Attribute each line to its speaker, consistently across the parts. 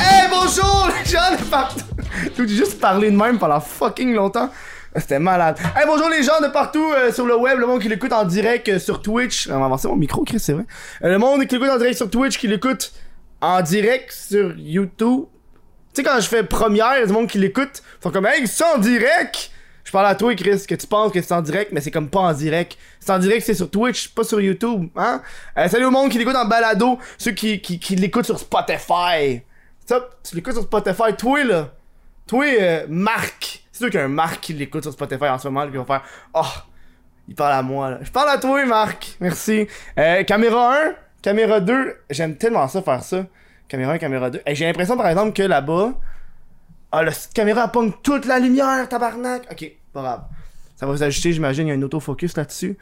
Speaker 1: Hey, bonjour les gens de partout! Tout juste parler de même pendant fucking longtemps. C'était malade. Hey, bonjour les gens de partout euh, sur le web, le monde qui l'écoute en direct euh, sur Twitch. On va avancer mon micro, Chris, c'est vrai. Euh, le monde qui l'écoute en direct sur Twitch, qui l'écoute en direct sur YouTube. Tu sais, quand je fais première, il y a du monde qui l'écoute. Ils sont comme, hey, c'est en direct! Je parle à toi, Chris, que tu penses que c'est en direct, mais c'est comme pas en direct. C'est en direct, c'est sur Twitch, pas sur YouTube, hein? Euh, salut au monde qui l'écoute en balado, ceux qui, qui, qui l'écoutent sur Spotify. Ça, tu l'écoutes sur Spotify, toi, là. Toi, euh, Marc. C'est sûr qu'il y a un Marc qui l'écoute sur Spotify en ce moment, là, qui va faire, oh, il parle à moi, là. Je parle à toi, Marc. Merci. Euh, caméra 1, caméra 2. J'aime tellement ça, faire ça. Caméra 1, caméra 2. Et j'ai l'impression, par exemple, que là-bas... Ah, la petite caméra elle pogne toute la lumière, tabarnak. OK, pas grave. Ça va s'ajuster, j'imagine, il y a un autofocus là-dessus.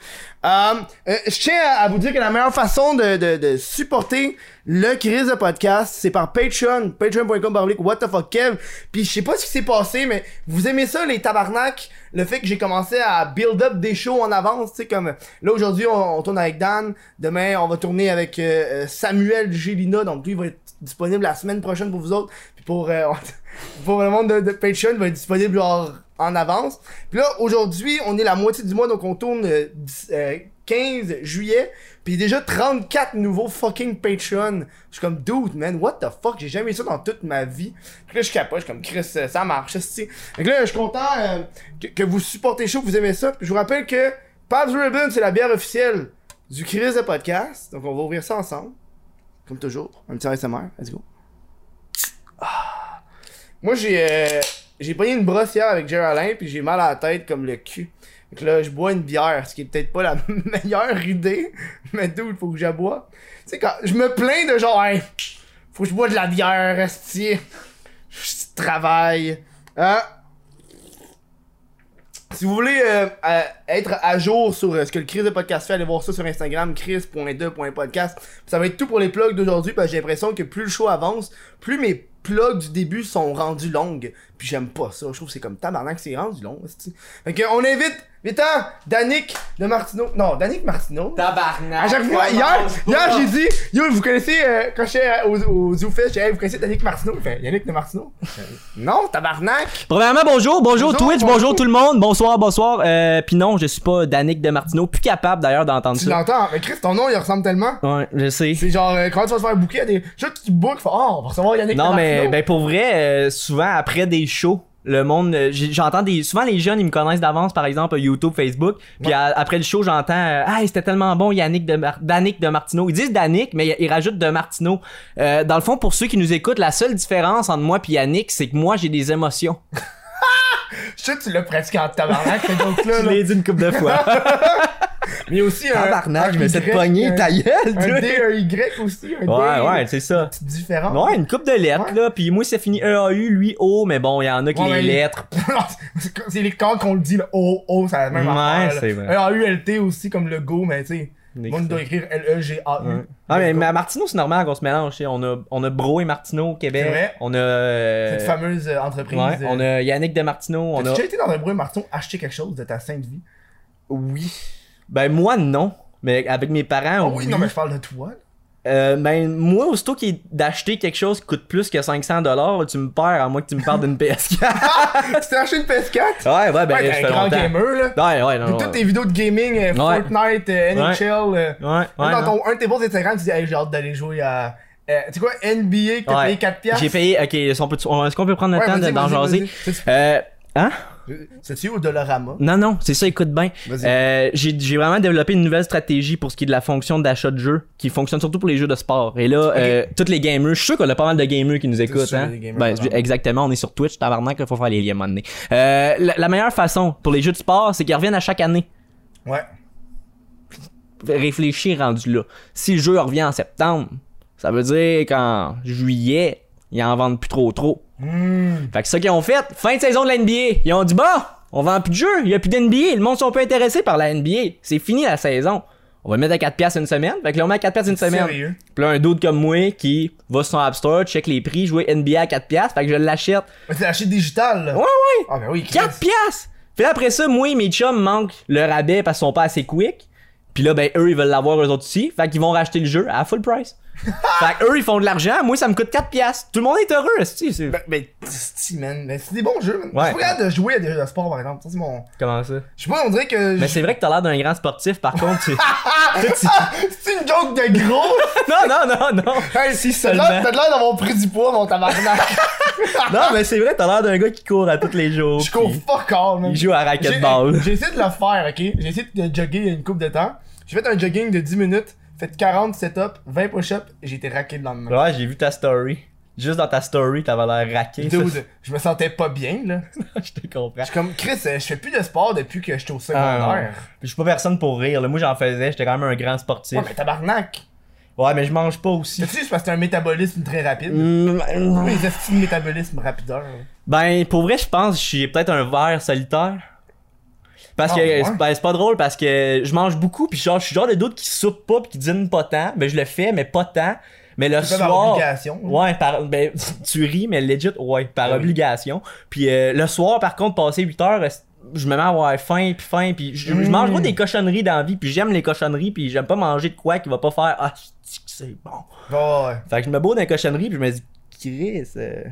Speaker 1: Euh, euh, je tiens à, à vous dire que la meilleure façon de, de, de supporter le Chris de podcast, c'est par Patreon, patreon.com baroblique what the fuck Kev. Puis je sais pas ce qui s'est passé, mais vous aimez ça les tabarnak, le fait que j'ai commencé à build up des shows en avance, tu sais comme là aujourd'hui on, on tourne avec Dan, demain on va tourner avec euh, euh, Samuel Gélina, donc lui il va être disponible la semaine prochaine pour vous autres, puis pour euh, pour le monde de, de Patreon il va être disponible genre en avance. Puis là, aujourd'hui, on est la moitié du mois, donc on tourne euh, dix- euh, 15 juillet. Puis déjà 34 nouveaux fucking Patreon. Je suis comme, dude, man, what the fuck, j'ai jamais eu ça dans toute ma vie. Puis là, je capote, je suis comme, Chris, euh, ça marche, tu Donc là, je suis content euh, que, que vous supportez chaud, que vous aimez ça. Puis je vous rappelle que Pabs Ribbon, c'est la bière officielle du Chris de podcast. Donc on va ouvrir ça ensemble. Comme toujours, un petit ASMR, let's go. Ah. Moi, j'ai euh, j'ai pogné une brosse hier avec Jerry Alain, puis j'ai mal à la tête comme le cul. Donc là, je bois une bière, ce qui est peut-être pas la meilleure idée, mais d'où il faut que je bois. Tu sais, quand je me plains de genre, Hey, faut que je bois de la bière, restier. Je travaille. Hein? Si vous voulez euh, euh, être à jour sur euh, ce que le Chris de podcast fait, allez voir ça sur Instagram, chris.de.podcast. Ça va être tout pour les plugs d'aujourd'hui parce que j'ai l'impression que plus le show avance, plus mes plugs du début sont rendus longues. Puis j'aime pas ça. Je trouve que c'est comme tabarnak, c'est rendu long. hostie. Fait que on invite, vite hein, Danick de Martineau. Non, Danick Martineau.
Speaker 2: Tabarnak.
Speaker 1: À chaque fois, hier, hier j'ai dit, yo, vous connaissez, euh, quand j'étais euh, au, au ZooFest, j'ai dit, Hey, vous connaissez Yannick Martineau? Il fait, Yannick de Martineau? Euh, non, tabarnak!
Speaker 2: Premièrement, bonjour, bonjour,
Speaker 1: Bonjour,
Speaker 2: Twitch, bonjour.
Speaker 1: bonjour.
Speaker 2: tout le monde, bonsoir, bonsoir. Euh, Puis non, je suis pas Danick de Martineau, plus capable d'ailleurs d'entendre
Speaker 1: Tu
Speaker 2: ça.
Speaker 1: l'entends, mais Chris, ton nom, il ressemble tellement.
Speaker 2: Ouais, je sais.
Speaker 1: C'est genre, euh, quand tu vas te faire bouquer, il y a des gens qui te bookent, font, oh, on va recevoir Yannick
Speaker 2: Non,
Speaker 1: de
Speaker 2: mais
Speaker 1: Martineau.
Speaker 2: ben, pour vrai, euh, souvent après des shows, le monde, euh, j'ai- j'entends des. Souvent les jeunes, ils me connaissent d'avance, par exemple, euh, YouTube, Facebook. Puis à- après le show, j'entends euh, Hey, c'était tellement bon, Yannick de, Mar- Danick de Martineau. Ils disent Danick, mais ils rajoutent de Martineau. Euh, dans le fond, pour ceux qui nous écoutent, la seule différence entre moi et Yannick, c'est que moi, j'ai des émotions. ben-
Speaker 1: Je sais que tu l'as pratiqué en tabarnak, cette joke-là.
Speaker 2: Je
Speaker 1: là.
Speaker 2: l'ai dit une couple de fois.
Speaker 1: Mais aussi, un.
Speaker 2: Tabarnak,
Speaker 1: un
Speaker 2: je me suis
Speaker 1: Y,
Speaker 2: pogné
Speaker 1: un-
Speaker 2: ta gueule,
Speaker 1: Un
Speaker 2: dude.
Speaker 1: D, un Y aussi, un D.
Speaker 2: Ouais, ouais,
Speaker 1: une
Speaker 2: c'est ça.
Speaker 1: petite différence.
Speaker 2: Ouais, une coupe de lettres,
Speaker 1: Ouais.
Speaker 2: là. Puis moi, ça finit EAU, lui O, mais bon, il y en a qui
Speaker 1: Ouais,
Speaker 2: les
Speaker 1: mais-
Speaker 2: lettres.
Speaker 1: C'est comme- c'est les quand qu'on le dit, le O, O, ça a la même
Speaker 2: Ouais,
Speaker 1: affaire. là.
Speaker 2: c'est vrai.
Speaker 1: Un A-U-L-T aussi, comme le go, mais tu sais.
Speaker 2: Des
Speaker 1: Moi, on doit écrire E L-E-G-A-U.
Speaker 2: Ouais. Ah, mais, mais à Martineau, c'est normal qu'on se mélange. tu sais. On a, on a Bro et Martineau au Québec.
Speaker 1: C'est vrai.
Speaker 2: On a. euh,
Speaker 1: Cette fameuse euh, entreprise.
Speaker 2: ouais,
Speaker 1: euh,
Speaker 2: on a Yannick de Martineau. On
Speaker 1: T'as-tu
Speaker 2: a.
Speaker 1: déjà été dans un bruit marteau acheter quelque chose de ta sainte vie?
Speaker 2: Oui. Ben, moi, non. Mais avec mes parents,
Speaker 1: Ah
Speaker 2: oui.
Speaker 1: oui, non, mais je parle de toi. là.
Speaker 2: Euh, ben, moi, aussitôt qu'il est d'acheter quelque chose qui coûte plus que 500$, tu me perds, à moins que tu me parles d'une PS4.
Speaker 1: Ah! tu t'es acheté une PS4?
Speaker 2: ouais, ouais, ben,
Speaker 1: ouais,
Speaker 2: je
Speaker 1: t'es
Speaker 2: fais
Speaker 1: un grand
Speaker 2: longtemps.
Speaker 1: gamer, là.
Speaker 2: Ouais, ouais, non.
Speaker 1: Puis
Speaker 2: non,
Speaker 1: toutes
Speaker 2: ouais.
Speaker 1: tes vidéos de gaming, euh,
Speaker 2: Ouais.
Speaker 1: Fortnite, euh, NHL. euh,
Speaker 2: Ouais, ouais,
Speaker 1: même dans
Speaker 2: non.
Speaker 1: ton, un de tes posts Instagram, tu dis, hey, j'ai hâte d'aller jouer à. euh, tu sais quoi, NBA, que t'as
Speaker 2: Ouais.
Speaker 1: payé 4 piastres?
Speaker 2: J'ai payé. Ok, est-ce qu'on peut, on- est-ce qu'on peut prendre le
Speaker 1: Ouais,
Speaker 2: temps
Speaker 1: vas-y,
Speaker 2: de- d'en
Speaker 1: vas-y,
Speaker 2: jaser?
Speaker 1: vas-y. C'est-
Speaker 2: Euh, hein?
Speaker 1: C'est-tu au Dollarama?
Speaker 2: Non, non, c'est ça, écoute bien.
Speaker 1: Vas-y.
Speaker 2: Euh, j'ai j'ai vraiment développé une nouvelle stratégie pour ce qui est de la fonction d'achat de jeux, qui fonctionne surtout pour les jeux de sport. Et là, euh, tous les gamers, je suis sûr qu'on a pas mal de gamers qui nous écoutent.
Speaker 1: sûr,
Speaker 2: Hein?
Speaker 1: les gamers,
Speaker 2: Ben,
Speaker 1: vraiment.
Speaker 2: exactement, on est sur Twitch, tabarnak, il faut faire les liens à un moment donné. Euh, la, la meilleure façon pour les jeux de sport, c'est qu'ils reviennent à chaque année. Mm.
Speaker 1: Ouais.
Speaker 2: Réfléchir rendu là. Si le jeu revient en septembre, ça veut dire qu'en juillet, ils en vendent plus trop trop.
Speaker 1: Hmm.
Speaker 2: Fait que c'est ça qu'ils ont fait, fin de saison de la NBA, ils ont dit bah, on vend plus de jeux, il y a plus d'NBA, le monde sont pas intéressés par la NBA, c'est fini la saison. On va le mettre à 4 pièces une semaine. Fait que là on met à 4 pièces une semaine.
Speaker 1: Sérieux?
Speaker 2: Puis là un doute comme moi qui va sur son App Store, check les prix, jouer NBA à 4 pièces, fait que je l'achète.
Speaker 1: Mais tu l'as acheté digital, là.
Speaker 2: Ouais ouais,
Speaker 1: Ah, ben oui, Chris.
Speaker 2: 4 pièces. Puis là, après ça, moi et mes chums manquent le rabais parce qu'ils sont pas assez quick. Puis là, ben, eux, ils veulent l'avoir eux autres aussi. Fait qu'ils vont racheter le jeu à full price. fait qu'eux, ils font de l'argent. Moi, ça me coûte 4 piastres. Tout le monde est heureux, esti, c'est
Speaker 1: Ben, ben, si, man, ben, c'est des bons jeux, man.
Speaker 2: Ouais.
Speaker 1: Je regarde de jouer à des jeux de sport, par exemple. Ça, c'est mon.
Speaker 2: Comment ça?
Speaker 1: Je sais pas, on dirait que.
Speaker 2: Mais
Speaker 1: je-
Speaker 2: c'est vrai que t'as l'air d'un grand sportif, par contre. tu-
Speaker 1: Ah, c'est une joke de gros!
Speaker 2: non, non, non, non.
Speaker 1: hey, si
Speaker 2: seulement.
Speaker 1: T'as de l'air d'avoir pris du poids, mon tabarnak.
Speaker 2: Non, mais c'est vrai, t'as l'air d'un gars qui court à tous les jours.
Speaker 1: je cours
Speaker 2: puis
Speaker 1: fuck all, man.
Speaker 2: Il joue à
Speaker 1: J'ai
Speaker 2: racquetball.
Speaker 1: j'ai essayé de le faire, ok? J'ai essayé de jogger il y a une coupe de temps. J'ai fait un jogging de 10 minutes, fait 40 setups, 20 push-ups, et j'ai été raqué le lendemain.
Speaker 2: Ouais, j'ai vu ta story. Juste dans ta story, t'avais l'air raqué. ça,
Speaker 1: Dude, je me sentais pas bien, là.
Speaker 2: c'est- je te comprends.
Speaker 1: Je suis comme, Chris, euh, je fais plus de sport depuis que j'étais au
Speaker 2: Ah,
Speaker 1: secondaire.
Speaker 2: non. Puis Je suis pas personne pour rire. là. Moi, j'en faisais. J'étais quand même un grand sportif.
Speaker 1: ouais, mais tabarnak!
Speaker 2: Ouais, mais je mange pas aussi.
Speaker 1: T'as-tu juste parce que t'as un métabolisme très rapide?
Speaker 2: Mm,
Speaker 1: Les estimes de métabolisme rapideur. là.
Speaker 2: Ben, pour vrai, je pense que je suis peut-être un verre solitaire. Parce
Speaker 1: Ah,
Speaker 2: que
Speaker 1: ouais?
Speaker 2: c'est- ben, c'est pas drôle parce que je mange beaucoup puis genre je suis genre de doute qui soupe pas puis qui dîne pas tant, ben je le fais mais pas tant, mais le
Speaker 1: C'est pas par
Speaker 2: soir
Speaker 1: obligation.
Speaker 2: Ouais, par, ben, tu ris, mais legit, ouais, par
Speaker 1: Ah oui.
Speaker 2: obligation. Puis euh, le soir, par contre, passer 8 heures, euh, je me mets à avoir faim, puis faim, puis je, je
Speaker 1: Mm.
Speaker 2: mange pas des cochonneries dans la vie, puis j'aime les cochonneries, puis j'aime pas manger de quoi qui va pas faire Ah, c'est-tu que c'est bon.
Speaker 1: Ouais, ouais.
Speaker 2: Fait que je me bourre dans les cochonneries, puis je me dis Chris, euh,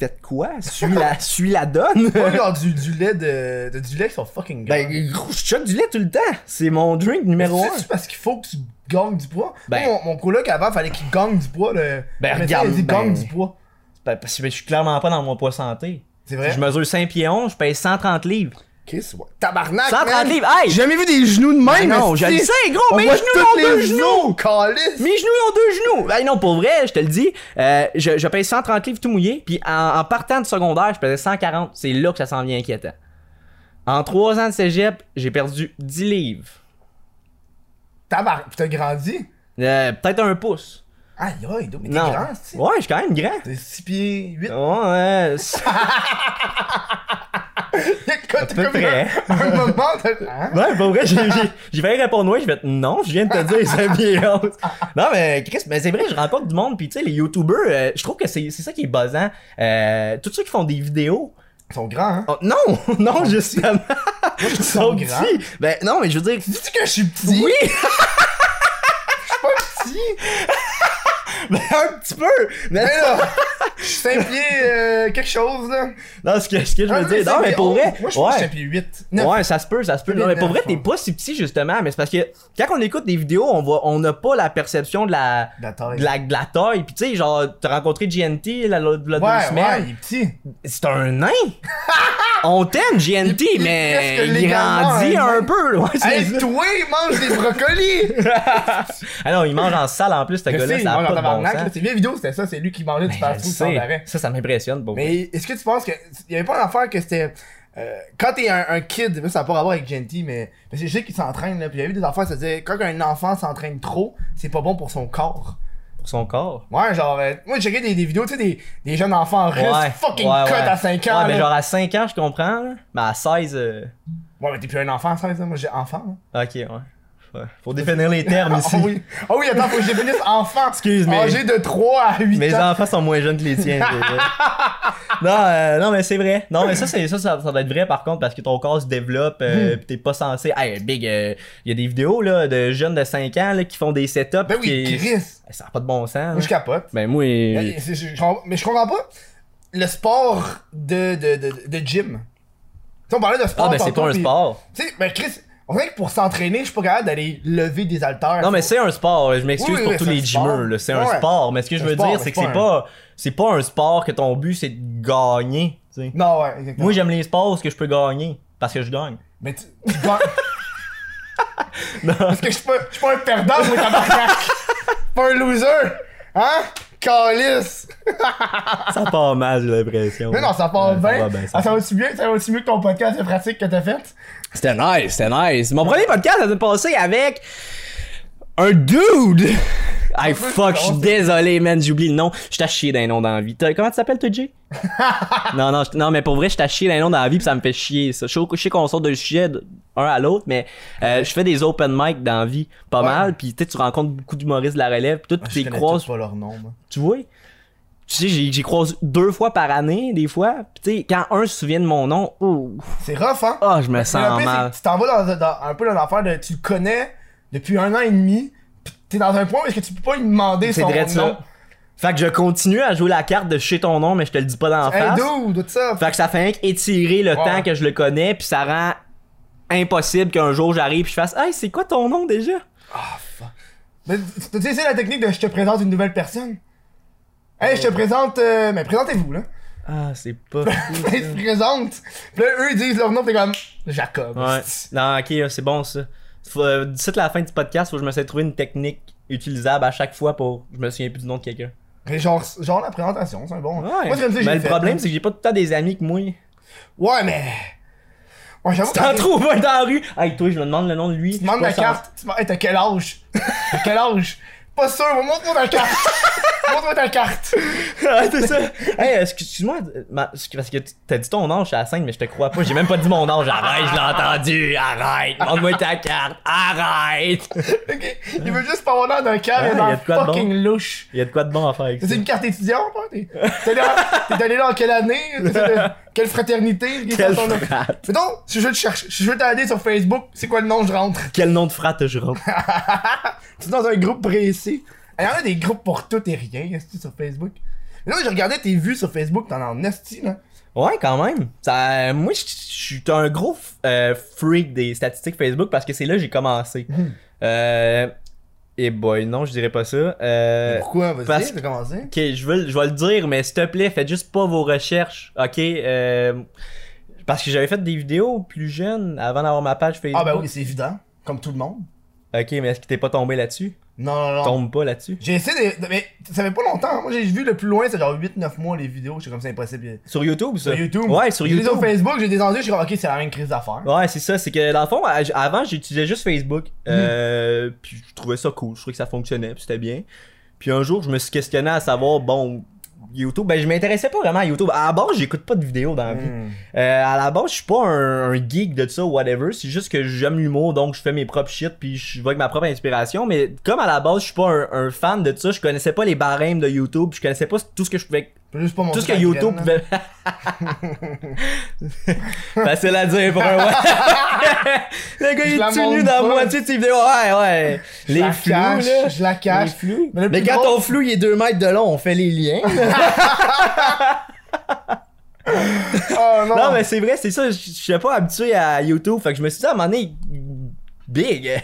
Speaker 2: faites quoi Suis la, suis la donne
Speaker 1: Pas genre du, du lait de, de- du lait qui sont fucking gras.
Speaker 2: Ben, gros, je choque du lait tout le temps. C'est mon drink
Speaker 1: Mais
Speaker 2: numéro 1.
Speaker 1: c'est parce qu'il faut que tu gagnes du poids.
Speaker 2: Ben-
Speaker 1: Moi, mon, mon coloc avant, fallait qu'il gagne du poids. Le...
Speaker 2: Ben,
Speaker 1: le médecin,
Speaker 2: regarde,
Speaker 1: Il dit
Speaker 2: ben-
Speaker 1: gagne du poids.
Speaker 2: Parce que je suis clairement pas dans mon poids santé.
Speaker 1: C'est vrai?
Speaker 2: Je mesure 5 pieds 11, je pèse 130 livres.
Speaker 1: Chris, ouais. Tabarnak!
Speaker 2: 130
Speaker 1: man!
Speaker 2: livres, hey!
Speaker 1: J'ai jamais vu des genoux de même!
Speaker 2: Ben non,
Speaker 1: esti.
Speaker 2: je le sais, gros,
Speaker 1: On
Speaker 2: mes
Speaker 1: voit
Speaker 2: genoux
Speaker 1: tous
Speaker 2: ont deux
Speaker 1: les
Speaker 2: genoux!
Speaker 1: os, calice.
Speaker 2: Mes genoux ils ont deux genoux! Ben non, pour vrai, je te le dis, euh, je, je pèse 130 livres tout mouillé, puis en, en partant de secondaire, je pesais 140. C'est là que ça s'en vient inquiétant. En 3 ans de cégep, j'ai perdu 10 livres.
Speaker 1: Tabarnak! Puis t'as grandi?
Speaker 2: Euh, Peut-être un pouce.
Speaker 1: Aïe aïe, donc, mais t'es
Speaker 2: non.
Speaker 1: grand, esti.
Speaker 2: ouais, je suis quand même grand.
Speaker 1: T'es 6 pieds 8.
Speaker 2: Ouais, ouais, c'est-
Speaker 1: T'as
Speaker 2: peu
Speaker 1: comme
Speaker 2: près.
Speaker 1: un- un moment de... Hein?
Speaker 2: ouais, pour vrai, j'ai j'ai- j'ai failli répondre oui, je vais non, je viens de te dire, c'est bien haute. Non, mais Chris, mais c'est vrai, je rencontre du monde, puis tu sais, les youtubeurs, euh, je trouve que c'est c'est ça qui est buzzant. Euh, tous ceux qui font des vidéos,
Speaker 1: Ils sont grands, hein?
Speaker 2: Oh, non, non, justement. Ils
Speaker 1: sont grands.
Speaker 2: Ben non, mais je veux dire.
Speaker 1: Dis-tu que je suis petit?
Speaker 2: Oui,
Speaker 1: Je suis pas petit!
Speaker 2: ben, un petit peu. Mais
Speaker 1: Mais là, je suis 5 pieds euh, quelque chose, là.
Speaker 2: non, ce que, ce que je
Speaker 1: Ah,
Speaker 2: veux dire, non,
Speaker 1: cinq
Speaker 2: mais
Speaker 1: pieds
Speaker 2: pour
Speaker 1: onze.
Speaker 2: vrai,
Speaker 1: Moi, je pense que
Speaker 2: ouais.
Speaker 1: c'est 8. Non,
Speaker 2: Ouais, ça se peut, ça se peut.
Speaker 1: Plus
Speaker 2: Non, mais pour vrai,
Speaker 1: neuf,
Speaker 2: t'es
Speaker 1: ouais.
Speaker 2: pas si petit justement, mais c'est parce que quand on écoute des vidéos, on voit, on n'a pas la perception de la,
Speaker 1: de la taille.
Speaker 2: de la, de la taille. Puis tu sais, genre, t'as rencontré GNT la, la, la deux
Speaker 1: Ouais, ouais,
Speaker 2: semaines.
Speaker 1: il est petit.
Speaker 2: C'est un nain. on t'aime GNT,
Speaker 1: Il- il-
Speaker 2: mais
Speaker 1: presque
Speaker 2: il
Speaker 1: légalement
Speaker 2: grandit
Speaker 1: un
Speaker 2: un
Speaker 1: nain.
Speaker 2: peu. Ouais, c'est
Speaker 1: Hey,
Speaker 2: ça.
Speaker 1: toi, mange des brocolis!
Speaker 2: ah non, il mange en salle en plus, ce
Speaker 1: Je
Speaker 2: gars-là,
Speaker 1: sais, il
Speaker 2: ça a
Speaker 1: mange en
Speaker 2: pas de bon
Speaker 1: tabarnak,
Speaker 2: sens.
Speaker 1: là. C'est bien vidéo, c'était ça, c'est lui qui mangeait du
Speaker 2: Je
Speaker 1: fast-food sans
Speaker 2: sais.
Speaker 1: arrêt.
Speaker 2: Ça, ça m'impressionne. Bon.
Speaker 1: Mais est-ce que tu penses que. Il y avait pas une affaire que c'était. euh, quand t'es un, un kid, là, ça n'a pas à voir avec Genty, mais. Parce que je sais qu'il s'entraîne, là. Puis il y a eu des affaires, ça disait, quand un enfant s'entraîne trop, c'est pas bon pour son corps.
Speaker 2: Pour son corps.
Speaker 1: Ouais, genre. euh, moi, j'ai regardé des, des vidéos, tu sais, des, des jeunes enfants russes fucking
Speaker 2: ouais,
Speaker 1: cut
Speaker 2: ouais.
Speaker 1: à 5 ans.
Speaker 2: Ouais, mais
Speaker 1: là.
Speaker 2: genre à 5 ans, je comprends. là. Mais à 16. euh,
Speaker 1: Ouais, mais t'es plus un enfant à 16 ans, moi, j'ai enfant. là.
Speaker 2: Ah, Ok, ouais. Ouais. Faut définir les termes ici.
Speaker 1: Ah oui. Ah oui, attends, faut que je définisse enfant.
Speaker 2: Excuse, mais-
Speaker 1: Âgé de 3 à 8
Speaker 2: Mes
Speaker 1: ans.
Speaker 2: enfants sont moins jeunes que les tiens. déjà. non, euh, non, mais c'est vrai. Non, mais ça, c'est ça, ça, ça va être vrai par contre parce que ton corps se développe,
Speaker 1: Hmm.
Speaker 2: euh, pis t'es pas censé. Hey, big, il y a des vidéos là de jeunes de 5 ans là, qui font des setups.
Speaker 1: Ben oui,
Speaker 2: qui-
Speaker 1: Chris.
Speaker 2: Ça a pas de bon sens.
Speaker 1: Moi,
Speaker 2: là.
Speaker 1: je capote.
Speaker 2: Ben moi.
Speaker 1: Mais c'est- je- je comprends- mais je comprends pas le sport de, de, de, de gym. Tu sais, on parlait de sport.
Speaker 2: Ah, ben c'est
Speaker 1: tantôt,
Speaker 2: pas un
Speaker 1: puis-
Speaker 2: sport.
Speaker 1: Tu sais, ben Chris, on dirait que pour s'entraîner, je suis pas capable d'aller lever des haltères.
Speaker 2: Non, mais c'est un sport. Je m'excuse
Speaker 1: Ah, Oui, oui,
Speaker 2: pour
Speaker 1: oui,
Speaker 2: tous
Speaker 1: c'est
Speaker 2: les
Speaker 1: un sport.
Speaker 2: gymers. là, C'est un
Speaker 1: Ouais.
Speaker 2: sport. Mais ce que je
Speaker 1: un
Speaker 2: veux
Speaker 1: sport,
Speaker 2: dire,
Speaker 1: mais
Speaker 2: c'est que
Speaker 1: c'est pas
Speaker 2: c'est pas, c'est pas un sport que ton but c'est de gagner. tu sais.
Speaker 1: Non, ouais, exactement.
Speaker 2: Moi, j'aime les sports où est-ce que je peux gagner parce que je gagne.
Speaker 1: Mais tu. tu gagnes- Parce que je suis pas, je suis pas un perdant, moi, tabarnak. pas un loser. Hein? Calice.
Speaker 2: Ça part mal, j'ai l'impression.
Speaker 1: Mais non, ça part
Speaker 2: Ouais, ça
Speaker 1: bien.
Speaker 2: va bien, ça
Speaker 1: Ah, Ça
Speaker 2: va. Ah,
Speaker 1: va-tu bien? Ça va-tu mieux que ton podcast de pratique que t'as fait?
Speaker 2: C'était nice, c'était nice. Mon premier podcast ça s'est passé avec un dude. Hey fuck, je suis désolé, man, j'oublie le nom. Je t'ai chier d'un nom dans la vie. T'as- Comment tu t'appelles, toi, Jay? non, non, je- non, mais pour vrai, je t'ai chier d'un nom dans la vie, pis ça me fait chier, ça. Je sais- je sais qu'on sort de chier de- un à l'autre, mais euh, je fais des open mic dans la vie, pas
Speaker 1: Ouais.
Speaker 2: mal, pis tu sais, tu rencontres beaucoup d'humoristes de la relève, pis tout, pis
Speaker 1: Je
Speaker 2: tu les
Speaker 1: connais
Speaker 2: croises,
Speaker 1: tous pas leur nom, moi.
Speaker 2: tu vois? Tu sais, j'y j'y croise deux fois par année, des fois. Puis tu sais, quand un se souvient de mon nom, ouh,
Speaker 1: C'est rough, hein?
Speaker 2: ah, je me
Speaker 1: Mais le
Speaker 2: sens
Speaker 1: pire,
Speaker 2: mal.
Speaker 1: c'est que Tu t'en vas dans, dans- un peu dans l'affaire de tu le connais depuis un an et demi, pis t'es dans un point où est-ce que tu peux pas lui demander
Speaker 2: C'est
Speaker 1: son
Speaker 2: vrai,
Speaker 1: nom.
Speaker 2: ça. Fait que je continue à jouer la carte de chez ton nom, mais je te le dis pas dans la
Speaker 1: Hey,
Speaker 2: face.
Speaker 1: dude, tout ça.
Speaker 2: Fait que ça fait rien qu'étirer le
Speaker 1: Ouais.
Speaker 2: temps que je le connais, puis ça rend impossible qu'un jour j'arrive puis je fasse Hey, c'est quoi ton nom déjà?
Speaker 1: Ah, fuck. Mais t'as-tu essayé la technique de je te présente une nouvelle personne? Hey, je te présente. euh, mais présentez-vous, là.
Speaker 2: Ah, c'est pas
Speaker 1: Ben, Ils se présentent. Pis là, eux, ils disent leur nom, pis t'es comme. Jacob.
Speaker 2: Ouais.
Speaker 1: C'est-
Speaker 2: Non, ok, là, c'est bon ça. Faut, euh, D'ici la fin du podcast, faut que je me sais trouver une technique utilisable à chaque fois pour je me souviens plus du nom de quelqu'un.
Speaker 1: Mais genre, genre la présentation, c'est un bon.
Speaker 2: Ouais.
Speaker 1: Moi, c'est comme ça que
Speaker 2: mais
Speaker 1: j'ai
Speaker 2: le
Speaker 1: fait.
Speaker 2: problème, c'est que j'ai pas tout le temps des amis que moi.
Speaker 1: Ouais, mais. Ouais, j'avoue.
Speaker 2: T'en
Speaker 1: que-
Speaker 2: trouves un dans la rue. Hey, toi, je me demande le nom de lui.
Speaker 1: Tu demandes
Speaker 2: Toi,
Speaker 1: la
Speaker 2: ça-
Speaker 1: carte. Tu demandes, hey, t'as quel âge? T'as quel âge? Pas sûr, mais montre-moi ta carte. montre-moi ta carte.
Speaker 2: Ah, c'est ça. Hey, excuse-moi, euh, ma- parce que tu- t'as dit ton âge à la scène, mais je te crois pas. J'ai même pas dit mon âge. Arrête, je l'ai entendu. Arrête. Demande-moi ta carte. Arrête.
Speaker 1: Ok. Il veut juste pas avoir l'air d'un câble
Speaker 2: Ouais,
Speaker 1: et d'un
Speaker 2: y a de quoi de
Speaker 1: fucking louche.
Speaker 2: Il y a de quoi de bon à faire avec
Speaker 1: C'est
Speaker 2: ça.
Speaker 1: une carte étudiante, hein? T'es t'es allé dans- t'es allé dans quelle année? T'es de- Quelle fraternité? Qu'est-ce
Speaker 2: Quelle
Speaker 1: que t'en as-
Speaker 2: frate.
Speaker 1: Mais donc, si je veux te chercher, si je veux t'aider sur Facebook, c'est quoi le nom, je rentre.
Speaker 2: Quel nom de frate je rentre?
Speaker 1: Tu es dans un groupe précis. Il y en a des groupes pour tout et rien, esti, sur Facebook. Mais là, je regardais tes vues sur Facebook, t'en as en esti, là.
Speaker 2: Ouais, quand même. Ça, moi, je je suis un gros euh, freak des statistiques Facebook parce que c'est là que j'ai commencé.
Speaker 1: Hmm.
Speaker 2: Euh, et boy, non, je dirais pas ça. Euh,
Speaker 1: Pourquoi? Vas-y,
Speaker 2: parce-
Speaker 1: t'as commencé.
Speaker 2: Ok, je veux, le- je vais le dire, mais s'il te plaît, faites juste pas vos recherches, ok? euh, parce que j'avais fait des vidéos plus jeunes avant d'avoir ma page Facebook.
Speaker 1: Ah ben oui, c'est évident. Comme tout le monde.
Speaker 2: Ok, mais est-ce que t'es pas tombé là-dessus?
Speaker 1: Non, non, non.
Speaker 2: Tombe pas là-dessus?
Speaker 1: J'ai essayé de... Mais ça fait pas longtemps. hein. Moi, j'ai vu le plus loin, c'est genre 8-9 mois les vidéos. J'étais comme, c'est impossible.
Speaker 2: Sur YouTube, ça?
Speaker 1: Sur YouTube.
Speaker 2: Ouais, sur
Speaker 1: J'ai vu
Speaker 2: YouTube.
Speaker 1: Sur Facebook, j'ai descendu, je suis comme, ok, c'est la même crise d'affaires.
Speaker 2: Ouais, c'est ça. C'est que dans le fond, à- avant, j'utilisais juste Facebook.
Speaker 1: Hmm.
Speaker 2: Euh, Puis je trouvais ça cool. Je trouvais que ça fonctionnait. Puis c'était bien. Puis un jour, je me suis questionné à savoir, bon, YouTube, ben je m'intéressais pas vraiment à YouTube. À la base, j'écoute pas de vidéos dans la vie.
Speaker 1: Hmm.
Speaker 2: Euh, à la base, je suis pas un, un geek de ça ou whatever. C'est juste que j'aime l'humour, donc je fais mes propres shit, puis je vais avec ma propre inspiration. Mais comme à la base, je suis pas un, un fan de ça, je connaissais pas les barèmes de YouTube, je connaissais pas tout ce que je pouvais
Speaker 1: Je peux juste pas montrer
Speaker 2: tout ce que
Speaker 1: ta
Speaker 2: YouTube
Speaker 1: graine, là.
Speaker 2: pouvait. Facile à dire pour un ouais. le gars,
Speaker 1: Je
Speaker 2: il
Speaker 1: la
Speaker 2: est tout nu
Speaker 1: montre
Speaker 2: dans
Speaker 1: pas.
Speaker 2: la moitié de ses vidéos. Ouais, ouais.
Speaker 1: Je la
Speaker 2: Les flous,
Speaker 1: cache,
Speaker 2: là.
Speaker 1: Je la cache.
Speaker 2: Les flous.
Speaker 1: Mais le
Speaker 2: Mais
Speaker 1: plus
Speaker 2: quand
Speaker 1: drôle-
Speaker 2: ton flou, il est 2 mètres de long, on fait les liens.
Speaker 1: Ah, non.
Speaker 2: non, mais c'est vrai, c'est ça. Je je suis pas habitué à YouTube. Fait que je me suis dit à un moment donné, big.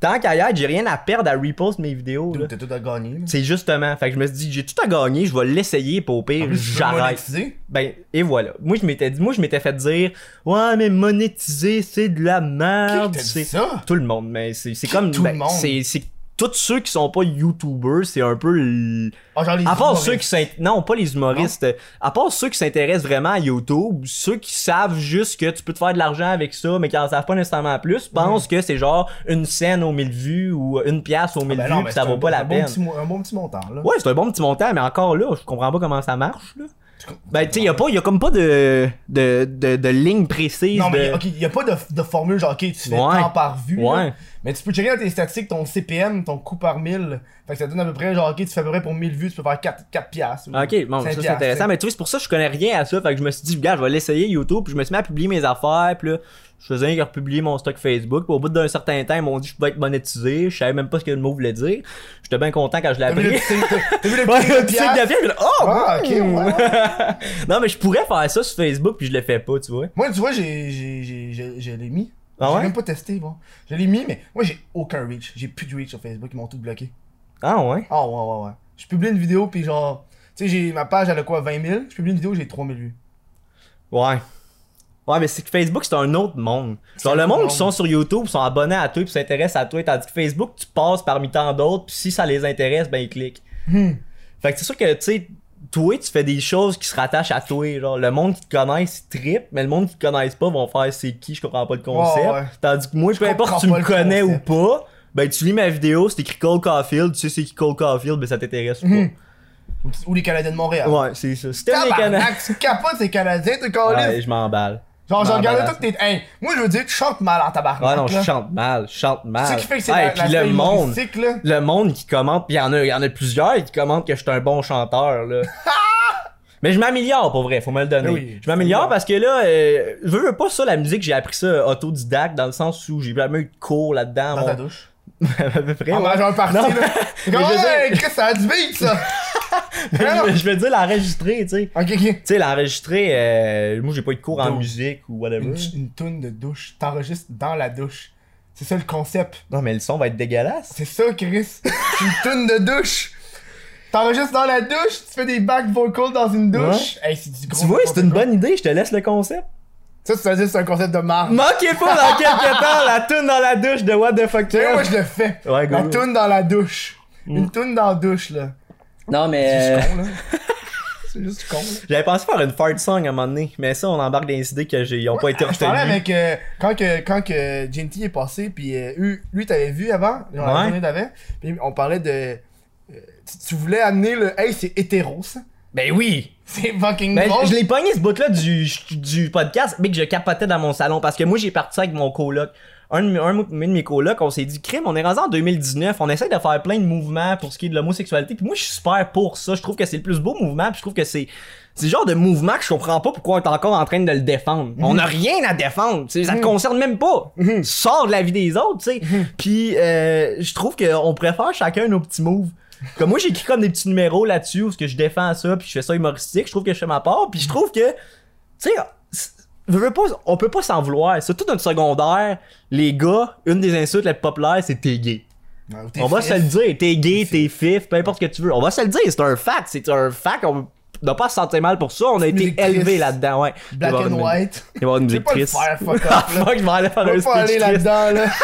Speaker 2: Tant qu'à y être, j'ai rien à perdre à repost mes vidéos. là.
Speaker 1: T'as tout à gagner. là.
Speaker 2: C'est justement. Fait que je me suis dit, j'ai tout à gagner, je vais l'essayer pour au
Speaker 1: En
Speaker 2: pire,
Speaker 1: plus, tu veux
Speaker 2: j'arrête.
Speaker 1: monétiser.
Speaker 2: Ben, et voilà. Moi, je m'étais dit, moi, je m'étais fait dire, ouais, mais monétiser, c'est de la merde.
Speaker 1: Qui t'a dit
Speaker 2: c'est-
Speaker 1: ça?
Speaker 2: Tout le monde, mais c'est c'est comme.
Speaker 1: Tout le
Speaker 2: ben,
Speaker 1: monde.
Speaker 2: C'est c'est- tous ceux qui sont pas YouTubers, c'est un peu. le-
Speaker 1: Ah, genre les
Speaker 2: À part
Speaker 1: humoristes.
Speaker 2: ceux qui s'int- Non, pas les humoristes. À part ceux qui s'intéressent vraiment à YouTube, ceux qui savent juste que tu peux te faire de l'argent avec ça, mais qui en savent pas nécessairement plus, pensent que c'est genre une scène aux 1000 vues ou une pièce aux 1000
Speaker 1: Ben non,
Speaker 2: vues,
Speaker 1: mais
Speaker 2: puis ça
Speaker 1: c'est
Speaker 2: vaut
Speaker 1: un
Speaker 2: pas
Speaker 1: bon-
Speaker 2: la
Speaker 1: un bon
Speaker 2: peine.
Speaker 1: petit mo- Un bon petit montant, là.
Speaker 2: Ouais, c'est un bon petit montant, mais encore là, je comprends pas comment ça marche, là.
Speaker 1: Tu com-
Speaker 2: Ben, tu sais, y a pas, y a comme pas de, de, de, de ligne précise.
Speaker 1: Non, mais
Speaker 2: de-
Speaker 1: ok, y a pas de, de formule genre, ok, tu fais
Speaker 2: Ouais.
Speaker 1: tant par vue.
Speaker 2: Ouais.
Speaker 1: là. mais tu peux checker dans tes statistiques ton CPM, ton coût par mille. Fait que ça donne à peu près, genre, ok, tu fais à peu près pour 1000 vues, tu peux faire 4, 4 piastres. ou
Speaker 2: Ah, Ok, bon,
Speaker 1: 5
Speaker 2: ça c'est
Speaker 1: piastres,
Speaker 2: intéressant,
Speaker 1: tu
Speaker 2: mais tu vois, c'est pour ça que je connais rien à ça, fait que je me suis dit, gars, je vais l'essayer YouTube, puis je me suis mis à publier mes affaires, puis là, je faisais rien que republier mon stock Facebook, puis au bout d'un certain temps, ils m'ont dit que je pouvais être monétisé, je savais même pas ce que le mot voulait dire, j'étais bien content quand je l'ai
Speaker 1: sais. T'as vu
Speaker 2: appris.
Speaker 1: le petit- t'as vu le petit
Speaker 2: Ouais, tu sais,
Speaker 1: piastre?
Speaker 2: Gabriel, je suis là, oh!
Speaker 1: Ah, ok, ouais, ouais.
Speaker 2: non, mais je pourrais faire ça sur Facebook, puis je le fais pas, tu vois.
Speaker 1: Moi, tu vois, j'ai, j'ai, j'ai, j'ai- je l'ai mis.
Speaker 2: Ah
Speaker 1: j'ai
Speaker 2: ouais?
Speaker 1: même pas testé, bon. Je l'ai mis, mais moi, j'ai aucun reach. J'ai plus de reach sur Facebook, ils m'ont tout bloqué.
Speaker 2: Ah ouais?
Speaker 1: Ah, ouais, ouais, ouais. Je publie une vidéo, puis genre, tu sais, j'ai ma page, elle a quoi, 20 000? Je publie une vidéo, j'ai 3 000 vues.
Speaker 2: Ouais. Ouais, mais c'est que Facebook, c'est un autre monde. Genre,
Speaker 1: un
Speaker 2: le
Speaker 1: autre
Speaker 2: monde
Speaker 1: monde.
Speaker 2: qui sont sur YouTube, sont abonnés à toi, puis s'intéressent à toi, tandis que Facebook, tu passes parmi tant d'autres, puis si ça les intéresse, ben ils cliquent.
Speaker 1: Hmm.
Speaker 2: Fait que c'est sûr que, tu sais, toi, tu fais des choses qui se rattachent à toi. Genre, le monde qui te connaissent trip, mais le monde qui te connaissent pas vont faire c'est qui, je comprends pas le concept.
Speaker 1: Ouais, ouais.
Speaker 2: Tandis que moi, peu importe
Speaker 1: comprends
Speaker 2: tu
Speaker 1: pas
Speaker 2: me
Speaker 1: le
Speaker 2: connais
Speaker 1: concept.
Speaker 2: ou pas, ben tu lis ma vidéo, c'est écrit Cole Caulfield, tu sais c'est qui Cole Caulfield, ben ça t'intéresse ou
Speaker 1: Ou- Ou les Canadiens de Montréal.
Speaker 2: pas. Ouais, c'est ça. C'était les Canadiens.
Speaker 1: Tabarnak, tu capotes ces Canadiens, t'es calé.
Speaker 2: Ouais, je m'emballe.
Speaker 1: Genre, je
Speaker 2: Non,
Speaker 1: regardais
Speaker 2: malade.
Speaker 1: toutes tes. Hey, moi, je veux dire, tu chantes mal en tabarnak.
Speaker 2: Ouais, Ah non, je
Speaker 1: là.
Speaker 2: chante mal, je chante mal.
Speaker 1: C'est ce qui fait que c'est
Speaker 2: Hey,
Speaker 1: la-
Speaker 2: puis
Speaker 1: l'aspect
Speaker 2: le monde,
Speaker 1: humoristique, là.
Speaker 2: le monde qui commente, pis y en a, y en a plusieurs qui commentent que je suis un bon chanteur, là. Mais je m'améliore pour vrai, faut me le donner.
Speaker 1: Eh oui,
Speaker 2: je m'améliore parce que là, euh, je veux pas ça, la musique, j'ai appris ça autodidacte dans le sens où j'ai jamais eu de cours là-dedans.
Speaker 1: Dans
Speaker 2: mon-
Speaker 1: ta douche. Ah,
Speaker 2: à peu près,
Speaker 1: En
Speaker 2: ouais.
Speaker 1: mangeant un parti,
Speaker 2: Non,
Speaker 1: là.
Speaker 2: mais
Speaker 1: Comment,
Speaker 2: je veux
Speaker 1: hey, Chris, ça a du beat, ça.
Speaker 2: je, vais- je vais dire l'enregistrer, tu sais.
Speaker 1: Ok, ok.
Speaker 2: Tu sais, l'enregistrer, euh, moi j'ai pas eu de cours en
Speaker 1: Donc,
Speaker 2: musique ou whatever.
Speaker 1: Une, une toune de douche. T'enregistres dans la douche. C'est ça le concept.
Speaker 2: Non, mais le son va être dégueulasse.
Speaker 1: C'est ça, Chris. une toune de douche. T'enregistres dans la douche, tu fais des back vocals dans une douche. Hey, c'est du gros.
Speaker 2: Tu vois, c'est une
Speaker 1: n'importe quoi.
Speaker 2: bonne idée, je te laisse le concept.
Speaker 1: Ça, tu vas dire, c'est un concept de marre.
Speaker 2: Manquez pas dans quelques temps la toune dans la douche de What the fuck
Speaker 1: Tu sais,
Speaker 2: Kev.
Speaker 1: moi, je le fais.
Speaker 2: Ouais, go.
Speaker 1: La
Speaker 2: Mm.
Speaker 1: toune dans la douche. Une toune dans la douche, là.
Speaker 2: Non
Speaker 1: C'est juste
Speaker 2: mais euh,
Speaker 1: con, là. c'est juste con, là.
Speaker 2: j'avais pensé faire une fart song à un moment donné, mais ça on embarque dans les idées que j'ai, ils ont pas été
Speaker 1: Je parlais
Speaker 2: retenues.
Speaker 1: avec. euh, quand que, quand que Genty est passé, puis euh, lui- lui, t'avais vu avant, dans la
Speaker 2: Ouais.
Speaker 1: journée d'avant, puis on parlait de. euh, tu, tu voulais amener le. Hey, c'est hétéro, ça.
Speaker 2: Ben oui.
Speaker 1: C'est fucking
Speaker 2: Ben,
Speaker 1: drôle.
Speaker 2: je l'ai pogné ce bout là du, du podcast, mais que je capotais dans mon salon parce que moi j'ai parti ça avec mon coloc. Un de, mes- un de mes colocs, on s'est dit crime, on est rendu en 2019, on essaie de faire plein de mouvements pour ce qui est de l'homosexualité. Puis moi je suis super pour ça, je trouve que c'est le plus beau mouvement, puis je trouve que c'est c'est le genre de mouvement que je comprends pas pourquoi on est encore en train de le défendre. On n'a rien à défendre, tu sais, ça te concerne même pas. Tu Sors de la vie des autres, tu sais. Puis euh, je trouve qu'on pourrait faire chacun nos petits moves. Comme moi, j'écris comme des petits numéros là-dessus où ce que je défends ça, puis je fais ça humoristique, je trouve que je fais ma part, puis je trouve que, tu sais, c'est- je veux pas- on peut pas s'en vouloir. Surtout dans le secondaire, les gars, une des insultes les plus populaires, c'est t'es gay.
Speaker 1: Ouais, t'es
Speaker 2: On va
Speaker 1: fif.
Speaker 2: se le dire, t'es gay, t'es fif, peu importe ce que tu veux. On va se le dire, c'est un fact, c'est un fact. On doit pas se sentir mal pour ça. On a été
Speaker 1: musique
Speaker 2: élevés
Speaker 1: triste.
Speaker 2: là-dedans, ouais. Il va y
Speaker 1: Black
Speaker 2: avoir
Speaker 1: and
Speaker 2: une-
Speaker 1: white.
Speaker 2: Il va y avoir une
Speaker 1: Je vais
Speaker 2: musique
Speaker 1: pas le
Speaker 2: triste.
Speaker 1: faire, fuck
Speaker 2: Ah,
Speaker 1: off, là.
Speaker 2: fuck, je vais aller faire
Speaker 1: On
Speaker 2: un
Speaker 1: va pas aller
Speaker 2: speech triste.
Speaker 1: là-dedans, là.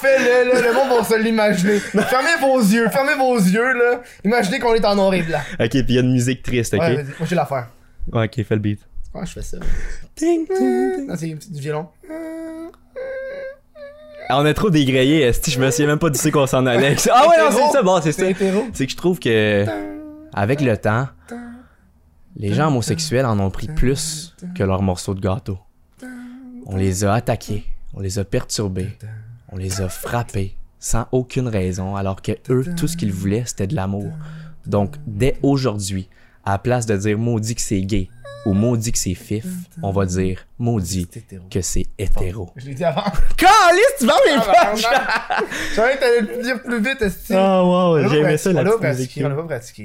Speaker 1: Fais-le, là. Le monde va se l'imaginer. Fermez vos yeux, fermez vos yeux, là. Imaginez qu'on est en noir et blanc.
Speaker 2: Ok, puis il y a une musique triste, ok?
Speaker 1: Ouais, vas-y. Moi, j'ai l'affaire.
Speaker 2: Ouais, ok, fais le beat.
Speaker 1: Comment je fais ça?
Speaker 2: Ting, ting, ting.
Speaker 1: Non, c'est du violon.
Speaker 2: Ah, On est trop dégrayé, esti, je me souviens même pas d'ici qu'on s'en allait. Ah ouais, non, c'est ça, bon, c'est ça.
Speaker 1: C'est hétéro.
Speaker 2: C'est que je trouve que, avec le temps, les gens homosexuels en ont pris plus que leurs morceaux de gâteau. On les a attaqués, on les a perturbés, on les a frappés sans aucune raison, alors que eux, tout ce qu'ils voulaient, c'était de l'amour. Donc, dès aujourd'hui, à la place de dire maudit que c'est gay ou maudit que c'est fif, on va dire maudit que c'est hétéro.
Speaker 1: Je l'ai dit avant.
Speaker 2: Caliste, tu vends
Speaker 1: Ah,
Speaker 2: mes
Speaker 1: bah,
Speaker 2: punchs!
Speaker 1: J'avais que t'allais le dire plus vite, est
Speaker 2: Ah wow, j'aimais ça la
Speaker 1: On l'a
Speaker 2: petite musique.
Speaker 1: pratiqué, on l'a pas pratiqué.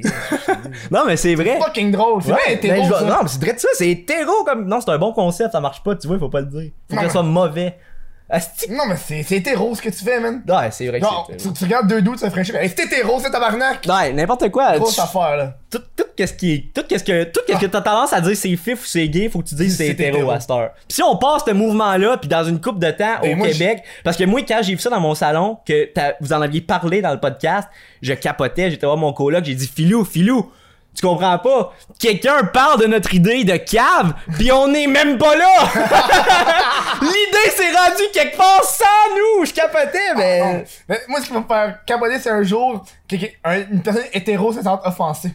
Speaker 2: Non mais c'est vrai.
Speaker 1: Fucking drôle, c'est
Speaker 2: Ouais,
Speaker 1: bien
Speaker 2: ben,
Speaker 1: hétéro,
Speaker 2: je vais-
Speaker 1: ça.
Speaker 2: Non mais c'est vrai de ça, c'est hétéro comme... Non c'est un bon concept, ça marche pas, tu vois, il faut pas le dire.
Speaker 1: Non,
Speaker 2: Faut que ça
Speaker 1: mais-
Speaker 2: soit mauvais. Asti...
Speaker 1: Non, mais c'est c'est hétéro ce que tu fais, man.
Speaker 2: Ouais, c'est vrai que
Speaker 1: Genre,
Speaker 2: c'est
Speaker 1: tu, tu regardes deux doutes se frencher, mais hey, c'est hétéro, c'est tabarnak.
Speaker 2: Ouais, n'importe quoi.
Speaker 1: Grosse
Speaker 2: Euh, tu-
Speaker 1: affaire, là.
Speaker 2: Tout, tout qu'est-ce qui est... Tout qu'est-ce que, tout qu'est-ce que t'as tendance à dire c'est fif ou c'est gay, faut que tu dises c'est
Speaker 1: C'est hétéro.
Speaker 2: hétéro à cette heure. Pis si on passe ce mouvement-là, puis dans une coupe de temps
Speaker 1: Ben,
Speaker 2: au
Speaker 1: moi,
Speaker 2: Québec, parce que moi quand j'ai vu ça dans mon salon, que t'as- vous en aviez parlé dans le podcast, je capotais, j'étais voir mon coloc, j'ai dit filou, filou. Tu comprends pas? Quelqu'un parle de notre idée de cave, puis on n'est même pas là! L'idée s'est rendue quelque part sans nous! Je capotais, mais...
Speaker 1: Ah, Non. Mais moi, ce qui va me faire capoter, c'est un jour qu'une personne hétéro se sente offensée.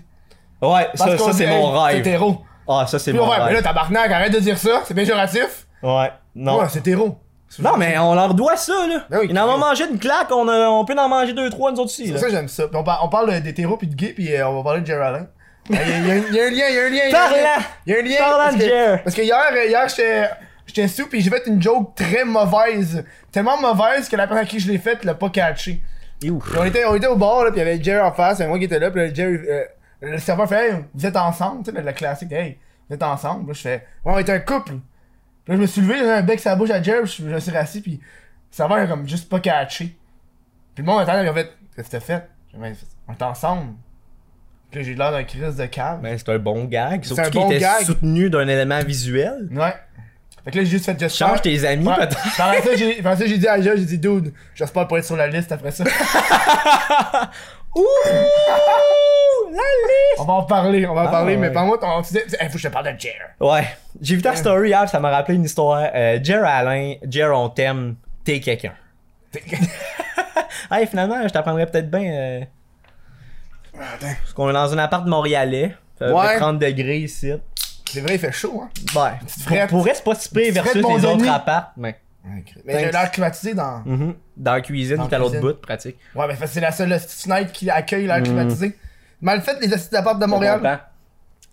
Speaker 2: Ouais, ça,
Speaker 1: Parce qu'on
Speaker 2: ça
Speaker 1: dit,
Speaker 2: c'est
Speaker 1: hey,
Speaker 2: mon
Speaker 1: c'est
Speaker 2: rêve.
Speaker 1: hétéro.
Speaker 2: Ah, ça c'est
Speaker 1: Puis
Speaker 2: mon
Speaker 1: on va, mais là,
Speaker 2: rêve.
Speaker 1: tabarnak, arrête de dire ça, c'est péjoratif.
Speaker 2: Ouais, non.
Speaker 1: Ouais, c'est hétéro.
Speaker 2: Non, mais on leur doit ça, là.
Speaker 1: Ben oui,
Speaker 2: Ils en ont
Speaker 1: oui.
Speaker 2: mangé une claque, on, a- on peut en manger deux, trois, nous autres aussi.
Speaker 1: C'est
Speaker 2: Là.
Speaker 1: pour ça que j'aime ça. Puis on, par- on parle d'hétéro puis de gay, puis euh, on va parler de Geraldine. Il y, a- y a un- y a un lien, il y a un lien. y a un
Speaker 2: Parlant-
Speaker 1: lien. Y a un lien.
Speaker 2: parlant
Speaker 1: parce
Speaker 2: de
Speaker 1: que-
Speaker 2: Jer.
Speaker 1: Parce que hier, euh, hier j'étais. J'étais sous puis j'ai fait une joke très mauvaise. Tellement mauvaise que la personne à qui je l'ai faite l'a pas catché. Puis on était, on était au bar, là, puis il y avait Jerry en face, et moi qui étais là, puis là, Jerry, euh, le serveur fait hey, Vous êtes ensemble, tu sais, la classique, hey, vous êtes ensemble. Là, je fais Ouais, on est un couple. Puis là, je me suis levé, j'avais un bec sur la bouche à Jerry, puis je, je me suis rassis, puis le serveur a comme juste pas catché. Puis le monde attendait, puis en fait Qu'est-ce que t'as fait J'ai dit, Ben, On est ensemble. Puis là, j'ai l'air d'un crise de cave.
Speaker 2: Ben, c'est un bon gag. Surtout
Speaker 1: un
Speaker 2: qu'il
Speaker 1: bon
Speaker 2: était
Speaker 1: gag.
Speaker 2: soutenu d'un élément visuel.
Speaker 1: Ouais. Fait que là, j'ai juste fait Just
Speaker 2: Change tes amis, peut-être.
Speaker 1: Après ça, j'ai par ça, j'ai dit à Jerry, j'ai dit, dude, j'espère pas être sur la liste après ça.
Speaker 2: Ouh! La liste!
Speaker 1: On va en parler, on va en
Speaker 2: Ah,
Speaker 1: parler, mais
Speaker 2: ouais.
Speaker 1: par moi, on disait, hey, faut que je te parle de Jerry.
Speaker 2: Ouais. J'ai vu ta story hier, ça m'a rappelé une histoire. Euh, Jer Alain, Jer, on t'aime, t'es quelqu'un. Hey, finalement, je t'apprendrais peut-être bien. euh,
Speaker 1: Attends.
Speaker 2: Ah, parce qu'on est dans un appart montréalais. Fait
Speaker 1: Ouais.
Speaker 2: 30 degrés ici.
Speaker 1: C'est vrai, il fait chaud, hein.
Speaker 2: Ouais.
Speaker 1: Frette.
Speaker 2: Pour, pourrait se pas si pire
Speaker 1: Frette
Speaker 2: versus les
Speaker 1: Mondoni.
Speaker 2: autres apparts. Mais,
Speaker 1: Mais j'ai l'air climatisé dans.
Speaker 2: Mhm. Dans la cuisine,
Speaker 1: Dans
Speaker 2: tout à l'autre
Speaker 1: cuisine.
Speaker 2: bout, pratique.
Speaker 1: Ouais, mais c'est la seule hostie de fenêtre qui accueille l'air
Speaker 2: Mm.
Speaker 1: climatisé. Mal fait, les hosties d'appart de Montréal.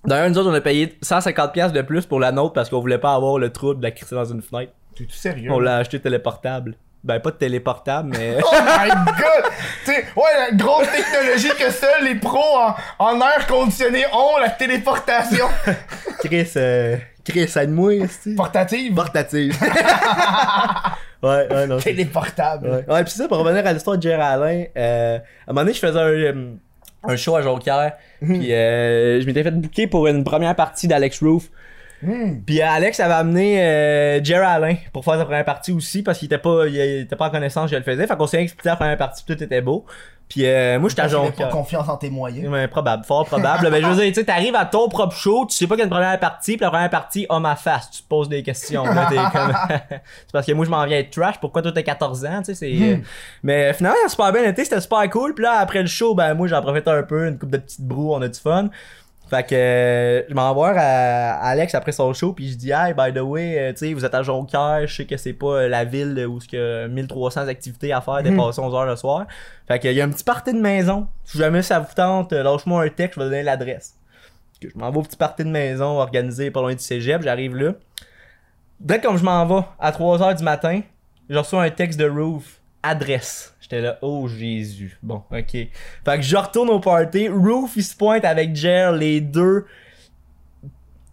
Speaker 2: D'ailleurs, nous autres, on a payé 150$ piastres de plus pour la nôtre parce qu'on voulait pas avoir le trouble de la crisser dans une fenêtre.
Speaker 1: T'es tout sérieux?
Speaker 2: On l'a acheté téléportable. Ben, pas de téléportable, mais.
Speaker 1: Oh my god! T'sais, ouais, la grosse technologie que seuls les pros en, en air conditionné ont, la téléportation
Speaker 2: Chris, euh... Chris, aide-moi, esti.
Speaker 1: portative.
Speaker 2: Portative. ouais, ouais, non. c'est-
Speaker 1: Téléportable.
Speaker 2: Ouais, ouais pis ça, pour revenir à l'histoire de Gérard Alain, euh, à un moment donné, je faisais un, euh, un show à Jonquière,
Speaker 1: Hmm.
Speaker 2: puis euh, je m'étais fait booker pour une première partie d'Alex Roof.
Speaker 1: Hmm.
Speaker 2: Puis euh, Alex avait amené euh, Jerry Alain pour faire sa première partie aussi parce qu'il était pas il, il était pas en connaissance que je le faisais. Fait qu'on s'est expliqué la première partie, puis tout était beau. Puis euh, moi j'étais à
Speaker 1: T'as pas
Speaker 2: Jonquière.
Speaker 1: confiance en tes moyens.
Speaker 2: Ouais, probable, fort probable. ben, je veux dire, tu sais, t'arrives à ton propre show, tu sais pas qu'il y a une première partie, puis la première partie, homme à face, tu te poses des questions. là, t'es comme... c'est parce que moi, je m'en viens être trash, pourquoi toi t'as 14 ans, tu sais, c'est... euh, Mais euh, finalement, ça a super bien été, c'était super cool, puis là, après le show, ben, moi, j'en profite un peu, une coupe de petites brou, on a du fun. Fait que euh, je m'en vais à Alex après son show puis je dis hey by the way euh, tu sais vous êtes à Jonquière je sais que c'est pas euh, la ville où ce que 1300 activités à faire dépasser 11 heures le soir fait qu'il y a un petit party de maison si jamais ça vous tente euh, lâche-moi un texte je vais donner l'adresse Que je m'en vais au petit party de maison organisé pas loin du cégep j'arrive là dès comme je m'en vais à 3 heures du matin je reçois un texte de Roof adresse j'étais là oh Jésus bon ok fait que je retourne au party. Roof, il se pointe avec Jer, les deux.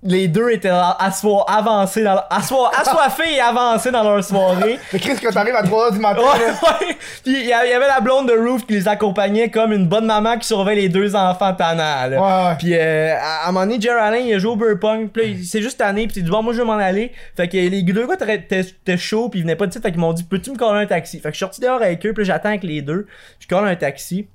Speaker 2: Les deux étaient là, assoi- avancés dans leur- assoi- assoiffés et avancés dans leur soirée.
Speaker 1: Mais Chris, quand t'arrives à 3h du matin,
Speaker 2: Ouais,
Speaker 1: là,
Speaker 2: ouais. Puis il y a- il y avait la blonde de Roof qui les accompagnait comme une bonne maman qui surveille les deux enfants tannants. là.
Speaker 1: Ouais, ouais.
Speaker 2: Puis euh, à, à un moment donné, Jerry Allen, il a joué au beer pong. Puis là, il s'est juste tanné. Puis il dit, bon, moi, je vais m'en aller. Fait que les deux gars étaient- étaient étaient chauds. Puis ils venaient pas de titre. Fait qu'ils m'ont dit, peux-tu me coller un taxi? Fait que je suis sorti dehors avec eux. Puis là, j'attends avec les deux. Je colle un taxi.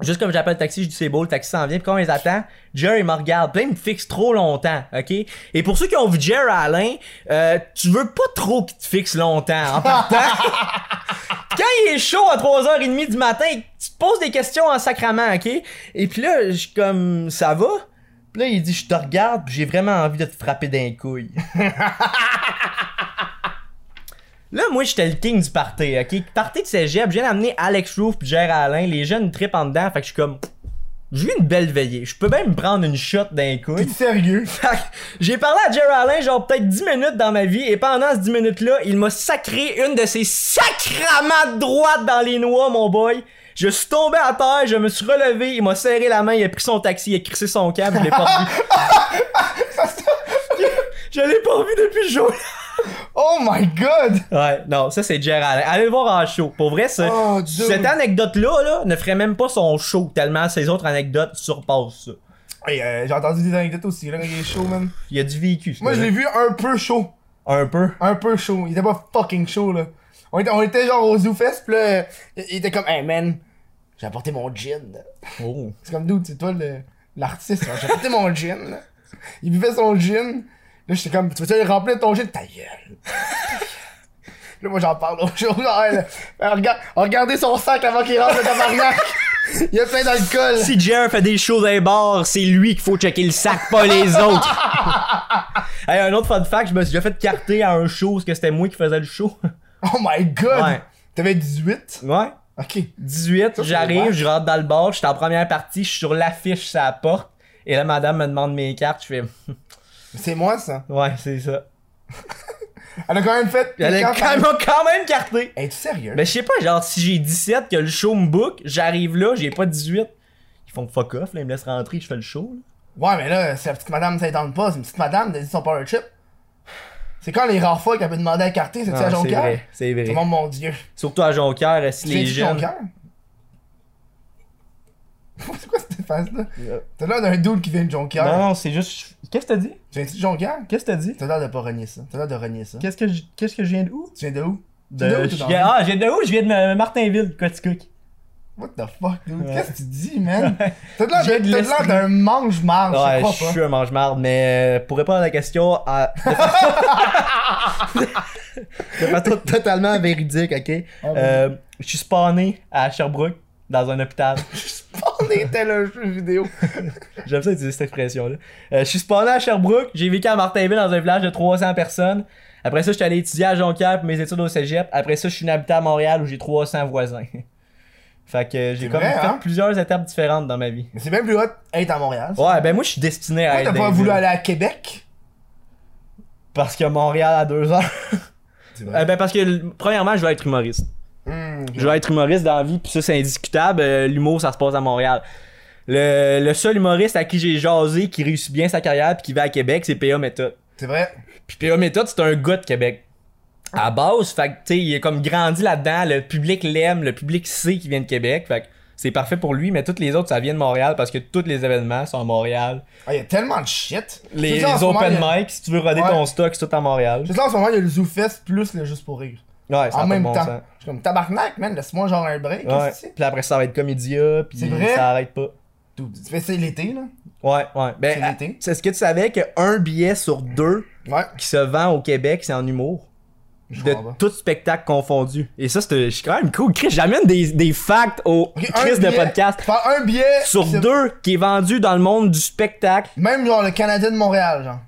Speaker 2: Juste comme j'appelle le taxi, je dis c'est beau, le taxi s'en vient. Puis quand on les attend, Jerry il me regarde. Puis là, il me fixe trop longtemps, ok? Et pour ceux qui ont vu Jerry Allen, euh, tu veux pas trop qu'il te fixe longtemps en partant. quand il est chaud à 3h30 du matin, tu te poses des questions en sacrament, ok? Et puis là, je suis comme, ça va? Puis là, il dit, je te regarde, puis j'ai vraiment envie de te frapper d'un couille. Là, moi, j'étais le king du party, ok? Party de cégep, j'ai amené Alex Roof puis Jerry Alain, les jeunes tripent en dedans, fait que je suis comme, j'ai eu une belle veillée, je peux même me prendre une shot d'un
Speaker 1: T'es
Speaker 2: couille.
Speaker 1: sérieux?
Speaker 2: Fait que J'ai parlé à Jerry Allen genre peut-être 10 minutes dans ma vie et pendant ces 10 minutes-là, il m'a sacré une de ses sacraments de droite dans les noix, mon boy. Je suis tombé à terre, je me suis relevé, il m'a serré la main, il a pris son taxi, il a crissé son câble, je l'ai pas vu. je l'ai pas vu depuis le jour.
Speaker 1: Oh my god!
Speaker 2: Ouais, non, ça c'est Jerry Allen. Allez le voir en show. Pour vrai, ce-
Speaker 1: Oh, dude.
Speaker 2: cette anecdote-là là, ne ferait même pas son show tellement ses autres anecdotes surpassent ça.
Speaker 1: Hey, euh, j'ai entendu des anecdotes aussi, là, il est chaud, man.
Speaker 2: Il y a du vécu. ce
Speaker 1: Moi, je
Speaker 2: gars-là.
Speaker 1: l'ai vu un peu chaud.
Speaker 2: Un peu.
Speaker 1: un peu chaud. Il était pas fucking chaud, là. On était, on était genre au ZooFest, pis là, euh, il était comme, hey man, j'ai apporté mon gin. là.
Speaker 2: Oh.
Speaker 1: C'est comme, dude, c'est toi le- l'artiste, là. j'ai apporté mon gin. là. Il buvait son gin. Là, j'étais comme, tu veux-tu remplir ton gin? Ta gueule. là, moi, j'en parle au jour. là, hey, là. Alors, regarde- Regardez son sac avant qu'il rentre le tabarnak. il y a plein d'alcool.
Speaker 2: Si Jer fait des shows dans les bars, c'est lui qu'il faut checker le sac, pas les autres. hey, un autre fun fact, je me suis déjà fait carter à un show parce que c'était moi qui faisais le show.
Speaker 1: Oh my god.
Speaker 2: Ouais.
Speaker 1: T'avais 18?
Speaker 2: Ouais.
Speaker 1: Ok.
Speaker 2: 18,
Speaker 1: Ça, c'est
Speaker 2: j'arrive,
Speaker 1: dommage.
Speaker 2: je rentre dans le bar, je suis en première partie, je suis sur l'affiche, ça porte. Et là, madame me demande mes cartes, je fais
Speaker 1: C'est moi, ça.
Speaker 2: Ouais, c'est ça.
Speaker 1: Elle a quand même fait.
Speaker 2: Elle m'a quand même, quand même carté.
Speaker 1: Hey, tu sérieux?
Speaker 2: Mais je sais pas, genre, si j'ai 17, que le show me book, j'arrive là, j'ai pas 18. Ils font fuck off, là, ils me laissent rentrer, je fais le show. là.
Speaker 1: Ouais, mais là, c'est la petite madame, ça étonne pas. C'est une petite madame, t'as dit son power chip. C'est quand les rares fois qu'elle peut demander à carter, c'est-tu
Speaker 2: Ah,
Speaker 1: à
Speaker 2: c'est
Speaker 1: Jonquière?
Speaker 2: vrai, c'est vrai.
Speaker 1: C'est mon, mon dieu.
Speaker 2: Surtout à Jonquière, si
Speaker 1: Tu viens
Speaker 2: les
Speaker 1: de
Speaker 2: jeunes.
Speaker 1: Jonquière? c'est quoi cette face-là? T'as l'air d'un dude qui vient de Jonquière.
Speaker 2: Euh. Non, non, c'est juste. Qu'est-ce que t'as dit?
Speaker 1: Tu viens-tu de Jonquière?
Speaker 2: Qu'est-ce que t'as dit?
Speaker 1: T'as l'air de pas renier ça. T'as l'air de renier ça.
Speaker 2: Qu'est-ce que je, qu'est-ce que je viens de où?
Speaker 1: Tu viens de où? Tu viens
Speaker 2: De,
Speaker 1: où,
Speaker 2: je
Speaker 1: toi,
Speaker 2: viens-
Speaker 1: dans-
Speaker 2: ah, je viens de où? Je viens de euh, Martinville, Quaticook.
Speaker 1: What the fuck, dude?
Speaker 2: Ouais.
Speaker 1: Qu'est-ce que tu dis, man? T'as l'air
Speaker 2: J'ai de
Speaker 1: de- t'as
Speaker 2: l'esprit.
Speaker 1: l'air d'un mange-marde, je
Speaker 2: Ouais, Ah, je
Speaker 1: crois
Speaker 2: suis
Speaker 1: pas.
Speaker 2: un mange-marde, mais euh, pour répondre à la question, euh, de façon, de façon totalement véridique, ok?
Speaker 1: Ah,
Speaker 2: Euh, je suis spawné à Sherbrooke, dans un hôpital.
Speaker 1: On est tel un jeu vidéo.
Speaker 2: J'aime ça utiliser cette expression-là. Euh, je suis spawné à Sherbrooke, j'ai vécu à Martinville dans un village de 300 personnes. Après ça, je suis allé étudier à Jonquière pour mes études au cégep. Après ça, je suis habité à Montréal où j'ai 300 voisins. fait que euh, j'ai
Speaker 1: C'est
Speaker 2: comme
Speaker 1: vrai,
Speaker 2: fait
Speaker 1: hein?
Speaker 2: plusieurs étapes différentes dans ma vie.
Speaker 1: Mais c'est même plus hot être à Montréal.
Speaker 2: Ouais, ben moi, je suis destiné à
Speaker 1: Pourquoi
Speaker 2: être
Speaker 1: t'as pas
Speaker 2: dans
Speaker 1: voulu
Speaker 2: les îles.
Speaker 1: aller à Québec?
Speaker 2: Parce que Montréal à deux heures.
Speaker 1: C'est Hmm,
Speaker 2: Euh, ben parce que, l- premièrement, je veux être humoriste. Je veux être humoriste dans la vie, puis ça, c'est indiscutable. Euh, L'humour, ça se passe à Montréal. Le, le seul humoriste à qui j'ai jasé, qui réussit bien sa carrière, puis qui va à Québec, c'est PA Méthode.
Speaker 1: C'est vrai.
Speaker 2: Puis PA Méthode, c'est un gars de Québec.
Speaker 1: Ah.
Speaker 2: À base, fait que, tu sais, il est comme grandi là-dedans. Le public l'aime, le public sait qu'il vient de Québec. Fait que c'est parfait pour lui, mais toutes les autres, ça vient de Montréal parce que tous les événements sont à Montréal.
Speaker 1: Ah, il y a tellement de shit.
Speaker 2: Les,
Speaker 1: C'est ça, en
Speaker 2: les
Speaker 1: ce moment,
Speaker 2: open
Speaker 1: il y a-
Speaker 2: mic, si tu veux roder
Speaker 1: Ouais.
Speaker 2: ton stock, c'est tout à Montréal.
Speaker 1: C'est ça, en ce moment, il y a le ZooFest plus le Juste pour rire.
Speaker 2: Ouais, ça a pas
Speaker 1: en
Speaker 2: de
Speaker 1: même
Speaker 2: bon
Speaker 1: temps.
Speaker 2: sens.
Speaker 1: Je suis comme tabarnak, man, laisse-moi genre un break.
Speaker 2: Ouais.
Speaker 1: qu'est-ce que c'est?
Speaker 2: Puis après, ça va être Comédia, puis
Speaker 1: C'est vrai?
Speaker 2: ça arrête pas.
Speaker 1: Tout- tu fais C'est l'été, là.
Speaker 2: Ouais, ouais. Ben,
Speaker 1: C'est l'été.
Speaker 2: à- c'est ce que tu savais qu'un billet sur deux
Speaker 1: Ouais.
Speaker 2: qui se vend au Québec, c'est en humour.
Speaker 1: Je
Speaker 2: De
Speaker 1: comprends pas.
Speaker 2: tout spectacle confondu. Et ça, c'est je suis quand même cool. Chris, j'amène des, des facts au
Speaker 1: Ok, un
Speaker 2: Chris de
Speaker 1: billet-
Speaker 2: podcast.
Speaker 1: Faire un billet.
Speaker 2: Sur
Speaker 1: c'est-
Speaker 2: deux qui est vendu dans le monde du spectacle.
Speaker 1: Même genre le Canadien de Montréal, genre.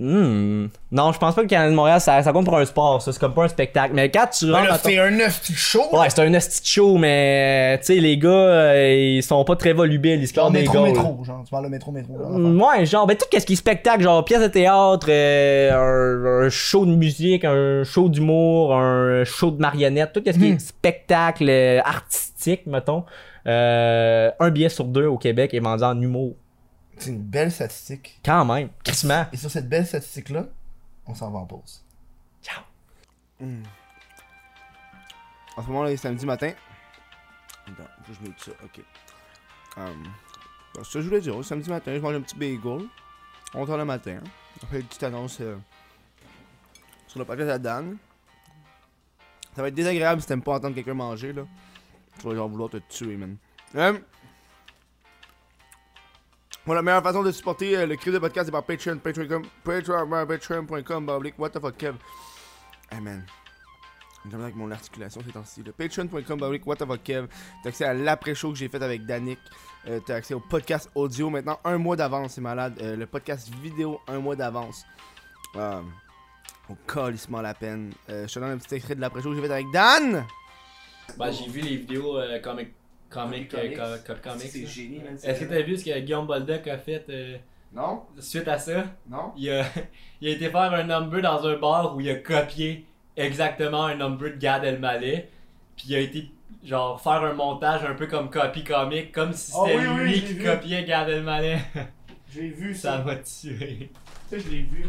Speaker 2: Hmm. Non, je pense pas que le Canada de Montréal, ça, ça compte pour un sport, ça. C'est comme pas un spectacle. Mais quand tu rentres.
Speaker 1: Ouais, là,
Speaker 2: mettons-
Speaker 1: c'est un œuf petit chaud.
Speaker 2: Ouais, c'est un esti de show, mais tu sais, les gars, euh, ils sont pas très volubiles, ils se
Speaker 1: Genre
Speaker 2: des
Speaker 1: métro,
Speaker 2: goals.
Speaker 1: métro, genre. Tu parles de métro, métro. genre, enfin.
Speaker 2: Ouais, genre, ben tout qu'est-ce qui est spectacle, genre pièce de théâtre, euh, un, un show de musique, un show d'humour, un show de marionnette, tout qu'est-ce qui
Speaker 1: Hmm.
Speaker 2: est spectacle euh, artistique, mettons, euh, un billet sur deux au Québec est vendu en humour.
Speaker 1: C'est une belle statistique.
Speaker 2: Quand même, crissement.
Speaker 1: Et sur cette belle statistique-là, on s'en va en pause.
Speaker 2: Ciao.
Speaker 1: En ce moment, là, il est samedi matin. Attends, faut que je mets ça, ok. Hum, bah, ça, je voulais dire, samedi matin, je mange un petit bagel. 11h le matin. hein. On fait une petite annonce euh, sur le podcast à Dan. Ça va être désagréable si t'aimes pas entendre quelqu'un manger, là. Tu vas genre vouloir te tuer, man. Hum. Bon, la meilleure façon de supporter euh, le cri de podcast, c'est par Patreon, Patreon, Patreon, Patreon.com, public, what the fuck, Kev. Hey, man. J'ai de la misère avec mon articulation ces temps-ci. là. Patreon.com, public, bah, what the fuck, Kev. T'as accès à l'après-show que j'ai fait avec Danick. Euh, T'as accès au podcast audio maintenant, un mois d'avance, c'est malade. Euh, le podcast vidéo, un mois d'avance. Euh, on calissement la peine. Euh, je te donne un petit extrait de l'après-show que j'ai fait avec Dan.
Speaker 2: Bah, j'ai vu les vidéos euh, comic, comic,
Speaker 1: Comics.
Speaker 2: euh, co- co- comics, là.
Speaker 1: génial,
Speaker 2: Est-ce que t'as vu ce que Guillaume Boldock a fait euh,
Speaker 1: Non,
Speaker 2: suite à ça?
Speaker 1: non.
Speaker 2: Il a, il a été faire un number dans un bar où il a copié exactement un number de Gad Elmaleh. Puis il a été genre faire un montage un peu comme copy comique, comme si
Speaker 1: Ah
Speaker 2: c'était
Speaker 1: oui, oui,
Speaker 2: lui
Speaker 1: je l'ai
Speaker 2: qui
Speaker 1: vu.
Speaker 2: copiait Gad Elmaleh.
Speaker 1: J'ai vu
Speaker 2: ça m'a tué.
Speaker 1: Ça, je l'ai vu.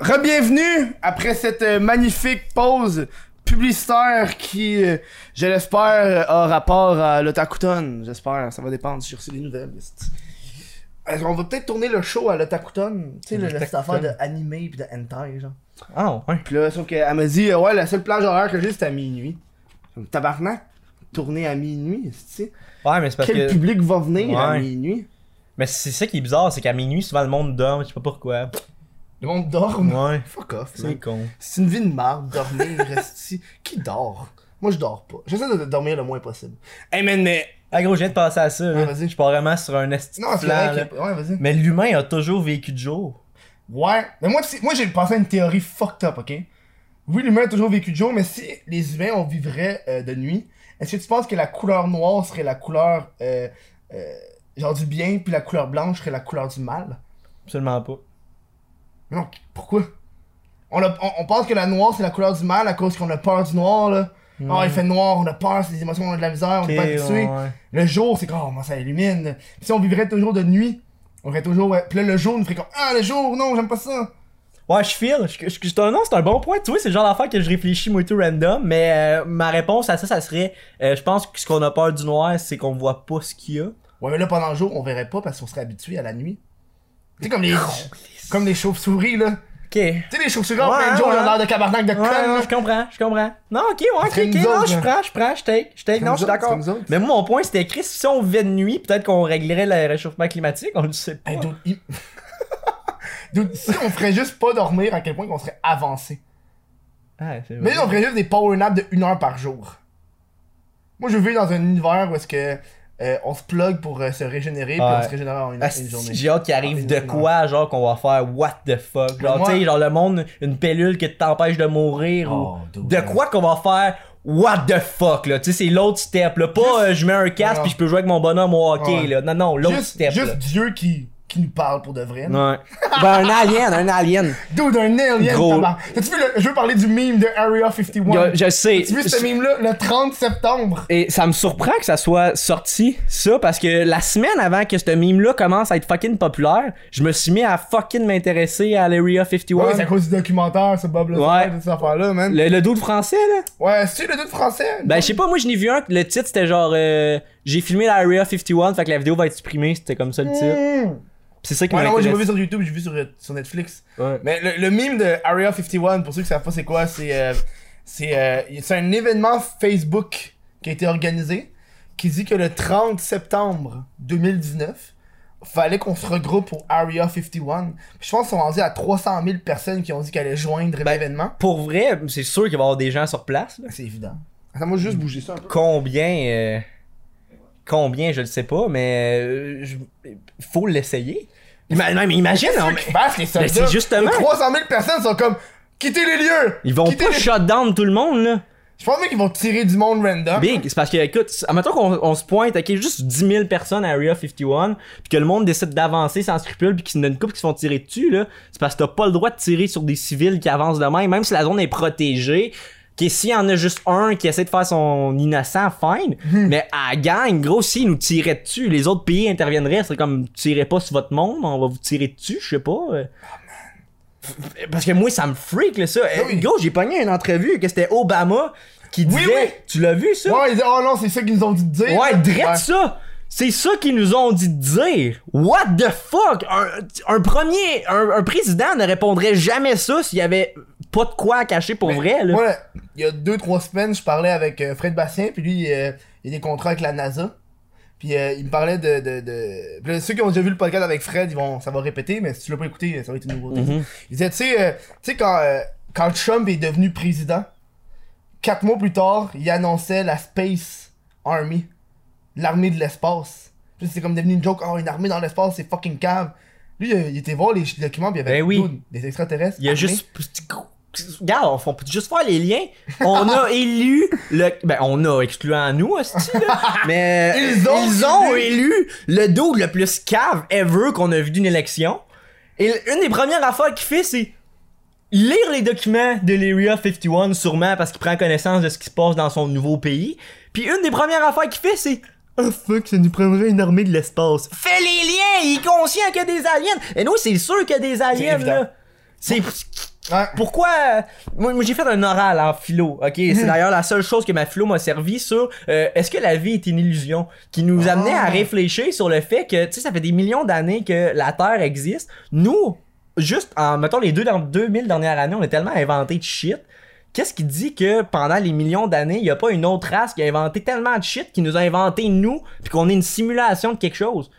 Speaker 1: Rebienvenue après cette euh, magnifique pause publicitaire qui, euh, je l'espère, euh, a rapport à l'Otakuton. J'espère, ça va dépendre. J'ai reçu des nouvelles. c'est- Euh, On va peut-être tourner le show à l'Otakuton. Tu sais, le- le- cette
Speaker 2: L'Otakuton.
Speaker 1: affaire de animé puis de hentai, genre.
Speaker 2: Ah ouais.
Speaker 1: Puis là, sauf qu'elle m'a dit, euh, ouais, la seule plage horaire que j'ai, c'est à minuit. Comme, Tabarnak, tourner à minuit, tu sais.
Speaker 2: Ouais, mais c'est
Speaker 1: Quel public va venir à
Speaker 2: Ouais.
Speaker 1: minuit?
Speaker 2: Mais c'est ça qui est bizarre, c'est qu'à minuit, souvent le monde dort, je sais pas pourquoi.
Speaker 1: Le monde dort, moi.
Speaker 2: Ouais,
Speaker 1: Fuck off, man.
Speaker 2: con.
Speaker 1: C'est une vie de marde, dormir, resti. Qui dort? Moi, je dors pas. J'essaie de dormir le moins possible. Hey, man, mais...
Speaker 2: Ah gros, je viens de passer à ça.
Speaker 1: Ouais,
Speaker 2: là.
Speaker 1: vas-y.
Speaker 2: Je suis pas vraiment sur un esti de
Speaker 1: Non, c'est
Speaker 2: plan,
Speaker 1: vrai
Speaker 2: là.
Speaker 1: que... Ouais, vas-y.
Speaker 2: Mais l'humain a toujours vécu de jour.
Speaker 1: Ouais. Mais moi, tu sais, moi j'ai pensé à une théorie fucked up, OK? Oui, l'humain a toujours vécu de jour, mais si les humains, on vivrait euh, de nuit, est-ce que tu penses que la couleur noire serait la couleur... euh, euh, genre du bien, puis la couleur blanche serait la couleur du mal?
Speaker 2: Absolument pas.
Speaker 1: Mais non, pourquoi? On, a- on- on pense que la noire, c'est la couleur du mal à cause qu'on a peur du noir, là. Ah, il fait noir, on a peur, c'est des émotions, on a de la misère, on
Speaker 2: Ok,
Speaker 1: est pas habitué.
Speaker 2: ouais.
Speaker 1: Le jour, c'est comme, oh, moi, ça illumine. Puis si on vivrait toujours de nuit, on aurait toujours. ouais. Puis là, le jour nous ferait comme, ah, le jour, non, j'aime pas ça.
Speaker 2: Ouais, je file. Je, je- je- non, c'est un bon point. Tu vois, c'est le genre d'affaire que je réfléchis moi tout random. Mais euh, ma réponse à ça, ça serait euh, je pense que ce qu'on a peur du noir, c'est qu'on voit pas ce qu'il y a.
Speaker 1: Ouais, mais là, pendant le jour, on verrait pas parce qu'on serait habitué à la nuit. Tu sais, comme les.
Speaker 2: Oh,
Speaker 1: comme les chauves-souris, là.
Speaker 2: Ok.
Speaker 1: Tu sais, les chauves-souris, en
Speaker 2: Ouais,
Speaker 1: plein de jour,
Speaker 2: ouais.
Speaker 1: ils ont l'air de cabarnak de
Speaker 2: Ouais,
Speaker 1: con.
Speaker 2: ouais,
Speaker 1: là.
Speaker 2: je comprends, je comprends. Non, ok, ouais, ok,
Speaker 1: C'est
Speaker 2: ok.
Speaker 1: nous
Speaker 2: Non,
Speaker 1: autres,
Speaker 2: je
Speaker 1: là.
Speaker 2: prends, je prends, je take, je take.
Speaker 1: C'est
Speaker 2: Non,
Speaker 1: nous
Speaker 2: je suis
Speaker 1: autres, c'est
Speaker 2: d'accord.
Speaker 1: nous autres.
Speaker 2: Mais moi, mon point, c'était Chris, si on vivait de nuit, peut-être qu'on réglerait le réchauffement climatique, on le sait pas.
Speaker 1: Hey, dude, il- Dude, si on ferait juste pas dormir, à quel point qu'on serait avancé.
Speaker 2: Ah, c'est vrai.
Speaker 1: Mais on ferait juste des power naps de une heure par jour. Moi, je veux vivre dans un univers où est-ce que euh, on se plug pour euh, se régénérer, puis
Speaker 2: Ouais.
Speaker 1: on se régénère en une,
Speaker 2: Ah,
Speaker 1: une journée.
Speaker 2: J'ai hâte qu'il
Speaker 1: Ah,
Speaker 2: arrive
Speaker 1: c'est
Speaker 2: de
Speaker 1: une
Speaker 2: quoi, genre qu'on va faire what the fuck. Genre,
Speaker 1: Moi-
Speaker 2: tu sais, genre le monde, une pilule qui t'empêche de mourir
Speaker 1: Oh,
Speaker 2: ou.
Speaker 1: dude,
Speaker 2: De
Speaker 1: man.
Speaker 2: quoi qu'on va faire what the fuck, là. Tu sais, c'est l'autre step, là. Pas euh, je mets un casque
Speaker 1: Non.
Speaker 2: puis je peux jouer avec mon bonhomme au hockey,
Speaker 1: Ouais.
Speaker 2: là. Non, non, l'autre
Speaker 1: Juste,
Speaker 2: step.
Speaker 1: juste
Speaker 2: là.
Speaker 1: Dieu qui, qui nous parle pour de vrai.
Speaker 2: Ouais. ben, un alien, un alien.
Speaker 1: Dude, un alien,
Speaker 2: Gros.
Speaker 1: tabarnak. T'as-tu vu le... Je veux parler du meme de Area 51.
Speaker 3: Yo, je sais.
Speaker 1: T'as-tu vu ce meme-là, le 30 septembre?
Speaker 3: Et ça me surprend que ça soit sorti, ça, parce que la semaine avant que ce meme-là commence à être fucking populaire, je me suis mis à fucking m'intéresser à l'Area 51.
Speaker 1: Ouais, c'est à cause du documentaire, ce Bob
Speaker 3: Ouais.
Speaker 1: Lazar, toute cette affaire-là, man.
Speaker 3: le, le dude français, là?
Speaker 1: Ouais, c'est le doute français?
Speaker 3: Ben, je sais pas, moi, je n'ai vu un, le titre, c'était genre, euh, j'ai filmé l'Area 51, fait que la vidéo va être supprimée, c'était comme ça le titre.
Speaker 1: Mmh.
Speaker 3: Pis c'est ça qui
Speaker 1: Ouais, non, moi j'ai pas vu
Speaker 3: m'intéresse.
Speaker 1: sur YouTube, j'ai vu sur, sur Netflix.
Speaker 3: Ouais.
Speaker 1: Mais le, le meme de Area 51, pour ceux qui savent pas c'est quoi, c'est euh, c'est euh, c'est un événement Facebook qui a été organisé qui dit que le 30 septembre 2019, fallait qu'on se regroupe au Area 51. Puis je pense qu'ils sont rendus à 300 000 personnes qui ont dit qu'elles allaient joindre l'événement.
Speaker 2: Pour vrai, c'est sûr qu'il va y avoir des gens sur place, là.
Speaker 1: C'est évident. Attends, moi juste bouger ça un peu.
Speaker 2: Combien. euh, Combien, je le sais pas, mais. euh, je- Faut l'essayer. Ima- non, mais imagine,
Speaker 1: Qu'est-ce
Speaker 2: on-
Speaker 1: qu'ils fassent, les soldats?
Speaker 2: Mais c'est justement-
Speaker 1: Les 300 000 personnes sont comme quittez les lieux.
Speaker 3: Ils vont
Speaker 1: Quittez
Speaker 3: pas
Speaker 1: les-
Speaker 3: shut down tout le monde, là.
Speaker 1: Je pense même qu'ils vont tirer du monde random.
Speaker 2: Big, c'est parce que, écoute, c'est- admettons qu'on on se pointe, ok, juste 10 000 personnes à Area 51, puis que le monde décide d'avancer sans scrupule, puis qu'il y en a une couple qui se font tirer dessus, là, c'est parce que t'as pas le droit de tirer sur des civils qui avancent de même, même si la zone est protégée. Que s'il y en a juste un qui essaie de faire son innocent, fine. Mais à la gang, gros, s'ils nous tiraient dessus, les autres pays interviendraient, c'est comme, tirez pas sur votre monde, on va vous tirer dessus, je sais pas. euh. Parce que moi, ça me freak, là, ça.
Speaker 1: Ah oui.
Speaker 2: Gros, j'ai pogné une entrevue que c'était Obama qui
Speaker 1: Oui,
Speaker 2: disait.
Speaker 1: oui.
Speaker 2: Tu l'as vu, ça?
Speaker 1: Ouais, ils disent, oh non, c'est ça qu'ils nous ont dit de dire.
Speaker 2: Ouais, drette
Speaker 1: Ouais.
Speaker 2: ça! C'est ça qu'ils nous ont dit de dire! What the fuck? Un, un premier, un, un président ne répondrait jamais ça s'il y avait pas de quoi à cacher pour vrai, là.
Speaker 1: Moi, là, il y a deux, trois semaines, je parlais avec euh, Fred Bastien, puis lui, euh, il a des contrats avec la NASA. Puis euh, il me parlait de. de, de... puis là, ceux qui ont déjà vu le podcast avec Fred, ils vont, ça va répéter, mais si tu l'as pas écouté, ça va être une nouveauté.
Speaker 2: Mhm.
Speaker 1: Il disait, tu sais, euh, tu sais, quand, euh, quand Trump est devenu président, quatre mois plus tard, il annonçait la Space Army, l'armée de l'espace. Puis c'est comme devenu une joke, oh, une armée dans l'espace, c'est fucking cave. Lui, il a- il était voir les documents, puis il y avait
Speaker 2: Ben oui.
Speaker 1: dude, des extraterrestres.
Speaker 2: Il y a
Speaker 1: armés.
Speaker 2: juste. Regarde, on- on peut juste faire les liens. On a élu le. Ben, on a, excluant nous, hostie, là. Mais.
Speaker 1: Ils ont élu.
Speaker 2: élu le dos le plus cave ever qu'on a vu d'une élection. Et l- une des premières affaires qu'il fait, c'est. Lire les documents de l'Area 51, sûrement, parce qu'il prend connaissance de ce qui se passe dans son nouveau pays. Puis une des premières affaires qu'il fait, c'est. Oh fuck, ça nous prendrait une armée de l'espace. Fais les liens! Il est conscient qu'il y a des aliens! Et nous, c'est sûr qu'il y a des aliens,
Speaker 1: évident.
Speaker 2: là! C'est
Speaker 1: Ouais.
Speaker 2: pourquoi euh, moi, moi, j'ai fait un oral en philo. OK, c'est d'ailleurs la seule chose que ma philo m'a servi sur euh, est-ce que la vie est une illusion qui nous amenait à
Speaker 1: Ah.
Speaker 2: réfléchir sur le fait que tu sais ça fait des millions d'années que la terre existe. Nous juste en mettons les deux dans 2000 dernières années, on a tellement inventé de shit. Qu'est-ce qui dit que pendant les millions d'années, il n'y a pas une autre race qui a inventé tellement de shit qui nous a inventé nous puis qu'on est une simulation de quelque chose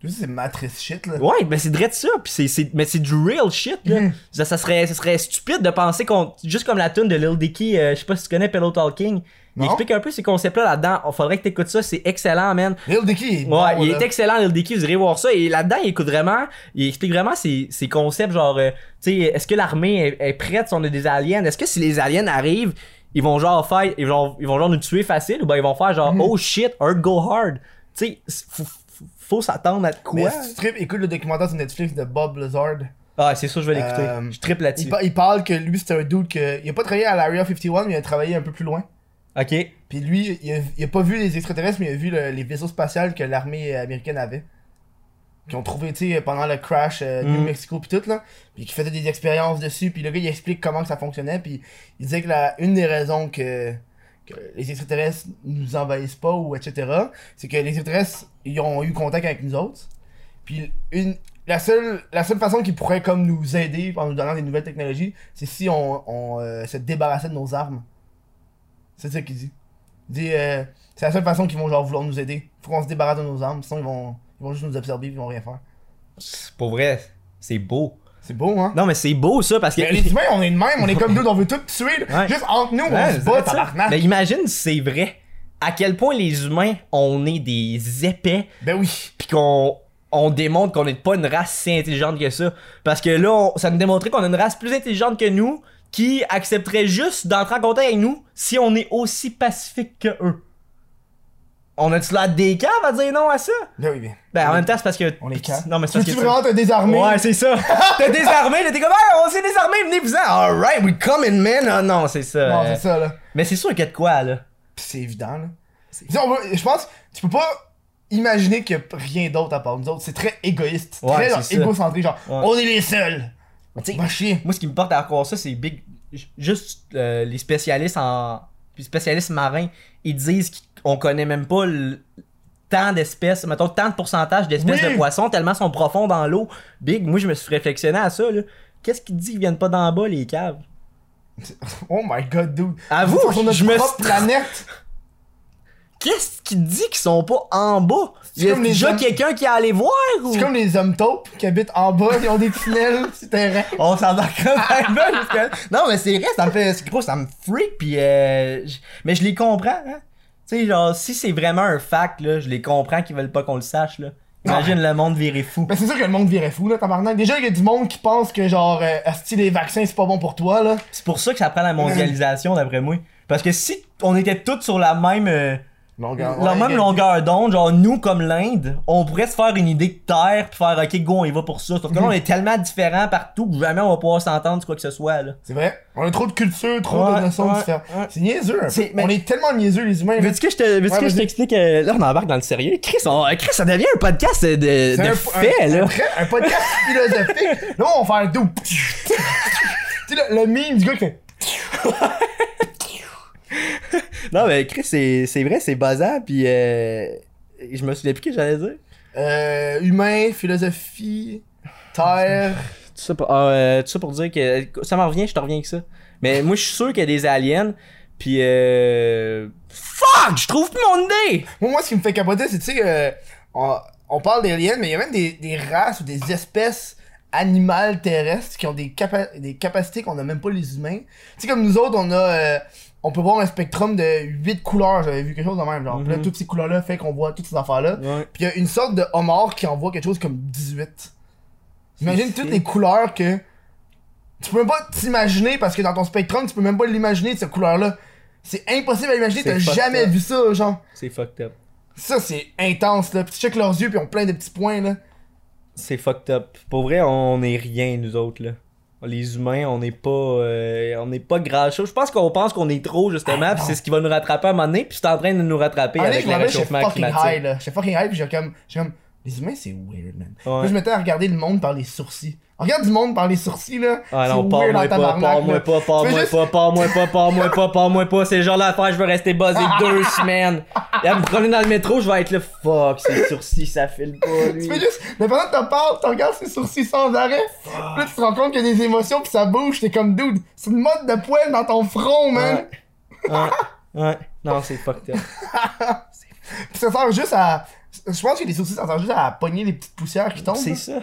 Speaker 1: Tu sais, c'est matrice shit, là.
Speaker 2: Ouais, ben c'est direct ça, puis c'est, c'est- mais c'est du real shit là.
Speaker 1: Mhm.
Speaker 2: Ça, ça serait ça serait stupide de penser qu'on juste comme la tune de Lil Dicky, euh, je sais pas si tu connais Pillow Talking. Il
Speaker 1: Non.
Speaker 2: explique un peu ces concepts là là-dedans. On faudrait que t'écoutes ça, c'est excellent, man.
Speaker 1: Lil Dicky, est
Speaker 2: Ouais,
Speaker 1: bon,
Speaker 2: il
Speaker 1: là.
Speaker 2: est excellent Lil Dicky, vous irez voir ça et là-dedans il écoute vraiment, il explique vraiment ses, ses concepts genre euh, tu sais, est-ce que l'armée est, est prête si on a des aliens Est-ce que si les aliens arrivent, ils vont genre faire ils vont ils vont genre nous tuer facile ou ben ils vont faire
Speaker 1: Hmm.
Speaker 2: genre oh shit, Earth go hard. Tu sais, c'est- faut, faut- faut s'attendre à de
Speaker 1: Mais
Speaker 2: quoi
Speaker 1: si tu tripes, écoute le documentaire sur Netflix de Bob Lazar.
Speaker 2: Ah, c'est sûr, je vais l'écouter.
Speaker 1: Euh,
Speaker 2: je triple
Speaker 1: Il,
Speaker 2: là-dessus.
Speaker 1: pa- il parle que lui, c'était un dude que. Il a pas travaillé à l'Area 51, mais il a travaillé un peu plus loin.
Speaker 2: Ok.
Speaker 1: Puis lui, il a, il a pas vu les extraterrestres, mais il a vu le- les vaisseaux spatials que l'armée euh, américaine avait. Qu'ils ont trouvé, tu sais, pendant le crash euh, New
Speaker 2: Mhm.
Speaker 1: Mexico, puis tout, là. Puis qui faisait des expériences dessus. Puis le gars, il explique comment que ça fonctionnait. Puis il disait que la, une des raisons que, que les extraterrestres nous envahissent pas, ou etc., c'est que les extraterrestres, ils ont eu contact avec nous autres. Puis une, la seule, la seule façon qu'ils pourraient comme nous aider en nous donnant des nouvelles technologies, c'est si on, on, euh, se débarrassait de nos armes. C'est ça qu'il dit. Il dit, euh, c'est la seule façon qu'ils vont genre vouloir nous aider. Faut qu'on se débarrasse de nos armes, sinon ils vont, ils vont juste nous observer, puis ils vont rien faire.
Speaker 2: C'est Pour vrai, c'est beau.
Speaker 1: C'est beau, hein?
Speaker 2: Non, mais c'est beau ça parce que.
Speaker 1: Mais les humains, on est de même, on est comme deux, on veut tout tuer. là.
Speaker 2: Ouais.
Speaker 1: Juste entre nous,
Speaker 2: Ouais,
Speaker 1: on se
Speaker 2: c'est vrai,
Speaker 1: bat,
Speaker 2: ça.
Speaker 1: tabarnak.
Speaker 2: Mais imagine si c'est vrai. à quel point les humains, on est des épais,
Speaker 1: Ben oui.
Speaker 2: puis qu'on on démontre qu'on n'est pas une race si intelligente que ça. Parce que là, on- ça nous démontrait qu'on a une race plus intelligente que nous, qui accepterait juste d'entrer en contact avec nous si on est aussi pacifique que eux. On a-tu l'air des caves à dire non à ça?
Speaker 1: Ben oui, bien.
Speaker 2: Ben, en même temps, c'est parce que.
Speaker 1: On est quand?
Speaker 2: Non, mais c'est parce que.
Speaker 1: Veux-tu vraiment te désarmer?
Speaker 2: Ouais, c'est ça. T'es désarmé, t'es comme, hey, on s'est désarmé, venez-vous-en. Alright, we coming, man. Ah non, c'est ça.
Speaker 1: Non,
Speaker 2: euh,
Speaker 1: c'est ça, là.
Speaker 2: Mais c'est sûr qu'il y a de quoi, là.
Speaker 1: Pis c'est évident, là. Dis, on va- je pense, tu peux pas imaginer qu'il y a rien d'autre à part nous autres. C'est très égoïste,
Speaker 2: Ouais,
Speaker 1: très genre,
Speaker 2: c'est ça.
Speaker 1: égocentrique, genre,
Speaker 2: Ouais.
Speaker 1: on est les seuls.
Speaker 2: Mais tu sais,
Speaker 1: Va chier.
Speaker 2: Moi, ce qui me porte à croire ça, c'est big. ju- Juste euh, les spécialistes en. Les spécialistes marins, ils disent qu'on connaît même pas le- tant d'espèces, mettons tant de pourcentage d'espèces
Speaker 1: Oui.
Speaker 2: de poissons, tellement sont profonds dans l'eau. Big, moi je me suis réflexionné à ça, là. Qu'est-ce qui dit qu'ils viennent pas d'en bas, les caves?
Speaker 1: Oh my god, dude.
Speaker 2: À vous,
Speaker 1: Sur notre
Speaker 2: je me
Speaker 1: propre
Speaker 2: suis-
Speaker 1: planète.
Speaker 2: Qu'est-ce qui dit qu'ils sont pas en bas? Il y a
Speaker 1: comme les
Speaker 2: déjà
Speaker 1: hommes-
Speaker 2: quelqu'un qui est allé voir ou.
Speaker 1: C'est comme les hommes taupes qui habitent en bas, ils ont des tunnels, c'est terrain.
Speaker 2: On s'en va quand même là, parce que- Non, mais c'est vrai, ça me fait. c'est Gros, ça me freak, pis. euh, je- Mais je les comprends, hein. Tu sais, genre, si c'est vraiment un fact, là, je les comprends qu'ils veulent pas qu'on le sache, là. Imagine le monde virer fou.
Speaker 1: Ben c'est sûr que le monde virait fou, là, tabarnak. Déjà, il y a du monde qui pense que, genre, euh, asti, les vaccins, c'est pas bon pour toi, là.
Speaker 2: C'est pour ça que ça prend la mondialisation, d'après moi. Parce que si on était tous sur la même. euh,
Speaker 1: Longueur. Ah
Speaker 2: la
Speaker 1: ouais,
Speaker 2: même
Speaker 1: gars.
Speaker 2: longueur d'onde, genre nous comme l'Inde, on pourrait se faire une idée de terre puis faire ok go on y va pour ça. Sauf que là on est tellement différents partout que jamais on va pouvoir s'entendre sur quoi que ce soit là.
Speaker 1: C'est vrai. On a trop de culture, trop
Speaker 2: Ouais,
Speaker 1: de notions
Speaker 2: ouais,
Speaker 1: différentes.
Speaker 2: ouais.
Speaker 1: C'est niaiseux. un peu.
Speaker 2: C'est- mais-
Speaker 1: On est tellement niaiseux, les humains. là.
Speaker 3: Veux-tu que je te, veux-tu
Speaker 1: Ouais,
Speaker 3: que je
Speaker 1: vas-y.
Speaker 3: t'explique, euh, là, on embarque dans le sérieux. Chris, on- euh, Chris, ça devient un podcast euh, de,
Speaker 1: C'est
Speaker 3: de
Speaker 1: un,
Speaker 3: fait,
Speaker 1: un-
Speaker 3: là.
Speaker 1: un vrai- un podcast philosophique. Là, on va faire doux. tu sais, le, le meme du gars qui fait.
Speaker 3: Non, mais Chris, c'est, c'est vrai, c'est basant, puis euh, je me souviens plus que j'allais dire.
Speaker 1: Euh, humain, philosophie, terre.
Speaker 3: Tout ça pour, ah, euh, tout ça pour dire que ça m'en revient, je te reviens avec ça. Mais moi, je suis sûr qu'il y a des aliens, puis euh... Fuck, je trouve plus mon idée!
Speaker 1: Moi, moi, ce qui me fait capoter, c'est, tu sais, euh, on, on parle d'aliens, mais il y a même des, des races ou des espèces animales terrestres qui ont des, capa- des capacités qu'on n'a même pas les humains. Tu sais, comme nous autres, on a. euh, on peut voir un spectrum de 8 couleurs, j'avais vu quelque chose de même. Genre, Puis là,
Speaker 3: Mhm.
Speaker 1: toutes ces couleurs-là fait qu'on voit toutes ces affaires-là.
Speaker 3: Ouais.
Speaker 1: Puis il y a une sorte de homard qui envoie quelque chose comme 18. Imagine
Speaker 3: C'est-
Speaker 1: toutes les couleurs que. Tu peux même pas t'imaginer parce que dans ton spectrum, tu peux même pas l'imaginer cette couleur-là. C'est impossible à imaginer,
Speaker 3: C'est
Speaker 1: t'as
Speaker 3: fucked
Speaker 1: jamais
Speaker 3: up.
Speaker 1: vu ça, genre.
Speaker 3: C'est fucked up.
Speaker 1: Ça, c'est intense, là. Puis tu checkes leurs yeux, puis ils ont plein de petits points, là.
Speaker 3: C'est fucked up. Pour vrai, on est rien, nous autres, là. Les humains, on n'est pas, euh, on n'est pas grand chose. Je pense qu'on pense qu'on est trop,
Speaker 1: Ah,
Speaker 3: justement, puis c'est ce qui va nous rattraper à un moment donné, puis c'est en train de nous rattraper
Speaker 1: Allez,
Speaker 3: avec
Speaker 1: je
Speaker 3: le
Speaker 1: me rappelle, j'étais
Speaker 3: réchauffement
Speaker 1: fucking
Speaker 3: climatique.
Speaker 1: high, là. J'étais fucking high, puis j'ai comme. J'ai comme. Les humains, c'est weird, man.
Speaker 3: Ouais.
Speaker 1: Puis je m'étais à regarder le monde par les sourcils. On regarde du monde par les sourcils, là.
Speaker 3: Ah
Speaker 1: c'est
Speaker 3: non,
Speaker 1: weird en
Speaker 3: parle-moi pas,
Speaker 1: tabarnak,
Speaker 3: parle-moi
Speaker 1: là.
Speaker 3: pas,
Speaker 1: Tu fais
Speaker 3: parle-moi
Speaker 1: juste-
Speaker 3: pas, parle-moi pas, parle-moi pas, parle-moi pas. C'est le genre d'affaire, je veux rester basé deux semaines. Là, vous prenez dans le métro, je vais être là, fuck, ses sourcils, ça file pas, lui.
Speaker 1: Tu fais juste, le pendant que t'en parles, tu regardes ses sourcils sans arrêt. Puis Là, tu te rends compte qu'il y a des émotions, puis ça bouge. T'es comme, dude, c'est une mode de poêle dans ton front, man.
Speaker 3: Ouais, ouais. Non, c'est fucked up.
Speaker 1: Puis ça sert juste à. Je pense que les sourcils, ça sert juste à pogner les petites poussières qui tombent.
Speaker 3: C'est
Speaker 1: là.
Speaker 3: ça.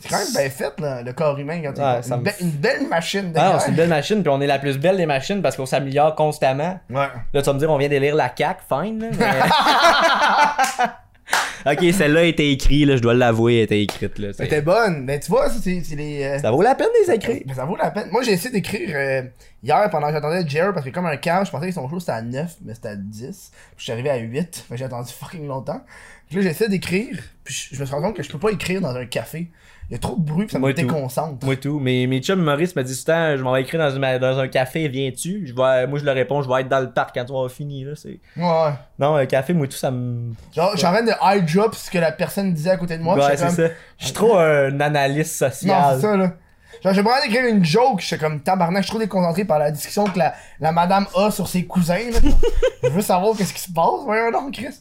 Speaker 1: C'est quand même bien fait, là, le corps humain, quand tu y
Speaker 3: Ouais,
Speaker 1: penses.
Speaker 3: ça
Speaker 1: une,
Speaker 3: me
Speaker 1: be- une belle machine
Speaker 3: Ah non,
Speaker 1: derrière.
Speaker 3: c'est une belle machine, puis on est la plus belle des machines parce qu'on s'améliore constamment.
Speaker 1: Ouais.
Speaker 3: Là, tu vas me dire, on vient d'élire la CAQ, fine, là, mais- Ok, celle-là était écrite, là, je dois l'avouer, elle était écrite, là. c'est-
Speaker 1: C'était bonne. Ben, tu vois, ça, c'est c'est les. euh,
Speaker 3: Ça vaut la peine de les écrire.
Speaker 1: Ben, ça vaut la peine. Moi, j'ai essayé d'écrire euh, hier pendant que j'attendais Jerry parce que, comme un cave, je pensais que son show c'était à 9, mais c'était à 10. Puis je suis arrivé à 8. Fait que j'ai attendu fucking longtemps. Puis là, j'essaie d'écrire. Puis je, je me suis rendu compte que je peux pas écrire dans un café. Il y a trop de bruit, puis ça
Speaker 3: Moi,
Speaker 1: me
Speaker 3: tout.
Speaker 1: déconcentre.
Speaker 3: Moi tout, mais mes chums Maurice me dit tout le temps, je m'en vais écrire dans, une- dans un café, viens-tu? Je vais, moi je leur réponds, je vais être dans le parc quand tu vas fini là. C'est...
Speaker 1: Ouais.
Speaker 3: Non, un café, moi tout, ça me.
Speaker 1: Genre, je suis en train de high drop ce que la personne disait à côté de moi. puis
Speaker 3: ouais,
Speaker 1: j'étais
Speaker 3: c'est
Speaker 1: comme...
Speaker 3: ça. Je suis trop un analyste
Speaker 1: Non,
Speaker 3: social.
Speaker 1: c'est ça, là. Genre, j'ai vraiment d'écrire une joke, je suis comme tabarnak, je suis trop déconcentré par la discussion que la, la madame a sur ses cousins, là. je veux savoir qu'est-ce qui se passe, voyons donc, Chris.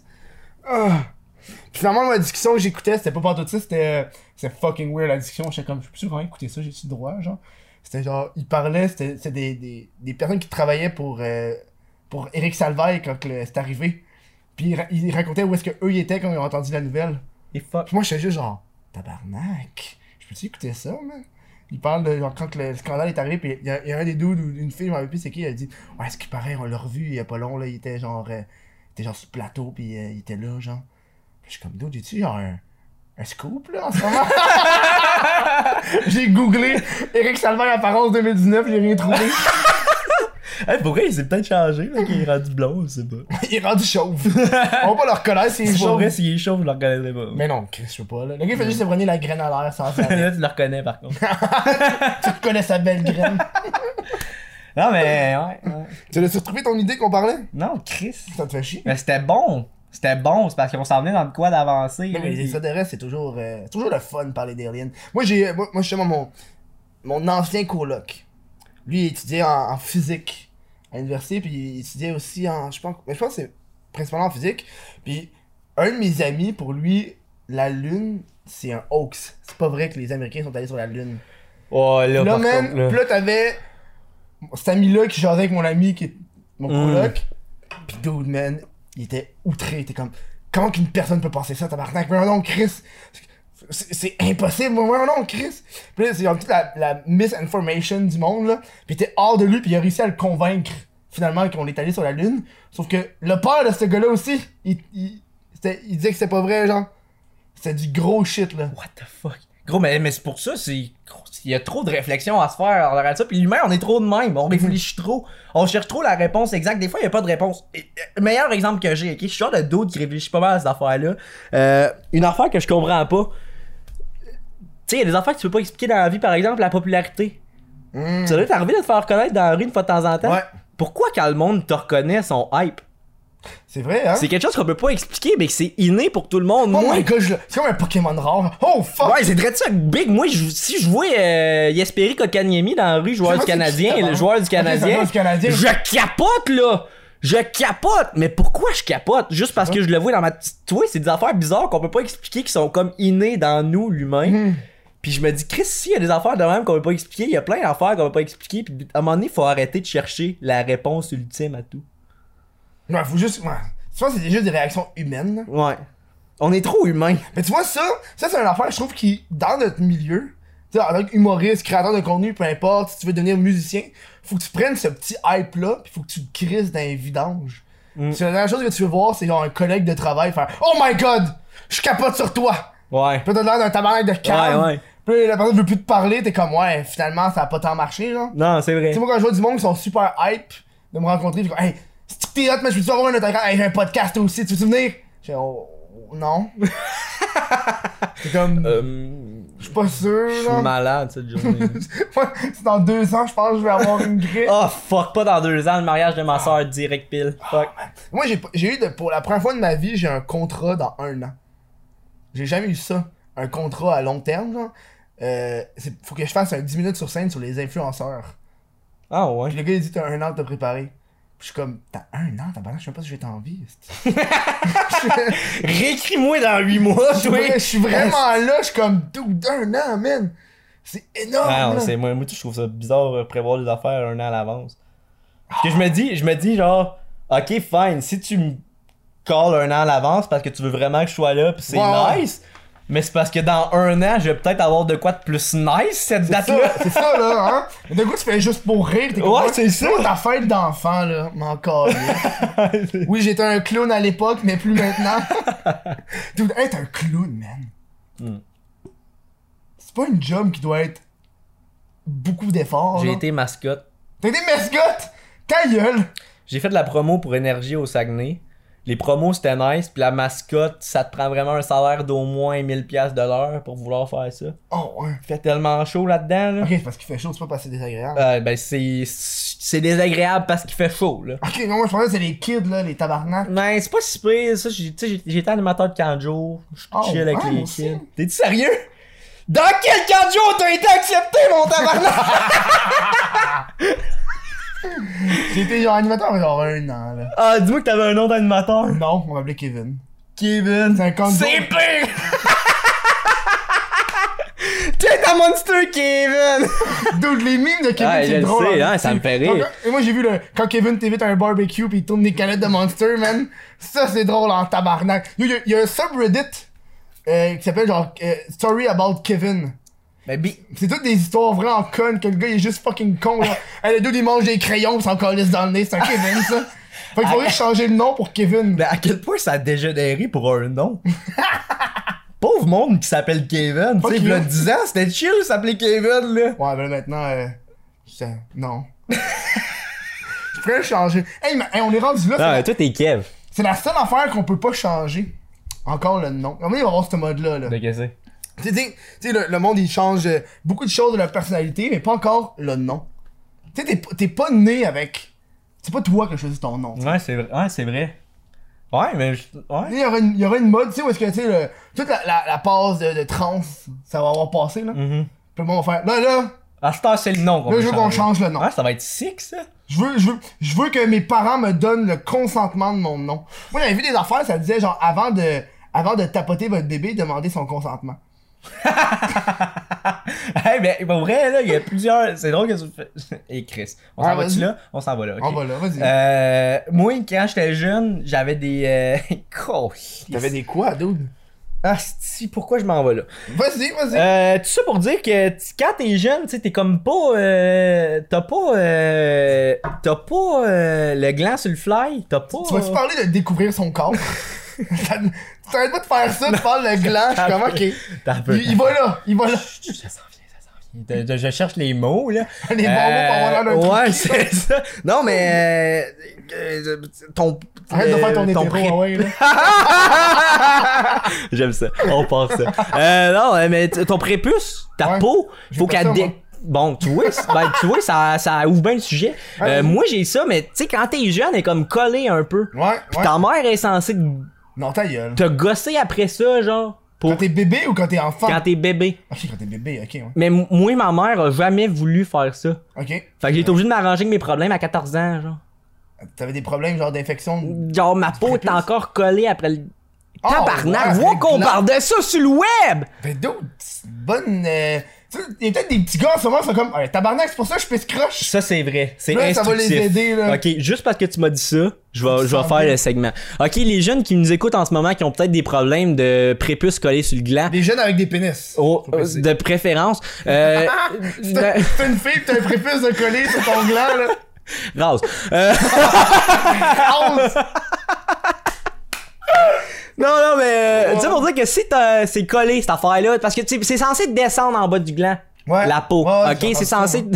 Speaker 1: Ah. Puis finalement, la discussion que j'écoutais, c'était pas partout ça, c'était, c'était fucking weird la discussion, j'étais comme, je peux vraiment écouter ça, j'ai-tu le droit, genre. C'était genre, ils parlaient, c'était, c'était des, des, des personnes qui travaillaient pour, euh, pour Eric Salvaille quand que le- c'est arrivé. Puis ils ra- ils racontaient où est-ce que eux ils étaient quand ils ont entendu la nouvelle.
Speaker 3: Et fuck.
Speaker 1: Puis moi, j'étais juste genre, tabarnak, je peux-tu écouter ça, man? Il parle de genre, quand le scandale est arrivé, puis il y, a- il y a un des dudes ou une fille, je m'en rappelle plus c'est qui, il a dit, ouais, ce qui paraît, on l'a revu il y a pas long, là, il était genre, euh, était genre sur le plateau, puis euh, il était là, genre. Puis je suis comme, dude, j'ai-tu genre un, un scoop, là, en ce moment? j'ai googlé Eric Salvaire apparence 2019, j'ai rien trouvé.
Speaker 2: Hey, pourquoi il s'est peut-être changé, là, qu'il est rendu blond, je sais pas.
Speaker 1: il est rendu chauve. On va pas le reconnaître, c'est
Speaker 2: C'est pas
Speaker 1: chauve.
Speaker 2: vrai, s'il est chaud, je le reconnaîtrais pas.
Speaker 1: Mais non, Chris, je sais pas, là. Le gars, il fait juste se promener la graine à l'air sans ça.
Speaker 2: là, tu le reconnais, par contre.
Speaker 1: tu reconnais sa belle graine.
Speaker 2: Non, mais, ouais, ouais.
Speaker 1: Tu l'as retrouvé ton idée qu'on parlait?
Speaker 2: Non, Chris.
Speaker 1: Ça te fait chier?
Speaker 2: Mais c'était bon. C'était bon, c'est parce qu'on s'en venait dans le quoi d'avancer.
Speaker 1: Non,
Speaker 2: là,
Speaker 1: mais les
Speaker 2: puis-
Speaker 1: extraterrestres, c'est toujours, euh, toujours le fun de parler d'aliens. Moi, j'ai, euh, moi, moi, justement, mon, mon ancien coloc, lui, il étudiait en, en physique à l'université, puis il étudiait aussi en, je pense, mais je pense que c'est principalement en physique. Puis un de mes amis, pour lui, la Lune, c'est un hoax. C'est pas vrai que les Américains sont allés sur la Lune.
Speaker 2: Oh, là,
Speaker 1: Là,
Speaker 2: par
Speaker 1: même,
Speaker 2: contre, là.
Speaker 1: pis là, t'avais cet ami-là qui jasait avec mon ami, qui est mon
Speaker 2: Mm.
Speaker 1: coloc. Pis dude, man, il était outré. Il était comme, comment qu'une personne peut penser ça, tabarnak? Mais non, Chris! C'est c'est impossible, mais ouais, non, Chris! Pis là, c'est genre toute la, la misinformation du monde, là. Pis il était hors de lui, pis il a réussi à le convaincre, finalement, qu'on est allé sur la Lune. Sauf que le père de ce gars-là aussi, il, il, c'était- il disait que c'était pas vrai, genre. C'était du gros shit, là.
Speaker 2: What the fuck? Gros, mais, mais c'est pour ça, c'est. gros, Il y a trop de réflexions à se faire en regardant ça. Puis l'humain, on est trop de même.
Speaker 1: Mhm.
Speaker 2: On réfléchit trop. On cherche trop la réponse exacte. Des fois, il n'y a pas de réponse. Et- et- meilleur exemple que j'ai, ok? Je suis genre de d'autres qui réfléchit pas mal à cette affaire-là. Euh, une affaire que je comprends pas. Tu sais, il y a des affaires que tu peux pas expliquer dans la vie, par exemple, la popularité.
Speaker 1: Mm.
Speaker 2: Tu dois être arrivé de te faire reconnaître dans la rue une fois de temps en temps.
Speaker 1: Ouais.
Speaker 2: Pourquoi quand le monde te reconnaît son hype?
Speaker 1: C'est vrai, hein?
Speaker 2: C'est quelque chose qu'on peut pas expliquer, mais que c'est inné pour tout le monde.
Speaker 1: Oh
Speaker 2: Moi,
Speaker 1: my god, je le- c'est comme un Pokémon rare. Oh fuck!
Speaker 2: Ouais, c'est très ça. Big, moi, je- si je vois euh, Yesperi Kotkaniemi dans la rue, joueur
Speaker 1: C'est moi
Speaker 2: du
Speaker 1: qui
Speaker 2: Canadien,
Speaker 1: dis ça,
Speaker 2: le joueur du
Speaker 1: Ok, c'est un
Speaker 2: Canadien,
Speaker 1: joueur du Canadien.
Speaker 2: je capote, là! Je capote! Mais pourquoi je capote? Juste parce que je le vois dans ma petite... Tu vois, c'est des affaires bizarres qu'on peut pas expliquer, qui sont comme innées dans nous, l'humain.
Speaker 1: Mhm.
Speaker 2: Puis je me dis, Chris, s'il y a des affaires de même qu'on peut pas expliquer, il y a plein d'affaires qu'on peut pas expliquer, puis à un moment donné, faut arrêter de chercher la réponse ultime à tout.
Speaker 1: Ouais, faut juste. Ouais. Tu vois, c'est juste des réactions humaines. là.
Speaker 2: Ouais. On est trop humain.
Speaker 1: Mais tu vois, ça, ça c'est une affaire, je trouve, qui, dans notre milieu, tu sais, en tant qu'humoriste, créateur de contenu, peu importe, si tu veux devenir musicien, faut que tu prennes ce petit hype-là, pis faut que tu le crises dans les vidanges.
Speaker 2: Mm.
Speaker 1: C'est la dernière chose que tu veux voir, c'est genre un collègue de travail faire Oh my god! Je capote sur toi!
Speaker 2: Ouais.
Speaker 1: Pis là, t'as l'air d'un tabarnak de calme.
Speaker 2: Ouais, ouais.
Speaker 1: Pis la personne veut plus te parler, t'es comme Ouais, finalement, ça a pas tant marché, genre.
Speaker 2: Non, c'est vrai.
Speaker 1: Tu sais, moi, quand je vois du monde qui sont super hype de me rencontrer, je dis, hey, c'est que t'es hot, mais je peux-tu avoir un autographe? Hey, j'ai un podcast toi aussi, tu veux-tu venir? Je dis, oh, non. c'est comme,
Speaker 2: Euh,
Speaker 1: je suis pas sûr,
Speaker 2: je suis
Speaker 1: là.
Speaker 2: malade cette journée.
Speaker 1: Moi, c'est dans deux ans, je pense que je vais avoir une grippe.
Speaker 2: Oh fuck, pas dans deux ans, le mariage de ma soeur direct pile. Fuck.
Speaker 1: Moi, j'ai, j'ai eu, de, pour la première fois de ma vie, j'ai un contrat dans un an. J'ai jamais eu ça. Un contrat à long terme, genre. Euh, c'est- faut que je fasse un 10 minutes sur scène sur les influenceurs.
Speaker 2: Ah
Speaker 1: Puis
Speaker 2: ouais.
Speaker 1: le gars, il dit, t'as un an de te préparer. Puis je suis comme, t'as un an, t'as pas je sais même pas si j'ai envie.
Speaker 2: Récris-moi dans huit mois,
Speaker 1: Je suis vrai- je suis vraiment là, je suis comme tout d'un an, man. C'est énorme.
Speaker 2: Ah, non,
Speaker 1: là.
Speaker 2: c'est moi, moi, je trouve ça bizarre euh, prévoir les affaires un an à l'avance. Parce que je me dis, je me dis genre, ok fine, si tu me calls un an à l'avance parce que tu veux vraiment que je sois là, pis c'est
Speaker 1: Ouais, ouais.
Speaker 2: nice. Mais c'est parce que dans un an, je vais peut-être avoir de quoi de plus nice cette
Speaker 1: C'est ça,
Speaker 2: date-là.
Speaker 1: c'est ça, là, hein. Mais d'un coup, tu fais juste pour rire. t'es comme,
Speaker 2: Ouais, c'est ça.
Speaker 1: Ta fête d'enfant, là, mais encore. oui, j'étais un clown à l'époque, mais plus maintenant. Dude, être un clown, man.
Speaker 2: Hmm.
Speaker 1: C'est pas une job qui doit être beaucoup d'efforts.
Speaker 2: J'ai
Speaker 1: là.
Speaker 2: été mascotte.
Speaker 1: T'as été mascotte? Ta gueule!
Speaker 2: J'ai fait de la promo pour Énergie au Saguenay. Les promos c'était nice, puis la mascotte, ça te prend vraiment un salaire d'au moins 1000$ piastres de l'heure pour vouloir faire ça.
Speaker 1: Oh, ouais.
Speaker 2: Il fait tellement chaud là-dedans, là.
Speaker 1: Ok, c'est parce qu'il fait chaud, c'est pas parce que c'est désagréable.
Speaker 2: Euh, ben c'est c'est désagréable parce qu'il fait chaud, là.
Speaker 1: Ok, non, moi, je pensais que c'est les kids, là, les tabarnaks.
Speaker 2: Ben c'est pas si pire, ça. j'ai- tu sais, j'ai- J'étais animateur de Kanjo. Je
Speaker 1: Oh,
Speaker 2: chill avec
Speaker 1: ouais,
Speaker 2: les
Speaker 1: moi aussi.
Speaker 2: kids. T'es-tu sérieux? Dans quel Kanjo t'as été accepté, mon tabarnak?
Speaker 1: J'ai été genre animateur genre un an là.
Speaker 2: ah, dis-moi que t'avais un nom d'animateur.
Speaker 1: Non, on m'appelait Kevin.
Speaker 2: Kevin.
Speaker 1: C'est un compte
Speaker 2: C'est pire! T'es un monster, Kevin!
Speaker 1: Dude, les mimes de Kevin,
Speaker 2: Ouais, je
Speaker 1: c'est
Speaker 2: le
Speaker 1: drôle.
Speaker 2: sais,
Speaker 1: hein,
Speaker 2: hein, ça me fait
Speaker 1: Donc,
Speaker 2: rire.
Speaker 1: euh, Et moi j'ai vu le quand Kevin t'évite un barbecue pis il tourne des canettes de Monster, man. Ça c'est drôle en tabarnak. Yo, y, a- y a un subreddit euh, qui s'appelle genre euh, Story about Kevin.
Speaker 2: Mais bi-
Speaker 1: C'est toutes des histoires vraies en connes que le gars il est juste fucking con là. hey, le dude il mange des crayons pis s'en calisse dans le nez, c'est un Kevin ça. Fait qu'il
Speaker 2: Ah.
Speaker 1: faudrait changer le nom pour Kevin.
Speaker 2: Mais à quel point ça a dégénéré pour un nom? Pauvre monde qui s'appelle Kevin. Tu
Speaker 1: Fuck
Speaker 2: sais,
Speaker 1: you.
Speaker 2: il y a 10 ans, c'était chill de s'appeler Kevin, là.
Speaker 1: Ouais, ben là, maintenant, euh, c'est- non. je pourrais changer. Hey, mais, hey, on est rendu là. c'est
Speaker 2: Ah,
Speaker 4: Non,
Speaker 1: la-
Speaker 4: mais toi, t'es Kev.
Speaker 1: C'est la seule affaire qu'on peut pas changer. Encore le nom. Comment il va avoir ce mode-là, là?
Speaker 2: qu'est-ce
Speaker 1: Tu sais, tu sais, le, le monde, il change euh, beaucoup de choses de leur personnalité, mais pas encore le nom. Tu sais, t'es p- t'es pas né avec... C'est pas toi qui as choisi ton nom.
Speaker 2: Ouais, c'est vrai. Ouais, c'est vrai. Ouais, mais. je- Ouais.
Speaker 1: Il y, aura une, il y aura une mode, tu sais, où est-ce que, tu sais, le- toute la, la, la passe de, de trans, ça va avoir passé, là.
Speaker 2: Mhm.
Speaker 1: Puis le monde va faire, là, là,
Speaker 2: À cette heure, c'est le nom qu'on
Speaker 1: là,
Speaker 2: va
Speaker 1: je veux qu'on change le nom.
Speaker 2: Ouais, ça va être sick, ça.
Speaker 1: Je veux, je, veux, je veux que mes parents me donnent le consentement de mon nom. Moi, j'avais vu des affaires, ça disait genre avant de, avant de tapoter votre bébé, demandez son consentement.
Speaker 2: hey, mais pour vrai, là, il y a plusieurs. C'est drôle que tu fais. Et Chris. On
Speaker 1: Ouais,
Speaker 2: s'en
Speaker 1: Ah,
Speaker 2: va-tu
Speaker 1: vas-y.
Speaker 2: là? On s'en va là. ok.
Speaker 1: On va là, vas-y.
Speaker 2: Euh, moi, quand j'étais jeune, j'avais des. Euh... Colisse.
Speaker 1: des quoi, dude?
Speaker 2: Ah, si, pourquoi je m'en vais là?
Speaker 1: Vas-y, vas-y.
Speaker 2: Euh, tout ça pour dire que t- quand t'es jeune, tu sais, t'es comme pas. euh, t'as pas. euh, t'as pas euh, le gland sur le fly. T'as pas.
Speaker 1: Tu vas-tu parler de découvrir son corps? Ça- tu t'arrêtes pas de faire ça, tu parles le gland, je suis comme, ok.
Speaker 2: T'as un peu-
Speaker 1: Il, il va là, il va là.
Speaker 2: Ça s'en vient, ça s'en vient. Je, je cherche les mots, là.
Speaker 1: Les bons mots pour avoir l'air d'un trou de
Speaker 2: Euh, Ouais,
Speaker 1: cul.
Speaker 2: c'est ça. Non, mais. euh, euh, ton.
Speaker 1: Arrête de faire ton
Speaker 2: euh,
Speaker 1: hétéro,
Speaker 2: pré-
Speaker 1: ah ouais, là.
Speaker 2: J'aime ça. On part ça. Euh, non, euh, mais t- ton prépuce, ta
Speaker 1: Ouais.
Speaker 2: peau, faut
Speaker 1: pas ça,
Speaker 2: qu'elle. dé-
Speaker 1: moi.
Speaker 2: Bon, tu vois, c'est- ben, tu vois ça, ça ouvre bien le sujet. Euh,
Speaker 1: Ouais.
Speaker 2: moi, j'ai ça, mais tu sais, quand t'es jeune, elle est comme collée un peu.
Speaker 1: Ouais, ouais.
Speaker 2: Ta mère est censée te-
Speaker 1: Non, ta gueule.
Speaker 2: te gosser après ça, genre, pour
Speaker 1: Quand t'es bébé ou quand t'es enfant?
Speaker 2: quand t'es bébé.
Speaker 1: Ok, quand t'es bébé, ok, ouais.
Speaker 2: Mais m- moi, ma mère a jamais voulu faire ça.
Speaker 1: Ok.
Speaker 2: Fait que j'ai été obligé de m'arranger avec mes problèmes à 14 ans, genre.
Speaker 1: T'avais des problèmes genre d'infection?
Speaker 2: Genre, ma peau est
Speaker 1: prépuce?
Speaker 2: encore collée après le.
Speaker 1: Oh,
Speaker 2: Tabarnak,
Speaker 1: ouais,
Speaker 2: vois
Speaker 1: avec
Speaker 2: qu'on
Speaker 1: la-
Speaker 2: parle de ça sur le web!
Speaker 1: Ben d'autres, bonne. Euh, tu sais, il y a peut-être des petits gars en ce moment qui sont comme Ah, tabarnak, c'est pour ça que je pisse croche.
Speaker 2: Ça, c'est vrai. C'est
Speaker 1: Là, ça va
Speaker 2: instructif.
Speaker 1: les aider, là.
Speaker 2: OK, juste parce que tu m'as dit ça, je vais, je vais
Speaker 1: Sans
Speaker 2: faire
Speaker 1: doute.
Speaker 2: le segment. OK, les jeunes qui nous écoutent en ce moment, qui ont peut-être des problèmes de prépuce collé sur le gland,
Speaker 1: Des jeunes avec des pénis.
Speaker 2: oh, euh, de préférence, euh,
Speaker 1: C'est un- c'est une fille, pis t'as un prépuce de coller sur ton gland, là.
Speaker 2: de- rase. Euh,
Speaker 1: Rose!
Speaker 2: non, non, mais euh, tu sais, pour dire que si t'as- c'est collé, cette affaire-là, parce que tu sais, c'est censé descendre en bas du gland.
Speaker 1: Ouais.
Speaker 2: La peau.
Speaker 1: Ouais, ouais,
Speaker 2: ok,
Speaker 1: j'entends
Speaker 2: c'est
Speaker 1: ça,
Speaker 2: censé.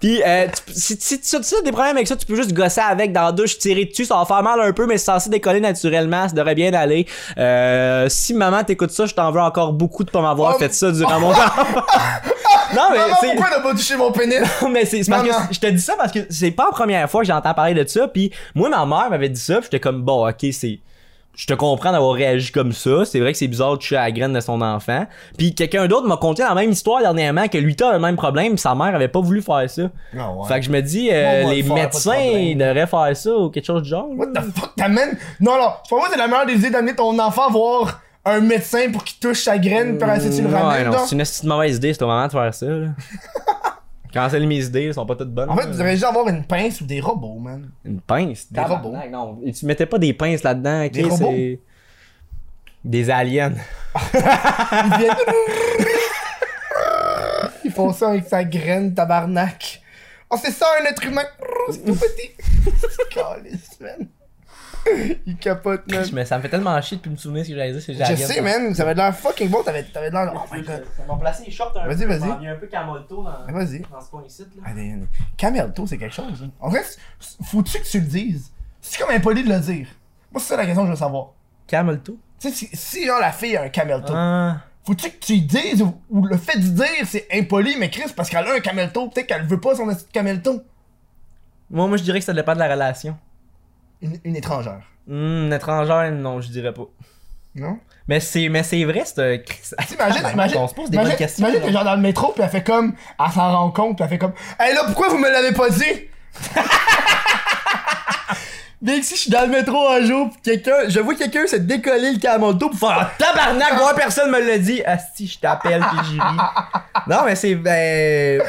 Speaker 2: Puis, euh, tu- si, si tu si tu as des problèmes avec ça, tu peux juste gosser avec dans la douche, tirer dessus, ça va faire mal un peu, mais c'est censé décoller naturellement, ça devrait bien aller. Euh, si maman t'écoute ça, je t'en veux encore beaucoup de pas m'avoir
Speaker 1: Oh.
Speaker 2: fait ça durant mon temps. non, mais
Speaker 1: Maman,
Speaker 2: c'est.
Speaker 1: pourquoi t'as pas touché mon pénis?
Speaker 2: Non, mais c'est c'est parce
Speaker 1: Maman.
Speaker 2: que je te dis ça parce que c'est pas la première fois que j'entends parler de ça. Puis moi, ma mère m'avait dit ça. Puis j'étais comme, bon, ok, c'est. Je te comprends d'avoir réagi comme ça. C'est vrai que c'est bizarre de tuer à la graine de son enfant. Puis quelqu'un d'autre m'a conté la même histoire dernièrement que lui, t'as le même problème. puis Sa mère avait pas voulu faire ça.
Speaker 1: Non,
Speaker 2: Fait que je me dis, euh,
Speaker 1: Moi, moi,
Speaker 2: les
Speaker 1: faire, pas de
Speaker 2: médecins,
Speaker 1: problème.
Speaker 2: ils devraient faire ça ou quelque chose du genre.
Speaker 1: What the fuck t'amènes? Non, non, c'est pas moi, c'est la meilleure des idées d'amener ton enfant voir un médecin pour qu'il touche sa graine, puis ensuite tu le
Speaker 2: Mm, Ouais,
Speaker 1: ramènes,
Speaker 2: non,
Speaker 1: non?
Speaker 2: c'est une petite mauvaise idée, c'est au moment de faire ça. là. Cancel mes idées, elles sont pas toutes bonnes.
Speaker 1: En fait,
Speaker 2: là.
Speaker 1: tu devrais juste avoir une pince ou des robots, man.
Speaker 2: Une pince?
Speaker 1: Des
Speaker 2: Tabarnak,
Speaker 1: robots.
Speaker 2: Non, Et tu mettais pas des pinces là-dedans. ok,
Speaker 1: Des robots.
Speaker 2: c'est- Des aliens.
Speaker 1: Ils viennent. Ils font ça avec sa graine, tabarnak. Oh, c'est ça un être humain. C'est tout petit. Calice, man. Il capote, man.
Speaker 2: Mais ça me fait tellement chier de plus me souvenir ce que j'allais dire, c'est
Speaker 1: Je sais, man. Ça avait de l'air fucking bon. T'avais t'avais de l'air. Oh my god.
Speaker 2: On va placer les shorts un
Speaker 1: Vas-y,
Speaker 2: peu.
Speaker 1: vas-y.
Speaker 2: Il y a un peu Camolto dans,
Speaker 1: Mais Vas-y.
Speaker 2: dans ce coin ici. Là.
Speaker 1: Allez, allez. Camelto, c'est quelque chose. hein. En vrai, c'est- faut-tu que tu le dises? C'est comme impoli de le dire. Moi, c'est ça la question que je veux savoir.
Speaker 2: Camolto?
Speaker 1: Tu sais, si, si genre la fille a un camelto,
Speaker 2: Ah.
Speaker 1: faut-tu que tu le dises ou, ou le fait de dire c'est impoli, mais Chris, parce qu'elle a un camelto, peut-être qu'elle veut pas son petit camelto.
Speaker 2: Moi, moi, je dirais que ça dépend de la relation.
Speaker 1: Une, une étrangère.
Speaker 2: Hum, une étrangère, non, je dirais pas.
Speaker 1: Non?
Speaker 2: Mais c'est, mais c'est vrai, c'est un...
Speaker 1: Imagine, imagine,
Speaker 2: Ah, ben, On se pose des
Speaker 1: imagine,
Speaker 2: bonnes questions.
Speaker 1: imagine, t'es
Speaker 2: là.
Speaker 1: genre dans le métro, puis elle fait comme, elle s'en rend compte, puis elle fait comme, hey là, pourquoi vous me l'avez pas dit?
Speaker 2: Dès que si je suis dans le métro un jour, pis quelqu'un, je vois quelqu'un se décoller le camoto pour faire Ah, tabarnak, moi personne me l'a dit. Asti, je t'appelle pis j'y ris. Non, mais c'est, ben,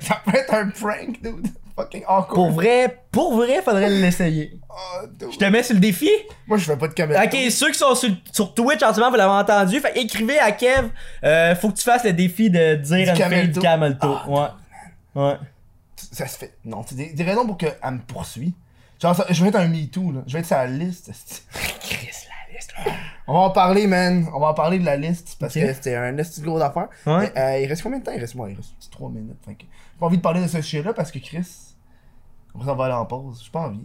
Speaker 1: Ça peut être un prank, dude. Fucking awkward.
Speaker 2: pour vrai, pour vrai, faudrait l'essayer.
Speaker 1: Oh, dude.
Speaker 2: Je te mets sur le défi.
Speaker 1: Moi, je fais pas de camelto.
Speaker 2: Ok, ceux qui sont sur, sur Twitch en ce moment, vous l'avez entendu. Fait écrivez à Kev, euh, faut que tu fasses le défi de dire à une fille
Speaker 1: camelto. Ah,
Speaker 2: du camelto. ouais. Ouais.
Speaker 1: ça se fait. Non, c'est des, des raisons pour qu'elle me poursuit. Genre, ça- je vais être un Me Too, là. Je vais être sa liste. esti.
Speaker 5: Chris, la liste.
Speaker 1: On va en parler, man. On va en parler de la liste parce
Speaker 5: Ok.
Speaker 1: que c'était un esti de gros affaire.
Speaker 5: Ouais.
Speaker 1: Mais, euh, il reste combien de temps Il reste moi, il reste 3 minutes. Fait que j'ai pas envie de parler de ce shit-là parce que Chris, on s'en va aller en pause. J'ai pas envie.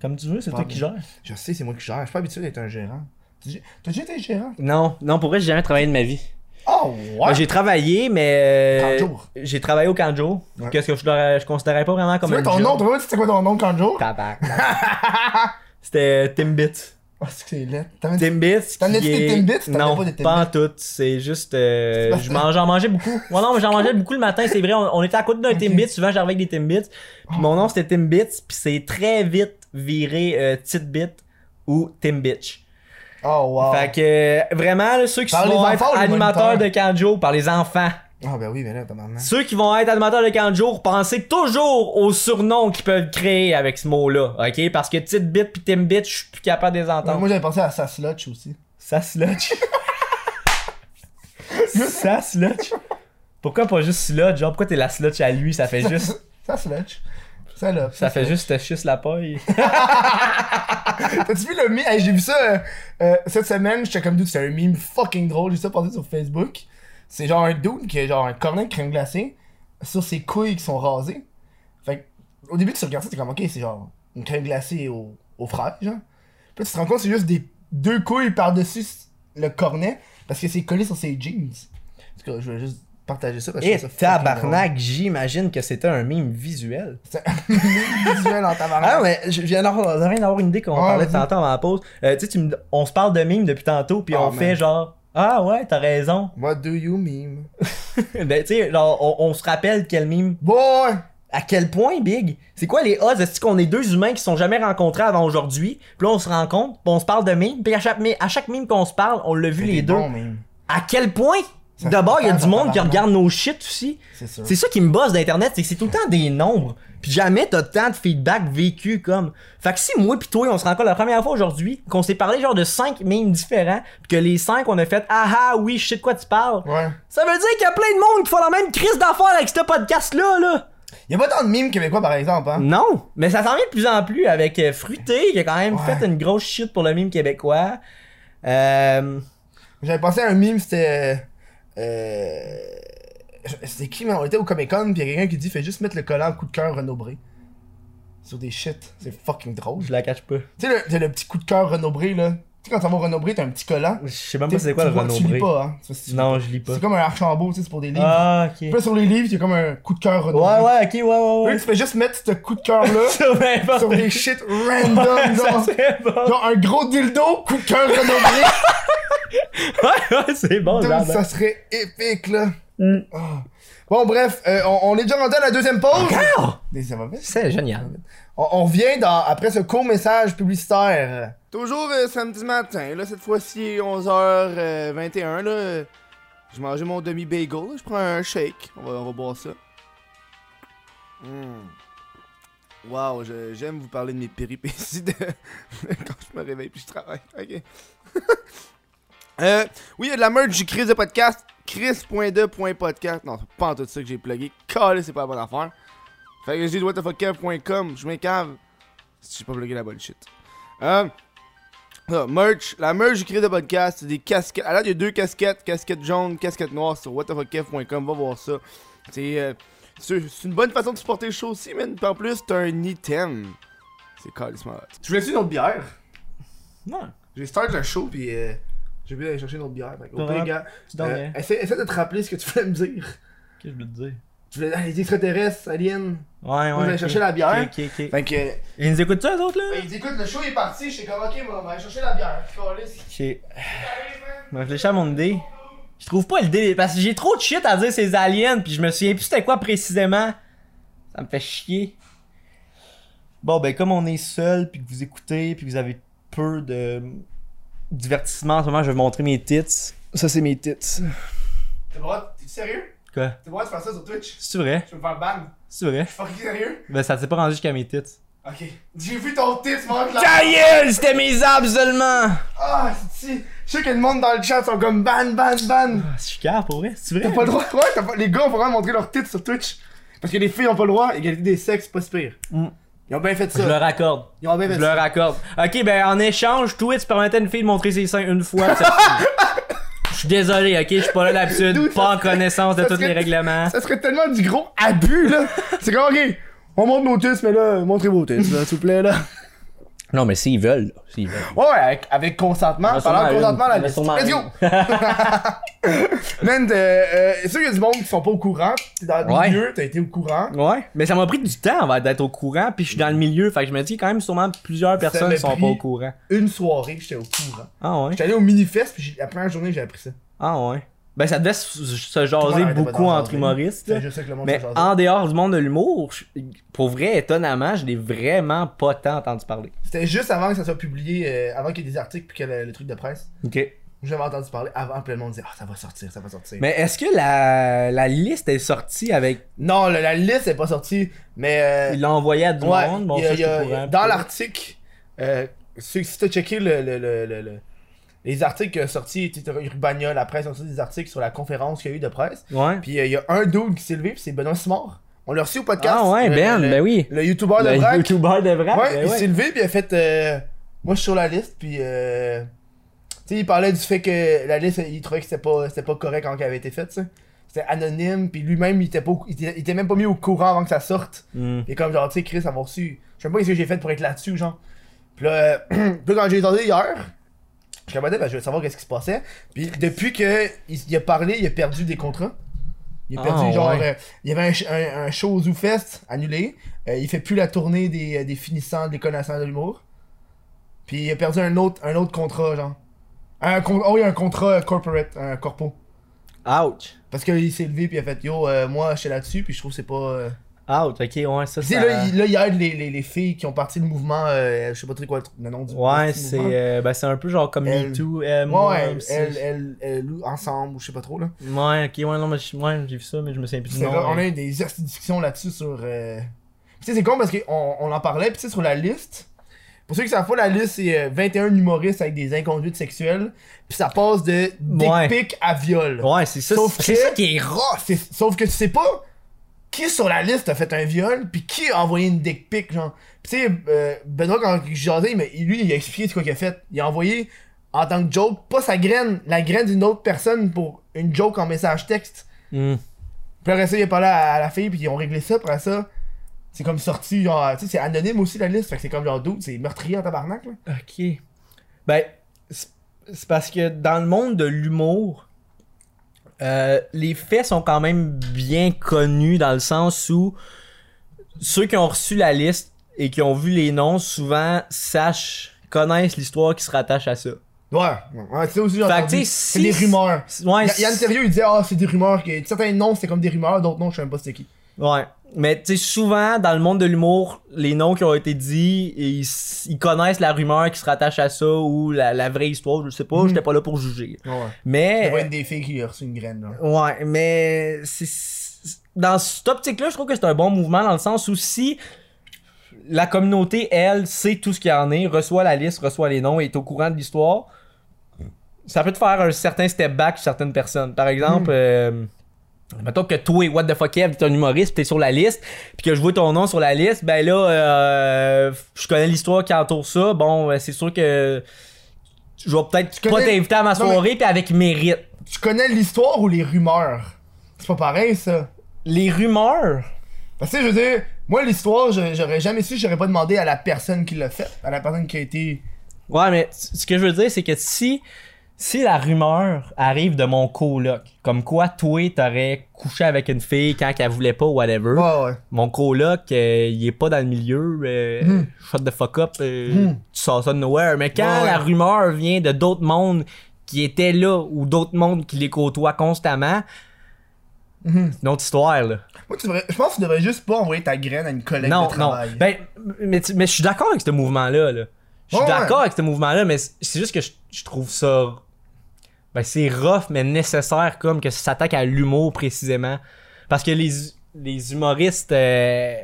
Speaker 2: Comme tu veux, c'est toi
Speaker 1: Pardon.
Speaker 2: qui gères.
Speaker 1: Je sais, c'est moi qui gère. Je suis pas habitué d'être un gérant. T'as déjà- T'as déjà été gérant
Speaker 5: Non, non, pour vrai, j'ai jamais travaillé de ma vie.
Speaker 1: Oh,
Speaker 5: Ben,
Speaker 1: ouais.
Speaker 5: j'ai travaillé, mais. euh,
Speaker 1: Kanjo.
Speaker 5: J'ai travaillé au Kanjo.
Speaker 1: Ouais.
Speaker 5: Qu'est-ce que je, leur- je considérais pas vraiment comme
Speaker 1: Tu veux
Speaker 5: un
Speaker 1: ton
Speaker 5: job.
Speaker 1: nom, toi, tu sais quoi ton nom, Kanjo
Speaker 5: Tabarnak. C'était Timbit.
Speaker 1: Ah, c'est que c'est laid. T'as mis-
Speaker 5: Timbit.
Speaker 1: T'en as-tu
Speaker 5: qui
Speaker 1: des
Speaker 5: est-
Speaker 1: Timbits? T'en as
Speaker 5: Non,
Speaker 1: pas
Speaker 5: pas,
Speaker 1: des
Speaker 5: en tout. C'est juste. euh,
Speaker 1: parce
Speaker 5: je
Speaker 1: que-
Speaker 5: mange- J'en mangeais beaucoup. Ouais, non, mais j'en mangeais beaucoup le matin, c'est vrai. On, on était à côté d'un Timbit. Souvent, j'arrivais avec des Timbits. Puis mon nom, c'était Timbits. Puis c'est très vite viré euh, Titbit ou Timbitch.
Speaker 1: Oh, wow.
Speaker 5: Fait que euh, vraiment, là, ceux qui
Speaker 1: Par les
Speaker 5: vont
Speaker 1: enfants ou
Speaker 5: être
Speaker 1: les
Speaker 5: animateurs de
Speaker 1: moniteurs?
Speaker 5: Kanjo par les enfants.
Speaker 1: Ah, ben oui, mais là, t'as maman.
Speaker 5: Ceux qui vont être animateurs de Kanjo, pensez toujours aux surnoms qu'ils peuvent créer avec ce mot-là, ok? Parce que Titbit pis Timbit, je suis plus capable de les entendre.
Speaker 1: Moi, j'avais pensé à Saslotch aussi.
Speaker 2: Ça sludge. ça sludge. Pourquoi pas juste sludge? Genre, pourquoi t'es la sludge à lui? Ça fait juste.
Speaker 1: Saslotch. Ça, là.
Speaker 2: Ça fait juste te chisse la paille.
Speaker 1: T'as-tu vu le meme? Hey, j'ai vu ça euh, euh, cette semaine, j'étais comme dude, c'était un meme fucking drôle, j'ai ça passé sur Facebook. C'est genre un dude qui a genre un cornet de crème glacée sur ses couilles qui sont rasées. Fait que, au début tu regardes ça, t'es comme ok, c'est genre une crème glacée au, au frère, genre. Puis là, tu te rends compte c'est juste des deux couilles par-dessus s- le cornet parce que c'est collé sur ses jeans. En tout cas, je voulais juste partager ça parce que je
Speaker 2: Et
Speaker 1: trouve ça fucking drôle.
Speaker 2: Eh, tabarnak, j'imagine que c'était un mime visuel.
Speaker 1: Visuel en tabarnak.
Speaker 2: Ah, mais je viens d'avoir je viens d'avoir une idée qu'on
Speaker 1: Ah,
Speaker 2: parlait
Speaker 1: vas-y.
Speaker 2: tantôt avant la pause. Euh, tu sais, tu me- on se parle de mime depuis tantôt, puis
Speaker 1: Ah,
Speaker 2: on fait
Speaker 1: man.
Speaker 2: genre. Ah ouais, t'as raison.
Speaker 1: What do you meme?
Speaker 2: ben, tu sais, genre, on, on se rappelle quel mime.
Speaker 1: Boy!
Speaker 2: À quel point, Big? C'est quoi les odds? Est-ce qu'on est deux humains qui se sont jamais rencontrés avant aujourd'hui? Puis là, on se rencontre, puis on se parle de mime. Puis à chaque, mi- à chaque mime qu'on se parle, on l'a vu les
Speaker 1: Des
Speaker 2: deux.
Speaker 1: bons memes,
Speaker 2: À quel point?
Speaker 1: Ça
Speaker 2: D'abord, il y a
Speaker 1: se
Speaker 2: du
Speaker 1: parle en
Speaker 2: monde qui
Speaker 1: tabarnak.
Speaker 2: regarde nos shit aussi.
Speaker 1: c'est sûr.
Speaker 2: C'est ça qui me bosse d'Internet, c'est que c'est tout le temps des nombres. Puis jamais t'as tant de feedback vécu comme. Fait que si moi pis toi, on se rencontre la première fois aujourd'hui, qu'on s'est parlé genre de cinq mimes différents, pis que les cinq, on a fait Ah ah, oui, je sais de quoi tu parles.
Speaker 1: Ouais.
Speaker 2: Ça veut dire qu'il y a plein de monde qui font la même crise d'affaires avec ce podcast-là, là.
Speaker 1: Y'a pas tant de mimes québécois par exemple, hein?
Speaker 2: Non, mais ça s'en vient de plus en plus avec euh, Fruité qui a quand même
Speaker 1: Ouais.
Speaker 2: fait une grosse shit pour le mime québécois. Euh,
Speaker 1: J'avais pensé à un mime, c'était. euh, Euh. je- C'était qui, mais on était au Comic Con, pis y'a quelqu'un qui dit fais juste mettre le collant coup de cœur Renaud Bré. Sur des shit. C'est fucking drôle.
Speaker 2: je la cache pas.
Speaker 1: Tu sais, le, t'as le petit coup de cœur Renaud Bré, là. Tu sais, quand ça va au Renaud Bré, t'as un petit collant.
Speaker 2: Je sais même
Speaker 1: Tu
Speaker 2: pas
Speaker 1: sais,
Speaker 2: c'est quoi le
Speaker 1: tu vois-
Speaker 2: Renaud
Speaker 1: Tu lis
Speaker 2: Bré.
Speaker 1: pas, hein. Ça, c'est-
Speaker 2: Non, je lis pas.
Speaker 1: C'est comme un Archambault, tu sais, c'est pour des livres.
Speaker 2: Ah, ok.
Speaker 1: Puis là, sur les livres, y'a comme un coup de cœur Renaud
Speaker 2: Ouais,
Speaker 1: Bré.
Speaker 2: ouais, ok,
Speaker 1: Puis
Speaker 2: ouais, ouais,
Speaker 1: là,
Speaker 2: ouais.
Speaker 1: tu fais juste mettre ce coup de cœur-là
Speaker 2: Sur n'importe
Speaker 1: sur des shit random,
Speaker 2: Ça,
Speaker 1: genre.
Speaker 2: c'est bon.
Speaker 1: Genre un gros dildo, coup de cœur Renaud Bré.
Speaker 2: Ouais, ouais, c'est bon,
Speaker 1: Dude,
Speaker 2: genre.
Speaker 1: ça serait épique, là. Ah. Bon, bref, euh, on, on est déjà rendu à la deuxième pause.
Speaker 2: Encore?
Speaker 1: Mais ça va vite.
Speaker 2: C'est génial.
Speaker 1: On, on revient dans, après ce court message publicitaire. Toujours euh, samedi matin, là, cette fois-ci, 11h21, là. euh, Je mangeais mon demi-bagel, là, je prends un shake. On va, on va boire ça. Mm. Wow, je- j'aime vous parler de mes péripéties de- quand je me réveille puis je travaille. Ok. Euh, oui, il y a de la merch du Chris de podcast. Chris.de.podcast. Non, c'est pas en tout ça que j'ai plugué. Calé, c'est pas la bonne affaire. Fait que j'ai dit whatthefuckcave.com. Je m'écave. Si j'ai pas plugué la bonne shit. Euh, ça, merch. La merch du Chris de podcast. C'est des casquettes. À la date, il y a deux casquettes. Casquette jaune, casquette noire sur whatthefuckcave.com. Va voir ça. C'est, euh, c'est c'est une bonne façon de supporter le show aussi, man. Puis en plus, t'as un item. C'est calé, c'est malade. Tu voulais-tu une autre bière?
Speaker 2: Ouais.
Speaker 1: J'ai start le show, puis euh, j'ai oublié d'aller chercher une autre bière. Fait que, au
Speaker 2: Ouais.
Speaker 1: pire, gars,
Speaker 2: Tu dors
Speaker 1: euh,
Speaker 2: bien.
Speaker 1: essaie, essaie de te rappeler ce que tu voulais me dire.
Speaker 2: Qu'est-ce que je veux te dire?
Speaker 1: Tu voulais ah, les extraterrestres, aliens.
Speaker 2: Ouais,
Speaker 1: Moi, je vais
Speaker 2: ouais.
Speaker 1: aller
Speaker 2: ok.
Speaker 1: chercher la bière.
Speaker 2: Ok, ok, ok.
Speaker 1: Fait que. euh,
Speaker 2: Ils nous écoutent ça, eux autres, là?
Speaker 1: ben, il dit écoute, le show est parti. J'étais comme, ok, moi, on va aller chercher la bière. Calisse.
Speaker 2: Ok.
Speaker 1: Allez, man.
Speaker 2: Je réfléchis à mon idée. Je trouve pas l'idée parce que j'ai trop de shit à dire ces aliens puis je me souviens plus c'était quoi précisément. Ça me fait chier. Bon ben comme on est seul puis que vous écoutez puis que vous avez peu de divertissement en ce moment, je vais vous montrer mes tits. Ça c'est mes tits.
Speaker 1: T'es droit, t'es sérieux?
Speaker 2: Quoi
Speaker 1: T'es droit de faire ça sur Twitch?
Speaker 2: C'est vrai
Speaker 1: Je peux me faire ban.
Speaker 2: C'est vrai
Speaker 1: Fucking sérieux?
Speaker 2: Ben ça s'est pas rendu jusqu'à mes tits.
Speaker 1: Ok. J'ai vu ton titre, man. Là.
Speaker 2: Ta gueule, c'était mes abs seulement.
Speaker 1: Ah, si. Je sais que le monde dans le chat sont comme ban, ban, ban.
Speaker 2: Ah, c'est chiant pour vrai, c'est vrai.
Speaker 1: T'as pas le droit, ouais, t'as pas... les gars, on pourra montrer leur titre sur Twitch. Parce que les filles ont pas le droit, égalité des sexes, pas si pire.
Speaker 6: Mm.
Speaker 1: Ils ont bien fait
Speaker 2: Je
Speaker 1: ça.
Speaker 2: leur accorde.
Speaker 1: Ils ont bien fait
Speaker 2: Je
Speaker 1: ça.
Speaker 2: leur accorde. Ok, ben en échange, Twitch permettait à une fille de montrer ses seins une fois. puis ça suffit. Je suis désolé, ok, je suis pas là
Speaker 1: Dude,
Speaker 2: d'habitude,
Speaker 1: ça
Speaker 2: pas en connaissance de
Speaker 1: ça
Speaker 2: tous
Speaker 1: serait-
Speaker 2: les règlements.
Speaker 1: Ça serait tellement du gros abus, là. C'est comme, ok, on montre nos tits, mais là, montrez vos tits, là, s'il vous plaît, là.
Speaker 2: Non, mais s'ils veulent, là, s'ils veulent.
Speaker 1: Ouais, avec, avec consentement.
Speaker 6: va
Speaker 1: Parlant de
Speaker 6: sûrement
Speaker 1: consentement, la
Speaker 6: une. On va
Speaker 1: Let's go!
Speaker 6: sûrement
Speaker 1: Man, euh, euh, c'est sûr qu'il y a du monde qui sont pas au courant. T'es dans le
Speaker 2: Ouais.
Speaker 1: milieu, t'as été au courant.
Speaker 2: Ouais, mais ça m'a pris du temps en fait, d'être au courant, puis je suis dans le milieu, fait que je me dis quand même sûrement plusieurs personnes
Speaker 1: m'a
Speaker 2: qui sont
Speaker 1: pris-
Speaker 2: pas au courant.
Speaker 1: Une soirée, j'étais au courant.
Speaker 2: Ah ouais,
Speaker 1: J'étais allé au mini-fest, puis j'ai- la première journée, j'ai appris ça.
Speaker 2: ah ouais. Ben ça devait se, se
Speaker 1: Tout le
Speaker 2: jaser
Speaker 1: monde arrêtait pas
Speaker 2: beaucoup
Speaker 1: d'en
Speaker 2: entre
Speaker 1: jaser.
Speaker 2: humoristes.
Speaker 1: C'était juste ça que le monde
Speaker 2: Mais
Speaker 1: se jasait.
Speaker 2: en dehors du monde de l'humour, je- pour vrai, étonnamment, je l'ai vraiment pas tant entendu parler.
Speaker 1: C'était juste avant que ça soit publié, euh, avant qu'il y ait des articles, puis que le, le truc de presse.
Speaker 2: Ok.
Speaker 1: J'avais entendu parler avant, puis le monde disait Ah, ça va sortir, ça va sortir.
Speaker 2: Mais est-ce que la, la liste est sortie avec.
Speaker 1: Non, le- la liste est pas sortie, mais. euh,
Speaker 2: Il l'a envoyée à du
Speaker 1: Ouais,
Speaker 2: monde? Bon,
Speaker 1: il y a-
Speaker 2: ça,
Speaker 1: il
Speaker 2: je
Speaker 1: y a-
Speaker 2: suis au courant.
Speaker 1: dans l'article, euh, si si t'as checké le, le- le- le- le- les articles sortis, tu sais, t'as Urbania, la presse, ont sorti des articles sur la conférence qu'il y a eu de presse.
Speaker 2: Ouais.
Speaker 1: Puis euh, il y a un dude qui s'est levé, puis c'est Benoît Simard. On l'a reçu au podcast.
Speaker 2: Ah ouais,
Speaker 1: Le-
Speaker 2: Ben,
Speaker 1: le,
Speaker 2: ben oui.
Speaker 1: Le youtubeur de
Speaker 2: Le
Speaker 1: Braque.
Speaker 2: youtubeur de ben vrai.
Speaker 1: Ouais, il s'est levé, puis il a fait euh, Moi, je suis sur la liste, puis. euh, tu sais, il parlait du fait que la liste, il trouvait que c'était pas, c'était pas correct quand elle avait été faite, ça. C'était anonyme, puis lui-même, il était, pas, au- il, était, il était même pas mis au courant avant que ça sorte.
Speaker 2: Mm.
Speaker 1: Et comme genre, tu sais, Chris, avoir reçu. Je sais même pas ce que j'ai fait pour être là-dessus, genre. Puis là, euh, puis là, quand j'ai entendu hier, je me ben, je veux savoir qu'est-ce qui se passait. Puis depuis que il, il a parlé, il a perdu des contrats. Il a
Speaker 2: Ah,
Speaker 1: perdu, genre,
Speaker 2: ouais.
Speaker 1: euh, il y avait un, ch- un, un show au Zoo Fest annulé. Euh, il fait plus la tournée des, des finissants, des connaissants de l'humour. Puis il a perdu un autre, un autre contrat, genre. Un, con- oh, il y a un contrat euh, corporate, un corpo.
Speaker 2: Ouch.
Speaker 1: Parce qu'il s'est levé, puis il a fait Yo, euh, moi, je suis là-dessus, puis je trouve que c'est pas. euh,
Speaker 2: Ouch, ok, ouais, ça
Speaker 1: tu sais,
Speaker 2: c'est.
Speaker 1: là, il- là, il aide les, les, les filles qui ont parti le mouvement, euh, je sais pas trop quoi le, tr- le nom du
Speaker 2: Ouais,
Speaker 1: du
Speaker 2: c'est
Speaker 1: mouvement.
Speaker 2: euh, ben, c'est un peu genre comme
Speaker 1: Elle-
Speaker 2: Me Too. euh,
Speaker 1: Ouais,
Speaker 2: moi,
Speaker 1: ouais,
Speaker 2: aussi.
Speaker 1: elle, elle, elle, ou ensemble, ou je sais pas trop, là.
Speaker 2: Ouais, ok, ouais, non, mais je- ouais, j'ai vu ça, mais je me souviens plus
Speaker 1: Puis
Speaker 2: du
Speaker 1: c'est
Speaker 2: nom.
Speaker 1: là, on
Speaker 2: ouais.
Speaker 1: a eu des astuces de discussion là-dessus sur. euh, Tu sais, c'est con parce qu'on on en parlait, puis tu sais, sur la liste. Pour ceux qui savent pas, la liste, c'est euh, 21 humoristes avec des inconduites sexuelles, puis ça passe de dick
Speaker 2: Ouais.
Speaker 1: pic à viol.
Speaker 2: Ouais, c'est ça.
Speaker 1: Sauf
Speaker 2: C'est
Speaker 1: que-
Speaker 2: ça qui est rough.
Speaker 1: Ah, C'est- Sauf que tu sais pas qui sur la liste a fait un viol, puis qui a envoyé une dick pic, genre. Pis tu sais, euh, Benoît, quand il jasait, mais lui, il a expliqué de quoi qu'il a fait. Il a envoyé, en tant que joke, pas sa graine, la graine d'une autre personne pour une joke en message texte.
Speaker 2: Hmm.
Speaker 1: Puis après ça, il a parlé à, à la fille, puis ils ont réglé ça, après ça. C'est comme sorti, genre, tu sais, c'est anonyme aussi la liste, fait que c'est comme genre d'autres, c'est meurtrier en tabarnak, là.
Speaker 2: Ok. Ben, c'est c'est parce que dans le monde de l'humour, euh, les faits sont quand même bien connus dans le sens où ceux qui ont reçu la liste et qui ont vu les noms, souvent sachent, connaissent l'histoire qui se rattache à ça.
Speaker 1: Ouais, ouais, tu sais aussi, j'ai
Speaker 2: Fait que,
Speaker 1: entendu,
Speaker 2: tu sais,
Speaker 1: c'est
Speaker 2: si-
Speaker 1: Ah, des rumeurs.
Speaker 2: Ouais,
Speaker 1: Y- Yann Sérieux, il disait, ah, c'est des rumeurs, que certains noms, c'est comme des rumeurs, d'autres noms, je sais même pas c'était qui.
Speaker 2: Ouais. Mais tu sais, souvent, dans le monde de l'humour, les noms qui ont été dits, ils, s- ils connaissent la rumeur qui se rattache à ça ou la, la vraie histoire, je sais pas,
Speaker 1: Mhm.
Speaker 2: j'étais pas là pour juger.
Speaker 1: Ouais.
Speaker 2: Mais.
Speaker 1: Il y a une des filles qui a reçu une graine, là.
Speaker 2: Ouais, mais c'est- c'est- dans cette optique-là, je trouve que c'est un bon mouvement dans le sens où si la communauté, elle, sait tout ce qu'il y en est, reçoit la liste, reçoit les noms, est au courant de l'histoire, ça peut te faire un certain step back sur certaines personnes. Par
Speaker 1: Hmm.
Speaker 2: exemple, euh, mettons que toi et What the fuck Kev, t'es un humoriste, t'es sur la liste, puis que je vois ton nom sur la liste, ben là, euh, je connais l'histoire qui entoure ça, bon, ben, c'est sûr que je vais peut-être
Speaker 1: Tu
Speaker 2: pas
Speaker 1: connais-
Speaker 2: t'inviter à ma
Speaker 1: Non, mais-
Speaker 2: soirée, puis avec mérite.
Speaker 1: Tu connais l'histoire ou les rumeurs? C'est pas pareil, ça.
Speaker 2: Les rumeurs
Speaker 1: Parce que, je veux dire, moi, l'histoire, je- j'aurais jamais su, j'aurais pas demandé à la personne qui l'a fait, à la personne qui a été...
Speaker 2: Ouais, mais c- ce que je veux dire, c'est que si, si la rumeur arrive de mon coloc, comme quoi toi, t'aurais couché avec une fille quand qu'elle voulait pas, whatever,
Speaker 1: Ouais, ouais.
Speaker 2: mon coloc, euh, il est pas dans le milieu, euh, shut the fuck up, euh, tu sors ça de nowhere. Mais quand
Speaker 1: Hmm. Ouais, ouais.
Speaker 2: la rumeur vient de d'autres mondes qui étaient là ou d'autres mondes qui les côtoient constamment,
Speaker 1: Hmm.
Speaker 2: c'est une autre histoire, là.
Speaker 1: Moi, tu devrais- je pense que tu devrais juste pas envoyer ta graine à une collègue
Speaker 2: Non,
Speaker 1: de
Speaker 2: non.
Speaker 1: travail.
Speaker 2: Ben, mais, tu- mais je suis d'accord avec ce mouvement-là. là. Je suis
Speaker 1: Ouais, ouais.
Speaker 2: d'accord avec ce mouvement-là, mais c'est c'est juste que je, je trouve ça. Ben, c'est rough, mais nécessaire, comme que ça s'attaque à l'humour précisément. Parce que les, les humoristes. euh,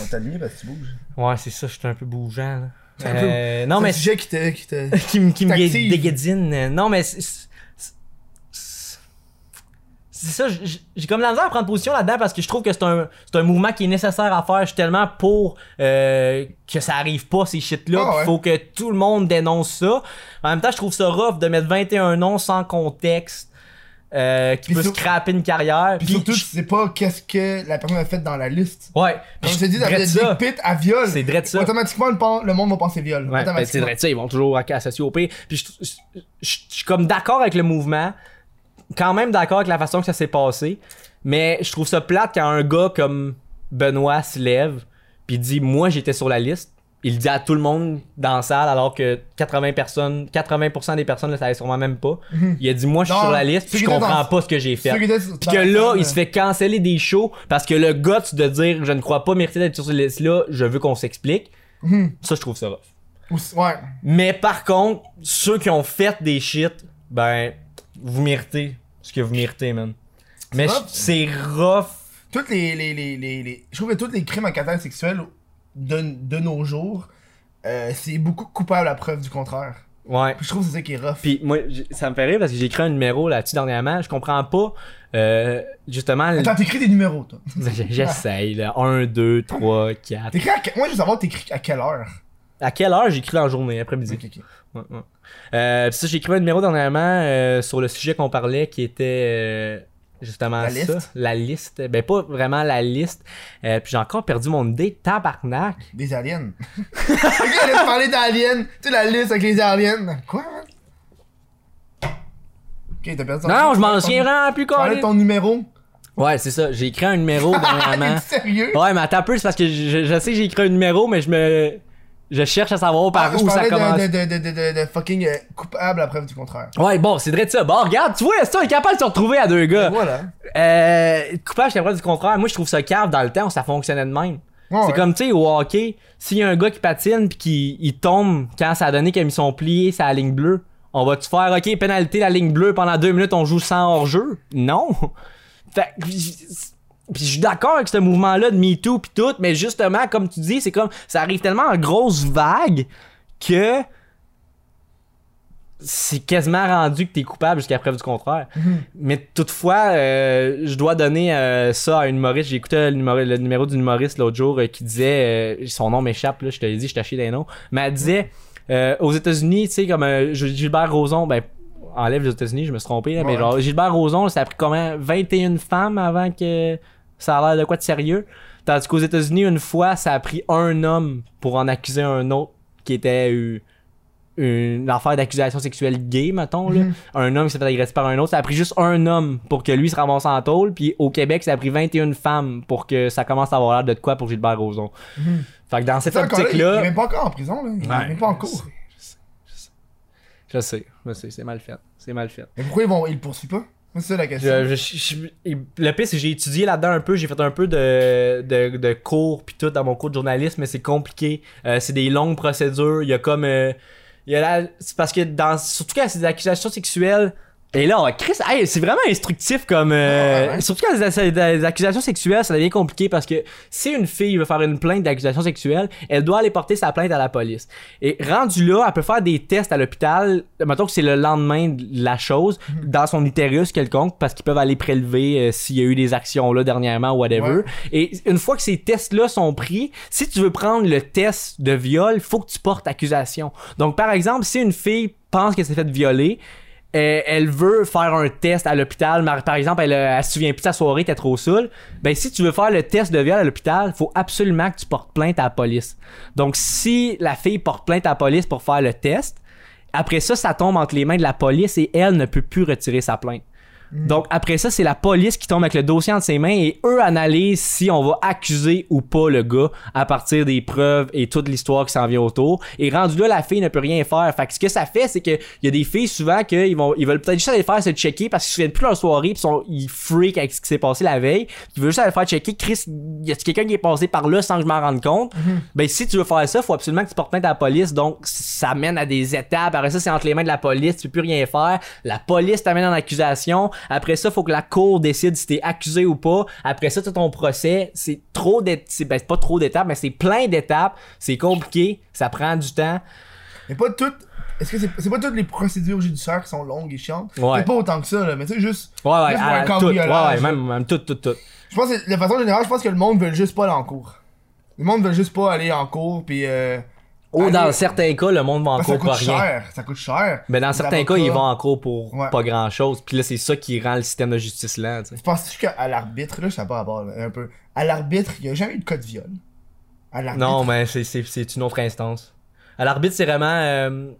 Speaker 1: On t'a mis parce que tu bouges.
Speaker 2: Ouais, c'est ça, je suis un peu bougeant, là.
Speaker 1: un peu-
Speaker 2: Euh, non,
Speaker 1: C'est
Speaker 2: mais
Speaker 1: un sujet qui te... Qui te...
Speaker 2: qui, me- qui me euh,
Speaker 1: T'actives.
Speaker 2: déguédine. Non, mais c'est- c'est- c'est- c'est ça, j- j- j'ai comme la misère à prendre position là-dedans parce que je trouve que c'est un, c'est un mouvement qui est nécessaire à faire. Je suis tellement pour euh, que ça arrive pas, ces shit-là.
Speaker 1: Ah ouais.
Speaker 2: Il faut que tout le monde dénonce ça. En même temps, je trouve ça rough de mettre 21 noms sans contexte euh, qui
Speaker 1: Puis
Speaker 2: peut
Speaker 1: sur-
Speaker 2: scraper une carrière.
Speaker 1: Puis
Speaker 2: Puis
Speaker 1: surtout,
Speaker 2: je-
Speaker 1: tu sais pas qu'est-ce que la personne a fait dans la liste.
Speaker 2: Ouais.
Speaker 1: Comme
Speaker 2: Puis
Speaker 1: je t'ai dit,
Speaker 2: drette
Speaker 1: t'avais
Speaker 2: ça.
Speaker 1: Dick Pitt à viol.
Speaker 2: C'est drette ça.
Speaker 1: Automatiquement, le, pan- le monde va penser viol.
Speaker 2: Ouais, ben, c'est
Speaker 1: Automatiquement.
Speaker 2: vrai, tu sais, ils vont toujours acc- associer au pire. Puis je, je- je- je suis comme d'accord avec le mouvement, quand même d'accord avec la façon que ça s'est passé, mais je trouve ça plate quand un gars comme Benoît se lève puis dit moi j'étais sur la liste. Il dit à tout le monde dans la salle alors que 80 personnes, 80% des personnes ne savaient sûrement même pas. Il a dit moi je suis
Speaker 1: Mhm. Non,
Speaker 2: sur la liste, puis
Speaker 1: ceux
Speaker 2: je
Speaker 1: qui étaient
Speaker 2: comprends
Speaker 1: dans-
Speaker 2: pas ce que j'ai fait.
Speaker 1: Ceux qui étaient sur-
Speaker 2: Puis que
Speaker 1: dans-
Speaker 2: là,
Speaker 1: dans-
Speaker 2: il se fait canceller des shows parce que le guts de dire je ne crois pas mériter d'être sur cette liste-là, je veux qu'on s'explique.
Speaker 1: Mhm.
Speaker 2: Ça, je trouve ça rough.
Speaker 1: Ou- Ouais.
Speaker 2: Mais par contre, ceux qui ont fait des shit, ben, vous méritez ce que vous méritez, man. Mais
Speaker 1: rough.
Speaker 2: je- c'est rough.
Speaker 1: toutes les, les, les, les, les- je trouve que tous les crimes à caractère sexuel de, de nos jours, euh, c'est beaucoup coupable à preuve du contraire.
Speaker 2: Ouais.
Speaker 1: Puis je trouve que c'est ça qui est rough.
Speaker 2: Puis moi, j- ça me fait rire parce que j'ai écrit un numéro là-dessus dernièrement. Je comprends pas, euh, justement, le-
Speaker 1: Attends, t'écris des numéros, toi.
Speaker 2: j'essaye, là. 1, 2, 3, 4.
Speaker 1: T'écris à que- Moi, je veux savoir, t'écris à quelle heure.
Speaker 2: À quelle heure j'écris en journée, après-midi?
Speaker 1: Ok, ok.
Speaker 2: Ouais, ouais. Euh, pis ça, j'écrivais un numéro dernièrement euh, sur le sujet qu'on parlait qui était euh, justement
Speaker 1: La
Speaker 2: ça.
Speaker 1: liste.
Speaker 2: La liste. Ben, pas vraiment la liste. Euh, puis j'ai encore perdu mon idée. Tabarnak.
Speaker 1: Des aliens. Le gars, il allait te parler d'aliens. Tu sais, la liste avec les aliens. Quoi, man? Ok, t'as perdu ton-
Speaker 2: Non, je m'en
Speaker 1: ton-
Speaker 2: souviens vraiment plus,
Speaker 1: Tu parlais de
Speaker 2: quoi.
Speaker 1: ton numéro. Ah,
Speaker 2: Ouais, c'est ça. J'ai écrit un numéro dernièrement.
Speaker 1: T'es sérieux?
Speaker 2: Ouais, mais attends un peu, c'est parce que je, je sais que j'ai écrit un numéro, mais je me. Je cherche à savoir par
Speaker 1: Ah, je
Speaker 2: où ça
Speaker 1: parlais de-
Speaker 2: commence.
Speaker 1: de, de, de, de, de, de fucking euh, coupable à preuve du contraire.
Speaker 2: Ouais, bon, c'est vrai de ça. Bon, regarde, tu vois, ça, on est capable de se retrouver à deux gars.
Speaker 1: Voilà.
Speaker 2: Euh, coupage, c'est la preuve du contraire. Moi, je trouve ça cave dans le temps, ça fonctionnait de même.
Speaker 1: Ouais,
Speaker 2: C'est
Speaker 1: ouais.
Speaker 2: comme, tu sais, au hockey, s'il y a un gars qui patine puis qui il tombe quand ça a donné qu'ils sont pliés, c'est la ligne bleue. On va-tu faire, OK, pénalité, la ligne bleue, pendant deux minutes, on joue sans hors-jeu? Non! Fait que, puis je suis d'accord avec ce mouvement-là de MeToo pis tout, mais justement, comme tu dis, c'est comme, ça arrive tellement en grosse vague que c'est quasiment rendu que t'es coupable jusqu'à preuve du contraire. Mais toutefois, euh, je dois donner euh, ça à un humoriste. J'ai écouté le, numé- le numéro du humoriste l'autre jour euh, qui disait, euh, son nom m'échappe, là, je te l'ai dit, je t'achète des noms, mais elle disait, euh, aux États-Unis, tu sais, comme euh, Gil- Gilbert Rozon, ben, enlève les États-Unis, je me suis trompé, là, mais
Speaker 1: Ouais.
Speaker 2: genre, Gilbert Rozon, ça a pris combien 21 femmes avant que ça a l'air de quoi de sérieux. Tandis qu'aux États-Unis, une fois, ça a pris un homme pour en accuser un autre qui était euh, une affaire d'accusation sexuelle gay, mettons. Là.
Speaker 1: Mhm.
Speaker 2: Un homme qui s'est fait agresser par un autre. Ça a pris juste un homme pour que lui se ramasse en tôle. Puis au Québec, ça a pris 21 femmes pour que ça commence à avoir l'air de de quoi pour Gilbert Rozon. Fait que dans cette
Speaker 1: Ça, Mm-hmm. encore là, Il est
Speaker 2: optique-là.
Speaker 1: même pas encore en prison, là. Il est
Speaker 2: Ouais.
Speaker 1: même pas en cours.
Speaker 2: Je sais, je sais, c'est mal fait. C'est mal fait.
Speaker 1: Mais pourquoi ils vont, ils le poursuivent pas? Moi, C'est ça la question.
Speaker 2: Je- je- je- je- le pire, c'est que j'ai étudié là-dedans un peu. J'ai fait un peu de, de, de cours puis tout dans mon cours de journalisme, mais c'est compliqué. Euh, c'est des longues procédures. Il y a comme. euh, il y a la- c'est parce que dans. Surtout quand c'est des accusations sexuelles. Et là, on- Chris, hey, c'est vraiment instructif comme. euh,
Speaker 1: Ah ouais.
Speaker 2: Surtout quand c'est des, des accusations sexuelles, ça devient compliqué parce que si une fille veut faire une plainte d'accusation sexuelle, elle doit aller porter sa plainte à la police. Et rendu là, elle peut faire des tests à l'hôpital. Mettons que c'est le lendemain de la chose, dans son utérus quelconque, parce qu'ils peuvent aller prélever euh, s'il y a eu des actions là dernièrement ou whatever.
Speaker 1: Ouais.
Speaker 2: Et une fois que ces tests-là sont pris, si tu veux prendre le test de viol, faut que tu portes accusation. Donc, par exemple, si une fille pense qu'elle s'est faite violer, euh, elle veut faire un test à l'hôpital, mar- par exemple, elle, euh, elle se souvient plus de sa soirée, t'es trop saoul. Ben, si tu veux faire le test de viol à l'hôpital, faut absolument que tu portes plainte à la police. Donc, si la fille porte plainte à la police pour faire le test, après ça, ça tombe entre les mains de la police et elle ne peut plus retirer sa plainte. Donc, après ça, c'est la police qui tombe avec le dossier entre ses mains et eux analysent si on va accuser ou pas le gars à partir des preuves et toute l'histoire qui s'en vient autour. Et rendu là, la fille ne peut rien faire. Fait que ce que ça fait, c'est que il y a des filles souvent qu'ils vont, ils veulent peut-être juste aller faire se checker parce qu'ils se souviennent plus de leur soirée pis sont, ils freak avec ce qui s'est passé la veille. Ils veulent juste aller faire checker. Chris, y a quelqu'un qui est passé par là sans que je m'en rende compte?
Speaker 1: Mhm.
Speaker 2: Ben, si tu veux faire ça, faut absolument que tu portes plainte à la police. Donc, ça mène à des étapes. Après ça, c'est entre les mains de la police. Tu peux plus rien faire. La police t'amène en accusation. Après ça, faut que la cour décide si t'es accusé ou pas. Après ça, t'as ton procès. C'est trop d'étapes. Ben, c'est pas trop d'étapes, mais c'est plein d'étapes. C'est compliqué. Ça prend du temps.
Speaker 1: Mais pas toutes. Est-ce que c'est c'est pas toutes les procédures judiciaires qui sont longues et chiantes?
Speaker 2: Ouais.
Speaker 1: C'est pas autant que ça, là, mais tu sais, juste.
Speaker 2: Ouais, ouais,
Speaker 1: juste pour
Speaker 2: à-
Speaker 1: un
Speaker 2: tout, ouais,
Speaker 1: cambriolage.
Speaker 2: ouais, même, même tout, tout, tout.
Speaker 1: Je pense que, de façon générale, je pense que le monde veut juste pas aller en cours. Le monde veut juste pas aller en cours, puis euh,
Speaker 2: Ou
Speaker 1: Allez.
Speaker 2: dans certains cas, le monde va en
Speaker 1: parce que ça
Speaker 2: cours
Speaker 1: coûte
Speaker 2: pour rien.
Speaker 1: cher. Ça coûte cher.
Speaker 2: Mais dans
Speaker 1: Les
Speaker 2: certains
Speaker 1: avocats-
Speaker 2: cas, ils vont en cours pour
Speaker 1: Ouais.
Speaker 2: pas grand chose. Puis là, c'est ça qui rend le système de justice lent. tu sais.
Speaker 1: Tu penses-tu qu'à l'arbitre, là, je sais pas à bord, là, un peu. À l'arbitre, il y a jamais eu de cas de viol. À l'arbitre.
Speaker 2: Non, mais c'est- c'est c'est une autre instance. À l'arbitre, c'est vraiment. euh,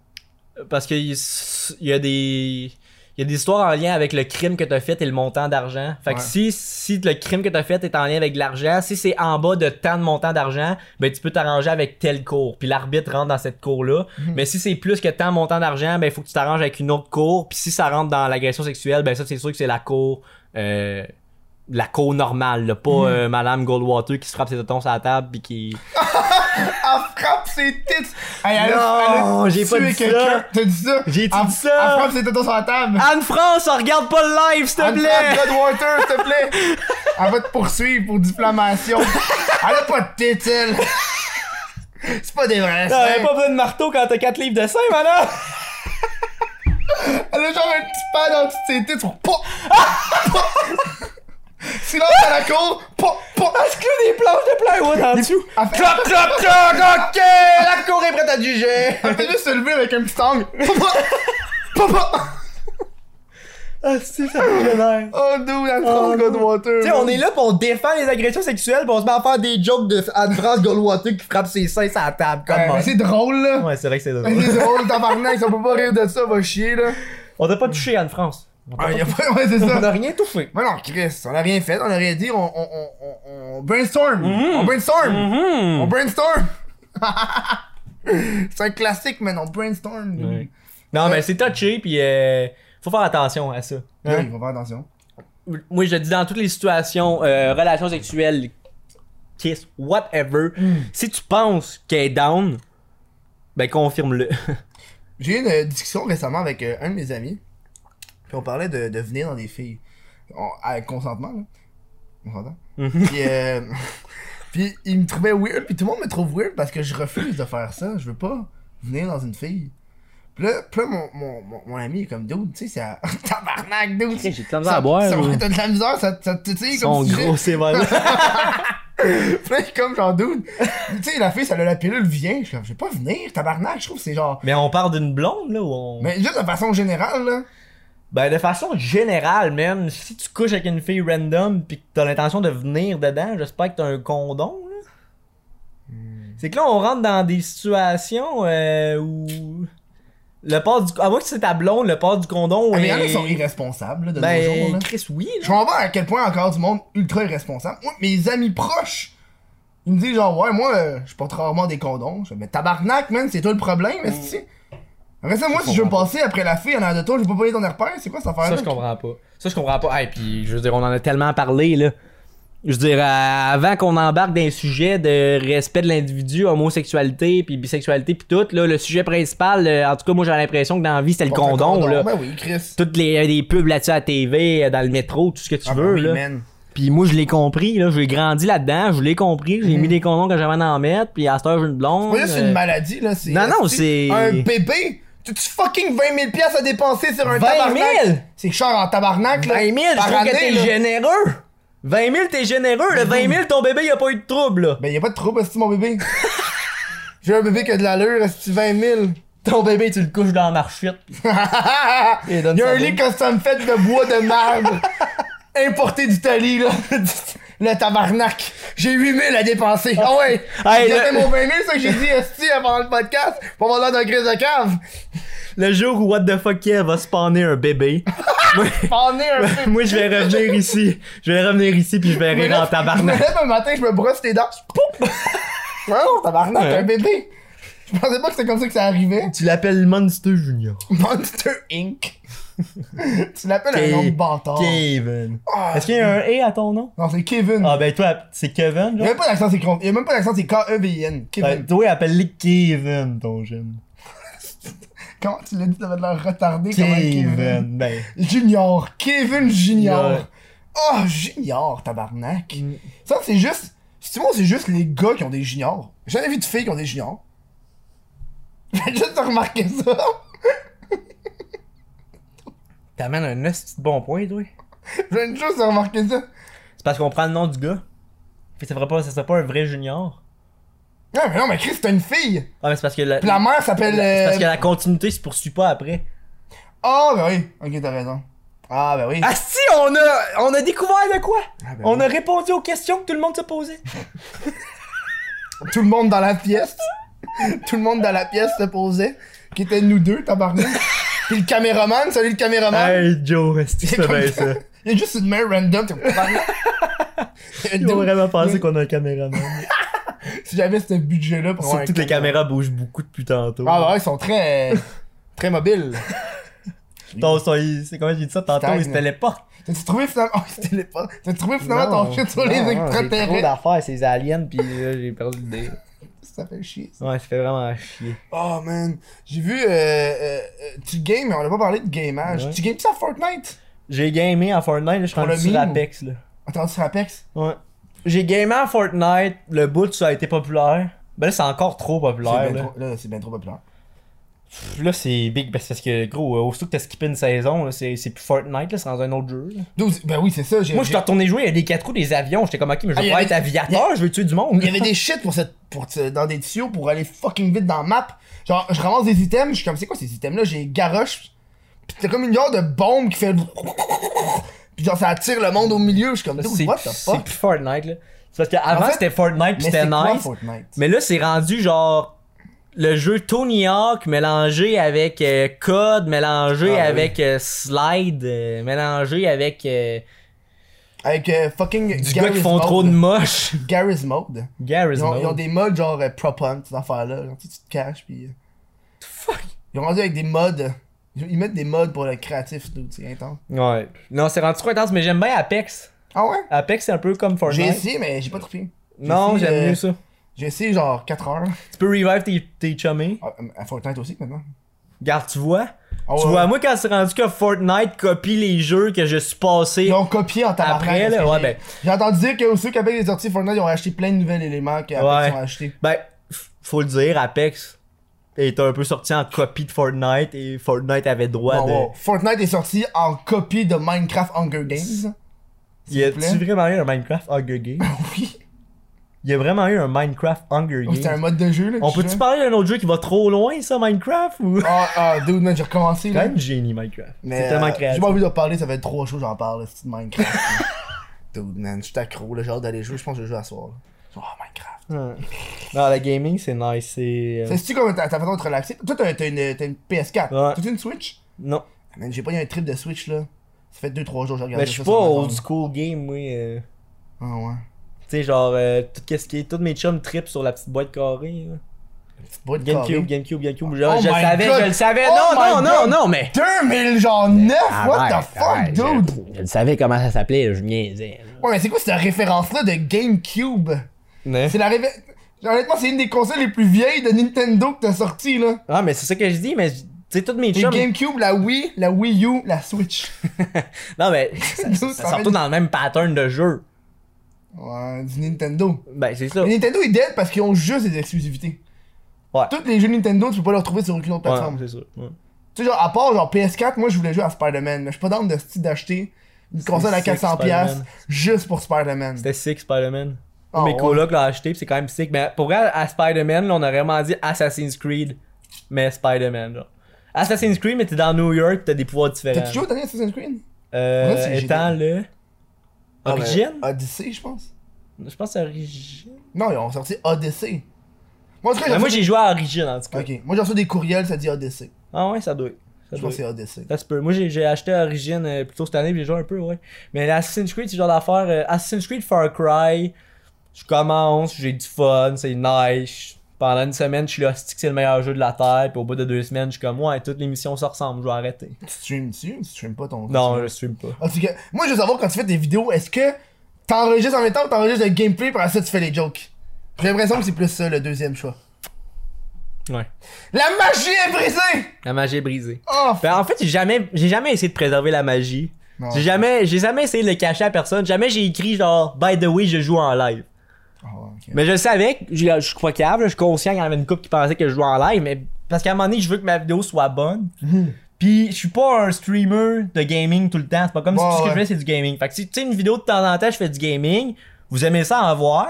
Speaker 2: parce qu'il il y a des. Il y a des histoires en lien avec le crime que t'as fait et le montant d'argent. Fait que
Speaker 1: Ouais.
Speaker 2: si, si le crime que t'as fait est en lien avec de l'argent, si c'est en bas de tant de montant d'argent, ben tu peux t'arranger avec telle cour. Puis l'arbitre rentre dans cette cour-là.
Speaker 1: Mhm.
Speaker 2: Mais si c'est plus que tant de montant d'argent, ben il faut que tu t'arranges avec une autre cour. Puis si ça rentre dans l'agression sexuelle, ben ça c'est sûr que c'est la cour euh, la cour normale, là,
Speaker 1: Mhm.
Speaker 2: pas euh, Madame Goldwater qui se frappe ses tétons sur la table puis qui.
Speaker 1: Elle frappe ses tits! Elle, elle- elle
Speaker 2: Non,
Speaker 1: a
Speaker 2: j'ai pas
Speaker 1: tué
Speaker 2: dit ça.
Speaker 1: quelqu'un. T'as dit ça?
Speaker 2: J'ai dit
Speaker 1: Elle-
Speaker 2: ça.
Speaker 1: Elle frappe ses tétons sur la table!
Speaker 2: Anne-France, regarde pas le live, s'il te
Speaker 1: Elle
Speaker 2: plaît!
Speaker 1: frappe Goldwater, s'il te plaît! Elle va te poursuivre pour diffamation. elle a pas de tits, elle! C'est pas des vrais seins.
Speaker 2: besoin de marteau quand t'as 4 livres de sein, madame!
Speaker 1: Elle a genre un petit pad en dessous de ses tits pour pop! Silence à la cour! Pop! Pop!
Speaker 2: Parce que des planches de plywood en dessous!
Speaker 1: Elle fait-
Speaker 2: Cloc, cloc, cloc! Ok! La cour est prête à juger!
Speaker 1: Elle fait juste se lever avec un petit angle. Papa! Papa!
Speaker 2: Ah, c'est ça, Tu
Speaker 1: Oh, dude, elle prend
Speaker 2: Oh,
Speaker 1: le Godwater.
Speaker 2: sais, on est là pour on défend les agressions sexuelles, pis on se met à faire des jokes de Anne-France Goldwater qui frappe ses seins sur la table, comme
Speaker 1: Ouais, mais c'est drôle, là.
Speaker 2: Ouais, c'est vrai que c'est drôle.
Speaker 1: C'est drôle, tabarnak, ça peut pas rire de ça, va chier, là.
Speaker 2: On t'a pas touché, Anne-France. On t'a
Speaker 1: Ah,
Speaker 2: pas
Speaker 1: y a pas, ouais, c'est
Speaker 2: touché. On
Speaker 1: ça.
Speaker 2: a rien tout fait.
Speaker 1: Mais non, Chris, on a rien fait, on a rien dit, on, on, on, on, on brainstorm. On brainstorm. On
Speaker 2: Mm-hmm.
Speaker 1: brainstorm. c'est un classique, man, on brainstorm.
Speaker 2: Ouais. Non, mais c'est touché, puis euh, faut faire attention à ça.
Speaker 1: Là,
Speaker 2: Hein?
Speaker 1: il faut faire attention.
Speaker 2: Moi, je dis dans toutes les situations, euh, relations sexuelles, kiss, whatever,
Speaker 1: Hmm.
Speaker 2: si tu penses qu'elle est down, ben confirme-le.
Speaker 1: J'ai eu une euh, discussion récemment avec euh, un de mes amis. Puis on parlait de, de venir dans des filles. On- avec consentement, là. On s'entend?
Speaker 2: Mhm.
Speaker 1: Puis, euh, puis il me trouvait weird. Puis tout le monde me trouve weird parce que je refuse de faire ça. Je veux pas venir dans une fille. Puis là, puis là, mon, mon, mon, mon ami est comme dude, tu sais, c'est à... tabarnak, dude.
Speaker 2: J'ai de la misère
Speaker 1: Ça,
Speaker 2: à boire.
Speaker 1: ça-
Speaker 2: moi.
Speaker 1: T'as de la misère, ça, ça te titille
Speaker 2: Ils sont
Speaker 1: comme sujet.
Speaker 2: gros, c'est vrai.
Speaker 1: Puis là, je suis comme genre dude. tu sais, la fille, ça a la pilule, vient. Je suis comme, je vais pas venir, tabarnak. Je trouve que c'est genre.
Speaker 2: Mais on parle d'une blonde, là, ou on...
Speaker 1: Mais juste de façon générale, là.
Speaker 2: Ben, de façon générale, même, si tu couches avec une fille random pis que t'as l'intention de venir dedans, j'espère que t'as un condom, là.
Speaker 1: Hmm.
Speaker 2: C'est que là, on rentre dans des situations euh, où. Le port du. À moins que c'est ta blonde, le port du condom.
Speaker 1: Ah, mais
Speaker 2: est-
Speaker 1: il y en a qui sont irresponsables, là, de nos jours,
Speaker 2: Ben,
Speaker 1: là.
Speaker 2: Chris, oui,
Speaker 1: Je
Speaker 2: là.
Speaker 1: comprends pas à quel point encore du monde ultra irresponsable. Moi, mes amis proches, ils me disent genre, ouais, moi, euh, je porte rarement des condoms. Je fais, mais tabarnak, man, c'est toi le problème, est-ce que Après ça, moi, si je veux passer après la fille en arrière de toi, je vais pas payer ton repère, c'est quoi cette affaire-là?
Speaker 2: Ça, je comprends pas. Ça, je comprends pas. Hey, puis, je veux dire, on en a tellement parlé, là. Je veux dire, euh, avant qu'on embarque dans un sujet de respect de l'individu, homosexualité, puis bisexualité, puis tout, là, le sujet principal, euh, en tout cas, moi, j'ai l'impression que dans la vie, c'était le
Speaker 1: Porte un
Speaker 2: condom, là.
Speaker 1: Ben oui, Chris.
Speaker 2: toutes les, euh, les pubs là-dessus à la TV, euh, dans le métro, tout ce que tu
Speaker 1: Ah, ben
Speaker 2: veux.
Speaker 1: oui,
Speaker 2: là.
Speaker 1: man.
Speaker 2: Puis moi, je l'ai compris, là, j'ai grandi là-dedans, je l'ai compris, j'ai mis des condoms quand j'avais envie d'en mettre, puis à cette heure, j'ai une blonde.
Speaker 1: Moi, là, Mhm. c'est
Speaker 2: euh,
Speaker 1: une maladie, là. c'est-
Speaker 2: Non, non, c'est-
Speaker 1: Un bébé! Tu tu fucking 20 000 piastres à dépenser sur un
Speaker 2: 20 000?
Speaker 1: tabarnak! C'est cher en tabarnak, là.
Speaker 2: 20 000, je
Speaker 1: Par
Speaker 2: trouve que
Speaker 1: année,
Speaker 2: t'es
Speaker 1: là.
Speaker 2: généreux. 20 000, t'es généreux. Le 20 000, ton bébé, il a pas eu de trouble. Là.
Speaker 1: Ben, y a pas de trouble, c'est mon bébé. J'ai un bébé qui a de l'allure, c'est 20 000.
Speaker 2: Ton bébé, tu le couches dans la marchette. Et Ah, donne
Speaker 1: y a
Speaker 2: ça
Speaker 1: un
Speaker 2: bon.
Speaker 1: lit custom fait de bois de marbre, importé d'Italie, là. Le tabarnak. J'ai 8 000 à dépenser. Ah ouais!
Speaker 2: Hey,
Speaker 1: C'était
Speaker 2: le-
Speaker 1: mon 20 000, ça que j'ai dit, esti, avant le podcast, pour avoir l'air d'un gris de cave.
Speaker 2: Le jour où What the fuck Kev va spawner un bébé,
Speaker 1: Pannez un peu.
Speaker 2: moi, je vais revenir ici. Je vais revenir ici, puis je vais
Speaker 1: Mais
Speaker 2: rire
Speaker 1: là,
Speaker 2: en
Speaker 1: Je
Speaker 2: tabarnak.
Speaker 1: me lève un matin, je me brosse les dents. Poup! Non, tabarnak,
Speaker 2: Ouais.
Speaker 1: t'es un bébé. Je pensais pas que c'était comme ça que ça arrivait.
Speaker 2: Tu l'appelles Monster Junior.
Speaker 1: Monster Inc. tu l'appelles un nom de bâtard.
Speaker 2: Oh. Kevin.
Speaker 1: Ah,
Speaker 2: Est-ce qu'il y a un E à ton nom?
Speaker 1: Non, c'est Kevin.
Speaker 2: Ah ben toi, c'est Kevin,
Speaker 1: Il y a
Speaker 2: là?
Speaker 1: même pas d'accent, c'est con- il y a même pas d'accent, c'est E K-E-V-I-N.
Speaker 2: Ben,
Speaker 1: Kevin.
Speaker 2: toi, appelle-le Kevin, ton jeune.
Speaker 1: Comment tu l'as dit, t'avais de l'air retardé comme un Kevin.
Speaker 2: Kevin, ben...
Speaker 1: Junior. Kevin
Speaker 2: Ouais. Mm.
Speaker 1: Junior. Oh, Junior, tabarnak. Ça, c'est juste. Si tu vois, c'est juste les gars qui ont des juniors. J'ai jamais vu de filles qui ont des juniors. J'ai juste remarqué ça.
Speaker 2: T'amènes un esti de bon point, toi.
Speaker 1: J'ai juste remarqué ça.
Speaker 2: C'est parce qu'on prend le nom du gars. Fait que ça ferait pas, ça serait pas un vrai junior.
Speaker 1: Non, mais non, mais Chris, c'est une fille.
Speaker 2: Ah, mais c'est parce que la,
Speaker 1: Puis la mère s'appelle.
Speaker 2: c'est parce que
Speaker 1: euh,
Speaker 2: la continuité se poursuit pas après.
Speaker 1: Ah, ben oui. Ok, t'as raison. Ah, ben oui.
Speaker 2: Ah si, on a, on a découvert de quoi
Speaker 1: ben
Speaker 2: On
Speaker 1: oui.
Speaker 2: a répondu aux questions que tout le monde se posait.
Speaker 1: Tout le monde dans la pièce. Tout le monde dans la pièce se posait. Qui était nous deux, tabarnak. Puis le caméraman, salut le caméraman.
Speaker 2: Joe, restez
Speaker 1: C'est comme ça. Il y a juste une main random. t'es comme, tabarnak. Il y a
Speaker 2: Ils ont
Speaker 1: deux-
Speaker 2: vraiment pensé qu'on a un caméraman.
Speaker 1: Si j'avais ce budget-là pour avoir un
Speaker 2: Surtout que les
Speaker 1: caméra-
Speaker 2: caméras bougent beaucoup depuis tantôt.
Speaker 1: Ah, bah ouais, ils sont très. très mobiles.
Speaker 2: Ton son, il- c'est comment j'ai dit ça tantôt,
Speaker 1: Stagne.
Speaker 2: il se téléporte.
Speaker 1: T'as-tu trouvé finalement. Oh, c'était les pas. T'as-tu trouvé finalement ton shit sur les
Speaker 2: trop
Speaker 1: extraterrestres?
Speaker 2: d'affaires, c'est les aliens, pis là, j'ai perdu l'idée.
Speaker 1: Ça fait chier. ça.
Speaker 2: Ouais, ça fait vraiment chier.
Speaker 1: Oh man, j'ai vu. euh, euh, euh, tu games, mais on a pas parlé de gamage.
Speaker 2: Ouais.
Speaker 1: Tu games ça à Fortnite?
Speaker 2: J'ai gamé à Fortnite, là, je suis
Speaker 1: Pour
Speaker 2: rendu
Speaker 1: le
Speaker 2: sur
Speaker 1: meme?
Speaker 2: Apex, là.
Speaker 1: Attends, sur Apex?
Speaker 2: Ouais. J'ai gamé à Fortnite, le bout, ça a été populaire. Ben là, c'est encore trop
Speaker 1: C'est
Speaker 2: populaire,
Speaker 1: bien
Speaker 2: là.
Speaker 1: trop- Là, c'est bien trop populaire.
Speaker 2: Pff, Là, c'est big, ben, c'est parce que, gros, euh, aussitôt que t'as skippé une saison, là, c'est c'est plus Fortnite, là, c'est dans un autre jeu, là.
Speaker 1: D'où- Ben oui, c'est ça. j'ai-
Speaker 2: Moi, je suis
Speaker 1: j'ai-
Speaker 2: retourné jouer, il y a des 4 roues, des avions. J'étais comme, ok, mais je
Speaker 1: Ah, il
Speaker 2: veux
Speaker 1: y
Speaker 2: pas
Speaker 1: avait-
Speaker 2: être aviateur, je veux tuer du monde.
Speaker 1: Il y avait des shit pour cette, pour, ce- dans des tuyaux pour aller fucking vite dans la map. Genre, je ramasse des items, je suis comme, c'est quoi ces items-là? J'ai garoche. Pis t'as comme une genre de bombe qui fait. Pis genre, ça attire le monde au milieu. Je suis comme,
Speaker 2: Là,
Speaker 1: dude,
Speaker 2: c'est
Speaker 1: what the
Speaker 2: c'est
Speaker 1: fuck?
Speaker 2: plus Fortnite, là. C'est parce qu'avant,
Speaker 1: En fait,
Speaker 2: c'était Fortnite, puis
Speaker 1: Mais
Speaker 2: c'était
Speaker 1: c'est quoi
Speaker 2: nice.
Speaker 1: Fortnite?
Speaker 2: Mais là, c'est rendu genre le jeu Tony Hawk mélangé avec euh, Code, mélangé
Speaker 1: Ah,
Speaker 2: avec euh, Slide, euh, mélangé avec euh,
Speaker 1: Avec euh, fucking.
Speaker 2: du gars qui font trop de moches.
Speaker 1: Garry's Mode.
Speaker 2: Garry's
Speaker 1: Ils ont, ils ont
Speaker 2: Mode.
Speaker 1: des modes genre euh, prop hunt, ces affaires-là. Genre, tu sais, tu te caches, pis. euh,
Speaker 2: Fuck.
Speaker 1: Ils ont rendu avec des modes. Ils mettent des modes pour le créatif, tout, c'est intense.
Speaker 2: Ouais. Non, c'est rendu trop intense, mais j'aime bien Apex.
Speaker 1: Ah ouais?
Speaker 2: Apex, c'est un peu comme
Speaker 1: J'ai
Speaker 2: Fortnite.
Speaker 1: essayé, mais j'ai pas trippé. j'ai
Speaker 2: Non,
Speaker 1: essayé,
Speaker 2: j'aime
Speaker 1: euh,
Speaker 2: mieux ça.
Speaker 1: J'ai essayé genre 4 heures.
Speaker 2: Tu peux revive tes, tes chummés.
Speaker 1: Ah, À Fortnite aussi, maintenant.
Speaker 2: Garde, tu vois.
Speaker 1: Ah
Speaker 2: Tu
Speaker 1: ouais,
Speaker 2: vois,
Speaker 1: ouais.
Speaker 2: moi, quand c'est rendu que Fortnite copie les jeux que je suis passé.
Speaker 1: Ils ont copié en tabarnak.
Speaker 2: Après,
Speaker 1: parce
Speaker 2: là,
Speaker 1: que
Speaker 2: ouais,
Speaker 1: j'ai-
Speaker 2: ben-
Speaker 1: J'ai entendu dire que ceux qui avaient les sorties Fortnite, ils ont acheté plein de nouveaux éléments qu'ils
Speaker 2: Ouais.
Speaker 1: ont achetés.
Speaker 2: Ben, f- faut le dire, Apex est un peu sorti en copie de Fortnite et Fortnite avait droit
Speaker 1: Bon,
Speaker 2: de.
Speaker 1: bon, Fortnite est sorti en copie de Minecraft Hunger Games.
Speaker 2: Y
Speaker 1: vous plaît.
Speaker 2: a-tu vraiment eu un Minecraft Hunger Games?
Speaker 1: oui.
Speaker 2: Y a vraiment eu un Minecraft Hunger
Speaker 1: Oh, C'était un
Speaker 2: Games?
Speaker 1: mode de jeu, là.
Speaker 2: On
Speaker 1: tu
Speaker 2: peut-tu
Speaker 1: jouais.
Speaker 2: parler d'un autre jeu qui va trop loin, ça, Minecraft? Ou. C'est
Speaker 1: Ah, ah, dude, man, j'ai recommencé,
Speaker 2: quand
Speaker 1: là.
Speaker 2: même génie, Minecraft.
Speaker 1: Mais,
Speaker 2: C'est tellement
Speaker 1: euh, J'ai
Speaker 2: créatif.
Speaker 1: pas envie de parler, ça fait trois jours que j'en parle, c'est de Minecraft. là. dude, man, je suis accro, là, j'ai hâte d'aller jouer, je pense que je vais jouer à soir. là. Oh, Minecraft.
Speaker 2: Ouais. Non, le gaming, c'est nice. C'est. euh,
Speaker 1: C'est-tu comme ta ta façon de te relaxer? Toi, t'as t'as une, t'as une PS4.
Speaker 2: Ouais.
Speaker 1: T'as une Switch? Ah,
Speaker 2: Non.
Speaker 1: Man, j'ai pas eu un trip de Switch, là. Ça fait 2-3 jours que j'ai regardé
Speaker 2: Mais
Speaker 1: ça
Speaker 2: je suis
Speaker 1: sur
Speaker 2: pas
Speaker 1: Amazon.
Speaker 2: old school game, moi. euh.
Speaker 1: Ah ouais.
Speaker 2: Tu sais, genre, euh, tout qu'est-ce qui est. Toutes mes chums tripent sur la petite boîte carrée. là.
Speaker 1: Petite boîte
Speaker 2: GameCube,
Speaker 1: carrée.
Speaker 2: GameCube, GameCube. Je,
Speaker 1: Oh
Speaker 2: je le
Speaker 1: my
Speaker 2: savais,
Speaker 1: God.
Speaker 2: je le savais.
Speaker 1: Oh
Speaker 2: non,
Speaker 1: my
Speaker 2: non,
Speaker 1: God.
Speaker 2: non, non, mais.
Speaker 1: 2009, what the
Speaker 2: Arrête,
Speaker 1: fuck,
Speaker 2: arrête,
Speaker 1: dude?
Speaker 2: Je, je le savais comment ça s'appelait, je niaisais.
Speaker 1: Ouais, mais c'est quoi cette référence-là de GameCube?
Speaker 2: Mais...
Speaker 1: C'est la référence. Honnêtement, c'est une des consoles les plus vieilles de Nintendo que t'as sorti, là.
Speaker 2: Ah, mais c'est ça que je dis, mais je- tu sais, toutes mes
Speaker 1: Les
Speaker 2: chums.
Speaker 1: GameCube, la Wii, la Wii U, la Switch.
Speaker 2: Non, mais ça, ça, ça sort tout dans le même pattern de jeu.
Speaker 1: Ouais, du Nintendo.
Speaker 2: Ben, c'est ça.
Speaker 1: Mais Nintendo est dead parce qu'ils ont juste des exclusivités.
Speaker 2: Ouais.
Speaker 1: Tous les jeux Nintendo, tu peux pas les retrouver sur aucune autre plateforme.
Speaker 2: Ouais, c'est ça. ouais.
Speaker 1: Tu sais, genre, à part genre PS4, moi je voulais jouer à Spider-Man, mais je suis pas dans de style d'acheter une console à
Speaker 2: sick,
Speaker 1: 400$ piastres
Speaker 2: Spider-Man.
Speaker 1: juste pour Spider-man.
Speaker 2: C'était sick, Spider-Man.
Speaker 1: Ah,
Speaker 2: mes
Speaker 1: ouais.
Speaker 2: colocs l'ont acheté, pis c'est quand même sick. Mais pour vrai, à Spider-Man, là, on a vraiment dit Assassin's Creed, mais Spider-Man, genre. Assassin's Creed, mais t'es dans New York, t'as des pouvoirs différents.
Speaker 1: T'as-tu joué au dernier Assassin's Creed
Speaker 2: Euh,
Speaker 1: Ouais, c'est
Speaker 2: étant le.
Speaker 1: Ah, ben,
Speaker 2: Origine
Speaker 1: Odyssey, je pense.
Speaker 2: Je pense que c'est Origine.
Speaker 1: Non, ils ont sorti Odyssey. Moi, en tout cas, j'ai
Speaker 2: Mais moi,
Speaker 1: reçu-
Speaker 2: j'ai joué à Origine, en tout cas.
Speaker 1: Ok, moi j'ai reçu des courriels, ça dit Odyssey.
Speaker 2: Ah ouais, ça doit. être. Ça
Speaker 1: Je
Speaker 2: doit
Speaker 1: pense que
Speaker 2: être.
Speaker 1: c'est Odyssey.
Speaker 2: Ça se peut. Moi, j'ai j'ai acheté Origin euh, plus tôt cette année, puis j'ai joué un peu, ouais. Mais Assassin's Creed, c'est le genre d'affaire. euh, Assassin's Creed Far Cry, je commence, j'ai du fun, c'est nice. Pendant une semaine, je suis là, hostie que c'est le meilleur jeu de la Terre, puis au bout de deux semaines, je suis comme, ouais, toutes les missions se ressemblent, je vais arrêter.
Speaker 1: Tu streams dessus ou tu streams pas ton.
Speaker 2: Non, je stream pas.
Speaker 1: En tout cas, moi je veux savoir quand tu fais des vidéos, est-ce que t'enregistres en même temps ou t'enregistres le gameplay par ça tu fais les jokes J'ai l'impression que c'est plus ça le deuxième choix.
Speaker 2: Ouais.
Speaker 1: La magie est brisée
Speaker 2: La magie est brisée.
Speaker 1: Oh
Speaker 2: Ben, en fait, j'ai jamais, j'ai jamais essayé de préserver la magie.
Speaker 1: Non.
Speaker 2: J'ai jamais, j'ai jamais essayé de le cacher à personne. Jamais j'ai écrit genre, by the way, je joue en live.
Speaker 1: Ah ouais, ok.
Speaker 2: Mais je le savais, que je, je suis croquable, je suis conscient qu'il y en avait une couple qui pensait que je jouais en live, mais Parce qu'à un moment donné, je veux que ma vidéo soit bonne. Puis je suis pas un streamer de gaming tout le temps. C'est pas comme
Speaker 1: Ouais,
Speaker 2: si tout ce que je
Speaker 1: ouais.
Speaker 2: fais, c'est du gaming. Fait que si tu sais, une vidéo de temps en temps, je fais du gaming, vous aimez ça en voir,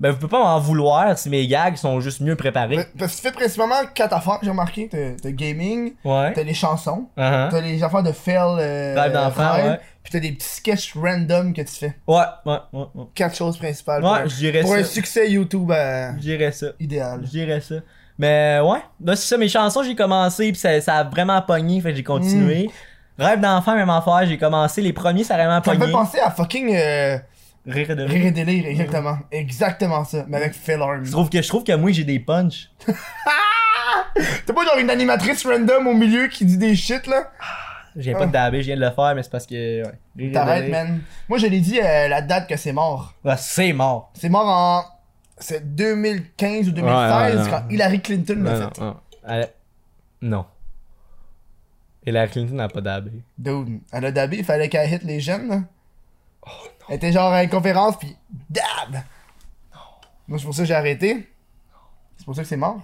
Speaker 2: ben vous pouvez pas m'en vouloir si mes gags sont juste mieux préparés.
Speaker 1: Mais- Parce que tu fais principalement quatre affaires que j'ai remarqué. T'as t'as gaming,
Speaker 2: Ouais.
Speaker 1: t'as les chansons,
Speaker 2: Uh-huh.
Speaker 1: t'as les affaires de fail, euh,
Speaker 2: Rêve d'enfant,
Speaker 1: rêve,
Speaker 2: ouais.
Speaker 1: Puis t'as des petits sketchs random que tu fais.
Speaker 2: ouais. Ouais, ouais, ouais.
Speaker 1: Quatre choses principales. pour un-
Speaker 2: Ouais, je dirais
Speaker 1: pour un
Speaker 2: ça.
Speaker 1: succès YouTube euh,
Speaker 2: Je dirais ça.
Speaker 1: idéal.
Speaker 2: Je dirais ça. Mais ouais, là c'est ça, mes chansons, j'ai commencé, puis ça, ça a vraiment pogné, fait que j'ai continué. Rêve d'enfant, même affaire, j'ai commencé, les premiers, Mm. ça a vraiment
Speaker 1: Ça me
Speaker 2: pogné.
Speaker 1: fait penser à fucking euh,
Speaker 2: Rire de
Speaker 1: Rire et délire, exactement. Exactement ça, mais avec Phil Arm.
Speaker 2: Je trouve que je trouve que moi j'ai des punchs.
Speaker 1: T'as pas genre une animatrice random au milieu qui dit des shit là
Speaker 2: J'ai pas de dabé, je viens de le faire, mais c'est parce que. Ouais. Rire et
Speaker 1: T'arrêtes,
Speaker 2: délire.
Speaker 1: man. Moi, je l'ai dit euh, la date que c'est mort.
Speaker 2: Ouais, c'est mort.
Speaker 1: C'est mort en. C'est 2015 ou 2016
Speaker 2: Ouais, ouais,
Speaker 1: quand Hillary Clinton l'a fait.
Speaker 2: non. Elle- non. Et la Clinton n'a pas dabé.
Speaker 1: Dude, elle a dabé, il fallait qu'elle hit les jeunes. Là. Elle était genre à une conférence, puis dab! Moi, c'est pour ça que j'ai arrêté. C'est pour ça que c'est mort.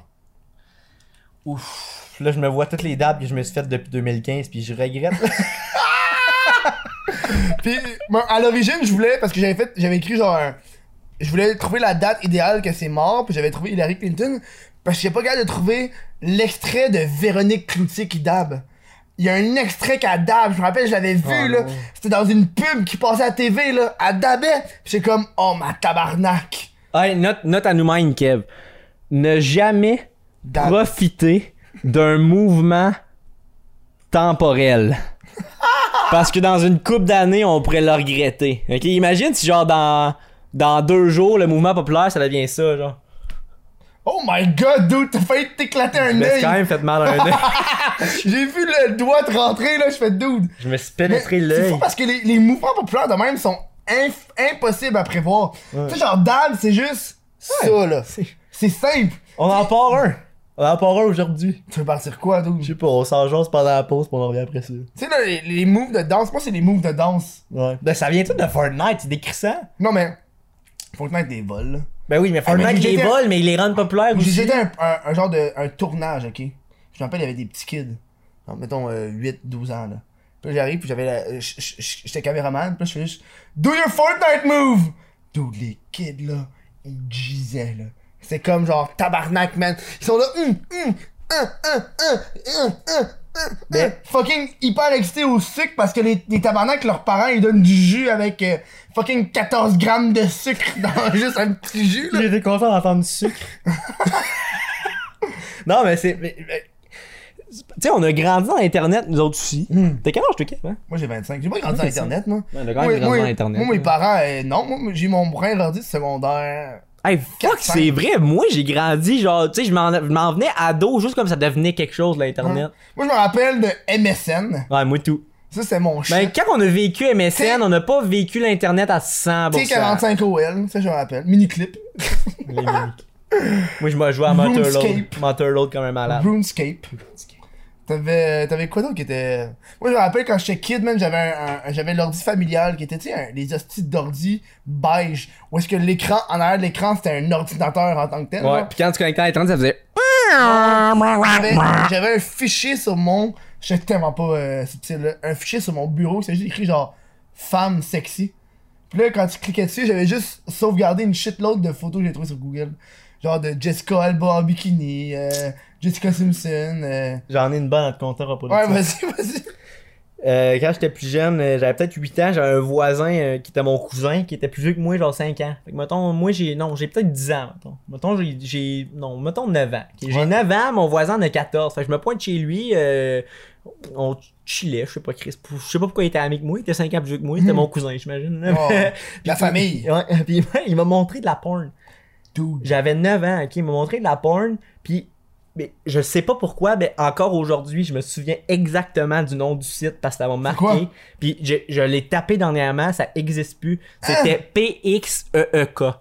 Speaker 2: Ouf. Là, je me vois toutes les dabs que je me suis faites depuis 2015, puis je regrette.
Speaker 1: Puis, moi, à l'origine, je voulais, parce que j'avais fait, j'avais écrit genre un- Je voulais trouver la date idéale que c'est mort, puis j'avais trouvé Hillary Clinton, parce que j'ai pas capable de trouver l'extrait de Véronique Cloutier qui dab. Il y a un extrait qu'elle dab, je me rappelle, je l'avais vu,
Speaker 2: Oh,
Speaker 1: là.
Speaker 2: non.
Speaker 1: C'était dans une pub qui passait à la TV, là. Elle dabait, pis j'ai comme, oh ma tabarnak.
Speaker 7: Hey, note, note à nous-mêmes, Kev. Ne jamais
Speaker 1: Dab.
Speaker 7: profiter d'un mouvement temporel. Parce que dans une coupe d'années, on pourrait le regretter. Ok, imagine si genre dans, dans deux jours, le mouvement populaire, ça devient ça, genre.
Speaker 1: Oh my god, dude, t'as failli t'éclater un
Speaker 2: Mais c'est quand
Speaker 1: œil.
Speaker 2: même fait mal à un œil.
Speaker 1: J'ai vu le doigt te rentrer, là, je fais dude.
Speaker 2: Je me suis
Speaker 1: Mais
Speaker 2: pénétré
Speaker 1: C'est
Speaker 2: l'œil.
Speaker 1: fou parce que les, les mouvements populaires de même sont inf- impossibles à prévoir. Tu sais, genre, dab, c'est juste ça, là. C'est simple.
Speaker 2: On en part un. On en part un aujourd'hui.
Speaker 1: Tu veux partir quoi, dude?
Speaker 2: Je
Speaker 1: Tu
Speaker 2: sais pas, on s'en jase pendant la pause, puis on en revient après ça.
Speaker 1: sais, là, les, les moves de danse, moi, c'est les moves de danse.
Speaker 2: Ouais. Ben, ça vient tout de Fortnite, c'est décrissant.
Speaker 1: Non, mais. Faut te mettre des vols, là.
Speaker 2: Ben oui, mais Fortnite,
Speaker 1: mais
Speaker 2: il les
Speaker 1: j'étais-
Speaker 2: vole, mais il les rend populaires
Speaker 1: J'ai
Speaker 2: aussi.
Speaker 1: j'étais un, un, un genre de. un tournage, ok? Je me rappelle, il y avait des petits kids. Genre, mettons, 8-12 ans, là. Puis là, j'arrive, puis j'avais la. j- j- j- J'étais caméraman, puis là, je fais juste. Do your Fortnite move! Dude, les kids, là, ils gisaient, là. C'est comme genre tabarnak, man. Ils sont là. Hum, hum, hum, hum, hum, hum, hum, hum, hum. Fucking hyper excités au sucre parce que les, les tabarnak, leurs parents, ils donnent du jus avec euh, fucking 14 grammes de sucre dans juste un petit jus, là.
Speaker 2: J'étais content d'entendre du sucre. non, mais c'est. mais- mais-
Speaker 7: Tu sais, on a grandi dans Internet, nous autres aussi.
Speaker 2: Hmm.
Speaker 7: T'as quel âge, toi, Kev? hein?
Speaker 1: Moi j'ai 25. J'ai pas grandi sur Internet, moi.
Speaker 7: Ouais, on a quand même grandi sur Internet,
Speaker 1: Moi, mes
Speaker 7: là.
Speaker 1: parents, euh, non, moi j'ai mon brin grandi du secondaire.
Speaker 7: Hey, fuck,
Speaker 1: Quatre, cinq.
Speaker 7: c'est vrai. Moi, j'ai grandi, genre, tu sais, je m'en je m'en venais ado, juste comme ça devenait quelque chose, l'Internet.
Speaker 2: Hmm.
Speaker 1: Moi je me rappelle de MSN.
Speaker 7: Ouais, moi tout.
Speaker 1: Ça c'est mon
Speaker 7: Ben,
Speaker 1: chien.
Speaker 7: quand on a vécu MSN, on n'a pas vécu l'Internet à 100%.
Speaker 1: T45OL, ça je me rappelle. Miniclip.
Speaker 2: Les mimiques. Moi, je m'ai joué à Motor Load.
Speaker 1: RuneScape.
Speaker 2: Motor Load comme un
Speaker 7: Ah.
Speaker 2: malade.
Speaker 1: RuneScape. T'avais, t'avais quoi d'autre qui était. Moi je me rappelle quand j'étais kid, man, j'avais un, un- j'avais l'ordi familial qui était, tu sais, un- les hosties d'ordi beige. Où est-ce que l'écran, en arrière de l'écran, c'était un ordinateur en tant que tel.
Speaker 7: Ouais,
Speaker 1: là.
Speaker 7: puis quand tu connectais à l'Internet, ça faisait.
Speaker 1: J'avais- J'avais un fichier sur mon. Je suis tellement pas euh, subtil, là. Un fichier sur mon bureau, c'est juste écrit genre femme sexy. Puis là, quand tu cliquais dessus, j'avais juste sauvegardé une shitload de photos que j'ai trouvées sur Google. Genre de Jessica Alba en bikini, euh, Jessica Simpson. euh.
Speaker 2: J'en ai une bonne à te compter à propos de
Speaker 1: Ouais,
Speaker 2: ça.
Speaker 1: vas-y, vas-y.
Speaker 2: Euh, quand j'étais plus jeune, euh, j'avais peut-être 8 ans, j'avais un voisin euh, qui était mon cousin, qui était plus vieux que moi, genre 5 ans. Fait que mettons, moi j'ai. Non, j'ai peut-être 10 ans, mettons. Mettons, j'ai- j'ai. Non, mettons 9 ans. Ok, J'ai 9 ans, mon voisin en a 14. Fait que je me pointe chez lui, euh, on chillait, je sais pas, Chris. Je sais pas pourquoi il était ami que moi, il était 5 ans plus vieux que moi, c'était mon cousin, j'imagine. là.
Speaker 1: Oh, la
Speaker 2: Puis-
Speaker 1: famille.
Speaker 2: Ouais, puis il m'a montré de la porn.
Speaker 1: Dude.
Speaker 2: J'avais 9 ans, ok, il m'a montré de la porn, puis mais je sais pas pourquoi, mais encore aujourd'hui, je me souviens exactement du nom du site parce que ça m'a
Speaker 1: quoi?
Speaker 2: marqué. Puis je, je l'ai tapé dernièrement, ça existe plus. C'était E PXEEK.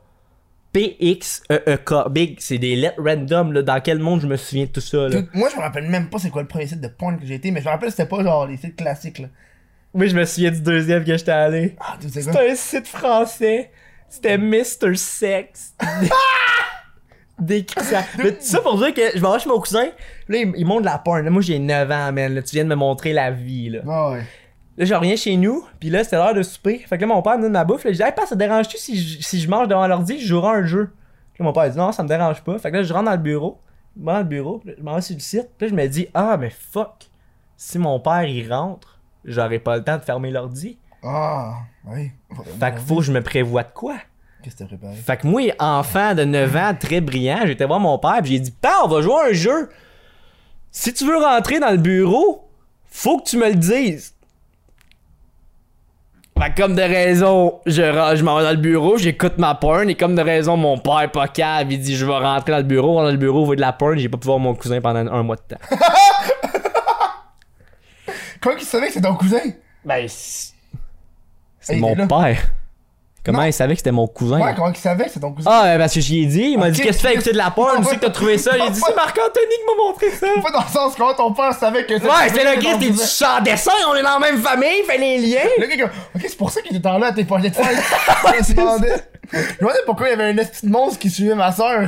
Speaker 2: PXEEK. E Big, c'est des lettres random, là. Dans quel monde je me souviens de tout ça, là?
Speaker 1: Dude, moi, je me rappelle même pas c'est quoi le premier site de porn que j'ai été, mais je me rappelle c'était pas genre les sites classiques là.
Speaker 2: Oui, je me souviens du deuxième que j'étais allé.
Speaker 1: Ah, dude, c'est quoi?
Speaker 2: C'était un site français. C'était Mr. Sex. Des... Ça... Mais tout ça pour dire que je vais aller chez mon cousin, là, il, il monte la porn. Là, moi, j'ai 9 ans, man. Là, tu viens de me montrer la vie, là.
Speaker 1: Ah ouais.
Speaker 2: Là, je reviens chez nous, puis là, c'était l'heure de souper. Fait que là, mon père me donne ma bouffe. Là, je dis, hey, père, ça te dérange-tu si, je- si je mange devant l'ordi, je jouerai à un jeu? Puis Là, mon père il dit, non, ça me dérange pas. Fait que là, je rentre dans le bureau. Je rentre dans le bureau, puis là, je m'en vais sur le site. Puis là, je me dis, ah, mais fuck, si mon père il rentre, j'aurai pas le temps de fermer l'ordi.
Speaker 1: Ah, Ben oui.
Speaker 2: Fait que faut que je me prévoie de quoi?
Speaker 1: Qu'est-ce que t'as préparé?
Speaker 2: Fait que moi, enfant de 9 ans, très brillant, j'étais voir mon père, pis j'ai dit Père, on va jouer à un jeu. Si tu veux rentrer dans le bureau, faut que tu me le dises. Fait que comme de raison, je, ra- je m'en vais dans le bureau, j'écoute ma porn, et comme de raison, mon père, pas cave, il dit Je vais rentrer dans le bureau, dans le bureau, voit de la porn, j'ai pas pu voir mon cousin pendant un mois de temps.
Speaker 1: Quoi qu'il savait que c'est ton cousin?
Speaker 2: ben, c'est
Speaker 1: Hey,
Speaker 2: c'est mon
Speaker 1: il est là.
Speaker 2: père. Comment il savait que c'était mon cousin
Speaker 1: Ouais, comment qu'il savait que c'est ton cousin?
Speaker 2: Ah, ben, parce que j'y ai dit, il m'a
Speaker 1: Ok,
Speaker 2: dit Qu'est-ce que tu fais
Speaker 1: Chris.
Speaker 2: écouter de la porn Tu sais que t'as trouvé ça J'ai dit C'est Marc-Anthony qui m'a montré ça.
Speaker 1: Pas dans le sens comment ton père savait que
Speaker 2: Ouais, c'est le
Speaker 1: ton
Speaker 2: Christ, t'es du
Speaker 1: cousin.
Speaker 2: champ dessin, on est dans la même famille, fait les liens.
Speaker 1: Le gars, comme, ok, c'est pour ça qu'il était en là à tes poignets de fer. je me demandais. Je me demandais pourquoi il y avait un petit monstre qui suivait ma soeur.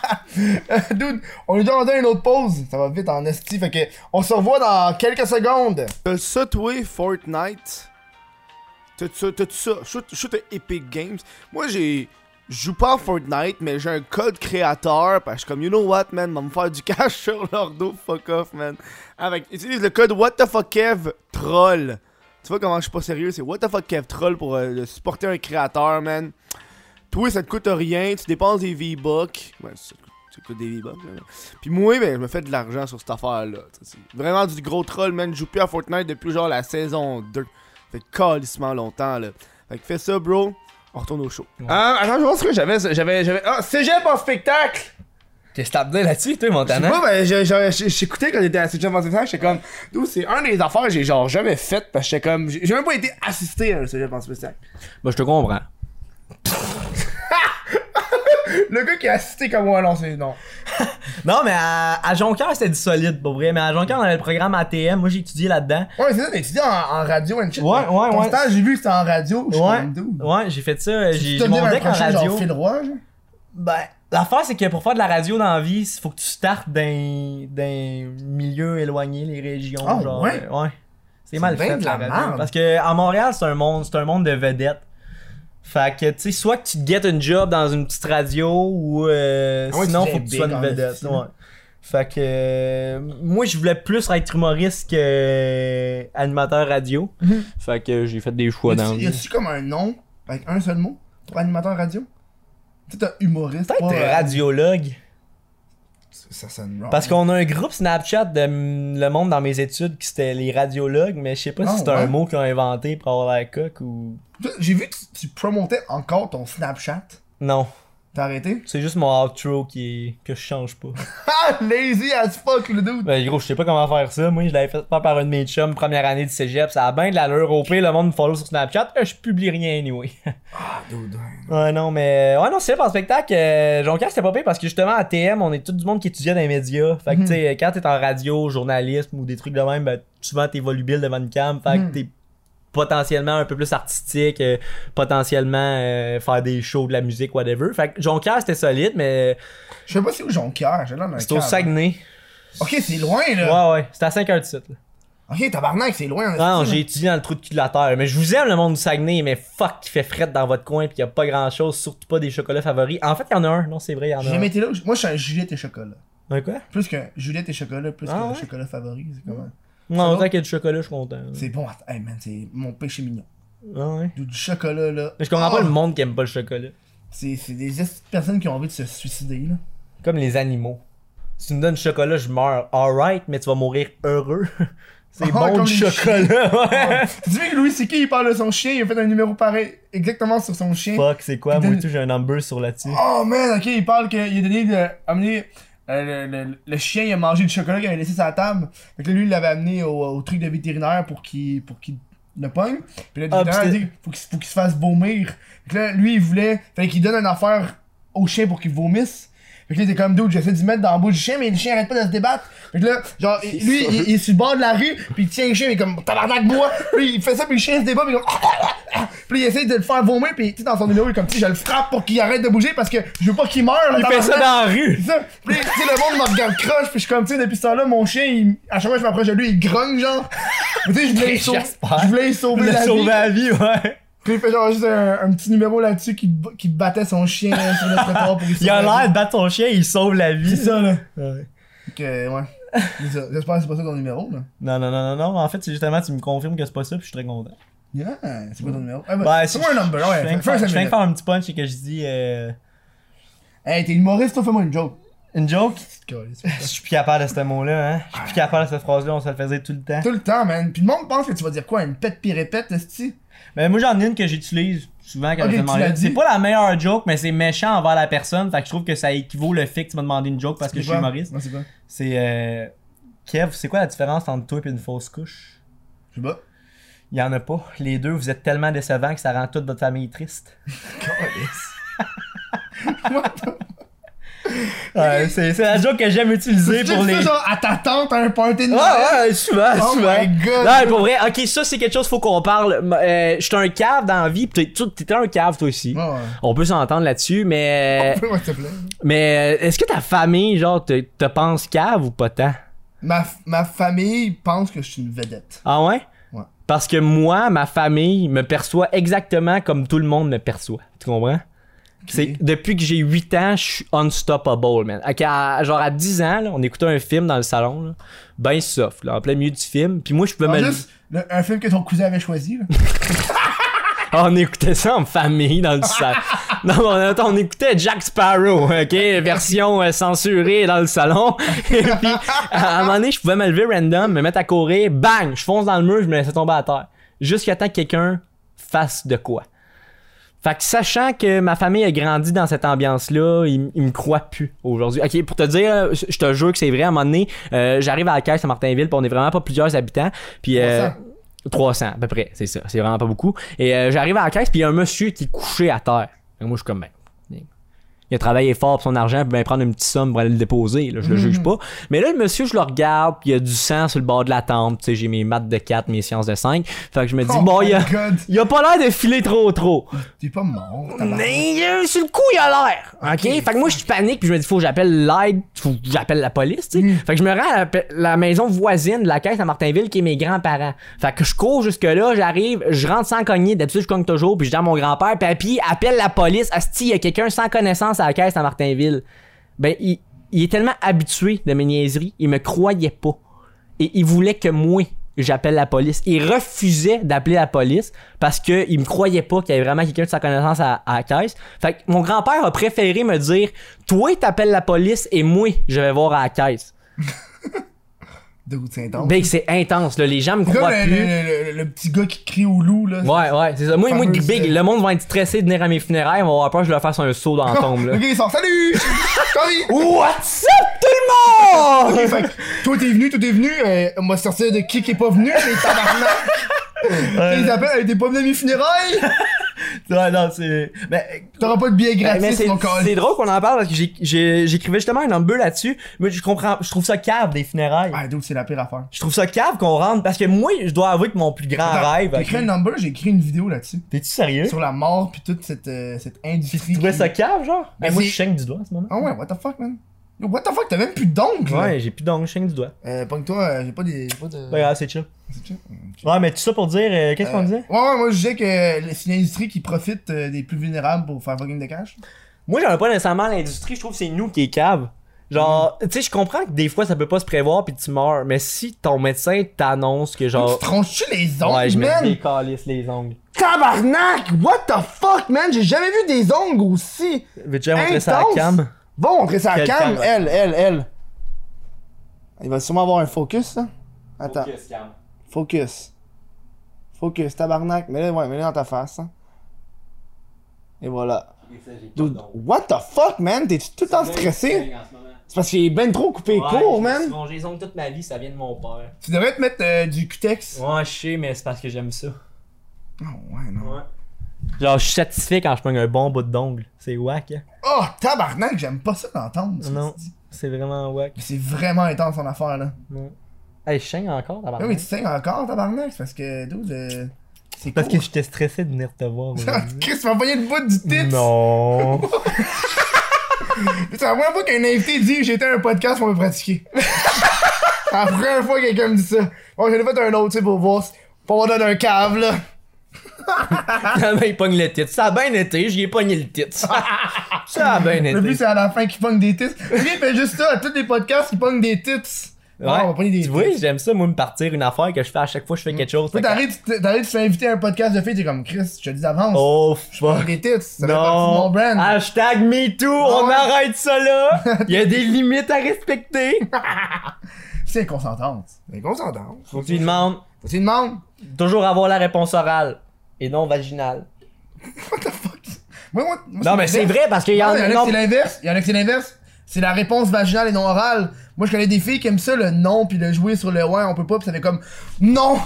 Speaker 1: Dude, on lui demandait une autre pause. Ça va vite en esti, fait que on se revoit dans quelques secondes. T'as Euh, ça, toi, Fortnite. T'as ça, t'as ça. Je suis Epic Games. Moi, j'ai. Je joue pas à Fortnite, mais j'ai un code créateur parce que je suis comme, you know what, man, va me faire du cash sur leur dos, fuck off, man. Avec, utilise le code what the fuck Kev, troll. Tu vois comment je suis pas sérieux, c'est what the fuck Kev troll pour euh, supporter un créateur, man. Toi, ça te coûte rien, tu dépenses des V-Bucks. Ouais, ça te coûte, ça te coûte des V-Bucks, là, mais- Puis moi, ben, je me fais de l'argent sur cette affaire-là. Ça, c'est Vraiment du gros troll, man. Je joue plus à Fortnite depuis genre la saison 2. Fait calissement longtemps, là. Fait que fais ça, bro. On retourne au show. Ah, attends, je pense que j'avais. J'avais. j'avais... Ah, cégep en spectacle!
Speaker 2: Qu'est-ce que t'as besoin là-dessus, toi,
Speaker 1: Je sais pas, ben, je- je- je- j'écoutais quand j'étais à Cégep en spectacle, j'étais comme, d'où c'est un des affaires que j'ai genre jamais faites parce que j'étais comme, j'ai j'ai même pas été assisté à un Cégep en spectacle.
Speaker 2: Bah, je te comprends.
Speaker 1: Le gars qui a assisté comme moi, non, c'est non.
Speaker 2: Non, mais à, à Jonquière, c'était du solide, pour vrai. Mais à Jonquière, on avait le programme ATM. Moi, j'ai étudié là-dedans.
Speaker 1: Ouais, c'est ça, t'as étudié en, en radio and shit.
Speaker 2: Ouais, ouais,
Speaker 1: Ton
Speaker 2: ouais.
Speaker 1: stage, j'ai vu que c'était en radio. j'étais
Speaker 2: Ouais,
Speaker 1: comme, dude.
Speaker 2: ouais, j'ai fait ça. euh,
Speaker 1: Tu
Speaker 2: J'ai
Speaker 1: t'as
Speaker 2: j'ai
Speaker 1: mis
Speaker 2: mon
Speaker 1: un
Speaker 2: deck en
Speaker 1: projet
Speaker 2: radio.
Speaker 1: genre Phil Roy, genre?
Speaker 2: Ben, l'affaire, c'est que pour faire de la radio dans la vie, il faut que tu startes d'un d'un milieu éloigné, les régions.
Speaker 1: Ah,
Speaker 2: genre,
Speaker 1: ouais?
Speaker 2: euh, ouais. C'est
Speaker 1: C'est
Speaker 2: mal
Speaker 1: bien
Speaker 2: fait,
Speaker 1: de la
Speaker 2: radio.
Speaker 1: merde.
Speaker 2: Parce que à Montréal, c'est un monde, c'est un monde de vedettes. Fait que, tu sais, soit que tu te guettes une job dans une petite radio ou euh,
Speaker 1: Ah ouais,
Speaker 2: sinon,
Speaker 1: tu
Speaker 2: faut que
Speaker 1: deviens
Speaker 2: tu sois
Speaker 1: big
Speaker 2: une
Speaker 1: en
Speaker 2: vedette.
Speaker 1: esti, là.
Speaker 2: Ouais. Fait que, euh, moi, je voulais plus être humoriste que euh, animateur radio.
Speaker 1: Mhm.
Speaker 2: Fait que j'ai fait des choix
Speaker 1: Y
Speaker 2: dans
Speaker 1: a-tu-
Speaker 2: le
Speaker 1: Y a-tu comme un nom avec un seul mot pour animateur radio? Tu sais, t'as humoriste.
Speaker 2: Peut-être
Speaker 1: pas, euh,
Speaker 2: radiologue.
Speaker 1: Ça sonne wrong.
Speaker 2: Parce qu'on a un groupe Snapchat de mm, le monde dans mes études qui c'était les radiologues, mais je sais pas
Speaker 1: Ah,
Speaker 2: si c'est
Speaker 1: ouais?
Speaker 2: un mot qu'ils ont inventé pour avoir la coque ou.
Speaker 1: Toi, J'ai vu que tu, tu promotais encore ton Snapchat.
Speaker 2: Non,
Speaker 1: T'as arrêté?
Speaker 2: c'est juste mon outro qui est... que je change pas.
Speaker 1: Ah, lazy as fuck, le dude.
Speaker 2: ben gros, je sais pas comment faire ça. Moi, je l'avais fait faire par un de mes chums, première année de cégep. Ça a bien de l'allure. Au pire, le monde me follow sur Snapchat. Euh, Je publie rien anyway.
Speaker 1: Ah, dude. ouais.
Speaker 2: ouais, non, mais. Ouais, non, c'est vrai, en spectacle. Euh... Jonquière, c'était pas pire parce que justement, à TM, on est tout du monde qui étudiait dans les médias. Fait
Speaker 1: Mhm.
Speaker 2: que, tu sais, quand t'es en radio, journalisme ou des trucs de même, ben, souvent t'es volubile devant une cam. Fait
Speaker 1: Mhm.
Speaker 2: que t'es potentiellement un peu plus artistique, euh, potentiellement euh, faire des shows, de la musique, whatever. Fait que Jonquière, c'était solide, mais
Speaker 1: Je sais pas si où Jonquière, j'ai l'air d'un
Speaker 2: c'était au
Speaker 1: cave.
Speaker 2: Saguenay.
Speaker 1: Ok, c'est loin là.
Speaker 2: Ouais, ouais, c'était à 5 h du site. là.
Speaker 1: Ok, tabarnak, c'est loin. en
Speaker 2: Ah non,
Speaker 1: esti,
Speaker 2: j'ai étudié dans le trou de cul de la terre. Mais je vous aime le monde du Saguenay, mais fuck, il fait fret dans votre coin pis y a pas grand chose, surtout pas des chocolats favoris. En fait, il y en a un, non, c'est vrai, il y
Speaker 1: là.
Speaker 2: en a
Speaker 1: J'ai
Speaker 2: un.
Speaker 1: jamais été là. où- Moi, je suis un Juliette et chocolat.
Speaker 2: Un quoi?
Speaker 1: Plus qu'un Juliette et chocolat, plus
Speaker 2: Ah
Speaker 1: qu'un
Speaker 2: ouais?
Speaker 1: chocolat favori. C'est comment
Speaker 2: Non,
Speaker 1: bon?
Speaker 2: tant qu'il y a du chocolat, je suis content.
Speaker 1: C'est bon, att- hey man, c'est mon péché mignon.
Speaker 2: Ah ouais.
Speaker 1: Du, du chocolat là.
Speaker 2: Mais je comprends
Speaker 1: Ah,
Speaker 2: pas le monde qui aime pas le chocolat.
Speaker 1: C'est c'est des esti de personnes qui ont envie de se suicider là.
Speaker 2: Comme les animaux. Si tu me donnes du chocolat, je meurs. Alright, mais tu vas mourir heureux. C'est
Speaker 1: Ah,
Speaker 2: bon
Speaker 1: comme
Speaker 2: du
Speaker 1: les Ah.
Speaker 2: chocolat, ouais.
Speaker 1: tu sais que Louis C.K. il parle de son chien, il a fait un numéro pareil exactement sur son chien.
Speaker 2: Fuck, c'est quoi?
Speaker 1: Putain.
Speaker 2: Moi, et tout, j'ai un number sur là-dessus.
Speaker 1: Oh man, ok, il parle qu'il a donné, de, amené, euh, le, le- le chien, il a mangé du chocolat qu'il avait laissé sur la table. Fait que là, lui, il l'avait amené au, au truc de vétérinaire pour qu'il pour qu'il le pogne. Puis là, le
Speaker 2: Ah,
Speaker 1: vétérinaire a
Speaker 2: puis
Speaker 1: dit faut qu'il faut qu'il se fasse vomir. Fait que là, lui, il voulait, fallait qu'il donne une affaire au chien pour qu'il vomisse. Fait que là, t'es comme dude, j'essaie d'y mettre dans le bout du chien, mais le chien arrête pas de se débattre. Fait que là, genre, lui, il, il est sur le bord de la rue, puis il tient le chien, mais comme tabarnak bois. Puis il fait ça, puis le chien se débat, puis il est comme. Puis il essaie de le faire vomir, puis tu sais, dans son numéro, il est comme si je le frappe pour qu'il arrête de bouger parce que je veux pas qu'il meure.
Speaker 3: Il fait ça dans la rue.
Speaker 1: ça. Puis tu sais, le monde me regarde croche, puis je suis comme, tu sais, depuis ce temps-là, mon chien, il- à chaque fois que je m'approche de lui, il grogne, genre. Mais tu sais, je voulais y sauver,
Speaker 3: J'espère.
Speaker 1: je voulais y sauver
Speaker 3: Il
Speaker 1: la
Speaker 3: a
Speaker 1: vie.
Speaker 3: sauvé la vie, ouais.
Speaker 1: Puis il fait genre juste un, un petit numéro là-dessus qui, b- qui battait son chien euh, sur le trottoir pour lui
Speaker 3: Il a l'air de battre son chien, il sauve la vie.
Speaker 1: C'est ça, là.
Speaker 3: Ouais.
Speaker 1: Ok, euh, ouais. C'est ça. J'espère que c'est pas ça ton numéro, là.
Speaker 3: Non, non, non, non, non. En fait, c'est justement, tu me confirmes que c'est pas ça, puis je suis très content.
Speaker 1: Yeah, c'est pas ton numéro. Ah,
Speaker 3: Bah,
Speaker 1: c'est moi un number, ouais.
Speaker 3: Je viens de
Speaker 1: Fais un
Speaker 3: faire- je viens de
Speaker 1: numéro.
Speaker 3: faire un petit punch et que je dis euh,
Speaker 1: Hey, t'es humoriste, toi, fais-moi une joke.
Speaker 3: une joke.
Speaker 1: Tout
Speaker 3: Je suis plus capable de ce mot-là, hein. Je suis plus capable de cette phrase-là, on se le faisait tout le temps.
Speaker 1: le temps, man. Puis le monde pense que tu vas dire quoi Une pète pis répète, esti
Speaker 3: Mais moi, j'en ai une que j'utilise souvent quand
Speaker 1: Ok,
Speaker 3: je me
Speaker 1: tu l'as
Speaker 3: demande.
Speaker 1: dit.
Speaker 3: C'est pas la meilleure joke, mais c'est méchant envers la personne. Fait que je trouve que ça équivaut le fait que tu m'as demandé une joke parce que je suis
Speaker 1: Quoi?
Speaker 3: humoriste.
Speaker 1: Non, c'est quoi
Speaker 3: C'est. euh, Kev, c'est quoi la différence entre toi et une fausse couche
Speaker 1: Je sais pas.
Speaker 3: Il y en a pas. Les deux, vous êtes tellement décevants que ça rend toute votre famille triste. Ouais, c'est c'est la joke que j'aime utiliser
Speaker 1: C'est
Speaker 3: pour les.
Speaker 1: ça, genre, à ta tante, à un party de Noël?
Speaker 2: Ah, Ouais, ouais, souvent,
Speaker 1: Oh
Speaker 2: souvent.
Speaker 1: my God.
Speaker 2: Non, mais pour vrai, ok, ça c'est quelque chose faut qu'on parle. M- Euh, J'étais un cave dans la vie, pis t'es- tu- t'étais un cave toi aussi.
Speaker 1: Ouais, ouais.
Speaker 2: On peut s'entendre là-dessus, mais.
Speaker 3: Eh.
Speaker 1: Fais-moi, s'il te plaît.
Speaker 2: Mais euh, est-ce que ta famille, genre, te, te pense cave ou pas tant?
Speaker 1: Ma, ma famille pense que je suis une vedette.
Speaker 2: Ah ouais?
Speaker 1: Ouais.
Speaker 2: Parce que moi, ma famille me perçoit exactement comme tout le monde me perçoit. Tu comprends? C'est depuis que j'ai 8 ans, je suis unstoppable, man. À- qu'à- genre à 10 ans, là, on écoutait un film dans le salon, là, ben soft, là, en plein milieu du film. Puis moi, je pouvais
Speaker 1: En
Speaker 2: me.
Speaker 1: Juste le- un film que ton cousin avait choisi, là.
Speaker 2: Ah, on écoutait ça en famille dans le salon. non, mais on, attends, on écoutait Jack Sparrow, ok, version euh, censurée dans le salon. Et puis, à, à un moment donné, je pouvais me lever random, me mettre à courir, bang, je fonce dans le mur, je me laissais tomber à terre. Jusqu'à temps que quelqu'un fasse de quoi. Fait que sachant que ma famille a grandi dans cette ambiance-là, ils, ils me croient plus aujourd'hui. Ok, pour te dire, euh, je te jure que c'est vrai, à un moment donné, euh, j'arrive à la caisse à Martinville, puis on est vraiment pas plusieurs habitants. Puis, euh,
Speaker 1: 300.
Speaker 2: 300 à peu près, c'est ça. C'est vraiment pas beaucoup. Et euh, j'arrive à la caisse, puis il y a un monsieur qui est couché à terre. Et moi, je suis comme, ben, il a travaillé fort pour son argent, puis ben prendre une petite somme pour aller le déposer. Là, je le
Speaker 1: Mhm.
Speaker 2: juge pas. Mais là, le monsieur, je le regarde, puis il y a du sang sur le bord de la tempe. Tu sais, j'ai mes maths de 4, mes sciences de 5. Fait que je me dis,
Speaker 1: Oh
Speaker 2: bon,
Speaker 1: my
Speaker 2: il a,
Speaker 1: God.
Speaker 2: il a pas l'air de filer trop, trop.
Speaker 1: T'es pas mort, tabarnak.
Speaker 2: Mais euh, sur le coup, il a l'air. OK? Fait que moi, je panique, puis je me dis, faut que j'appelle l'aide, faut que j'appelle la police, tu sais. Fait que je me rends à la, pe- la maison voisine de la caisse à Martinville, qui est mes grands-parents. Fait que je cours jusque-là, j'arrive, je rentre sans cogner. D'habitude, je cogne toujours, puis je dis à mon grand-père, Papy, appelle la police. Asti, il y a quelqu'un sans connaissance à la caisse à Martinville. Ben, il, il est tellement habitué de mes niaiseries, il me croyait pas. Et il voulait que moi, j'appelle la police. Il refusait d'appeler la police parce qu'il me croyait pas qu'il y avait vraiment quelqu'un de sa connaissance à, à la caisse. Fait que mon grand-père a préféré me dire Toi, t'appelles la police et moi, je vais voir à la caisse.
Speaker 1: Dude, c'est intense.
Speaker 2: Ben, c'est intense, là. Les gens me
Speaker 1: C'est
Speaker 2: croient
Speaker 1: comme le,
Speaker 2: plus.
Speaker 1: le- le- le- le petit gars qui crie au loup, là.
Speaker 2: Ouais, ouais, c'est ça. Moi, moi,
Speaker 1: Fameuse-
Speaker 2: big, le monde va être stressé de venir à mes funérailles, on va avoir peur que je leur fasse un saut dans la tombe, là.
Speaker 1: Ok, il sort. Salut! Tommy!
Speaker 2: What's up, tout le monde?
Speaker 1: Ok, fait que toi t'es venu, toi t'es venu, euh, on m'a sorti de qui qui est pas venu, les tabarnak! Ils appellent, euh, t'es pas venu à mes funérailles!
Speaker 3: Non, non, c'est. Mais
Speaker 1: T'auras pas de billet
Speaker 2: Ouais, Eh, ben, mais
Speaker 1: gratuit,
Speaker 2: c'est,
Speaker 1: mon col.
Speaker 2: c'est drôle qu'on en parle parce que j'ai- j'ai- j'écrivais justement un number là-dessus. Moi, je comprends, je trouve ça cave des funérailles.
Speaker 1: Ah, dude, c'est la pire affaire.
Speaker 3: je trouve ça cave qu'on rentre parce que moi, je dois avouer que mon plus grand
Speaker 1: Attends,
Speaker 3: rêve.
Speaker 1: J'ai écrit un number, j'ai écrit une vidéo là-dessus.
Speaker 3: T'es-tu
Speaker 2: Hein?
Speaker 3: sérieux?
Speaker 1: Sur la mort pis toute cette, euh, cette industrie.
Speaker 3: Tu trouvais
Speaker 1: qui-
Speaker 3: ça cave, genre?
Speaker 1: Ben,
Speaker 3: Ben, moi,
Speaker 1: c'est-
Speaker 3: je chaîne du doigt en ce moment.
Speaker 1: Ah ouais, what the fuck, man? Yo, what the fuck, t'as même plus d'ongles! là.
Speaker 3: Ouais, j'ai plus d'ongles, je chaîne du doigt.
Speaker 1: Euh, pogne-toi, euh, j'ai pas des. j'ai Pas de...
Speaker 3: Pas grave, c'est chill.
Speaker 1: C'est chill.
Speaker 3: Ouais, mais tout ça pour dire, euh, qu'est-ce qu'on disait?
Speaker 1: Ouais, ouais, moi je disais que le- c'est une industrie qui profite euh, des plus vulnérables pour faire fucking de cash.
Speaker 2: Moi, j'en ai pas nécessairement à l'industrie, je trouve que c'est nous qui est cave.
Speaker 1: Mm.
Speaker 2: Genre, tu sais, je comprends que des fois ça peut pas se prévoir puis tu meurs, mais si ton médecin t'annonce que genre.
Speaker 1: Tu tronches-tu les ongles,
Speaker 2: ouais, je mets
Speaker 1: man?
Speaker 2: des calices, les ongles.
Speaker 1: Tabarnak! What the fuck, man? J'ai jamais vu des ongles aussi!
Speaker 2: Veux-tu montrer ça à
Speaker 1: Intense.
Speaker 2: la cam?
Speaker 1: Va montrer ça à
Speaker 2: Quelle
Speaker 1: Cam.
Speaker 2: cam, ouais.
Speaker 1: Elle, elle, elle. Il va sûrement avoir un focus, là. Attends. Focus. Focus. tabarnak. Mets-le, ouais, mets-le dans ta face, hein. Et voilà. Dude, what the fuck, man? T'es-tu tout le temps stressé? C'est parce qu'il est ben trop coupé court, man.
Speaker 2: J'ai les ongles toute ma vie, ça vient de mon père.
Speaker 1: Tu devrais te mettre euh, du cutex.
Speaker 2: Ouais, je sais, mais c'est parce que j'aime ça.
Speaker 1: Oh, ouais, non.
Speaker 2: Ouais. Genre, je suis satisfait quand je prends un bon bout d'ongle. C'est whack, hein?
Speaker 1: Oh, tabarnak, j'aime pas ça d'entendre. ça.
Speaker 2: Non, c'est vraiment whack.
Speaker 1: Mais C'est vraiment intense son affaire là.
Speaker 2: Hey, je chigne encore, tabarnak.
Speaker 1: Ah Oui, mais tu saignes encore, tabarnak, c'est parce que, dude, euh, c'est
Speaker 2: Parce que
Speaker 1: court.
Speaker 2: j'étais stressé de venir te voir. aujourd'hui.
Speaker 1: Chris, tu m'as envoyé le bout du titre.
Speaker 2: non.
Speaker 1: C'est la première fois qu'un invité dit j'étais à un podcast pour me pratiquer. c'est la première fois que quelqu'un me dit ça. Bon, j'en ai fait un autre, tu sais, pour voir. si- Pour avoir donné un cave, là.
Speaker 2: Ah ben, il pogne le titre. Ça a bien été, j'y ai pogné le titre. Ça a bien
Speaker 1: Le but,
Speaker 2: été.
Speaker 1: c'est à la fin qu'il pogne des titres. Lui, il fait juste ça à tous les podcasts, il pogne des titres. Ouais, on va pogner des
Speaker 2: tu vois,
Speaker 1: titres.
Speaker 2: j'aime ça, moi, me partir une affaire que je fais à chaque fois que je fais quelque chose.
Speaker 1: Toi,
Speaker 2: Fait que-
Speaker 1: t'arrives, tu- t'arrives, tu fais inviter à un podcast de filles, t'es comme Chris, je te le dis d'avance.
Speaker 2: Oh,
Speaker 1: Pogne
Speaker 2: fuck.
Speaker 1: Des titres, ça fait partie de mon
Speaker 2: Non.
Speaker 1: brand.
Speaker 2: Hashtag MeToo, on
Speaker 1: ouais.
Speaker 2: arrête ça là. Il y a des limites à respecter.
Speaker 1: C'est consentante. C'est consentante.
Speaker 2: Faut que tu lui demandes
Speaker 1: Faut que tu demandes.
Speaker 2: toujours avoir la réponse orale et non vaginale.
Speaker 1: What the fuck? Moi, moi, moi,
Speaker 2: Non, mais c'est
Speaker 1: l'inverse.
Speaker 2: vrai parce qu'il y en
Speaker 1: Non, Ah, il y
Speaker 2: a.
Speaker 1: en a
Speaker 2: non-
Speaker 1: que c'est l'inverse. Il y en a que c'est l'inverse. C'est la réponse vaginale et non orale. Moi, je connais des filles qui aiment ça, le non, puis le jouer sur le ouais, on peut pas, puis ça fait comme non.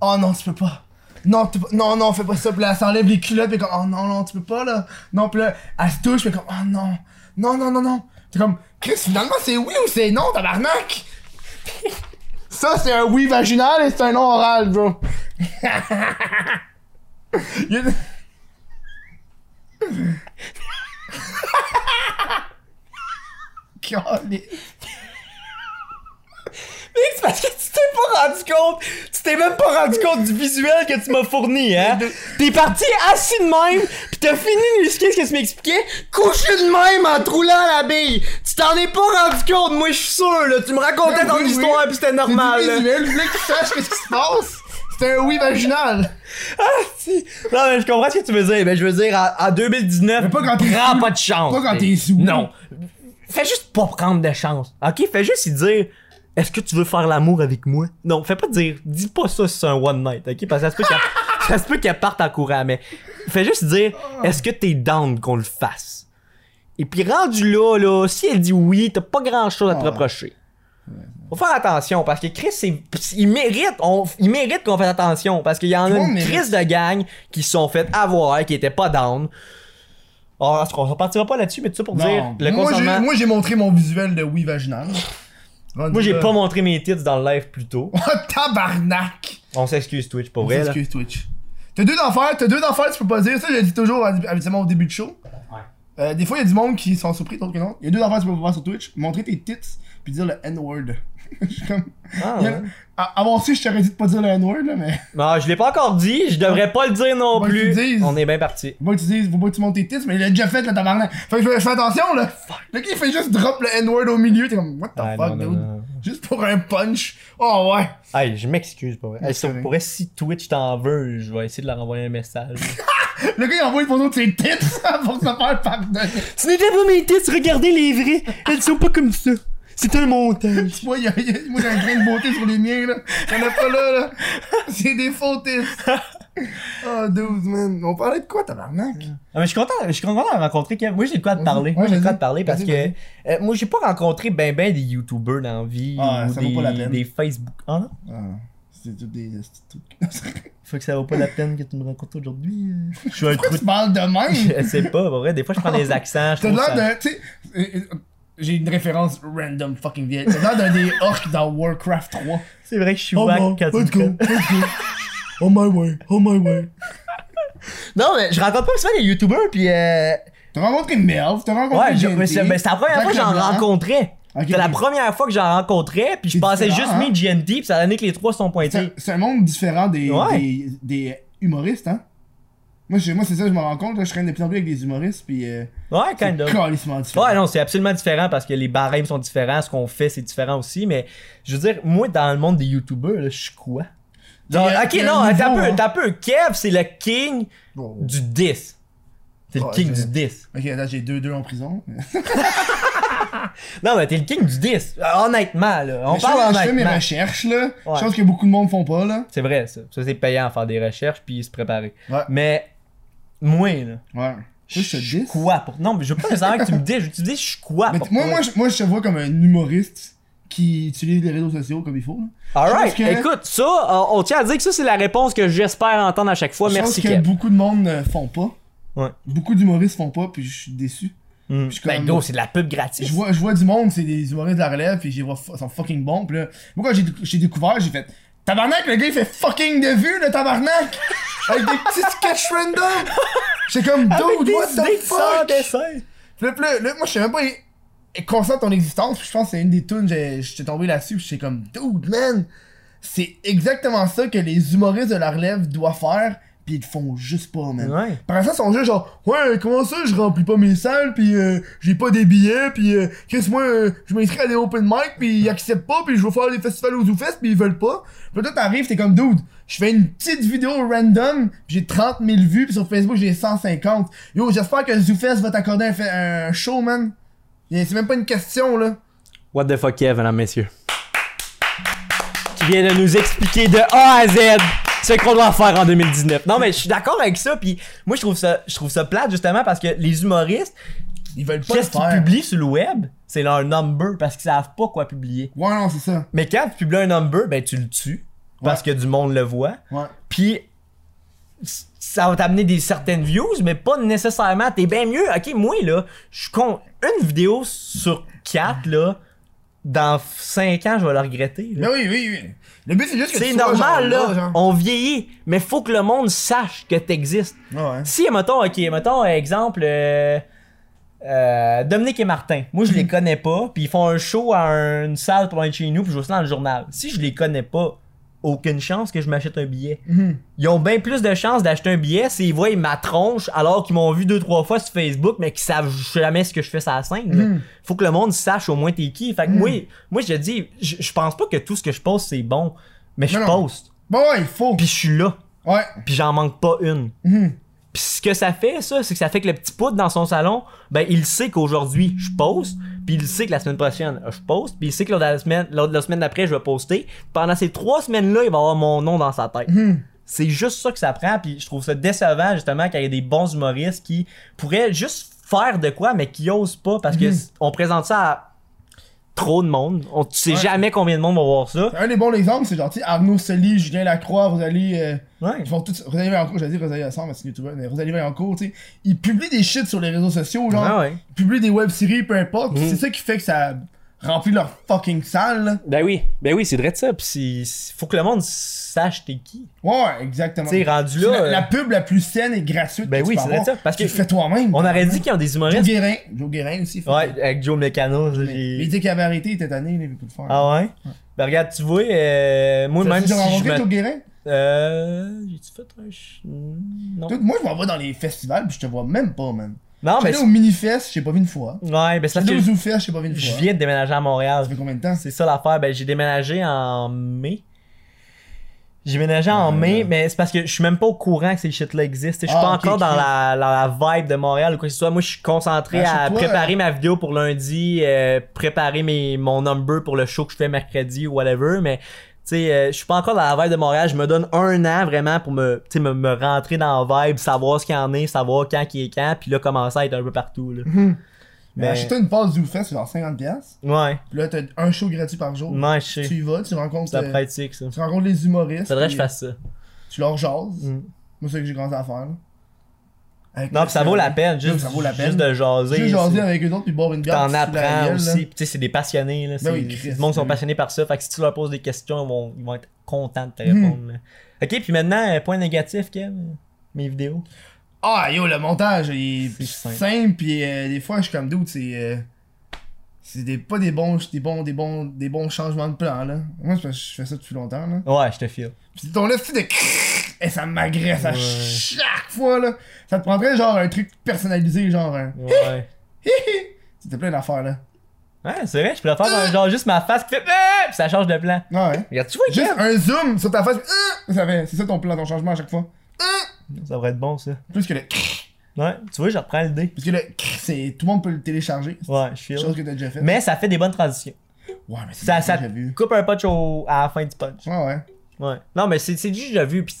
Speaker 1: Oh non, tu peux pas. Non, tu peux- non, non, fais pas ça. Puis là, elle s'enlève les culottes, puis comme oh non, non, tu peux pas là. Non, puis là, elle se touche, puis comme oh non, non, non, non, non. T'es comme Chris, finalement, c'est oui ou c'est non, tabarnak. ça, c'est un oui vaginal et c'est un non oral, bro. Il y a- Calais.
Speaker 2: Mais c'est parce que tu t'es pas rendu compte. Tu t'es même pas rendu compte du visuel que tu m'as fourni, hein. T'es parti assis de même, pis t'as fini de ce que tu m'expliquais, couché de même en te roulant à la bille. Tu t'en es pas rendu compte, moi je suis sûr, là. Tu me racontais
Speaker 1: Ben
Speaker 2: ton
Speaker 1: oui, oui.
Speaker 2: histoire pis c'était normal,
Speaker 1: C'est
Speaker 2: là.
Speaker 1: du visuel, je voulais que tu saches qu'est-ce qui se passe. C'était un oui vaginal.
Speaker 2: Si. Non, mais je comprends ce que tu veux dire. Mais je veux dire, en, en 2019,
Speaker 1: Mais pas quand t'es
Speaker 2: prends
Speaker 1: sous.
Speaker 2: pas de chance.
Speaker 1: Pas quand t'es sous.
Speaker 2: Non. Fais juste pas prendre de chance. Ok, fais juste y dire. Est-ce que tu veux faire l'amour avec moi? Non, fais pas dire. Dis pas ça si c'est un one night, ok? Parce que ça se peut qu'elle- ça se peut qu'elle parte en courant, mais fais juste dire.
Speaker 1: Ah.
Speaker 2: Est-ce que t'es down qu'on le fasse? Et puis rendu là, là, si elle dit oui, t'as pas grand chose à te
Speaker 1: Ah.
Speaker 2: reprocher. Faut faire attention parce que Chris, c'est- il mérite, on- il mérite qu'on fasse attention parce qu'il y
Speaker 1: Tout
Speaker 2: en a
Speaker 1: le monde
Speaker 2: une
Speaker 1: mérite.
Speaker 2: crise de gang qui se sont fait avoir, qui étaient pas down. Oh, est-ce qu'on partira pas là-dessus, mais tout ça pour dire le
Speaker 1: moi, j'ai,
Speaker 2: consentement.
Speaker 1: moi, j'ai montré mon visuel de oui vaginal.
Speaker 2: Moi,
Speaker 1: euh,
Speaker 2: j'ai pas montré mes titres dans le live plus tôt.
Speaker 1: Oh, tabarnak!
Speaker 2: On s'excuse Twitch pour hein? vrai. là.
Speaker 1: Excuse Twitch. T'as deux affaires, t'as deux affaires, tu peux pas dire. Ça, je le dis toujours hab- habituellement au début de show. Euh, des fois, il y a du monde qui sont surpris, d'autres que non. Il y a deux affaires que tu peux pas voir sur Twitch. Montrer tes tits, puis dire le N-word. Je suis comme...
Speaker 2: Ah,
Speaker 1: il y a-
Speaker 2: ouais.
Speaker 1: À- Avant ça, je t'aurais dit de pas dire le N-word, là, mais...
Speaker 2: Ah, je l'ai pas encore dit, je devrais pas le dire non
Speaker 1: Faut pas que tu le
Speaker 2: plus.
Speaker 1: dises.
Speaker 2: On est bien parti.
Speaker 1: Faut pas que tu dises, faut pas que tu montes tes tits, mais il a déjà fait le tabarnak. Fait que je fais- je fais attention là. Le gars il fait juste drop le N-word au milieu, t'es comme what the
Speaker 2: Ah,
Speaker 1: fuck
Speaker 2: non, non,
Speaker 1: dude.
Speaker 2: non.
Speaker 1: Juste pour un punch. Oh ouais.
Speaker 2: Hey, je m'excuse pour vrai. Hey,
Speaker 1: c'est
Speaker 2: si-
Speaker 1: vrai.
Speaker 2: pour vrai, si Twitch t'en veut, je vais essayer de leur envoyer un message.
Speaker 1: Le gars il envoie une photo de ses tits pour se faire pardonner.
Speaker 2: Tu n'étais pas mes tits, regardez les vrais. Elles sont pas comme ça. C'est un montage.
Speaker 1: Moi, il y a- il y a- moi, j'ai un grain de beauté sur les miens là. Y'en a pas là là. C'est des faux tits. Oh dude man. On parlait de quoi tabarnak?
Speaker 2: Ah, mais je suis content, je suis content de rencontrer Kev. Moi, j'ai de quoi te parler.
Speaker 1: Ouais,
Speaker 2: moi, j'ai de quoi
Speaker 1: vas-y.
Speaker 2: te parler parce
Speaker 1: Vas-y,
Speaker 2: que
Speaker 1: vas-y.
Speaker 2: euh, moi, j'ai pas rencontré ben ben des YouTubers dans la vie
Speaker 1: Ah,
Speaker 2: ou
Speaker 1: ça vaut
Speaker 2: des,
Speaker 1: pas la peine.
Speaker 2: des Facebook. Ah non?
Speaker 1: Ah, c'est tout des. c'est tout-
Speaker 2: Faut que ça vaut pas la peine que tu me rencontres aujourd'hui. euh. Je suis un
Speaker 1: Pourquoi
Speaker 2: trou
Speaker 1: tu parles de même?
Speaker 2: Je sais pas, pour vrai. Des fois, je prends des accents. Je
Speaker 1: T'as
Speaker 2: trouve
Speaker 1: l'air
Speaker 2: ça...
Speaker 1: d'un. Tu sais, euh, euh, j'ai une référence random fucking vieille. T'as l'air d'un des orques dans Warcraft 3.
Speaker 2: C'est vrai que je suis wack quand tu me connais.
Speaker 1: Oh, let's go. On my way, on my way.
Speaker 2: Non, mais je rencontre pas souvent des YouTubers, puis euh,
Speaker 1: T'as rencontré Merv, t'as rencontré.
Speaker 2: Ouais, je-
Speaker 1: JT,
Speaker 2: mais c'est mais c'est la première
Speaker 1: Jacques
Speaker 2: fois que j'en
Speaker 1: Leblanc.
Speaker 2: rencontrais.
Speaker 1: Ok,
Speaker 2: C'était la
Speaker 1: ok.
Speaker 2: première fois que j'en rencontrais, puis je
Speaker 1: C'est
Speaker 2: pensais
Speaker 1: différent,
Speaker 2: juste
Speaker 1: hein?
Speaker 2: mes GNT, puis ça donnait que les trois sont pointés.
Speaker 1: C'est- C'est un monde différent des,
Speaker 2: Ouais.
Speaker 1: des, des humoristes, hein. Moi, je- moi c'est ça, je me rends compte. là, je traîne de plus en plus avec des humoristes, puis. Euh,
Speaker 2: Ouais,
Speaker 1: c'est
Speaker 2: kind of.
Speaker 1: calissement différent.
Speaker 2: Ouais, non, c'est absolument différent parce que les barèmes sont différents, ce qu'on fait, c'est différent aussi, mais je veux dire, moi, dans le monde des YouTubers, là, je suis quoi? Genre,
Speaker 1: Il y a-
Speaker 2: ok,
Speaker 1: il y a
Speaker 2: non,
Speaker 1: un
Speaker 2: t'as
Speaker 1: niveau,
Speaker 2: peu,
Speaker 1: hein.
Speaker 2: t'as peu. Kev, c'est le king
Speaker 1: Bon.
Speaker 2: du 10. T'es le
Speaker 1: Ouais,
Speaker 2: king
Speaker 1: je-
Speaker 2: du 10.
Speaker 1: Ok, là, j'ai 2-2 en prison.
Speaker 2: Non, mais t'es le king du 10. Honnêtement, là. On
Speaker 1: Mais je fais-
Speaker 2: parle
Speaker 1: Je fais mes
Speaker 2: honnêtement.
Speaker 1: recherches, là.
Speaker 2: Ouais.
Speaker 1: Chose que beaucoup de monde font pas, là.
Speaker 2: C'est vrai, ça. Ça, c'est payant à faire des recherches puis se préparer.
Speaker 1: Ouais.
Speaker 2: Mais, moi, là.
Speaker 1: Ouais.
Speaker 2: Je
Speaker 1: Juste
Speaker 2: suis
Speaker 1: 10.
Speaker 3: Ah,
Speaker 2: quoi pour. Non, mais je veux pas nécessairement que tu me dises. Je veux que tu me dises, je suis quoi
Speaker 1: Mais
Speaker 2: pour.
Speaker 1: moi,
Speaker 2: toi.
Speaker 1: moi, je, moi, je te vois comme un humoriste qui utilisent les réseaux sociaux comme il faut. là.
Speaker 3: Alright,
Speaker 1: Je pense que-
Speaker 3: écoute, ça, on, on tient à dire que ça, c'est la réponse que j'espère entendre à chaque fois.
Speaker 1: Je pense
Speaker 3: Merci,
Speaker 1: que
Speaker 3: Kev.
Speaker 1: beaucoup de monde ne font pas.
Speaker 2: Ouais.
Speaker 1: Beaucoup d'humoristes font pas, puis je suis déçu.
Speaker 2: Mm.
Speaker 1: Puis je suis
Speaker 3: Ben,
Speaker 1: comme-
Speaker 3: gros, c'est de la pub
Speaker 1: je
Speaker 3: gratuite.
Speaker 1: vois, je vois du monde, c'est des humoristes de la relève, puis je les vois, fu- sont fucking bons. Puis là, moi, quand j'ai, j'ai découvert, j'ai fait Tabarnak, le gars, il fait fucking de vues, le tabarnak! Avec des petits sketchs random! J'étais comme, dude, Oh, what the fuck? Puis là, puis là, là, moi, je sais même pas é- é- conscient de ton existence, puis je pense que c'est une des tunes, j'ai- j'étais tombé là-dessus, puis j'étais comme, dude, man! C'est exactement ça que les humoristes de la relève doivent faire, puis ils le font juste pas, man.
Speaker 2: Ouais.
Speaker 1: Par exemple, ils sont juste genre, ouais, comment ça, je remplis pas mes salles, pis euh, j'ai pas des billets, pis euh, Chris, moi, euh, je m'inscris à des open mic, pis ils acceptent pas, pis je veux faire des festivals aux Zoufest, pis ils veulent pas. Pis là, toi, t'arrives, t'es comme, dude, je fais une petite vidéo random, pis j'ai 30 000 vues, pis sur Facebook, j'ai 150. Yo, j'espère que Zoufest va t'accorder un, fe- un show, man. Et C'est même pas une question, là.
Speaker 3: What the fuck, Kev, mesdames, messieurs. Qui vient de nous expliquer de A à Z ce qu'on doit faire en 2019.
Speaker 2: Non, mais je suis d'accord avec ça, puis moi, je trouve ça, je trouve ça plate, justement, parce que les humoristes,
Speaker 1: Ils veulent pas le
Speaker 2: qu'est-ce qu'ils
Speaker 1: faire.
Speaker 2: publient sur le web? C'est leur number, parce qu'ils savent pas quoi publier.
Speaker 1: Ouais, non, c'est ça.
Speaker 2: Mais quand tu publies un number, ben, tu le tues, parce que du monde le voit.
Speaker 1: Ouais.
Speaker 2: Puis ça va t'amener des certaines views, mais pas nécessairement. T'es bien mieux. Ok, moi là, je compte une vidéo sur quatre là. Dans 5 ans, je vais la regretter.
Speaker 1: Mais
Speaker 2: là.
Speaker 1: oui, oui, oui. Le but, c'est juste que
Speaker 2: C'est
Speaker 1: tu sois
Speaker 2: normal
Speaker 1: genre
Speaker 2: là.
Speaker 1: genre.
Speaker 2: On vieillit, mais faut que le monde sache que t'existes.
Speaker 1: Ouais.
Speaker 2: Si, mettons, ok, mettons, exemple, euh, euh, Dominique et Martin. Moi,
Speaker 1: Mhm.
Speaker 2: je les connais pas, puis ils font un show à une salle pour être chez nous, puis je vois ça dans le journal. Si je les connais pas, aucune chance que je m'achète un billet.
Speaker 1: Mhm.
Speaker 2: Ils ont bien plus de chances d'acheter un billet s'ils voient ma tronche alors qu'ils m'ont vu deux trois fois sur Facebook mais qu'ils savent jamais ce que je fais sur la scène. là.
Speaker 1: Mhm.
Speaker 2: Faut que le monde sache au moins t'es qui. Fait que moi, moi je dis, je je pense pas que tout ce que je poste c'est bon, mais je
Speaker 1: Non, non.
Speaker 2: poste.
Speaker 1: Bon, ouais, il faut.
Speaker 2: Puis je suis là,
Speaker 1: Ouais.
Speaker 2: puis j'en manque pas une.
Speaker 1: Mhm.
Speaker 2: Puis ce que ça fait, ça, c'est que ça fait que le petit poudre dans son salon, ben il sait qu'aujourd'hui je poste, puis il sait que la semaine prochaine je poste, puis il sait que lors de la semaine, lors de la semaine d'après je vais poster. Pendant ces trois semaines-là, il va avoir mon nom dans sa tête.
Speaker 1: Mhm.
Speaker 2: C'est juste ça que ça prend, puis je trouve ça décevant justement qu'il y ait des bons humoristes qui pourraient juste faire de quoi, mais qui osent pas parce
Speaker 1: Mhm.
Speaker 2: que c- on présente ça à trop de monde. On, tu sais
Speaker 1: Ouais.
Speaker 2: jamais combien de monde va voir ça.
Speaker 1: Un des bons exemples, c'est genre, tu sais, Arnaud Soli, Julien Lacroix, Rosalie. Euh,
Speaker 2: Ouais.
Speaker 1: ils font tout, Rosalie Vaillancourt, j'allais dire Rosalie Assam, mais c'est une youtubeuse, mais Rosalie Vaillancourt, tu sais. Ils publient des shit sur les réseaux sociaux, genre.
Speaker 2: Ah ouais. Mhm.
Speaker 1: Ils publient des web-séries, peu importe. pis C'est ça qui fait que ça remplit leur fucking salle, là.
Speaker 3: Ben oui, ben oui, c'est vrai de ça. Puis
Speaker 2: Puis c'est- faut que le monde sache t'es qui.
Speaker 1: Ouais, ouais, exactement.
Speaker 2: Tu sais, rendu
Speaker 1: C'est
Speaker 2: là.
Speaker 1: la,
Speaker 2: euh,
Speaker 1: la pub la plus saine et gratuite
Speaker 2: Ben
Speaker 1: que
Speaker 2: oui,
Speaker 1: tu peux
Speaker 2: c'est vrai
Speaker 1: avoir.
Speaker 2: ça, parce
Speaker 1: Tu
Speaker 2: que-
Speaker 1: le fais toi-même.
Speaker 2: On aurait dit qu'il y a des
Speaker 1: Joe
Speaker 2: humoristes.
Speaker 1: Guérin. Joe Guérin aussi. fait
Speaker 2: Ouais,
Speaker 1: ça.
Speaker 2: avec Joe Mécano. j'ai-
Speaker 1: Mais Il dit qu'il avait arrêté, il était tanné, il avait plus le faire.
Speaker 2: Ah ouais? Ben regarde, tu vois, euh, moi
Speaker 1: T'as
Speaker 2: même si
Speaker 1: déjà
Speaker 2: je
Speaker 1: rencontré
Speaker 2: me...
Speaker 1: Joe Guérin?
Speaker 2: Euh... J'ai-tu fait un... ch- Non.
Speaker 1: Toi, Moi, je m'en vais dans les festivals, pis je te vois même pas, man.
Speaker 2: Non, Ah, mais...
Speaker 1: J'allais au Minifest, je t'ai pas vu une fois.
Speaker 2: c'est- Ouais, ben c'est parce
Speaker 1: J'allais
Speaker 2: que
Speaker 1: au Zoufest, je t'ai pas vu une fois.
Speaker 2: je viens de déménager à Montréal.
Speaker 1: Ça fait combien de temps?
Speaker 2: C'est ça l'affaire. Ben j'ai déménagé en mai. J'ai déménagé en mai, mais c'est parce que je suis même pas au courant que ces shit-là existent. Je suis
Speaker 1: Ah,
Speaker 2: pas
Speaker 1: ok,
Speaker 2: encore dans
Speaker 1: ok. Ben,
Speaker 2: la, dans la vibe de Montréal ou quoi que ce soit. Moi, je suis concentré à
Speaker 1: Achète-toi,
Speaker 2: préparer ma vidéo pour lundi, euh, préparer mes, mon number pour le show que je fais mercredi ou whatever, mais tu sais, euh, je suis pas encore dans la vibe de Montréal. Je me donne un an vraiment pour me, tu sais, me, me rentrer dans la vibe, savoir ce qu'il y en est, savoir quand qui est quand, puis là, commencer à être un peu partout. Là.
Speaker 1: Mhm.
Speaker 2: Ben-
Speaker 1: Mais achète-toi une passe Zoufest, c'est genre 50$. piastres.
Speaker 2: Ouais,
Speaker 1: Puis là, t'as un show gratuit par jour.
Speaker 2: non, je sais.
Speaker 1: Oh, Tu y vas, tu rencontres,
Speaker 2: Ça
Speaker 1: euh,
Speaker 2: pourrait être sick, ça.
Speaker 1: tu rencontres les humoristes.
Speaker 2: Faudrait que
Speaker 1: puis euh,
Speaker 2: je fasse ça.
Speaker 1: Tu leur jases.
Speaker 2: Mm.
Speaker 1: Moi, c'est ce que j'ai commencé à faire. là. Avec
Speaker 2: Non,
Speaker 1: le-
Speaker 2: pis ça vaut la peine, juste,
Speaker 1: Oui, ça vaut la peine.
Speaker 2: juste de jaser.
Speaker 1: Juste jaser
Speaker 2: c'est-
Speaker 1: avec eux autres, puis boire une bière.
Speaker 2: T'en
Speaker 1: puis sous la
Speaker 2: apprends
Speaker 1: gueule, là. Ben
Speaker 2: aussi. Pis Tu sais, c'est des passionnés. Là. c'est-
Speaker 1: oui,
Speaker 2: c'est
Speaker 1: Christ,
Speaker 2: du monde qui sont
Speaker 1: oui.
Speaker 2: passionnés par ça. Fait que si tu leur poses des questions, ils vont, ils vont être contents de te
Speaker 1: Mhm.
Speaker 2: répondre. là. Ok, puis maintenant, euh, point négatif, Kev, mes vidéos.
Speaker 1: Ah, yo, le montage, il est
Speaker 2: C'est
Speaker 1: simple.
Speaker 2: simple.
Speaker 1: puis euh, des fois, je suis comme doute, c'est. euh, c'est des, pas des bons, des, bons, des, bons, des bons changements de plan, là. Moi, c'est parce que je fais ça depuis longtemps, là.
Speaker 2: Ouais, je te file.
Speaker 1: Pis ton lifty de et ça m'agresse à chaque fois là. Ça te prendrait genre un truc personnalisé genre un
Speaker 2: Ouais.
Speaker 1: hi hi. C'était plein d'affaires là.
Speaker 2: ouais, c'est vrai, je pourrais faire un genre juste ma face qui fait. Ah! Pis ça change de plan.
Speaker 1: Ouais.
Speaker 2: Regarde, tu vois,
Speaker 1: Juste
Speaker 2: Kev?
Speaker 1: un zoom sur ta face. euh, ça fait- C'est ça ton plan, ton changement à chaque fois. Euh,
Speaker 2: Ça devrait être bon, ça.
Speaker 1: Plus que le parce
Speaker 2: Ouais, tu vois, je reprends l'idée.
Speaker 1: que le c'est tout le monde peut le télécharger.
Speaker 2: Ouais, je
Speaker 1: C'est une
Speaker 2: file.
Speaker 1: chose que t'as déjà fait.
Speaker 2: Mais ça fait des bonnes transitions.
Speaker 1: ouais, mais c'est
Speaker 2: Ça,
Speaker 1: déjà
Speaker 2: ça
Speaker 1: vu.
Speaker 2: coupe un punch au- à la fin du punch.
Speaker 1: Ouais Ah, ouais.
Speaker 2: Ouais. Non, mais c'est c'est du déjà vu. Pis,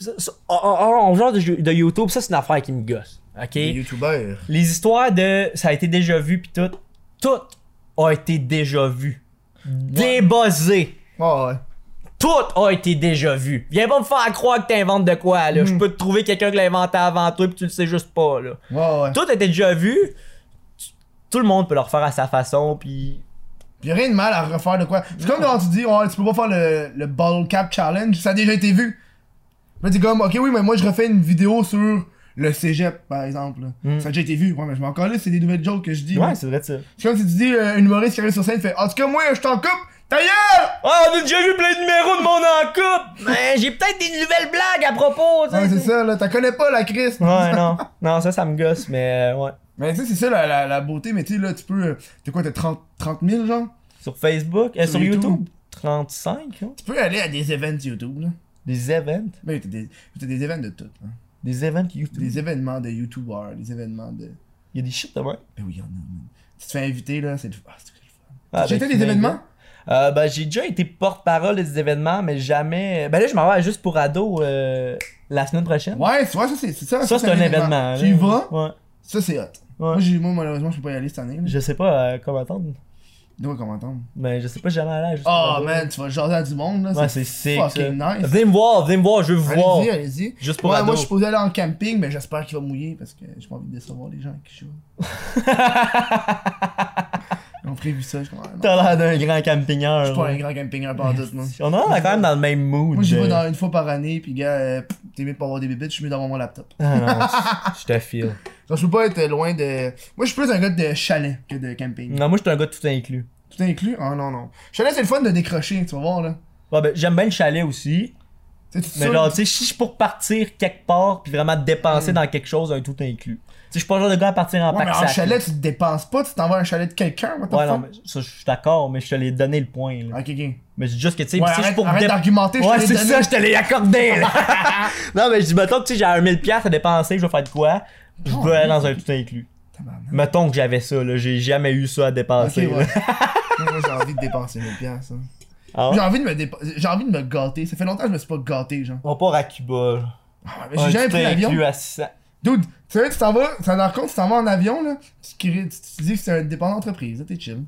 Speaker 2: ça- ça- en, en- en genre de, de YouTube, ça, c'est une affaire qui me gosse. Ok?
Speaker 1: Les youtubeurs.
Speaker 2: Les histoires de ça a été déjà vu, puis tout, tout a été déjà vu. débossé.
Speaker 1: Ouais, ouais.
Speaker 2: Tout a été déjà vu. Viens pas me faire croire que t'inventes de quoi, là. Je peux te trouver quelqu'un qui l'a inventé avant toi, puis tu le sais juste pas, là.
Speaker 1: Ouais, ouais.
Speaker 2: Tout a été déjà vu. Tu- Tout le monde peut le refaire à sa façon, puis.
Speaker 1: Pis y'a rien de mal à refaire de quoi. C'est comme quand tu dis, ouais, tu peux pas faire le, le bottle cap challenge, ça a déjà été vu. Là, t'es comme, ok, oui, mais moi je refais une vidéo sur le cégep, par exemple. là. Ça a déjà été vu. Ouais, mais je m'en calais, c'est des nouvelles jokes que je dis.
Speaker 2: c'est vrai, ça.
Speaker 1: C'est comme si tu dis, euh, une humoriste qui arrive sur scène fait, en tout cas, moi, je t'en coupe, ta gueule!
Speaker 2: Ah, on a déjà vu plein de numéros de mon en couple! Mais j'ai peut-être des nouvelles blagues à propos, tu sais.
Speaker 1: Ouais, c'est ça, là, t'en connais pas la crise.
Speaker 2: Ouais, non. Non, ça, ça me gosse, mais euh, ouais.
Speaker 1: Mais tu sais, c'est ça la, la, la beauté, mais tu sais, là, tu peux. euh, T'es quoi, t'as 30, 30 000, genre?
Speaker 2: Sur Facebook, euh,
Speaker 1: Sur
Speaker 2: sur,
Speaker 1: YouTube.
Speaker 2: YouTube. 35, hein?
Speaker 1: Tu peux aller à des events YouTube, là.
Speaker 2: Des events.
Speaker 1: Mais t'as des, t'as des events de tout, hein.
Speaker 2: Des events YouTube.
Speaker 1: Des e- événements de YouTubers, des événements de.
Speaker 2: Il y a des shit demain.
Speaker 1: Ben oui, y'en a, man. Si tu te fais inviter, là, c'est le ah, c'est le fun.
Speaker 2: Ah,
Speaker 1: J'ai
Speaker 2: ben,
Speaker 1: été des événements?
Speaker 2: Euh, ben, j'ai déjà été porte-parole des événements, mais jamais. Ben là, je m'en vais à juste pour ado euh, la semaine prochaine.
Speaker 1: Ouais, c'est- ouais, ça, c'est c'est ça.
Speaker 2: ça, c'est un événement.
Speaker 1: Tu y
Speaker 2: là.
Speaker 1: vas,
Speaker 2: Ouais.
Speaker 1: ça, c'est hot.
Speaker 2: Ouais.
Speaker 1: Moi, j'ai- moi, malheureusement, je peux pas y aller cette année. là.
Speaker 2: Je sais pas euh, comment attendre.
Speaker 1: Dis-moi comment attendre.
Speaker 2: Mais je sais pas jamais aller à juste pour
Speaker 1: Oh,
Speaker 2: ado.
Speaker 1: man, tu vas jaser à du monde, là.
Speaker 2: Ouais, c'est sick. ça.
Speaker 1: fucking nice.
Speaker 2: Venez me voir, venez me voir, je veux vous voir.
Speaker 1: Allez-y, allez-y.
Speaker 2: Juste pour
Speaker 1: Ouais,
Speaker 2: ado.
Speaker 1: moi, je suis posé aller en camping, mais j'espère qu'il va mouiller parce que j'ai pas envie de décevoir les gens avec qui je suis. Ils ont prévu ça, je comprends. non.
Speaker 2: T'as l'air d'un grand campingeur.
Speaker 1: Je suis pas
Speaker 2: là.
Speaker 1: un grand campingeur pas en tout, non.
Speaker 2: On en est quand même dans le même mood.
Speaker 1: Moi, j'y vais
Speaker 2: euh.
Speaker 1: dans une fois par année, puis gars, euh, pff, t'es mieux de pas avoir des bébites, je suis mieux d'avoir mon laptop.
Speaker 2: Ah non, je te file.
Speaker 1: Genre, je peux pas être loin de. Moi, je suis plus un gars de chalet que de camping.
Speaker 2: Non, moi, je suis un gars tout inclus.
Speaker 1: Tout inclus? Ah non, non. Chalet, c'est le fun de décrocher, tu vas voir, là.
Speaker 2: Ouais, ben, j'aime bien le chalet aussi.
Speaker 1: Tu sais, tu te
Speaker 2: Mais
Speaker 1: saoules.
Speaker 2: genre, tu sais, si je suis pour partir quelque part puis vraiment dépenser dans quelque chose, un tout inclus. Tu sais, je suis pas le genre de gars à partir en
Speaker 1: Hmm. Ouais, mais en
Speaker 2: pack-sac, là.
Speaker 1: chalet, tu te dépenses pas, tu t'en vas à un chalet de quelqu'un, what the
Speaker 2: Ouais, non,
Speaker 1: fuck?
Speaker 2: mais ça, je suis d'accord, mais je te l'ai donné le point. là.
Speaker 1: Ok, ok.
Speaker 2: Mais c'est juste que, tu sais,
Speaker 1: Ouais,
Speaker 2: si je suis
Speaker 1: arrête,
Speaker 2: pour.
Speaker 1: arrête
Speaker 2: dé-
Speaker 1: d'argumenter, je te
Speaker 2: Ouais,
Speaker 1: l'ai
Speaker 2: c'est
Speaker 1: donné.
Speaker 2: ça, je te l'ai accordé, là. Non, mais je dis, mettons que, tu sais, j'ai un 1000$ à dépenser, je vais faire de quoi Je
Speaker 1: Oh,
Speaker 2: veux aller dans un tout inclus.
Speaker 1: Tabarnak.
Speaker 2: Mettons que j'avais ça, là. J'ai jamais eu ça à
Speaker 1: Ok,
Speaker 2: dépenser.
Speaker 1: ouais.
Speaker 2: là.
Speaker 1: Moi, j'ai envie de dépenser mes piastres. hein.
Speaker 2: Ah ouais?
Speaker 1: J'ai envie de me dépa- J'ai envie de me gâter. Ça fait longtemps que je me suis pas gâté, genre.
Speaker 2: On part à Cuba. là.
Speaker 1: Ah, mais
Speaker 2: Un
Speaker 1: j'ai jamais
Speaker 2: tout
Speaker 1: pris l'avion.
Speaker 2: inclus à 600.
Speaker 1: Dude, tu sais, tu t'en vas, tu t'en rends compte, tu t'en vas en avion, là, tu, crées- tu- tu dis que c'est une dépendant d'entreprise, là, t'es chill.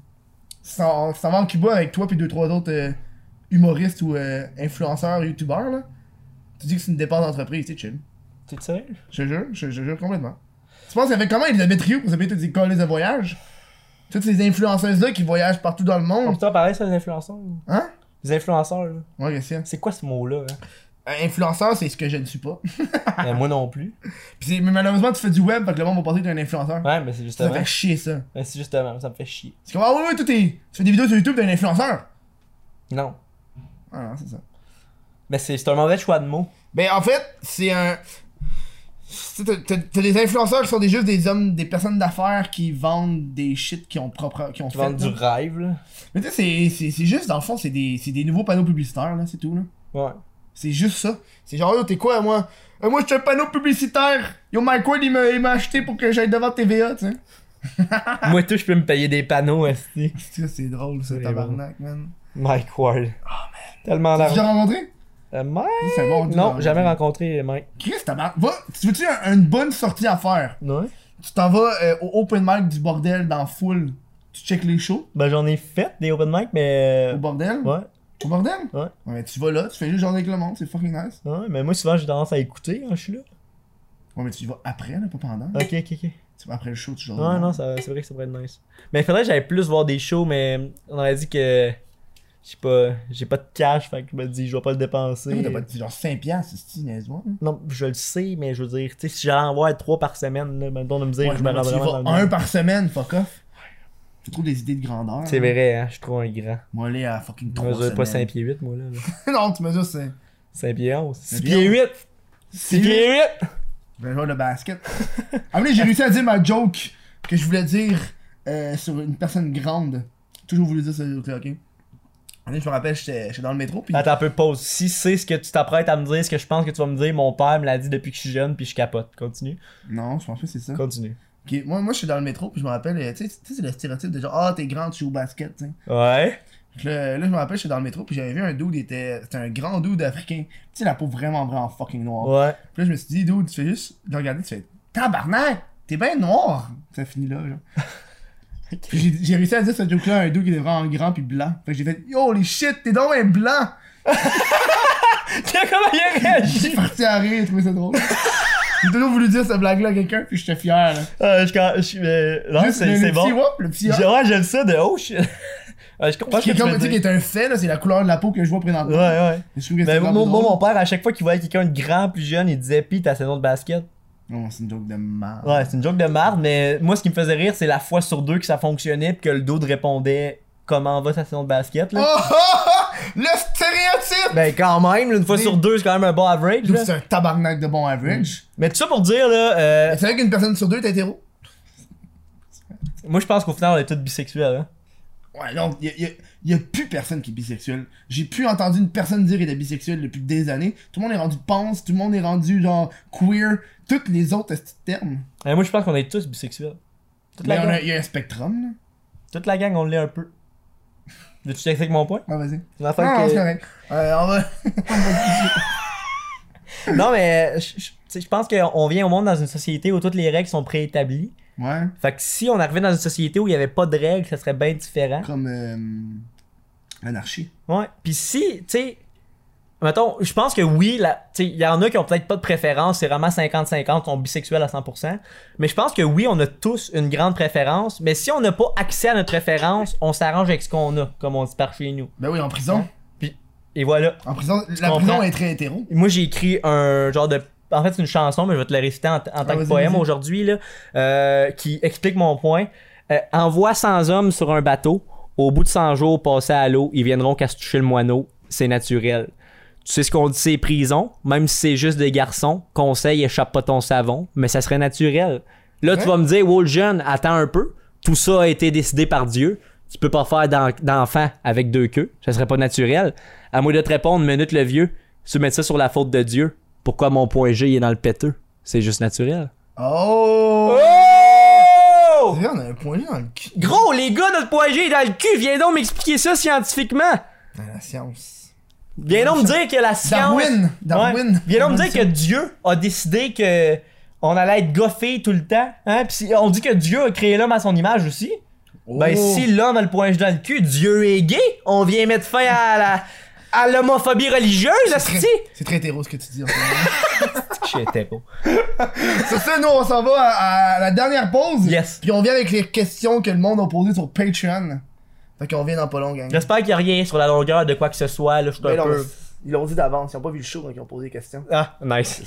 Speaker 1: Tu t'en tu t'en vas en Cuba avec toi puis deux, trois autres euh, humoristes ou euh, influenceurs, youtubeurs, là. Tu dis que c'est une dépendance d'entreprise, t'es chill.
Speaker 2: T'es sérieux
Speaker 1: Je te jure, je je te jure complètement. Tu penses qu'il y avait comment Elisabeth Rioux pour s'appeler toutes ces colles de voyage Toutes ces influenceuses-là qui voyagent partout dans le
Speaker 2: On
Speaker 1: monde.
Speaker 2: peut en parler sur les influenceurs là?
Speaker 1: Hein
Speaker 2: Les influenceurs, là.
Speaker 1: Ouais, Christian.
Speaker 2: C'est quoi ce mot-là hein?
Speaker 1: Un influenceur, c'est ce que je ne suis pas.
Speaker 2: Ben, Moi non plus.
Speaker 1: Puis c'est- mais malheureusement, tu fais du web, fait que le monde va penser que t'es un influenceur.
Speaker 2: Ouais, mais c'est
Speaker 1: Ça
Speaker 2: justement.
Speaker 1: fait chier, ça.
Speaker 2: Ben, c'est justement, ça me fait chier.
Speaker 1: C'est comme, ah ouais, ouais, toi, t'es- tu fais des vidéos sur YouTube, t'es un influenceur.
Speaker 2: Non.
Speaker 1: Ah non, c'est ça.
Speaker 2: Mais c'est c'est un mauvais choix de mots.
Speaker 1: Ben en fait, c'est un. c'est- t'as- T'as t'as des influenceurs qui sont des, juste des hommes, des personnes d'affaires qui vendent des shit qui ont propre, qui ont
Speaker 2: Tu
Speaker 1: fait,
Speaker 2: vends du
Speaker 1: là.
Speaker 2: rêve, là.
Speaker 1: Mais tu sais, c'est- c'est c'est juste dans le fond, c'est des, c'est des nouveaux panneaux publicitaires là, c'est tout là.
Speaker 2: Ouais.
Speaker 1: C'est juste ça. C'est genre yo t'es quoi moi? Euh, moi je suis un panneau publicitaire. Yo Mike Ward il m'a il m'a acheté pour que j'aille devant TVA tu sais.
Speaker 2: Moi, tout, je peux me payer des panneaux, esti.
Speaker 1: Ça, C'est drôle ça
Speaker 2: C'est
Speaker 1: tabarnak man.
Speaker 2: Mike Ward. Tellement
Speaker 1: Tu l'as
Speaker 2: d'argent.
Speaker 1: déjà rencontré?
Speaker 2: Euh, Mike?
Speaker 1: C'est bon. tu l'as
Speaker 2: Non,
Speaker 1: rencontré.
Speaker 2: jamais rencontré Mike.
Speaker 1: Chris tabarnak. Va, tu veux-tu un- une bonne sortie à faire?
Speaker 2: Non?
Speaker 1: Tu t'en vas euh, au open mic du bordel dans full. Tu check les shows
Speaker 2: Ben, j'en ai fait des open mic, mais. euh,
Speaker 1: au bordel.
Speaker 2: Ouais.
Speaker 1: Au bordel?
Speaker 2: Ouais.
Speaker 1: mais tu vas là, tu fais juste genre avec le monde, c'est fucking nice.
Speaker 2: Ouais, mais moi, souvent, j'ai tendance à écouter quand je suis là.
Speaker 1: Ouais, mais tu y vas après, là, pas pendant.
Speaker 2: Ok, ok, ok.
Speaker 1: Tu vas après le show, tu genre.
Speaker 2: Ouais, non, ça- c'est vrai que ça pourrait être nice. Mais il faudrait que j'aille plus voir des shows, mais on aurait dit que. Je sais pas, j'ai pas de cash, fait que je me dis, je vais pas le dépenser.
Speaker 1: T'as pas dit genre 5 piastres, c'est stylé, niaise-moi. hein.
Speaker 2: Non, je le sais, mais je veux dire, tu sais, si j'en vois trois par semaine, là, maintenant de me dire,
Speaker 1: Ouais,
Speaker 2: je me rends
Speaker 1: mais tu y
Speaker 2: vraiment
Speaker 1: vas
Speaker 2: dans le
Speaker 1: un
Speaker 2: mille.
Speaker 1: par semaine, fuck off. Tu trouves des idées de grandeur.
Speaker 2: C'est
Speaker 1: hein.
Speaker 2: vrai, hein, je suis trop un grand.
Speaker 1: Moi, aller à fucking
Speaker 2: Je
Speaker 1: 3
Speaker 2: mesure
Speaker 1: semaines.
Speaker 2: pas 5 pieds 8, moi, là.
Speaker 1: non, tu mesures 5.
Speaker 2: 5 pieds 11. 6
Speaker 1: pieds
Speaker 2: pieds 8! 6 pieds 8!
Speaker 1: Ben, genre le basket. ah, mais j'ai réussi à dire ma joke que je voulais dire euh, sur une personne grande. J'ai Toujours voulu dire ça, ok. ok. Un moment, Je me rappelle, j'étais j'étais dans le métro, puis
Speaker 2: Attends un peu, pause. Si c'est ce que tu t'apprêtes à me dire, ce que je pense que tu vas me dire, mon père me l'a dit depuis que je suis jeune, puis je capote. Continue.
Speaker 1: Non, je pense pas que c'est ça.
Speaker 2: Continue.
Speaker 1: Ok, Moi, moi, je suis dans le métro, puis je me rappelle, euh, tu sais, tu sais, c'est le stéréotype de genre, ah, t'es grand, tu joues au basket, tu sais.
Speaker 2: Ouais.
Speaker 1: Puis Là, là, je me rappelle, j'étais dans le métro, puis j'avais vu un dude, il était, c'était un grand dude africain. Tu sais, la peau vraiment, vraiment fucking noire.
Speaker 2: Ouais.
Speaker 1: Puis là, je me suis dit, dude, tu fais juste le regarder, tu fais, tabarnak, t'es bien noir. Ça finit là, genre. Puis j'ai- j'ai réussi à dire ce joke-là à un dude qui était vraiment grand puis blanc. Fait que j'ai fait Yo, les shit, t'es donc un blanc!
Speaker 2: Comment il a réagi?
Speaker 1: J'ai parti à rire, j'ai trouvé ça drôle. j'ai toujours voulu dire cette blague-là à quelqu'un, puis j'étais fier. Là.
Speaker 2: Euh, je, quand- je- euh, non,
Speaker 1: Juste le,
Speaker 2: c'est
Speaker 1: le
Speaker 2: c'est bon.
Speaker 1: petit whoop, le petit hein.
Speaker 2: J'ai- Ouais, j'aime ça de oh shit. Ouais, je comprends ce
Speaker 1: Qui
Speaker 2: que
Speaker 1: est
Speaker 2: tu
Speaker 1: comme,
Speaker 2: veux
Speaker 1: tu sais, qui
Speaker 2: dire.
Speaker 1: est un fait, là, c'est la couleur de la peau que je vois présentement.
Speaker 2: Ouais, ouais.
Speaker 1: Je trouve que c'est
Speaker 2: Mais moi,
Speaker 1: vraiment
Speaker 2: moi,
Speaker 1: drôle.
Speaker 2: mon père, à chaque fois qu'il voyait quelqu'un de grand, plus jeune, il disait Pis ta saison de basket.
Speaker 1: Non, c'est une joke de merde.
Speaker 2: Ouais, c'est une joke de marde, mais moi, ce qui me faisait rire, c'est la fois sur deux que ça fonctionnait pis que le dude répondait Comment va ta saison de basket là.
Speaker 1: Oh, oh, oh, le stéréotype!
Speaker 2: Ben, quand même, là, une fois
Speaker 1: Des-
Speaker 2: sur deux, c'est quand même un bon average.
Speaker 1: Dude,
Speaker 2: là.
Speaker 1: c'est un tabarnak de bon average.
Speaker 2: Mais tout ça pour dire, là, euh,
Speaker 1: C'est vrai qu'une personne sur deux est hétéro?
Speaker 2: moi, je pense qu'au final, on est tous bisexuels. Hein.
Speaker 1: Ouais, non, y a, y a- y a plus personne qui est bisexuel. J'ai plus entendu une personne dire qu'elle était bisexuelle depuis des années. Tout le monde est rendu pense, tout le monde est rendu genre queer, tous les autres petits termes.
Speaker 2: Euh, moi, je pense qu'on est tous bisexuels. Toute
Speaker 1: Mais
Speaker 2: la,
Speaker 1: Ben, on
Speaker 2: gang,
Speaker 1: a- y a un spectrum, là.
Speaker 2: toute la gang, on l'est un peu. Veux-tu t'expliquer mon point
Speaker 1: Ah, vas-y.
Speaker 2: C'est une affaire
Speaker 1: Non, non,
Speaker 2: que-
Speaker 1: c'est correct. Euh, on va...
Speaker 2: Non, mais je- je tu sais, je pense qu'on vient au monde dans une société où toutes les règles sont préétablies.
Speaker 1: Ouais,
Speaker 2: Fait que si on arrivait dans une société où il n'y avait pas de règles, ça serait bien différent.
Speaker 1: comme... euh, anarchie.
Speaker 2: Ouais. Puis si, tu sais, mettons, je pense que oui, la- tu sais, il y en a qui ont peut-être pas de préférence, c'est vraiment 50-50, sont bisexuels à 100%. Mais je pense que oui, on a tous une grande préférence. Mais si on n'a pas accès à notre préférence, on s'arrange avec ce qu'on a, comme on dit par chez nous.
Speaker 1: Ben oui, en prison.
Speaker 2: Et voilà.
Speaker 1: En prison, la
Speaker 2: comprends?
Speaker 1: prison est très hétéro.
Speaker 2: Moi, j'ai écrit un genre de. En fait, c'est une chanson, mais je vais te la réciter en, en tant que
Speaker 1: Ah, vas-y,
Speaker 2: poème
Speaker 1: vas-y.
Speaker 2: aujourd'hui, là, euh, qui explique mon point. Euh, envoie 100 hommes sur un bateau. Au bout de 100 jours passés à l'eau, ils viendront qu'à se toucher le moineau. C'est naturel. Tu sais ce qu'on dit, c'est prison, même si c'est juste des garçons. Conseil, échappe pas ton savon, mais ça serait naturel. Là, tu
Speaker 1: Ouais.
Speaker 2: vas me dire, wow, le jeune, attends un peu. Tout ça a été décidé par Dieu. Tu peux pas faire d'en- d'enfant avec deux queues. Ça serait pas naturel. À moi de te répondre, minute le vieux. Tu mets ça sur la faute de Dieu. Pourquoi mon point G il est dans le péteux? C'est juste naturel.
Speaker 1: Oh!
Speaker 2: Oh!
Speaker 1: Regarde, on a un point G dans le cul.
Speaker 2: Gros, les gars, notre point G est dans le cul. Viens donc m'expliquer ça scientifiquement.
Speaker 1: Dans la science.
Speaker 2: Viens donc me dire que la science.
Speaker 1: Darwin! Darwin!
Speaker 2: Ouais. Viens donc me dire que Dieu a décidé que on allait être goffé tout le temps. Hein? Puis si- on dit que Dieu a créé l'homme à son image aussi. Ben
Speaker 1: Oh.
Speaker 2: si l'homme a le point G dans le cul, Dieu est gay. On vient mettre fin à la à l'homophobie religieuse,
Speaker 1: C'est
Speaker 2: asti.
Speaker 1: très- C'est très hétéro ce que tu dis en ce moment.
Speaker 2: J'étais hétéro.
Speaker 1: Sur ça, nous, on s'en va à, à la dernière pause.
Speaker 2: Yes.
Speaker 1: Puis on vient avec les questions que le monde a posées sur Patreon. Fait qu'on vient dans pas long, gang.
Speaker 2: J'espère qu'il n'y a rien sur la longueur de quoi que ce soit. Là, je suis
Speaker 1: Ben
Speaker 2: un peu.
Speaker 1: Ils l'ont dit d'avance, ils ont pas vu le show, donc ils ont posé des questions.
Speaker 2: Ah, nice.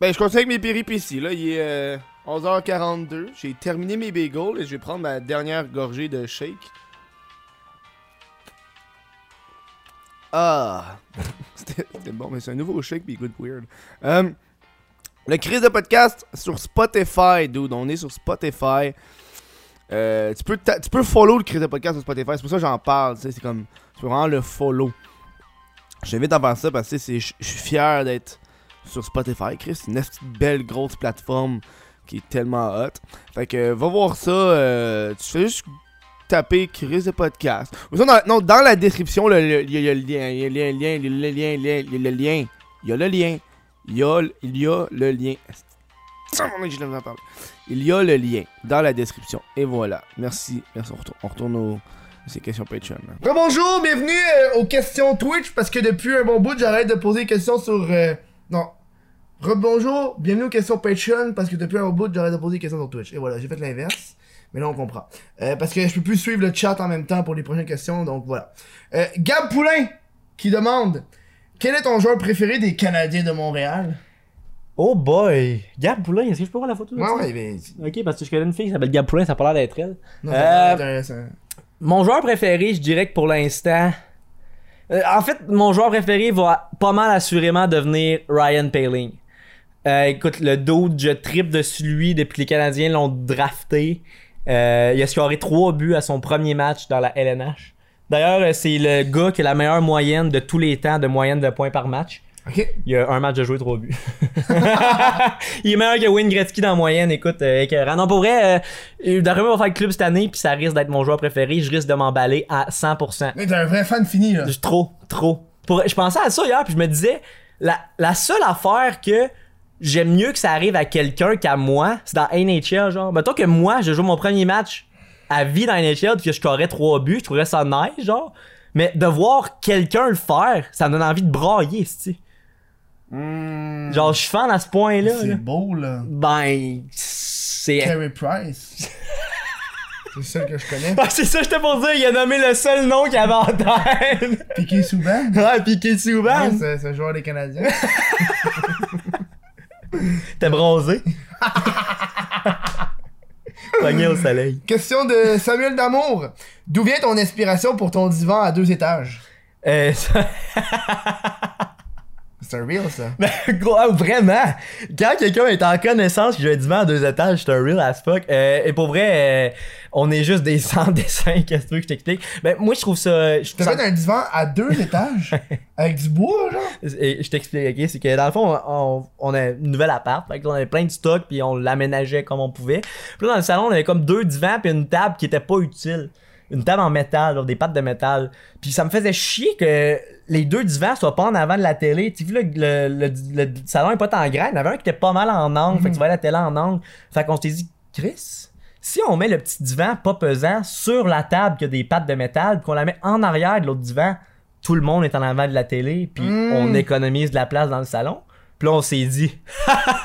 Speaker 1: Ben, je continue avec mes péripéties. Là, il est euh, 11h42. J'ai terminé mes bagels et je vais prendre ma dernière gorgée de shake. Ah! C'était c'était bon, mais c'est un nouveau shake, puis il goûte weird. Euh, le crise de podcast sur Spotify, dude. On est sur Spotify. Euh, tu, peux ta- tu peux follow le crise de podcast sur Spotify. C'est pour ça que j'en parle. tu sais, C'est comme. Tu peux vraiment le follow. J'invite à faire ça parce que c'est- je je suis fier d'être sur Spotify. Chris, c'est une esti de belle grosse plateforme qui est tellement hot. Fait que euh, va voir ça. euh, tu fais juste taper Chris de podcast. Ou sinon, dans, non, dans la description, le- le- il y, a le lien. Il y a le lien, il y a le lien, il y a le lien, il y a le lien. Il y a le lien. Il y a, le- il y a le lien. Esti- Ça, mon mec, j'ai de la misère à parler. Il y a le lien dans la description. Et voilà. Merci. Merci. On retourne, on retourne aux. C'est questions Patreon. Bonjour, bienvenue euh, aux questions Twitch parce que depuis un bon bout, j'arrête de poser des questions sur. euh, non, Rebonjour, bienvenue aux questions Patreon, parce que depuis un bout, j'aurais de poser des questions sur Twitch. Et voilà, j'ai fait l'inverse, mais là on comprend. Euh, parce que je peux plus suivre le chat en même temps pour les prochaines questions, donc voilà. Euh, Gab Poulain, qui demande, quel est ton joueur préféré des Canadiens de Montréal?
Speaker 2: Oh boy! Gab Poulin, est-ce que je peux voir la photo de
Speaker 1: Ouais,
Speaker 2: ça?
Speaker 1: ouais, ben, mais...
Speaker 2: Ok, parce que je connais une fille qui s'appelle Gab Poulin, ça a pas l'air d'être elle.
Speaker 1: Non,
Speaker 2: Euh,
Speaker 1: ça doit être un-
Speaker 2: Mon joueur préféré, je dirais que pour l'instant. Euh, en fait, mon joueur préféré va pas mal assurément devenir Ryan Paling. Euh, écoute, le dude, je tripe dessus lui depuis que les Canadiens l'ont drafté. Euh, il a scoré trois buts à son premier match dans la LNH. D'ailleurs, euh, c'est le gars qui a la meilleure moyenne de tous les temps de moyenne de points par match.
Speaker 1: Ok,
Speaker 2: Il y a un match de jouer, trois buts. il est meilleur que Wayne Gretzky dans la moyenne, écoute, euh, écœurant. Non, pour vrai, euh, d'après moi, on va faire le club cette année, puis ça risque d'être mon joueur préféré. Je risque de m'emballer à 100%.
Speaker 1: Mais t'es un vrai fan fini, là.
Speaker 2: Je- Trop, trop. Pour, je pensais à ça hier, puis je me disais, la, la seule affaire que j'aime mieux que ça arrive à quelqu'un qu'à moi. C'est dans NHL, genre. Mettons que moi, je joue mon premier match à vie dans NHL puis que je corrais trois buts, je trouverais ça nice, genre. Mais de voir quelqu'un le faire, ça me donne envie de brailler, tu
Speaker 8: Mmh.
Speaker 2: Genre, je suis fan à ce point-là. là.
Speaker 1: C'est beau, là.
Speaker 2: Ben, c'est.
Speaker 1: Carey Price. C'est celle que je connais.
Speaker 2: Ah, c'est ça, j'étais pour dire, il a nommé le seul nom qu'il avait en tête.
Speaker 1: Piqué Souban.
Speaker 2: ouais, puis Kate
Speaker 1: Ouais,
Speaker 2: Souban.
Speaker 1: c'est c'est un joueur des Canadiens.
Speaker 2: T'es bronzé. Pogné au soleil.
Speaker 1: Question de Samuel Damour. D'où vient ton inspiration pour ton divan à deux étages?
Speaker 2: Euh, ça-
Speaker 1: C'est un real, ça.
Speaker 2: Ben, gros, ah, vraiment! Quand quelqu'un est en connaissance, j'ai un divan à deux étages, c'est un real as fuck. Euh, et pour vrai, euh, on est juste des sans-dessins, qu'est-ce que tu veux que je t'explique? Ben, moi, je trouve ça. Je trouve
Speaker 1: T'as
Speaker 2: ça
Speaker 1: fait un divan à deux étages? Avec du bois, genre?
Speaker 2: Et je t'explique, ok? C'est que dans le fond, on, on a une nouvelle appart, fait que là, on avait plein de stocks, puis on l'aménageait comme on pouvait. Puis là, dans le salon, on avait comme deux divans, puis une table qui était pas utile. Une table en métal, genre des pattes de métal. Puis ça me faisait chier que les deux divans soient pas en avant de la télé. Tu vois, le, le, le- le salon est pas tant grand. Il y en avait un qui était pas mal en angle, fait que tu voyais la télé en angle. Fait qu'on s'était dit, Chris, si on met le petit divan pas pesant sur la table qui a des pattes de métal, puis qu'on la met en arrière de l'autre divan, tout le monde est en avant de la télé, puis
Speaker 1: Hmm.
Speaker 2: on économise de la place dans le salon. Puis là, on s'est dit,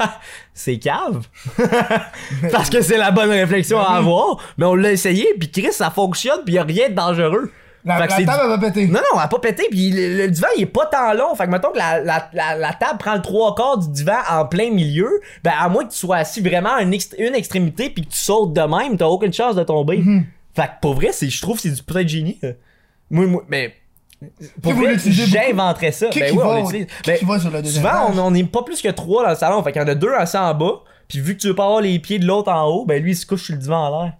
Speaker 2: c'est cave. Parce que c'est la bonne réflexion
Speaker 1: Ben
Speaker 2: à avoir. Mais on l'a essayé, puis Chris, ça fonctionne, puis il a rien de dangereux.
Speaker 1: La,
Speaker 2: Fait
Speaker 1: la
Speaker 2: que c'est-
Speaker 1: table, elle va péter.
Speaker 2: non, non, elle a pas pété, puis le, le divan, il est pas tant long. Fait que mettons que la, la, la, la table prend le trois quarts du divan en plein milieu, ben à moins que tu sois assis vraiment à une, ext- une extrémité puis que tu sautes de même, t'as aucune chance de tomber.
Speaker 1: Mhm.
Speaker 2: Fait que pour vrai, c'est, je trouve que c'est du putain de génie. là. Moi, moi, mais... Pour
Speaker 1: vous
Speaker 2: vrai,
Speaker 1: l'utilisez beaucoup?
Speaker 2: j'inventerais ça.
Speaker 1: Qui
Speaker 2: ben
Speaker 1: qui
Speaker 2: oui,
Speaker 1: va
Speaker 2: on
Speaker 1: au-
Speaker 2: l'utilise.
Speaker 1: qui
Speaker 2: Ben,
Speaker 1: qui va sur le deuxième
Speaker 2: Souvent,
Speaker 1: étage?
Speaker 2: on on n'est pas plus que trois dans le salon. Fait qu'il y en a deux assis en bas, puis vu que tu veux pas avoir les pieds de l'autre en haut, ben lui, il se couche sur le divan en l'air.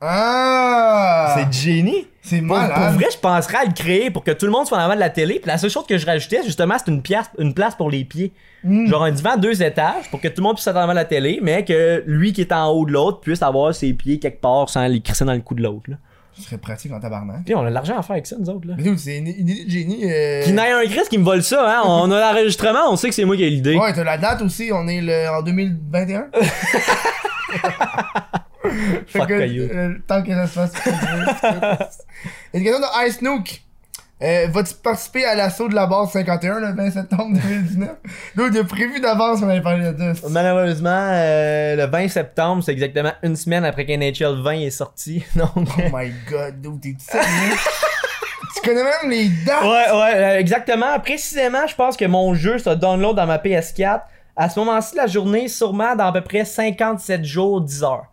Speaker 1: Ah!
Speaker 2: C'est du génie.
Speaker 1: C'est
Speaker 2: Pour, pour
Speaker 1: malade.
Speaker 2: vrai, je penserais à le créer pour que tout le monde soit en avant de la télé. Puis la seule chose que je rajoutais, justement, c'est une, pièce, une place pour les pieds.
Speaker 1: Hmm.
Speaker 2: Genre un divan à deux étages pour que tout le monde puisse être en avant de la télé, mais que lui qui est en haut de l'autre puisse avoir ses pieds quelque part sans les crisser dans le cou de l'autre. là.
Speaker 1: Ce serait pratique en tabarnak.
Speaker 2: Puis on a de l'argent à faire avec ça, nous autres. Là.
Speaker 1: Mais dude, c'est une, une idée de génie. euh,
Speaker 2: Qu'il n'y ait un Chris qui me vole ça, hein. On a l'enregistrement, on sait que c'est moi qui ai l'idée.
Speaker 1: Ouais, t'as la date aussi, on est le- en 2021. Fait
Speaker 2: Fuck
Speaker 1: que,
Speaker 2: Caillou.
Speaker 1: euh, tant que ça se fasse. Une question de Ice Nook. Euh, Vas-tu participer à l'assaut de la base 51 le 20 septembre 2019? Nous, il a prévu d'avance, on avait parlé de ça.
Speaker 2: Malheureusement, euh, le 20 septembre, c'est exactement une semaine après qu'NHL 20 est sorti. Donc,
Speaker 1: Oh my god, dude, t'es sérieux? tu connais même les dates?
Speaker 2: Ouais, ouais, euh, exactement. Précisément, je pense que mon jeu se download dans ma PS4 à ce moment-ci de la journée, sûrement dans à peu près 57 jours, 10 heures.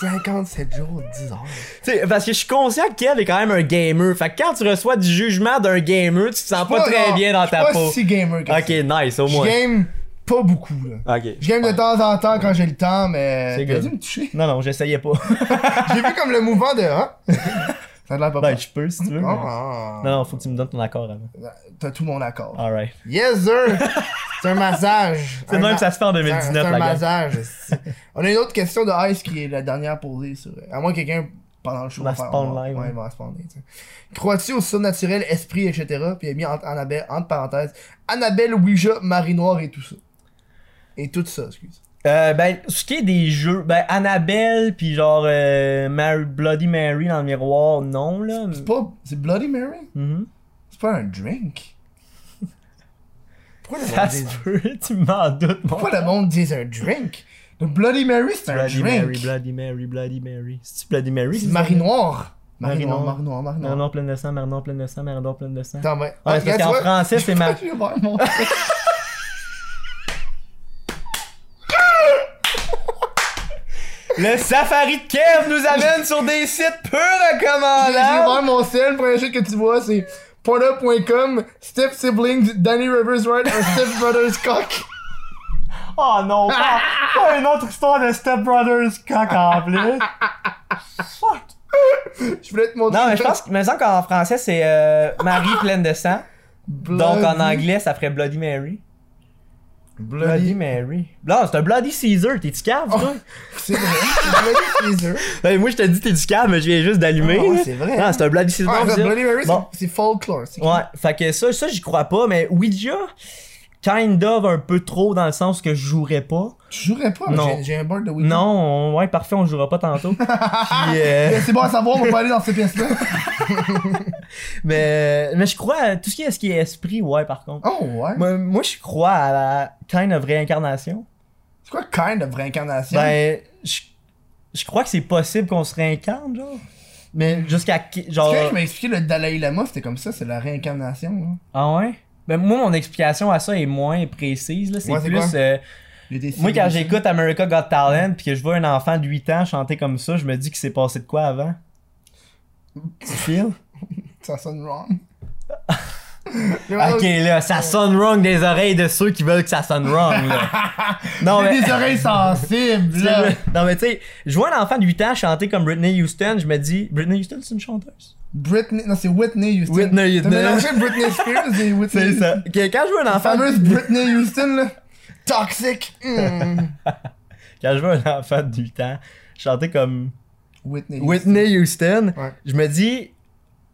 Speaker 1: 57 jours, 10 heures.
Speaker 2: Tu sais, parce que je suis conscient que Kev est quand même un gamer. Fait que quand tu reçois du jugement d'un gamer, tu te sens pas très
Speaker 1: genre-
Speaker 2: bien dans
Speaker 1: je suis
Speaker 2: ta
Speaker 1: pas
Speaker 2: peau.
Speaker 1: si gamer que ça.
Speaker 2: Ok, nice, au
Speaker 1: Je
Speaker 2: moins.
Speaker 1: game pas beaucoup, là.
Speaker 2: Ok.
Speaker 1: Je game de temps en temps quand j'ai le temps, mais.
Speaker 2: C'est
Speaker 1: T'as
Speaker 2: good.
Speaker 1: dû me toucher.
Speaker 2: Non, non, j'essayais pas.
Speaker 1: J'ai vu comme le mouvement de. Hein? Ça a l'air pas
Speaker 2: ben,
Speaker 1: mal.
Speaker 2: je peux si tu veux. mais-
Speaker 1: Ah.
Speaker 2: Non, non, faut que tu me donnes ton accord avant.
Speaker 1: T'as tout mon accord.
Speaker 2: Alright.
Speaker 1: Yes, sir! C'est un massage.
Speaker 2: C'est de même que ça se fait en
Speaker 1: C'est un-
Speaker 2: 2019,
Speaker 1: c'est un
Speaker 2: la gueule.
Speaker 1: massage. esti. On a une autre question de Ice qui est la dernière posée sur. euh, À moins que quelqu'un pendant le show
Speaker 2: Va
Speaker 1: faire-
Speaker 2: spawn
Speaker 1: va-
Speaker 2: live, hein.
Speaker 1: Ouais,
Speaker 2: ouais.
Speaker 1: va spawner. tu sais. Crois-tu au surnaturel, esprit, etc. Puis il a mis entre, Annabelle, entre parenthèses Annabelle, Ouija, Marie Noire et tout ça. Et tout ça, excuse.
Speaker 2: Euh, ben, ce qui est des jeux, ben, Annabelle, puis genre euh, Mary- Bloody Mary dans le miroir, non, là.
Speaker 1: C'est pas. C'est Bloody Mary?
Speaker 2: Mhm.
Speaker 1: C'est pas un drink? Pourquoi le
Speaker 2: Ça
Speaker 1: monde
Speaker 2: se
Speaker 1: dit-
Speaker 2: peut, tu m'en doutes, mon
Speaker 1: Pourquoi le monde dit un drink? Le Bloody Mary, c'est un
Speaker 2: Bloody
Speaker 1: drink.
Speaker 2: Mary, Bloody Mary, Bloody Mary. C'est-tu Bloody Mary?
Speaker 1: C'est
Speaker 2: ça?
Speaker 1: Marie Noire. Marie
Speaker 2: Marie
Speaker 1: Noire, Marie
Speaker 2: Noire.
Speaker 1: Noire, Marie Noire.
Speaker 2: Marie Noire pleine de sang, Marie Noire pleine de sang, Marie Noire pleine de sang.
Speaker 1: Attends, ouais.
Speaker 2: Ouais,
Speaker 1: Ah,
Speaker 2: c'est parce
Speaker 1: tu
Speaker 2: qu'en
Speaker 1: vois,
Speaker 2: français, c'est ma-
Speaker 1: je vais voir mon-
Speaker 2: Le safari de Kev nous amène sur des sites peu
Speaker 1: J'ai
Speaker 2: recommandables!
Speaker 1: ouvert mon sel, le premier shit que tu vois, c'est pornhub.com, Step Siblings, Danny Rivers Wright, un Step Brothers Cock.
Speaker 2: Oh non, pas, pas une autre histoire de Step Brothers cock en plus! Fuck!
Speaker 1: Je voulais te montrer.
Speaker 2: Non, mais je pense qu'il me semble qu'en français, c'est euh, Marie pleine de sang. Donc en anglais, ça ferait Bloody Mary.
Speaker 1: Bloody.
Speaker 2: Mary. Là, c'est un Bloody Caesar, t'es du cave, toi?
Speaker 1: C'est vrai. c'est Bloody Caesar.
Speaker 2: Ben, moi, je te dis, t'es du cave, mais je viens juste d'allumer.
Speaker 1: Ah ouais,
Speaker 2: là.
Speaker 1: c'est vrai,
Speaker 2: Non,
Speaker 1: hein.
Speaker 2: c'est un Bloody Caesar.
Speaker 1: Ah,
Speaker 2: on dit.
Speaker 1: Bloody Mary, c'est-
Speaker 2: Bon.
Speaker 1: c'est folklore. c'est-
Speaker 2: Ouais, fait que ça, ça j'y crois pas, mais Ouija, kind of un peu trop dans le sens que je jouerais pas.
Speaker 1: Tu jouerais pas?
Speaker 2: Non.
Speaker 1: J'ai- J'ai un board de Ouija.
Speaker 2: Non, on- ouais, parfait, on jouera pas tantôt. Puis, euh,
Speaker 1: Mais Eh, C'est bon à savoir, on va pas aller dans ces pièces-là.
Speaker 2: mais mais je crois à tout ce qui est, ce qui est esprit, ouais, par contre.
Speaker 1: Oh, ouais.
Speaker 2: Moi, moi, je crois à la kind of réincarnation.
Speaker 1: C'est quoi kind of réincarnation?
Speaker 2: Ben, je, je crois que c'est possible qu'on se réincarne, genre. Mais jusqu'à. qui- Genre.
Speaker 1: Est-ce que je m'ai expliqué le Dalai Lama, c'était comme ça, c'est la réincarnation. là.
Speaker 2: Ah ouais? Ben, moi, mon explication à ça est moins précise. Là. C'est
Speaker 1: Ouais, c'est quoi? euh,
Speaker 2: plus. euh,
Speaker 1: Il était si-
Speaker 2: moi, quand j'écoute America Got Talent puis que je vois un enfant de 8 ans chanter comme ça, je me dis qu'il s'est passé de quoi avant. Tu feel?
Speaker 1: Ça sonne wrong. Ah,
Speaker 2: Ok, là, ça sonne wrong des oreilles de ceux qui veulent que ça sonne wrong, là. non, mais.
Speaker 1: J'ai des oreilles sensibles, là.
Speaker 2: Non, mais tu sais, je vois un enfant de 8 ans chanter comme Britney Houston, je me dis, Britney Houston, c'est une chanteuse.
Speaker 1: Britney, non, c'est Whitney Houston.
Speaker 2: Whitney Houston.
Speaker 1: T'as mélangé Britney Spears et Whitney
Speaker 2: C'est
Speaker 1: Houston.
Speaker 2: ça. Que quand je vois un
Speaker 1: La
Speaker 2: enfant.
Speaker 1: fameuse Britney Houston, là. Toxic. Hmm.
Speaker 2: Quand je vois un enfant de 8 ans chanter comme
Speaker 1: Whitney.
Speaker 2: Whitney Houston,
Speaker 1: Ouais.
Speaker 2: je me dis,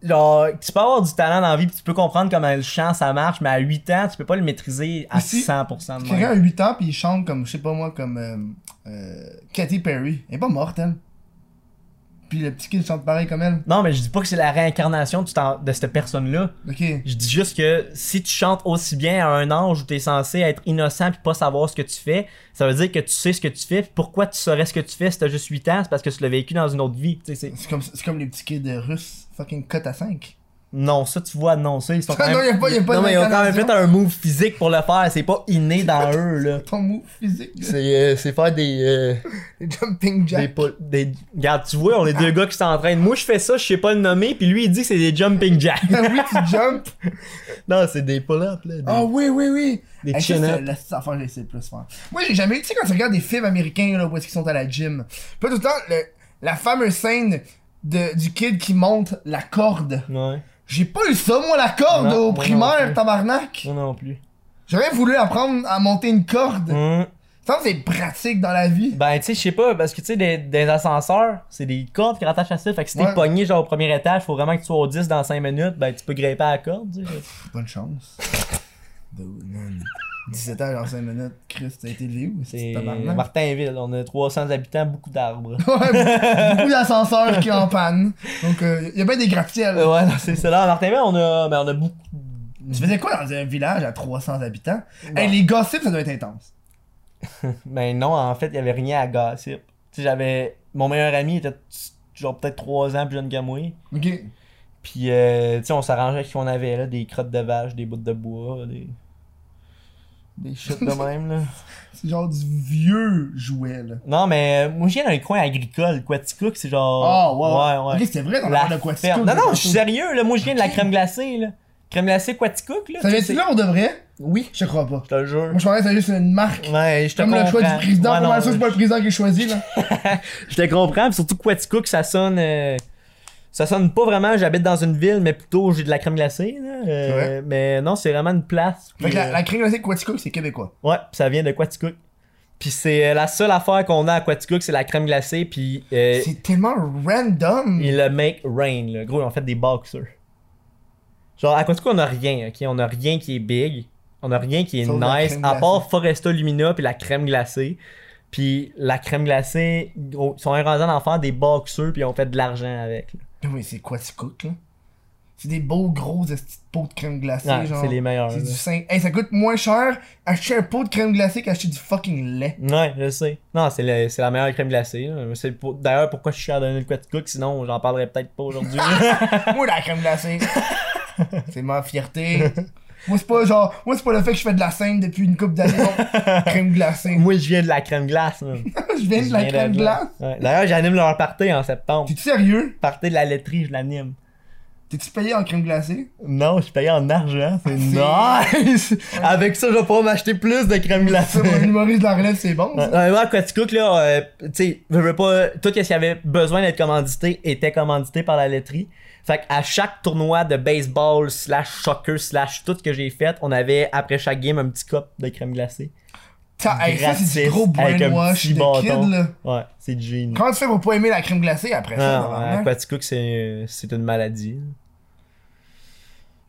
Speaker 2: genre, tu peux avoir du talent dans la vie, puis tu peux comprendre comment le chant ça marche, mais à 8 ans, tu peux pas le maîtriser à
Speaker 1: Mais si-
Speaker 2: 100% de
Speaker 1: Quelqu'un
Speaker 2: même.
Speaker 1: a 8 ans puis il chante comme, je sais pas moi, comme euh, euh, Katy Perry. Elle est pas morte, elle. Puis le petit kid chante pareil comme elle.
Speaker 2: Non, mais je dis pas que c'est la réincarnation de, cette- de cette personne-là.
Speaker 1: Ok.
Speaker 2: Je dis juste que si tu chantes aussi bien à un âge où t'es censé être innocent puis pas savoir ce que tu fais, ça veut dire que tu sais ce que tu fais. puis Pourquoi tu saurais ce que tu fais si t'as juste 8 ans? C'est parce que tu l'as vécu dans une autre vie. Tu sais, c'est-
Speaker 1: C'est comme, c'est comme les petits kids euh, russes. Fucking cote à 5.
Speaker 2: Non, ça tu vois, non, ça ils sont quand
Speaker 1: Non,
Speaker 2: même-
Speaker 1: y a pas- y a pas
Speaker 2: Non,
Speaker 1: de
Speaker 2: mais ils ont quand même fait
Speaker 1: réincarnation.
Speaker 2: un move physique pour le faire. C'est pas inné dans eux, là.
Speaker 1: Ton mot physique. là.
Speaker 2: C'est euh, c'est faire des... euh,
Speaker 1: Les jumping
Speaker 2: des,
Speaker 1: jacks.
Speaker 2: pol- des- Regarde, tu vois, on est deux gars qui s'entraînent. Moi, je fais ça, je sais pas le nommer, puis lui, il dit que c'est des jumping jacks.
Speaker 1: Ah oui, tu jump.
Speaker 2: non, c'est des pull-ups, là. Des,
Speaker 1: Ah oui, oui, oui.
Speaker 2: des
Speaker 1: Hey, ça, c'est
Speaker 2: chin-ups.
Speaker 1: la petite affaire que j'essaie de plus faire. Moi, j'ai jamais. Tu sais, quand tu regardes des films américains, là, où est-ce qu'ils sont à la gym, pas tout le temps, le- la fameuse scène de, du kid qui monte la corde.
Speaker 2: Ouais,
Speaker 1: J'ai pas eu ça, moi, la corde
Speaker 2: Non,
Speaker 1: au
Speaker 2: moi non
Speaker 1: primaire,
Speaker 2: plus.
Speaker 1: tabarnak.
Speaker 2: moi non plus.
Speaker 1: J'aurais voulu apprendre à monter une corde.
Speaker 2: Hum.
Speaker 1: Ça, c'est pratique dans la vie.
Speaker 2: Ben, tu sais, je sais pas, parce que tu sais, des, des ascenseurs, c'est des cordes qui rattachent à ça. Fait que si t'es
Speaker 1: Ouais.
Speaker 2: pogné, genre, au premier étage, faut vraiment que tu sois au 10 dans 5 minutes, ben, tu peux grimper à la corde, tu sais.
Speaker 1: Bonne chance. Dude, man. 17 heures en 5 minutes, Chris, t'as été élevé où?
Speaker 2: C'est
Speaker 1: C'est tabarnak.
Speaker 2: Martinville, on a 300 habitants, beaucoup d'arbres.
Speaker 1: Ouais, beaucoup d'ascenseurs qui en panne. Donc, il y a bien des gratte-ciels.
Speaker 2: Euh, ouais, non, c'est ça. Là, à Martinville, on a, ben, on a beaucoup.
Speaker 1: Tu faisais quoi dans un village à 300 habitants? Hey, les gossips, ça doit être intense.
Speaker 2: Ben, non, en fait, il y avait rien à gossip. Tu sais, j'avais. Mon meilleur ami était, genre, peut-être 3 ans plus jeune que moi.
Speaker 1: Ok.
Speaker 2: Puis, euh, tu sais, on s'arrangeait avec ce qu'on avait, là, des crottes de vache, des bouts de bois, des. Des shit de même, là.
Speaker 1: C'est genre du vieux jouet, là.
Speaker 2: Non, mais euh, moi, je viens d'un coin agricole. Quaticook, c'est genre.
Speaker 1: Ah, ouais, ouais.
Speaker 2: Oh, ouais.
Speaker 1: Ok, c'est vrai, dans
Speaker 2: La
Speaker 1: la de quoi
Speaker 2: ferme. Non, non, je suis sérieux, là. Moi, je viens de la crème glacée, là. Crème glacée Quaticook, là.
Speaker 1: Ça
Speaker 2: tu
Speaker 1: vient-tu
Speaker 2: sais,
Speaker 1: là, on devrait?
Speaker 2: Oui.
Speaker 1: Je crois pas.
Speaker 2: Je te le jure.
Speaker 1: Moi, je pensais que c'était juste une marque.
Speaker 2: Ouais, je te
Speaker 1: Comme
Speaker 2: comprends.
Speaker 1: le choix du président,
Speaker 2: Ouais,
Speaker 1: pour moi,
Speaker 2: non,
Speaker 1: ça, c'est pas le président qui est choisi, là.
Speaker 2: je te comprends, pis surtout Quaticook, ça sonne. euh, Ça sonne pas vraiment, j'habite dans une ville, mais plutôt j'ai de la crème glacée. Là. Euh, Mais non, c'est vraiment une place.
Speaker 1: Fait que
Speaker 2: puis,
Speaker 1: la,
Speaker 2: euh,
Speaker 1: la crème glacée Quatico, c'est québécois.
Speaker 2: Ouais, pis ça vient de Quaticook. Puis c'est euh, la seule affaire qu'on a à Quaticook, c'est la crème glacée, puis euh,
Speaker 1: C'est tellement random.
Speaker 2: il le make rain. Là. Gros, ils ont fait des boxers. Genre, à Quaticook, on a rien, ok? On a rien qui est big. On a rien qui est
Speaker 1: Sauf la
Speaker 2: nice,
Speaker 1: crème
Speaker 2: à
Speaker 1: glacée.
Speaker 2: part Foresta Lumina puis la crème glacée. Puis la crème glacée, gros, ils sont rendus en faire des boxers puis ils ont fait de l'argent avec. là.
Speaker 1: Mais oui, c'est Quatico, là. C'est des beaux gros esti de pots de crème glacée,
Speaker 2: Ouais,
Speaker 1: genre.
Speaker 2: c'est les meilleurs.
Speaker 1: C'est
Speaker 2: là.
Speaker 1: du sein. Hey, ça coûte moins cher acheter un pot de crème glacée qu'acheter du fucking lait.
Speaker 2: Ouais, je sais. Non, c'est le- c'est la meilleure crème glacée. là. C'est pour- d'ailleurs pourquoi je suis à donner le Quaticook, sinon j'en parlerai peut-être pas aujourd'hui.
Speaker 1: Moi, la crème glacée. c'est ma fierté. Moi, c'est pas genre. Moi, c'est pas le fait que je fais de la scène depuis une couple d'années. Non, crème glacée.
Speaker 2: Moi, je viens de la crème glace. man.
Speaker 1: je viens de
Speaker 2: Je
Speaker 1: la
Speaker 2: viens
Speaker 1: crème
Speaker 2: de là.
Speaker 1: glace.
Speaker 2: Ouais. D'ailleurs, j'anime leur party en septembre.
Speaker 1: T'es-tu sérieux?
Speaker 2: Party de la laiterie, je l'anime.
Speaker 1: T'es-tu payé en crème glacée?
Speaker 2: Non, je suis payé en argent, c'est nice! Avec ça, je vais pouvoir m'acheter plus de crème glacée.
Speaker 1: Ah, Ça, mon humoriste de la relève, c'est bon. ça.
Speaker 2: Ouais, ouais, Aquaticook, là, euh, tu sais, je veux pas. euh, Tout ce qui avait besoin d'être commandité était commandité par la laiterie. Fait qu'à chaque tournoi de baseball, slash soccer, slash tout ce que j'ai fait, on avait, après chaque game, un petit cop de crème glacée.
Speaker 1: Ça, hey, ça, c'est du
Speaker 2: Gratis,
Speaker 1: gros
Speaker 2: avec un
Speaker 1: brainwash
Speaker 2: petit
Speaker 1: de
Speaker 2: bâton.
Speaker 1: kid, là.
Speaker 2: Ouais, c'est du génie.
Speaker 1: Comment tu fais pour pas aimer la crème glacée après ça?
Speaker 2: Ah, ouais,
Speaker 1: tabarnak?
Speaker 2: Aquaticook, c'est c'est une maladie.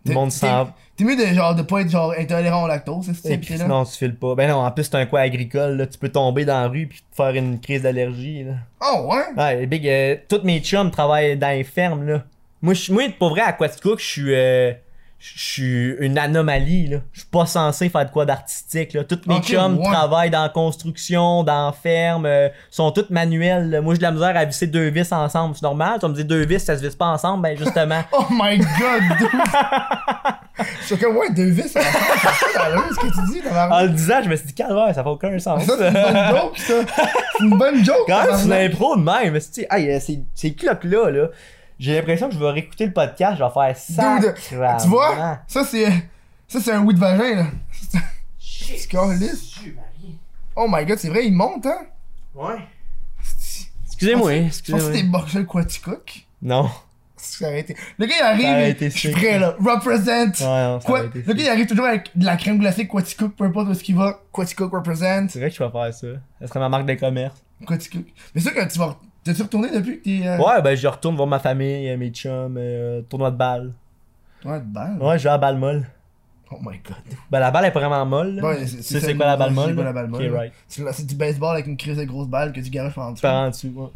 Speaker 1: T'es-
Speaker 2: Le monde
Speaker 1: t'es-
Speaker 2: s'en.
Speaker 1: T'es mieux de, genre, de pas être genre intolérant au lactose, c'est
Speaker 2: Et
Speaker 1: ça,
Speaker 2: puis,
Speaker 1: pis là.
Speaker 2: non, tu files pas. Ben non, en plus, c'est un coin agricole, là. Tu peux tomber dans la rue puis te faire une crise d'allergie, là.
Speaker 1: Oh, ouais?
Speaker 2: Ouais, Big, euh, tous mes chums travaillent dans les fermes, là. Moi, je suis- moi pour vrai, à Quaticook, je suis. euh, je suis une anomalie, là. Je suis pas censé faire de quoi d'artistique, là. Tous mes
Speaker 1: Ok,
Speaker 2: chums
Speaker 1: ouais.
Speaker 2: travaillent dans la construction, dans la ferme, euh, sont tous manuels. là. Moi, j'ai de la misère à visser deux vis ensemble, c'est normal. Tu vas me dire deux vis, ça se visse pas ensemble, ben justement.
Speaker 1: Oh my god, dude! Je suis comme, ouais, deux vis, ça va faire ça, ça, là, ce que tu dis,
Speaker 2: en
Speaker 1: tabarnak.
Speaker 2: le disant, je me suis dit, calvaire, Ah, ça fait aucun sens.
Speaker 1: Ça, c'est une bonne joke, ça. C'est une bonne joke,
Speaker 2: Quand même, c'est
Speaker 1: tabarnak.
Speaker 2: l'impro de même, c'est hey, euh, ces- ces cloques-là, là, j'ai l'impression que je vais réécouter le podcast, je vais faire ça.
Speaker 1: Dude, Tu vois? Ça, c'est. Ça, c'est un oui de vagin, là. C'est- C'est câlisse. Oh my god, c'est vrai, il monte, hein?
Speaker 9: Ouais.
Speaker 1: C'est-
Speaker 9: Excusez-moi,
Speaker 1: Je pense que
Speaker 9: excusez-moi.
Speaker 1: c'est Marshall Quaticook.
Speaker 2: Non.
Speaker 1: C'est arrêté. Le gars, il arrive,
Speaker 2: Ça a
Speaker 1: il-
Speaker 2: été
Speaker 1: je suis
Speaker 2: sick. hein.
Speaker 1: prêt, là. Represent!
Speaker 2: Ouais, non, ça
Speaker 1: Quoi?
Speaker 2: aurait
Speaker 1: Le
Speaker 2: été
Speaker 1: gars, il arrive toujours avec de la crème glacée Quaticook, peu importe où est-ce qu'il va. Quaticook represent.
Speaker 2: C'est vrai que je vais faire ça. Ça serait ma marque de commerce.
Speaker 1: Quaticook. Mais c'est sûr que tu vas. T'es-tu retourné depuis que t'es. Euh...
Speaker 2: Ouais, ben je retourne voir ma famille, euh, mes chums, euh, tournoi de balle.
Speaker 1: Ouais, de balle.
Speaker 2: Ouais, je vais à la balle molle.
Speaker 1: Oh my god.
Speaker 2: Ben la balle est vraiment molle. là.
Speaker 1: Ouais,
Speaker 2: tu sais c'est quoi la balle molle?
Speaker 1: C'est quoi la balle molle?
Speaker 2: Ok, right.
Speaker 1: C'est là, c'est du baseball avec une crise de grosse balle que tu garages pendant
Speaker 2: Je
Speaker 1: dessous.
Speaker 2: pars en dessous. ouais.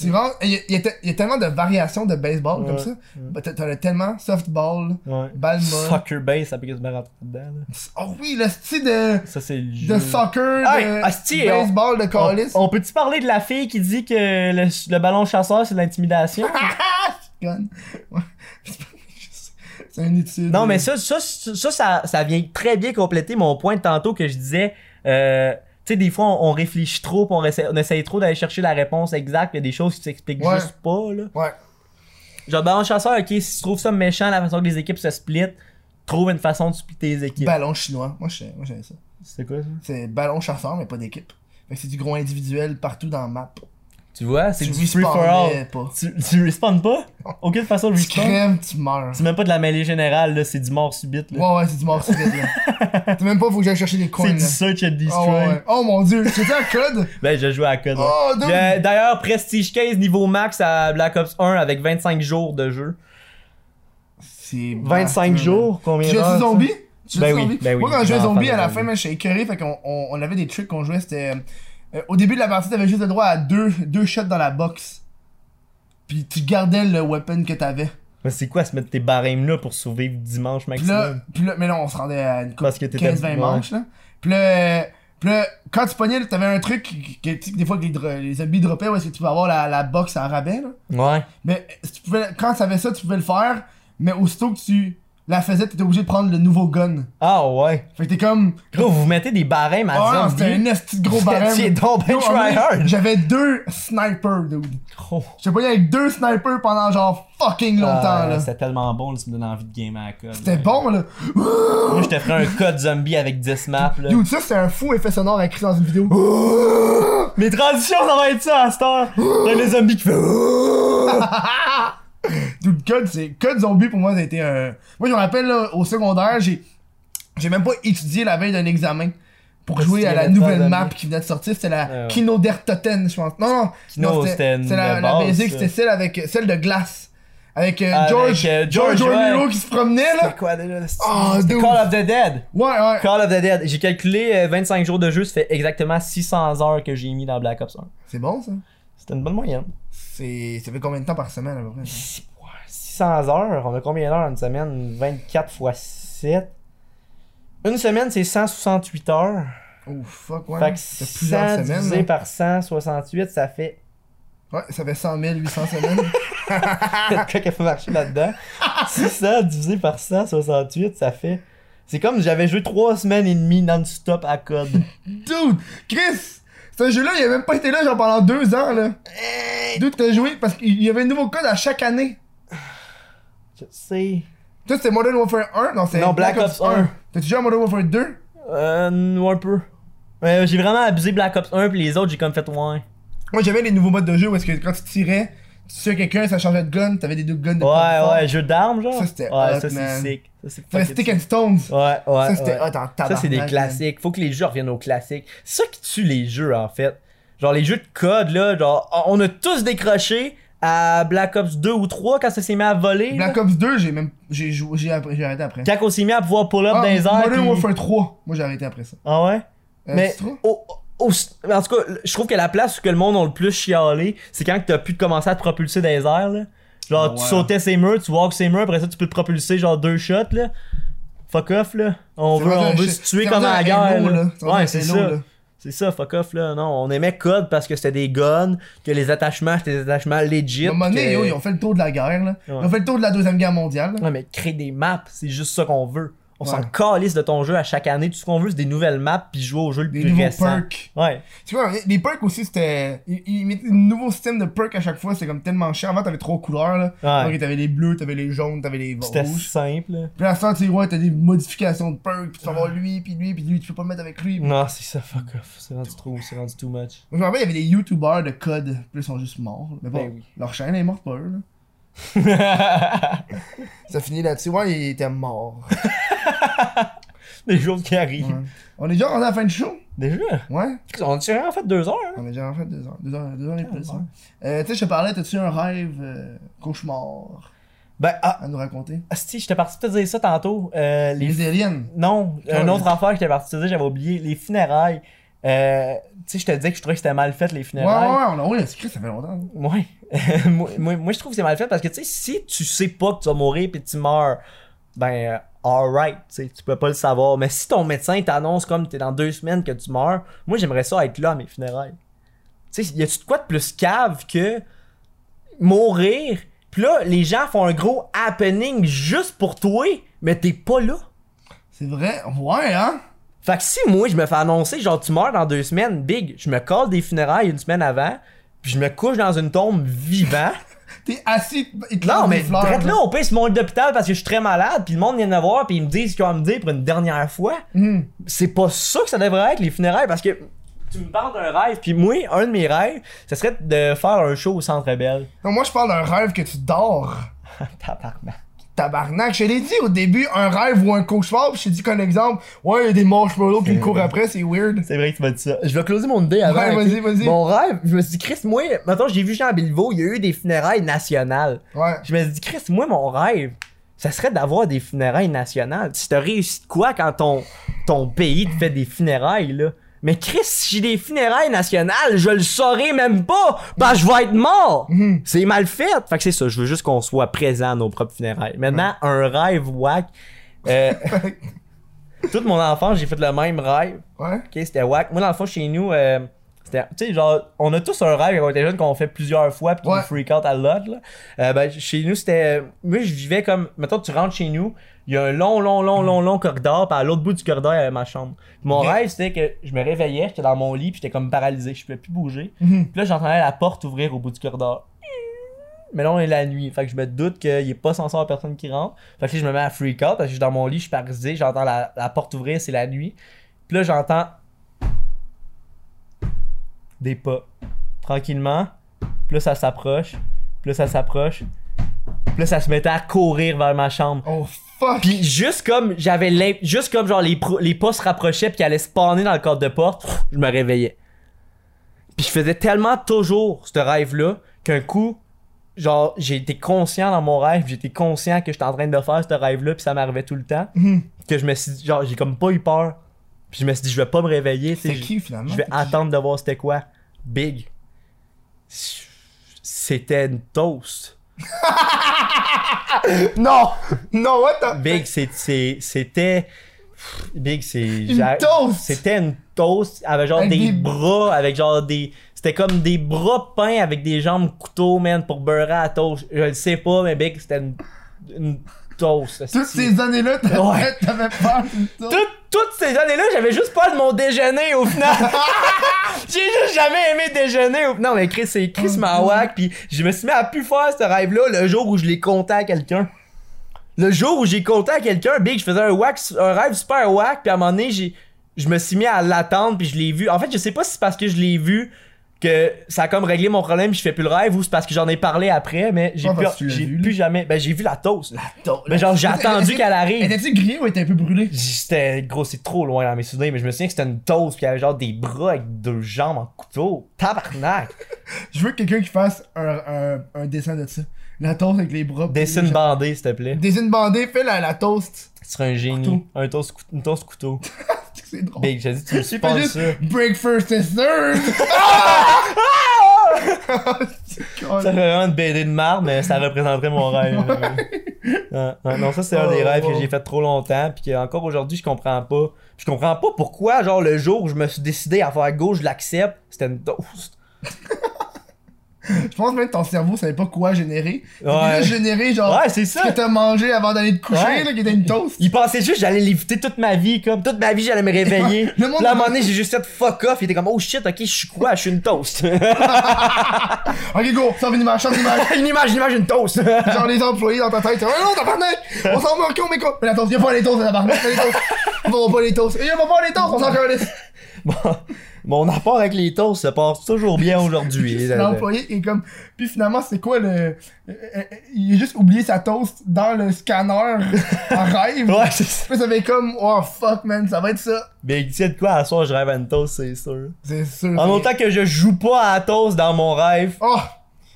Speaker 1: C'est vraiment. Il y, a- il y a te- il y a tellement de variations de baseball comme
Speaker 2: Ouais,
Speaker 1: ça. Bah, T'en as tellement. Softball,
Speaker 2: Ouais.
Speaker 1: balle molle.
Speaker 2: Soccer base, ça peut quasiment rentrer dedans. là.
Speaker 1: Oh oui, le style de.
Speaker 2: Ça, c'est le jeu.
Speaker 1: De soccer,
Speaker 2: Hey,
Speaker 1: de
Speaker 2: hostie,
Speaker 1: baseball, de
Speaker 2: On,
Speaker 1: callis.
Speaker 2: on peut-tu parler de la fille qui dit que le, le ballon chasseur, c'est de l'intimidation?
Speaker 1: gun. Ouais. C'est pas- je sais. C'est une étude. euh,
Speaker 2: Non, mais ça, ça, ça, ça, ça vient très bien compléter mon point de tantôt que je disais. euh, tu sais, des fois, on, on réfléchit trop, puis on essaie, on essaie trop d'aller chercher la réponse exacte, puis il y a des choses qui s'expliquent
Speaker 1: Ouais.
Speaker 2: juste pas, là.
Speaker 1: Ouais.
Speaker 2: Genre, ballon chasseur, ok, si tu trouves ça méchant, la façon que les équipes se splitent, trouve une façon de splitter les équipes.
Speaker 1: Ballon chinois. Moi, je- moi, j'aimais ça.
Speaker 2: C'est quoi ça?
Speaker 1: C'est ballon chasseur, mais pas d'équipe. Fait que c'est du gros individuel partout dans la map.
Speaker 2: Tu vois, c'est
Speaker 1: Tu
Speaker 2: du free for
Speaker 1: respawnais
Speaker 2: all.
Speaker 1: pas.
Speaker 2: Tu, tu respawns pas? Aucune façon de
Speaker 1: Tu
Speaker 2: respawn.
Speaker 1: crèves, tu meurs.
Speaker 2: C'est même pas de la mêlée générale, là, c'est du mort subite, là.
Speaker 1: Ouais, ouais, c'est du mort subite, là. T'as même pas, faut que j'aille chercher des coins,
Speaker 2: C'est du
Speaker 1: là.
Speaker 2: search and
Speaker 1: Oh,
Speaker 2: destroy.
Speaker 1: ouais, ouais. oh mon dieu, c'était un code!
Speaker 2: Ben, je joue à la code.
Speaker 1: Oh,
Speaker 2: ouais.
Speaker 1: dude.
Speaker 2: J'ai- D'ailleurs, Prestige 15 niveau max à Black Ops 1 avec 25 jours de jeu.
Speaker 1: C'est
Speaker 2: Ah,
Speaker 1: blasphème.
Speaker 2: combien
Speaker 1: Tu jouais
Speaker 2: d'heures,
Speaker 1: zombie? Tu
Speaker 2: Ben
Speaker 1: jouais
Speaker 2: oui,
Speaker 1: zombie?
Speaker 2: ben oui,
Speaker 1: Moi, quand je jouais
Speaker 2: grand
Speaker 1: zombie,
Speaker 2: fan
Speaker 1: à
Speaker 2: de
Speaker 1: la
Speaker 2: zombie.
Speaker 1: fin, man, j'étais écœuré. Fait qu'on on, on avait des trucs qu'on jouait. C'était. euh, au début de la partie, t'avais juste le droit à deux, deux shots dans la box. Puis tu gardais le weapon que t'avais.
Speaker 2: ça? Mais c'est quoi se mettre tes barèmes là pour survivre dimanche
Speaker 1: Puis là,
Speaker 2: maximum?
Speaker 1: puis là, mais là, on se rendait à une coupe
Speaker 2: Parce que t'étais-
Speaker 1: 15-20
Speaker 2: ouais.
Speaker 1: manches, là. Puis là, euh, puis là, quand tu pognais, là, t'avais un truc que, que, tu sais, que des fois que les, dro- les zombies droppaient, où est-ce que tu pouvais avoir la, la box en rabais, là.
Speaker 2: Ouais.
Speaker 1: Mais euh, si tu pouvais, quand t'avais ça, tu pouvais le faire. Mais aussitôt que tu la faisais, t'étais obligé de prendre le nouveau gun.
Speaker 2: Ah ouais.
Speaker 1: Fait que t'es comme.
Speaker 2: Gros, vous mettez des barèmes à
Speaker 1: Ah non, c'était un
Speaker 2: zombie.
Speaker 1: esti de gros
Speaker 2: C'est
Speaker 1: barème.
Speaker 2: donc ben
Speaker 1: Yo, un moment donné,
Speaker 2: tryhard.
Speaker 1: J'avais deux snipers, dude.
Speaker 2: Gros.
Speaker 1: J'étais pogné avec deux snipers pendant genre fucking longtemps,
Speaker 2: Ah,
Speaker 1: là.
Speaker 2: C'était tellement bon, là, tu me donnes envie de gamer à la code.
Speaker 1: C'était bon, là.
Speaker 2: Moi, je te ferais un code zombie avec 10 maps là.
Speaker 1: Dude, ça, c'est un fou effet sonore écrit dans une vidéo.
Speaker 2: Mes transitions, ça va être ça à cette heure. T'as les zombies qui font.
Speaker 1: Dude, code, c'est... Code zombie, pour moi, ça a été un... Moi, je me rappelle, là, au secondaire, j'ai... J'ai même pas étudié la veille d'un examen pour jouer à
Speaker 2: qu'il
Speaker 1: la
Speaker 2: aimait
Speaker 1: nouvelle
Speaker 2: pas,
Speaker 1: map
Speaker 2: Damien?
Speaker 1: qui venait de sortir. C'était
Speaker 2: Ah
Speaker 1: la
Speaker 2: ouais.
Speaker 1: Kino der Toten, je pense. Non, non.
Speaker 2: Kino,
Speaker 1: non,
Speaker 2: c'était une
Speaker 1: c'est la, la
Speaker 2: base,
Speaker 1: basic,
Speaker 2: ça.
Speaker 1: c'était celle avec... Celle de glace. Avec, euh,
Speaker 2: Avec,
Speaker 1: George...
Speaker 2: euh,
Speaker 1: George,
Speaker 2: George,
Speaker 1: Romero
Speaker 2: ouais.
Speaker 1: qui se promenait, là.
Speaker 2: C'était quoi déjà?
Speaker 1: Ah,
Speaker 2: C'était
Speaker 1: dude.
Speaker 2: Call of the Dead.
Speaker 1: Ouais, ouais.
Speaker 2: Call of the Dead. J'ai calculé euh, 25 jours de jeu, ça fait exactement 600 heures que j'ai mis dans Black Ops 1.
Speaker 1: C'est bon, ça.
Speaker 2: C'était une bonne moyenne.
Speaker 1: C'est... Ça fait combien de temps par semaine, à peu près?
Speaker 2: 600 heures, on a combien d'heures en une semaine 24 fois 7. Une semaine, c'est 168 heures.
Speaker 1: Oh, fuck, ouais.
Speaker 2: fait que
Speaker 1: C'est plusieurs
Speaker 2: 100
Speaker 1: semaines, hein.
Speaker 2: divisé
Speaker 1: là.
Speaker 2: par 168, ça fait.
Speaker 1: Ouais, ça fait 100 000, 800 semaines.
Speaker 2: Quoi qu'il faut marcher là-dedans. 600 divisé par 168, ça fait. C'est comme j'avais joué 3 semaines et demie non-stop à code.
Speaker 1: Dude, Chris, ce jeu-là, il a même pas été là genre pendant deux ans, là. Dude, t'as joué parce qu'il y avait un nouveau code à chaque année.
Speaker 2: Je sais.
Speaker 1: Toi, c'est Modern Warfare 1? Non, c'est
Speaker 2: Non, Black Ops 1.
Speaker 1: T'as-tu joué à Modern Warfare 2?
Speaker 2: Euh, non, un peu. Ouais, j'ai vraiment abusé Black Ops 1 puis les autres, j'ai comme fait ouais.
Speaker 1: Moi, j'aimais les nouveaux modes de jeu où est-ce que quand tu tirais, tu tuais quelqu'un, ça changeait de gun, t'avais des doubles guns de
Speaker 2: Ouais,
Speaker 1: plateforme.
Speaker 2: ouais, jeu d'armes genre.
Speaker 1: Ça, c'était
Speaker 2: Ouais,
Speaker 1: hot,
Speaker 2: ça c'est
Speaker 1: man.
Speaker 2: sick. Ça c'est
Speaker 1: C'était
Speaker 2: fucking
Speaker 1: Stick and Stones.
Speaker 2: Ouais, ouais.
Speaker 1: ça, c'était
Speaker 2: ouais.
Speaker 1: hot en
Speaker 2: Ça,
Speaker 1: tabarnak,
Speaker 2: c'est des
Speaker 1: man.
Speaker 2: classiques. Faut que les jeux reviennent aux classiques. C'est ça qui tue les jeux, en fait. Genre, les jeux de code, là, genre, on- on a tous décroché à Black Ops 2 ou 3 quand ça s'est mis à voler.
Speaker 1: Black
Speaker 2: là.
Speaker 1: Ops 2, j'ai même. J'ai joué, j'ai après- j'ai arrêté après.
Speaker 2: Quand on s'est mis à pouvoir pull up
Speaker 1: Ah,
Speaker 2: dans les airs.
Speaker 1: Modern
Speaker 2: puis-
Speaker 1: Warfare 3. Moi, j'ai arrêté après ça.
Speaker 2: Ah ouais?
Speaker 1: Euh,
Speaker 2: Mais,
Speaker 1: c'est trop?
Speaker 2: au- au- en tout cas, je trouve que la place où que le monde a le plus chialé, c'est quand t'as pu te commencer à te propulser dans les airs, là. Genre,
Speaker 1: Ah
Speaker 2: tu
Speaker 1: ouais.
Speaker 2: sautais ses murs, tu walks ses murs, après ça, tu peux te propulser, genre, deux shots, là. Fuck off, là. On
Speaker 1: C'est
Speaker 2: veut, on
Speaker 1: rendu un
Speaker 2: veut
Speaker 1: shit.
Speaker 2: se tuer
Speaker 1: C'est
Speaker 2: comme à la
Speaker 1: rendu un
Speaker 2: guerre.
Speaker 1: Halo,
Speaker 2: là.
Speaker 1: là. C'est rendu un
Speaker 2: Ouais, c'est
Speaker 1: Halo,
Speaker 2: ça.
Speaker 1: là.
Speaker 2: C'est ça, fuck off là. Non, on aimait Code parce que c'était des guns, que les attachements, c'était des attachements legit.
Speaker 1: À un moment donné,
Speaker 2: que-
Speaker 1: yo, ils ont fait le tour de la guerre, là. Ils
Speaker 2: Ouais.
Speaker 1: ont fait le tour de la Deuxième Guerre mondiale. là.
Speaker 2: Ouais, mais créer des maps, c'est juste ça qu'on veut. On
Speaker 1: Ouais.
Speaker 2: s'en calisse de ton jeu à chaque année. Tout ce qu'on veut, c'est des nouvelles maps puis jouer au jeu le
Speaker 1: Des
Speaker 2: plus
Speaker 1: nouveaux
Speaker 2: récent.
Speaker 1: perks.
Speaker 2: Ouais.
Speaker 1: Tu vois, les perks aussi, c'était. Ils, ils mettaient un nouveau système de perks à chaque fois, c'est comme tellement cher. Avant, t'avais trois couleurs, là.
Speaker 2: Ouais.
Speaker 1: Donc, t'avais les bleus, t'avais les jaunes, t'avais les
Speaker 2: C'était
Speaker 1: rouges.
Speaker 2: simple.
Speaker 1: Puis à la fin, tu sais, ouais, t'as des modifications de perks, puis tu vas avoir lui, puis lui, puis lui, tu peux pas le mettre avec lui. Moi,
Speaker 2: Non, c'est ça, fuck off. C'est rendu trop, c'est rendu too much.
Speaker 1: je me rappelle, il y avait des youtubeurs de code, puis ils sont juste morts. là. Mais bon,
Speaker 2: Ben oui.
Speaker 1: leur chaîne est morte pas eux, là. Ça finit là-dessus, ouais, ils étaient morts.
Speaker 2: Des choses qui arrivent.
Speaker 1: Ouais. On est déjà rendu à la fin du show?
Speaker 2: Déjà?
Speaker 1: Ouais.
Speaker 2: On a tiré en fait deux heures. hein?
Speaker 1: On est déjà en fait deux heures. Deux heures, deux heures et plus.
Speaker 2: Ah, ouais.
Speaker 1: hein. Euh, tu sais, je te parlais, t'as-tu un rêve euh, cauchemar
Speaker 2: Ben, ah,
Speaker 1: à nous raconter?
Speaker 2: si, j'étais parti te dire ça tantôt. Euh, les
Speaker 1: Les aliens.
Speaker 2: Non,
Speaker 1: Ah,
Speaker 2: un
Speaker 1: oui.
Speaker 2: autre affaire que j'étais parti te dire, j'avais oublié, les funérailles. Euh, tu sais, je te disais que je trouvais que c'était mal fait les
Speaker 1: Ouais, ouais, ouais,
Speaker 2: funérailles.
Speaker 1: on a oui, c'est Chris, ça fait longtemps. hein.
Speaker 2: Ouais. moi, moi, moi, je trouve que c'est mal fait parce que tu sais, si tu sais pas que tu vas mourir puis tu meurs, ben, euh, alright, tu sais, tu peux pas le savoir. Mais si ton médecin t'annonce comme t'es dans deux semaines que tu meurs, moi j'aimerais ça être là à mes funérailles. Tu sais, y a-tu de quoi de plus cave que mourir? Puis là, les gens font un gros happening juste pour toi, mais t'es pas là.
Speaker 1: C'est vrai, ouais, hein?
Speaker 2: Fait que si moi je me fais annoncer genre tu meurs dans deux semaines, big, je me colle des funérailles une semaine avant, puis je me couche dans une tombe vivant.
Speaker 1: T'es assis, il te
Speaker 2: non
Speaker 1: lance des
Speaker 2: mais
Speaker 1: fleurs,
Speaker 2: drette là, on paye ce monde d'hôpital parce que je suis très malade, puis le monde vient me voir, puis ils me disent ce qu'ils ont à me dire pour une dernière fois.
Speaker 1: Hmm.
Speaker 2: C'est pas ça que ça devrait être les funérailles parce que tu me parles d'un rêve, puis moi un de mes rêves, ce serait de faire un show au Centre Belle.
Speaker 1: Non, moi, je parle d'un rêve que tu dors.
Speaker 2: Tabarnak.
Speaker 1: Tabarnak, je l'ai dit au début, un rêve ou un cauchemar, pis je t'ai dit qu'un exemple, ouais, il y a des marshmallows pis il court après, c'est weird.
Speaker 2: C'est vrai que tu m'as dit ça. Je vais closer mon idée avant.
Speaker 1: Ouais,
Speaker 2: ok?
Speaker 1: vas-y, vas-y.
Speaker 2: Mon rêve, je me suis dit, Chris, moi, maintenant j'ai vu Jean Bilvaux, il y a eu des funérailles nationales.
Speaker 1: Ouais.
Speaker 2: Je me suis dit, Chris, moi, mon rêve, ça serait d'avoir des funérailles nationales. Si t'as réussi de quoi quand ton, ton pays te fait des funérailles, là? Mais Chris, si j'ai des funérailles nationales, je le saurais même pas! Ben, je vais être mort! C'est mal fait! Fait que c'est ça, je veux juste qu'on soit présent à nos propres funérailles. Maintenant, un rêve whack. Euh, toute mon enfance, j'ai fait le même rêve.
Speaker 1: Ouais.
Speaker 2: Ok, c'était whack. Moi, dans le fond, chez nous, euh, c'était. Tu sais, genre, on a tous un rêve quand on était jeune qu'on fait plusieurs fois puis qu'on
Speaker 1: Ouais.
Speaker 2: freak out à lot, là. Euh, ben, chez nous, c'était. Moi, je vivais comme. Mettons, tu rentres chez nous, il y a un long, long, long, long, long corridor, puis à l'autre bout du corridor, il y avait ma chambre. Puis mon
Speaker 1: Ok.
Speaker 2: rêve, c'était que je me réveillais, j'étais dans mon lit, puis j'étais comme paralysé, je pouvais plus bouger.
Speaker 1: Mhm.
Speaker 2: Puis là, j'entendais la porte ouvrir au bout du corridor. Mais là, on est la nuit. Fait que je me doute qu'il n'est pas censé avoir personne qui rentre. Fait que là, je me mets à freak out parce que je suis dans mon lit, je suis paralysé, j'entends la, la porte ouvrir, c'est la nuit. Puis là, j'entends des pas. Tranquillement. Puis là, ça s'approche. Puis là, ça s'approche. Puis là, ça se mettait à courir vers ma chambre.
Speaker 1: Oh fuck.
Speaker 2: Puis juste comme j'avais l'im- juste comme genre les, pro- les pas se rapprochaient puis qu'ils allaient spawner dans le cadre de porte, pff, je me réveillais. Puis je faisais tellement toujours ce rêve là qu'un coup genre j'ai été conscient dans mon rêve, j'étais conscient que j'étais en train de faire ce rêve là puis ça m'arrivait tout le temps
Speaker 1: Mhm.
Speaker 2: que je me suis dit, genre j'ai comme pas eu peur. Puis je me suis dit je vais pas me réveiller, tu sais,
Speaker 1: C'est
Speaker 2: je-
Speaker 1: qui finalement?
Speaker 2: je vais
Speaker 1: C'est qui?
Speaker 2: attendre de voir c'était quoi. Big. C'était une toast.
Speaker 1: Non! Non, what the?
Speaker 2: Big, c'est- c'est- c'était. Big, c'est.
Speaker 1: Une
Speaker 2: j'a-
Speaker 1: toast!
Speaker 2: C'était une toast avec genre
Speaker 1: Avec
Speaker 2: des,
Speaker 1: des-
Speaker 2: bras, avec genre des. C'était comme des bras peints avec des jambes couteau, man, pour beurrer à la toast. Je le sais pas, mais Big, c'était une, une toast.
Speaker 1: Toutes ces années-là, t'avais
Speaker 2: Ouais.
Speaker 1: t'avais peur d'une toast.
Speaker 2: Tout- toutes ces années-là, j'avais juste pas de mon déjeuner au final. J'ai juste jamais aimé déjeuner. Au... Non, mais Chris, c'est Chris Mawak. Puis je me suis mis à plus faire ce rêve-là le jour où je l'ai compté à quelqu'un. le jour où j'ai compté à quelqu'un, Big, je faisais un, wax, un rêve super whack, puis à un moment donné, j'ai, je me suis mis à l'attendre, puis je l'ai vu. En fait, je sais pas si c'est parce que je l'ai vu que ça a comme réglé mon problème, puis je fais plus le rêve, ou c'est parce que j'en ai parlé après, mais j'ai
Speaker 1: Pas
Speaker 2: plus,
Speaker 1: parce que tu l'as
Speaker 2: j'ai
Speaker 1: vu,
Speaker 2: plus jamais. Ben, j'ai vu la toast.
Speaker 1: Attends,
Speaker 2: Mais genre, j'ai attendu qu'elle arrive.
Speaker 1: Était-tu grillé ou était un peu brûlé?
Speaker 2: C'était gros, c'est trop loin dans mes souvenirs, mais je me souviens que c'était une toast, puis il y avait genre des bras avec deux jambes en couteau. Tabarnak!
Speaker 1: Je veux quelqu'un qui fasse un, un, un dessin de ça. La toast avec les bras.
Speaker 2: Dessine
Speaker 1: bandée.
Speaker 2: bandée, s'il te plaît.
Speaker 1: Dessine bandée, fais la, la toast.
Speaker 2: Ce serait un génie.
Speaker 1: Couteau.
Speaker 2: Un toast, cou- une toast couteau.
Speaker 1: C'est drôle.
Speaker 2: Big, j'ai dit, tu me suis
Speaker 1: Fais Oh. juste
Speaker 2: Ben, ça.
Speaker 1: break first and serve. Oh,
Speaker 2: Ça serait vraiment une BD de marre, mais ça représenterait mon rêve. Ouais, ouais, non, ça c'est un des
Speaker 1: Oh,
Speaker 2: rêves que
Speaker 1: wow.
Speaker 2: j'ai fait trop longtemps, puis que encore aujourd'hui je comprends pas. Je comprends pas pourquoi, genre le jour où je me suis décidé à faire gauche, je l'accepte, c'était une toast.
Speaker 1: Je pense même que ton cerveau savait pas quoi générer. Il
Speaker 2: Ouais.
Speaker 1: a juste généré genre
Speaker 2: Ouais, c'est
Speaker 1: ce
Speaker 2: ça.
Speaker 1: que t'as mangé avant d'aller te coucher,
Speaker 2: Ouais.
Speaker 1: là, qui était une toast.
Speaker 2: Il pensait juste que j'allais l'éviter toute ma vie, comme toute ma vie j'allais me réveiller.
Speaker 1: Le monde-
Speaker 2: Là, à un moment donné, j'ai juste fait fuck off, il était comme oh shit, ok, je suis quoi, je suis une toast.
Speaker 1: Ok, go, sors une image, sors une image.
Speaker 2: une image, une image, une toast.
Speaker 1: genre les employés dans ta tête. Oh non, tabarnak! On s'en moque, on met quoi? Mais la toast, y'a pas les toasts, tabarnak, y'a les toasts. Ils vont pas les toasts. Y'a pas les toasts, on s'en calisse.
Speaker 2: Bon, mon rapport avec les toasts se passe toujours bien aujourd'hui.
Speaker 1: L'employé est comme. Puis finalement, c'est quoi le. euh, euh, Il a juste oublié sa toast dans le scanner en rêve.
Speaker 2: Ouais, c'est ça.
Speaker 1: Puis ça fait comme, oh fuck man, ça va être ça.
Speaker 2: Mais tu sais de quoi, à soir je rêve à une toast, c'est sûr.
Speaker 1: C'est sûr.
Speaker 2: En autant que je joue pas à Athos dans mon rêve,
Speaker 1: Oh!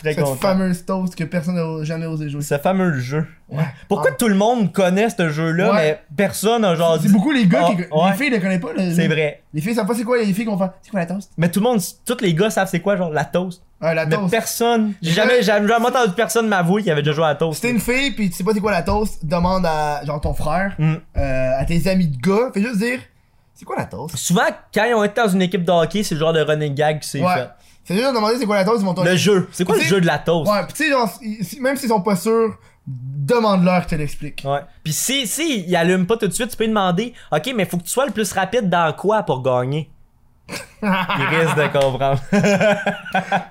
Speaker 2: très
Speaker 1: Cette
Speaker 2: content.
Speaker 1: fameuse toast que personne n'a jamais osé jouer.
Speaker 2: Ce fameux jeu.
Speaker 1: Ouais.
Speaker 2: Pourquoi tout le monde connaît ce jeu-là,
Speaker 1: Ouais.
Speaker 2: mais personne n'a genre
Speaker 1: C'est
Speaker 2: dit-
Speaker 1: beaucoup les gars qui.
Speaker 2: Ah, ouais.
Speaker 1: Les filles ne connaissent pas. le-
Speaker 2: C'est vrai.
Speaker 1: Les filles savent pas c'est quoi, les filles qu'on fait. C'est quoi la toast?
Speaker 2: Mais tout le monde, tous les gars savent c'est quoi, genre la toast.
Speaker 1: Ah, la
Speaker 2: Mais
Speaker 1: toast.
Speaker 2: personne, j'ai
Speaker 1: Les gars-
Speaker 2: jamais, jamais, jamais entendu personne m'avouer qu'il avait déjà joué à la toast.
Speaker 1: Si t'es une fille puis tu sais pas c'est quoi la toast, demande à genre ton frère,
Speaker 2: Mm.
Speaker 1: euh, à tes amis de gars, fais juste dire c'est quoi la toast.
Speaker 2: Souvent, quand ils ont été dans une équipe de hockey, c'est le genre de running gag qui s'est
Speaker 1: Ouais. C'est juste demander c'est quoi la toast, ils vont te
Speaker 2: fait. Le jeu. C'est quoi le
Speaker 1: C'est-
Speaker 2: jeu de la toast?
Speaker 1: Ouais, pis tu sais, genre, si- si- même s'ils sont pas sûrs, demande-leur qu'ils te l'expliquent.
Speaker 2: Ouais. Puis si, si il allume pas tout de suite, tu peux lui demander OK, mais faut que tu sois le plus rapide dans quoi pour gagner Il risque de comprendre.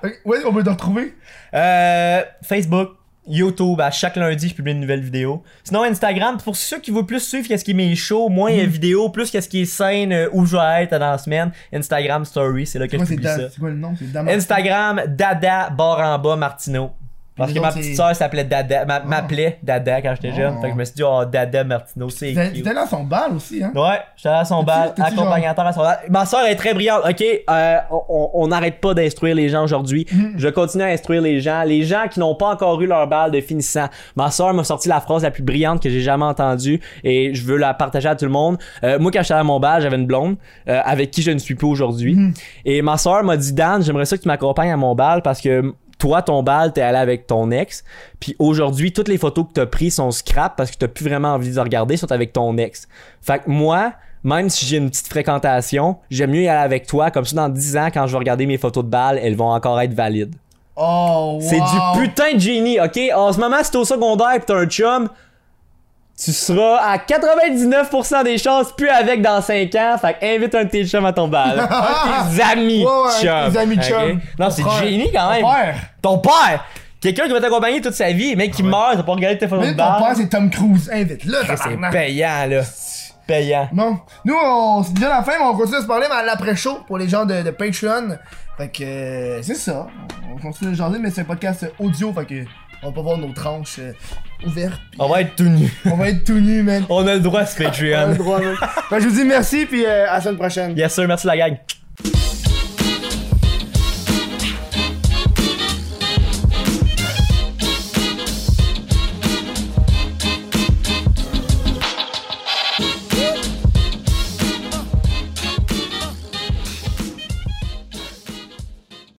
Speaker 1: Ok, Ouais, on peut te retrouver.
Speaker 2: Euh, Facebook, YouTube, à chaque lundi, je publie une nouvelle vidéo. Sinon, Instagram, pour ceux qui veulent plus suivre qu'est-ce qui est mes shows, moins
Speaker 1: Mm-hmm.
Speaker 2: euh, vidéo, plus qu'est-ce qui est scène, euh, où je vais être dans la semaine, Instagram Story, c'est là que
Speaker 1: C'est quoi,
Speaker 2: je
Speaker 1: c'est
Speaker 2: publie ça.
Speaker 1: Dan- c'est quoi le nom? C'est Dama-
Speaker 2: Instagram, Dada, barre en bas, Martino. Parce
Speaker 1: Puis
Speaker 2: que
Speaker 1: les
Speaker 2: ma
Speaker 1: autres,
Speaker 2: petite
Speaker 1: c'est- Ah.
Speaker 2: soeur s'appelait Dada, m'a- m'appelait Dada quand j'étais jeune.
Speaker 1: Oh.
Speaker 2: Fait que je me suis dit, oh, Dada Martino, c'est
Speaker 1: T'étais
Speaker 2: cute.
Speaker 1: t'étais dans son bal aussi, hein?
Speaker 2: Ouais, j'étais à son bal,
Speaker 1: T'es-tu- t'es-tu
Speaker 2: accompagnateur à son bal.
Speaker 10: Ma soeur est très brillante. OK, euh, on on n'arrête pas d'instruire les gens aujourd'hui.
Speaker 1: Mm-hmm.
Speaker 10: Je continue à instruire les gens. Les gens qui n'ont pas encore eu leur balle de finissant. Ma soeur m'a sorti la phrase la plus brillante que j'ai jamais entendue et je veux la partager à tout le monde. Euh, moi, quand j'étais à mon bal, j'avais une blonde euh, avec qui je ne suis plus aujourd'hui.
Speaker 1: Mm-hmm.
Speaker 10: Et ma soeur m'a dit, Dan, j'aimerais ça que tu m'accompagnes à mon bal parce que toi, ton bal, t'es allé avec ton ex. Puis aujourd'hui, toutes les photos que t'as prises sont scrap parce que t'as plus vraiment envie de les regarder, sont avec ton ex. Fait que moi, même si j'ai une petite fréquentation, j'aime mieux y aller avec toi. Comme ça, dans 10 ans, quand je vais regarder mes photos de balles, elles vont encore être valides.
Speaker 1: Oh, wow.
Speaker 10: C'est du putain de génie, ok? En ce moment, si t'es au secondaire pis t'as un chum, tu seras à 99% des chances plus avec dans 5 ans. Fait que invite un de tes chums à ton bal. Un de tes amis
Speaker 1: Ouais, ouais,
Speaker 10: chums.
Speaker 1: tes amis
Speaker 10: ok?
Speaker 1: chum.
Speaker 10: Non,
Speaker 1: Ton
Speaker 10: c'est
Speaker 1: frère.
Speaker 10: génie quand même.
Speaker 1: Père!
Speaker 10: Ton père!
Speaker 2: Quelqu'un qui va t'accompagner toute sa vie, mec qui meurt, t'as pas regardé tes photos
Speaker 1: Mais
Speaker 2: de
Speaker 1: ton
Speaker 2: bal.
Speaker 1: père, c'est Tom Cruise. Invite-le,
Speaker 2: C'est
Speaker 1: tabarnak.
Speaker 2: payant, là. Payant.
Speaker 1: Non. Nous, on c'est déjà la fin, mais on continue à se parler mais à l'après-show pour les gens de, de Patreon. Fait que euh, c'est ça. On continue de jaser, mais c'est un podcast audio, fait que on va pas voir nos tranches euh, ouvertes. puis
Speaker 2: On va être tout nu.
Speaker 1: on va être tout nus, man.
Speaker 2: On a le droit à ce
Speaker 11: On a le
Speaker 2: Patreon.
Speaker 11: droit, là. Fait que je vous dis merci, puis euh, à la semaine prochaine.
Speaker 2: Yes sir, merci la gang.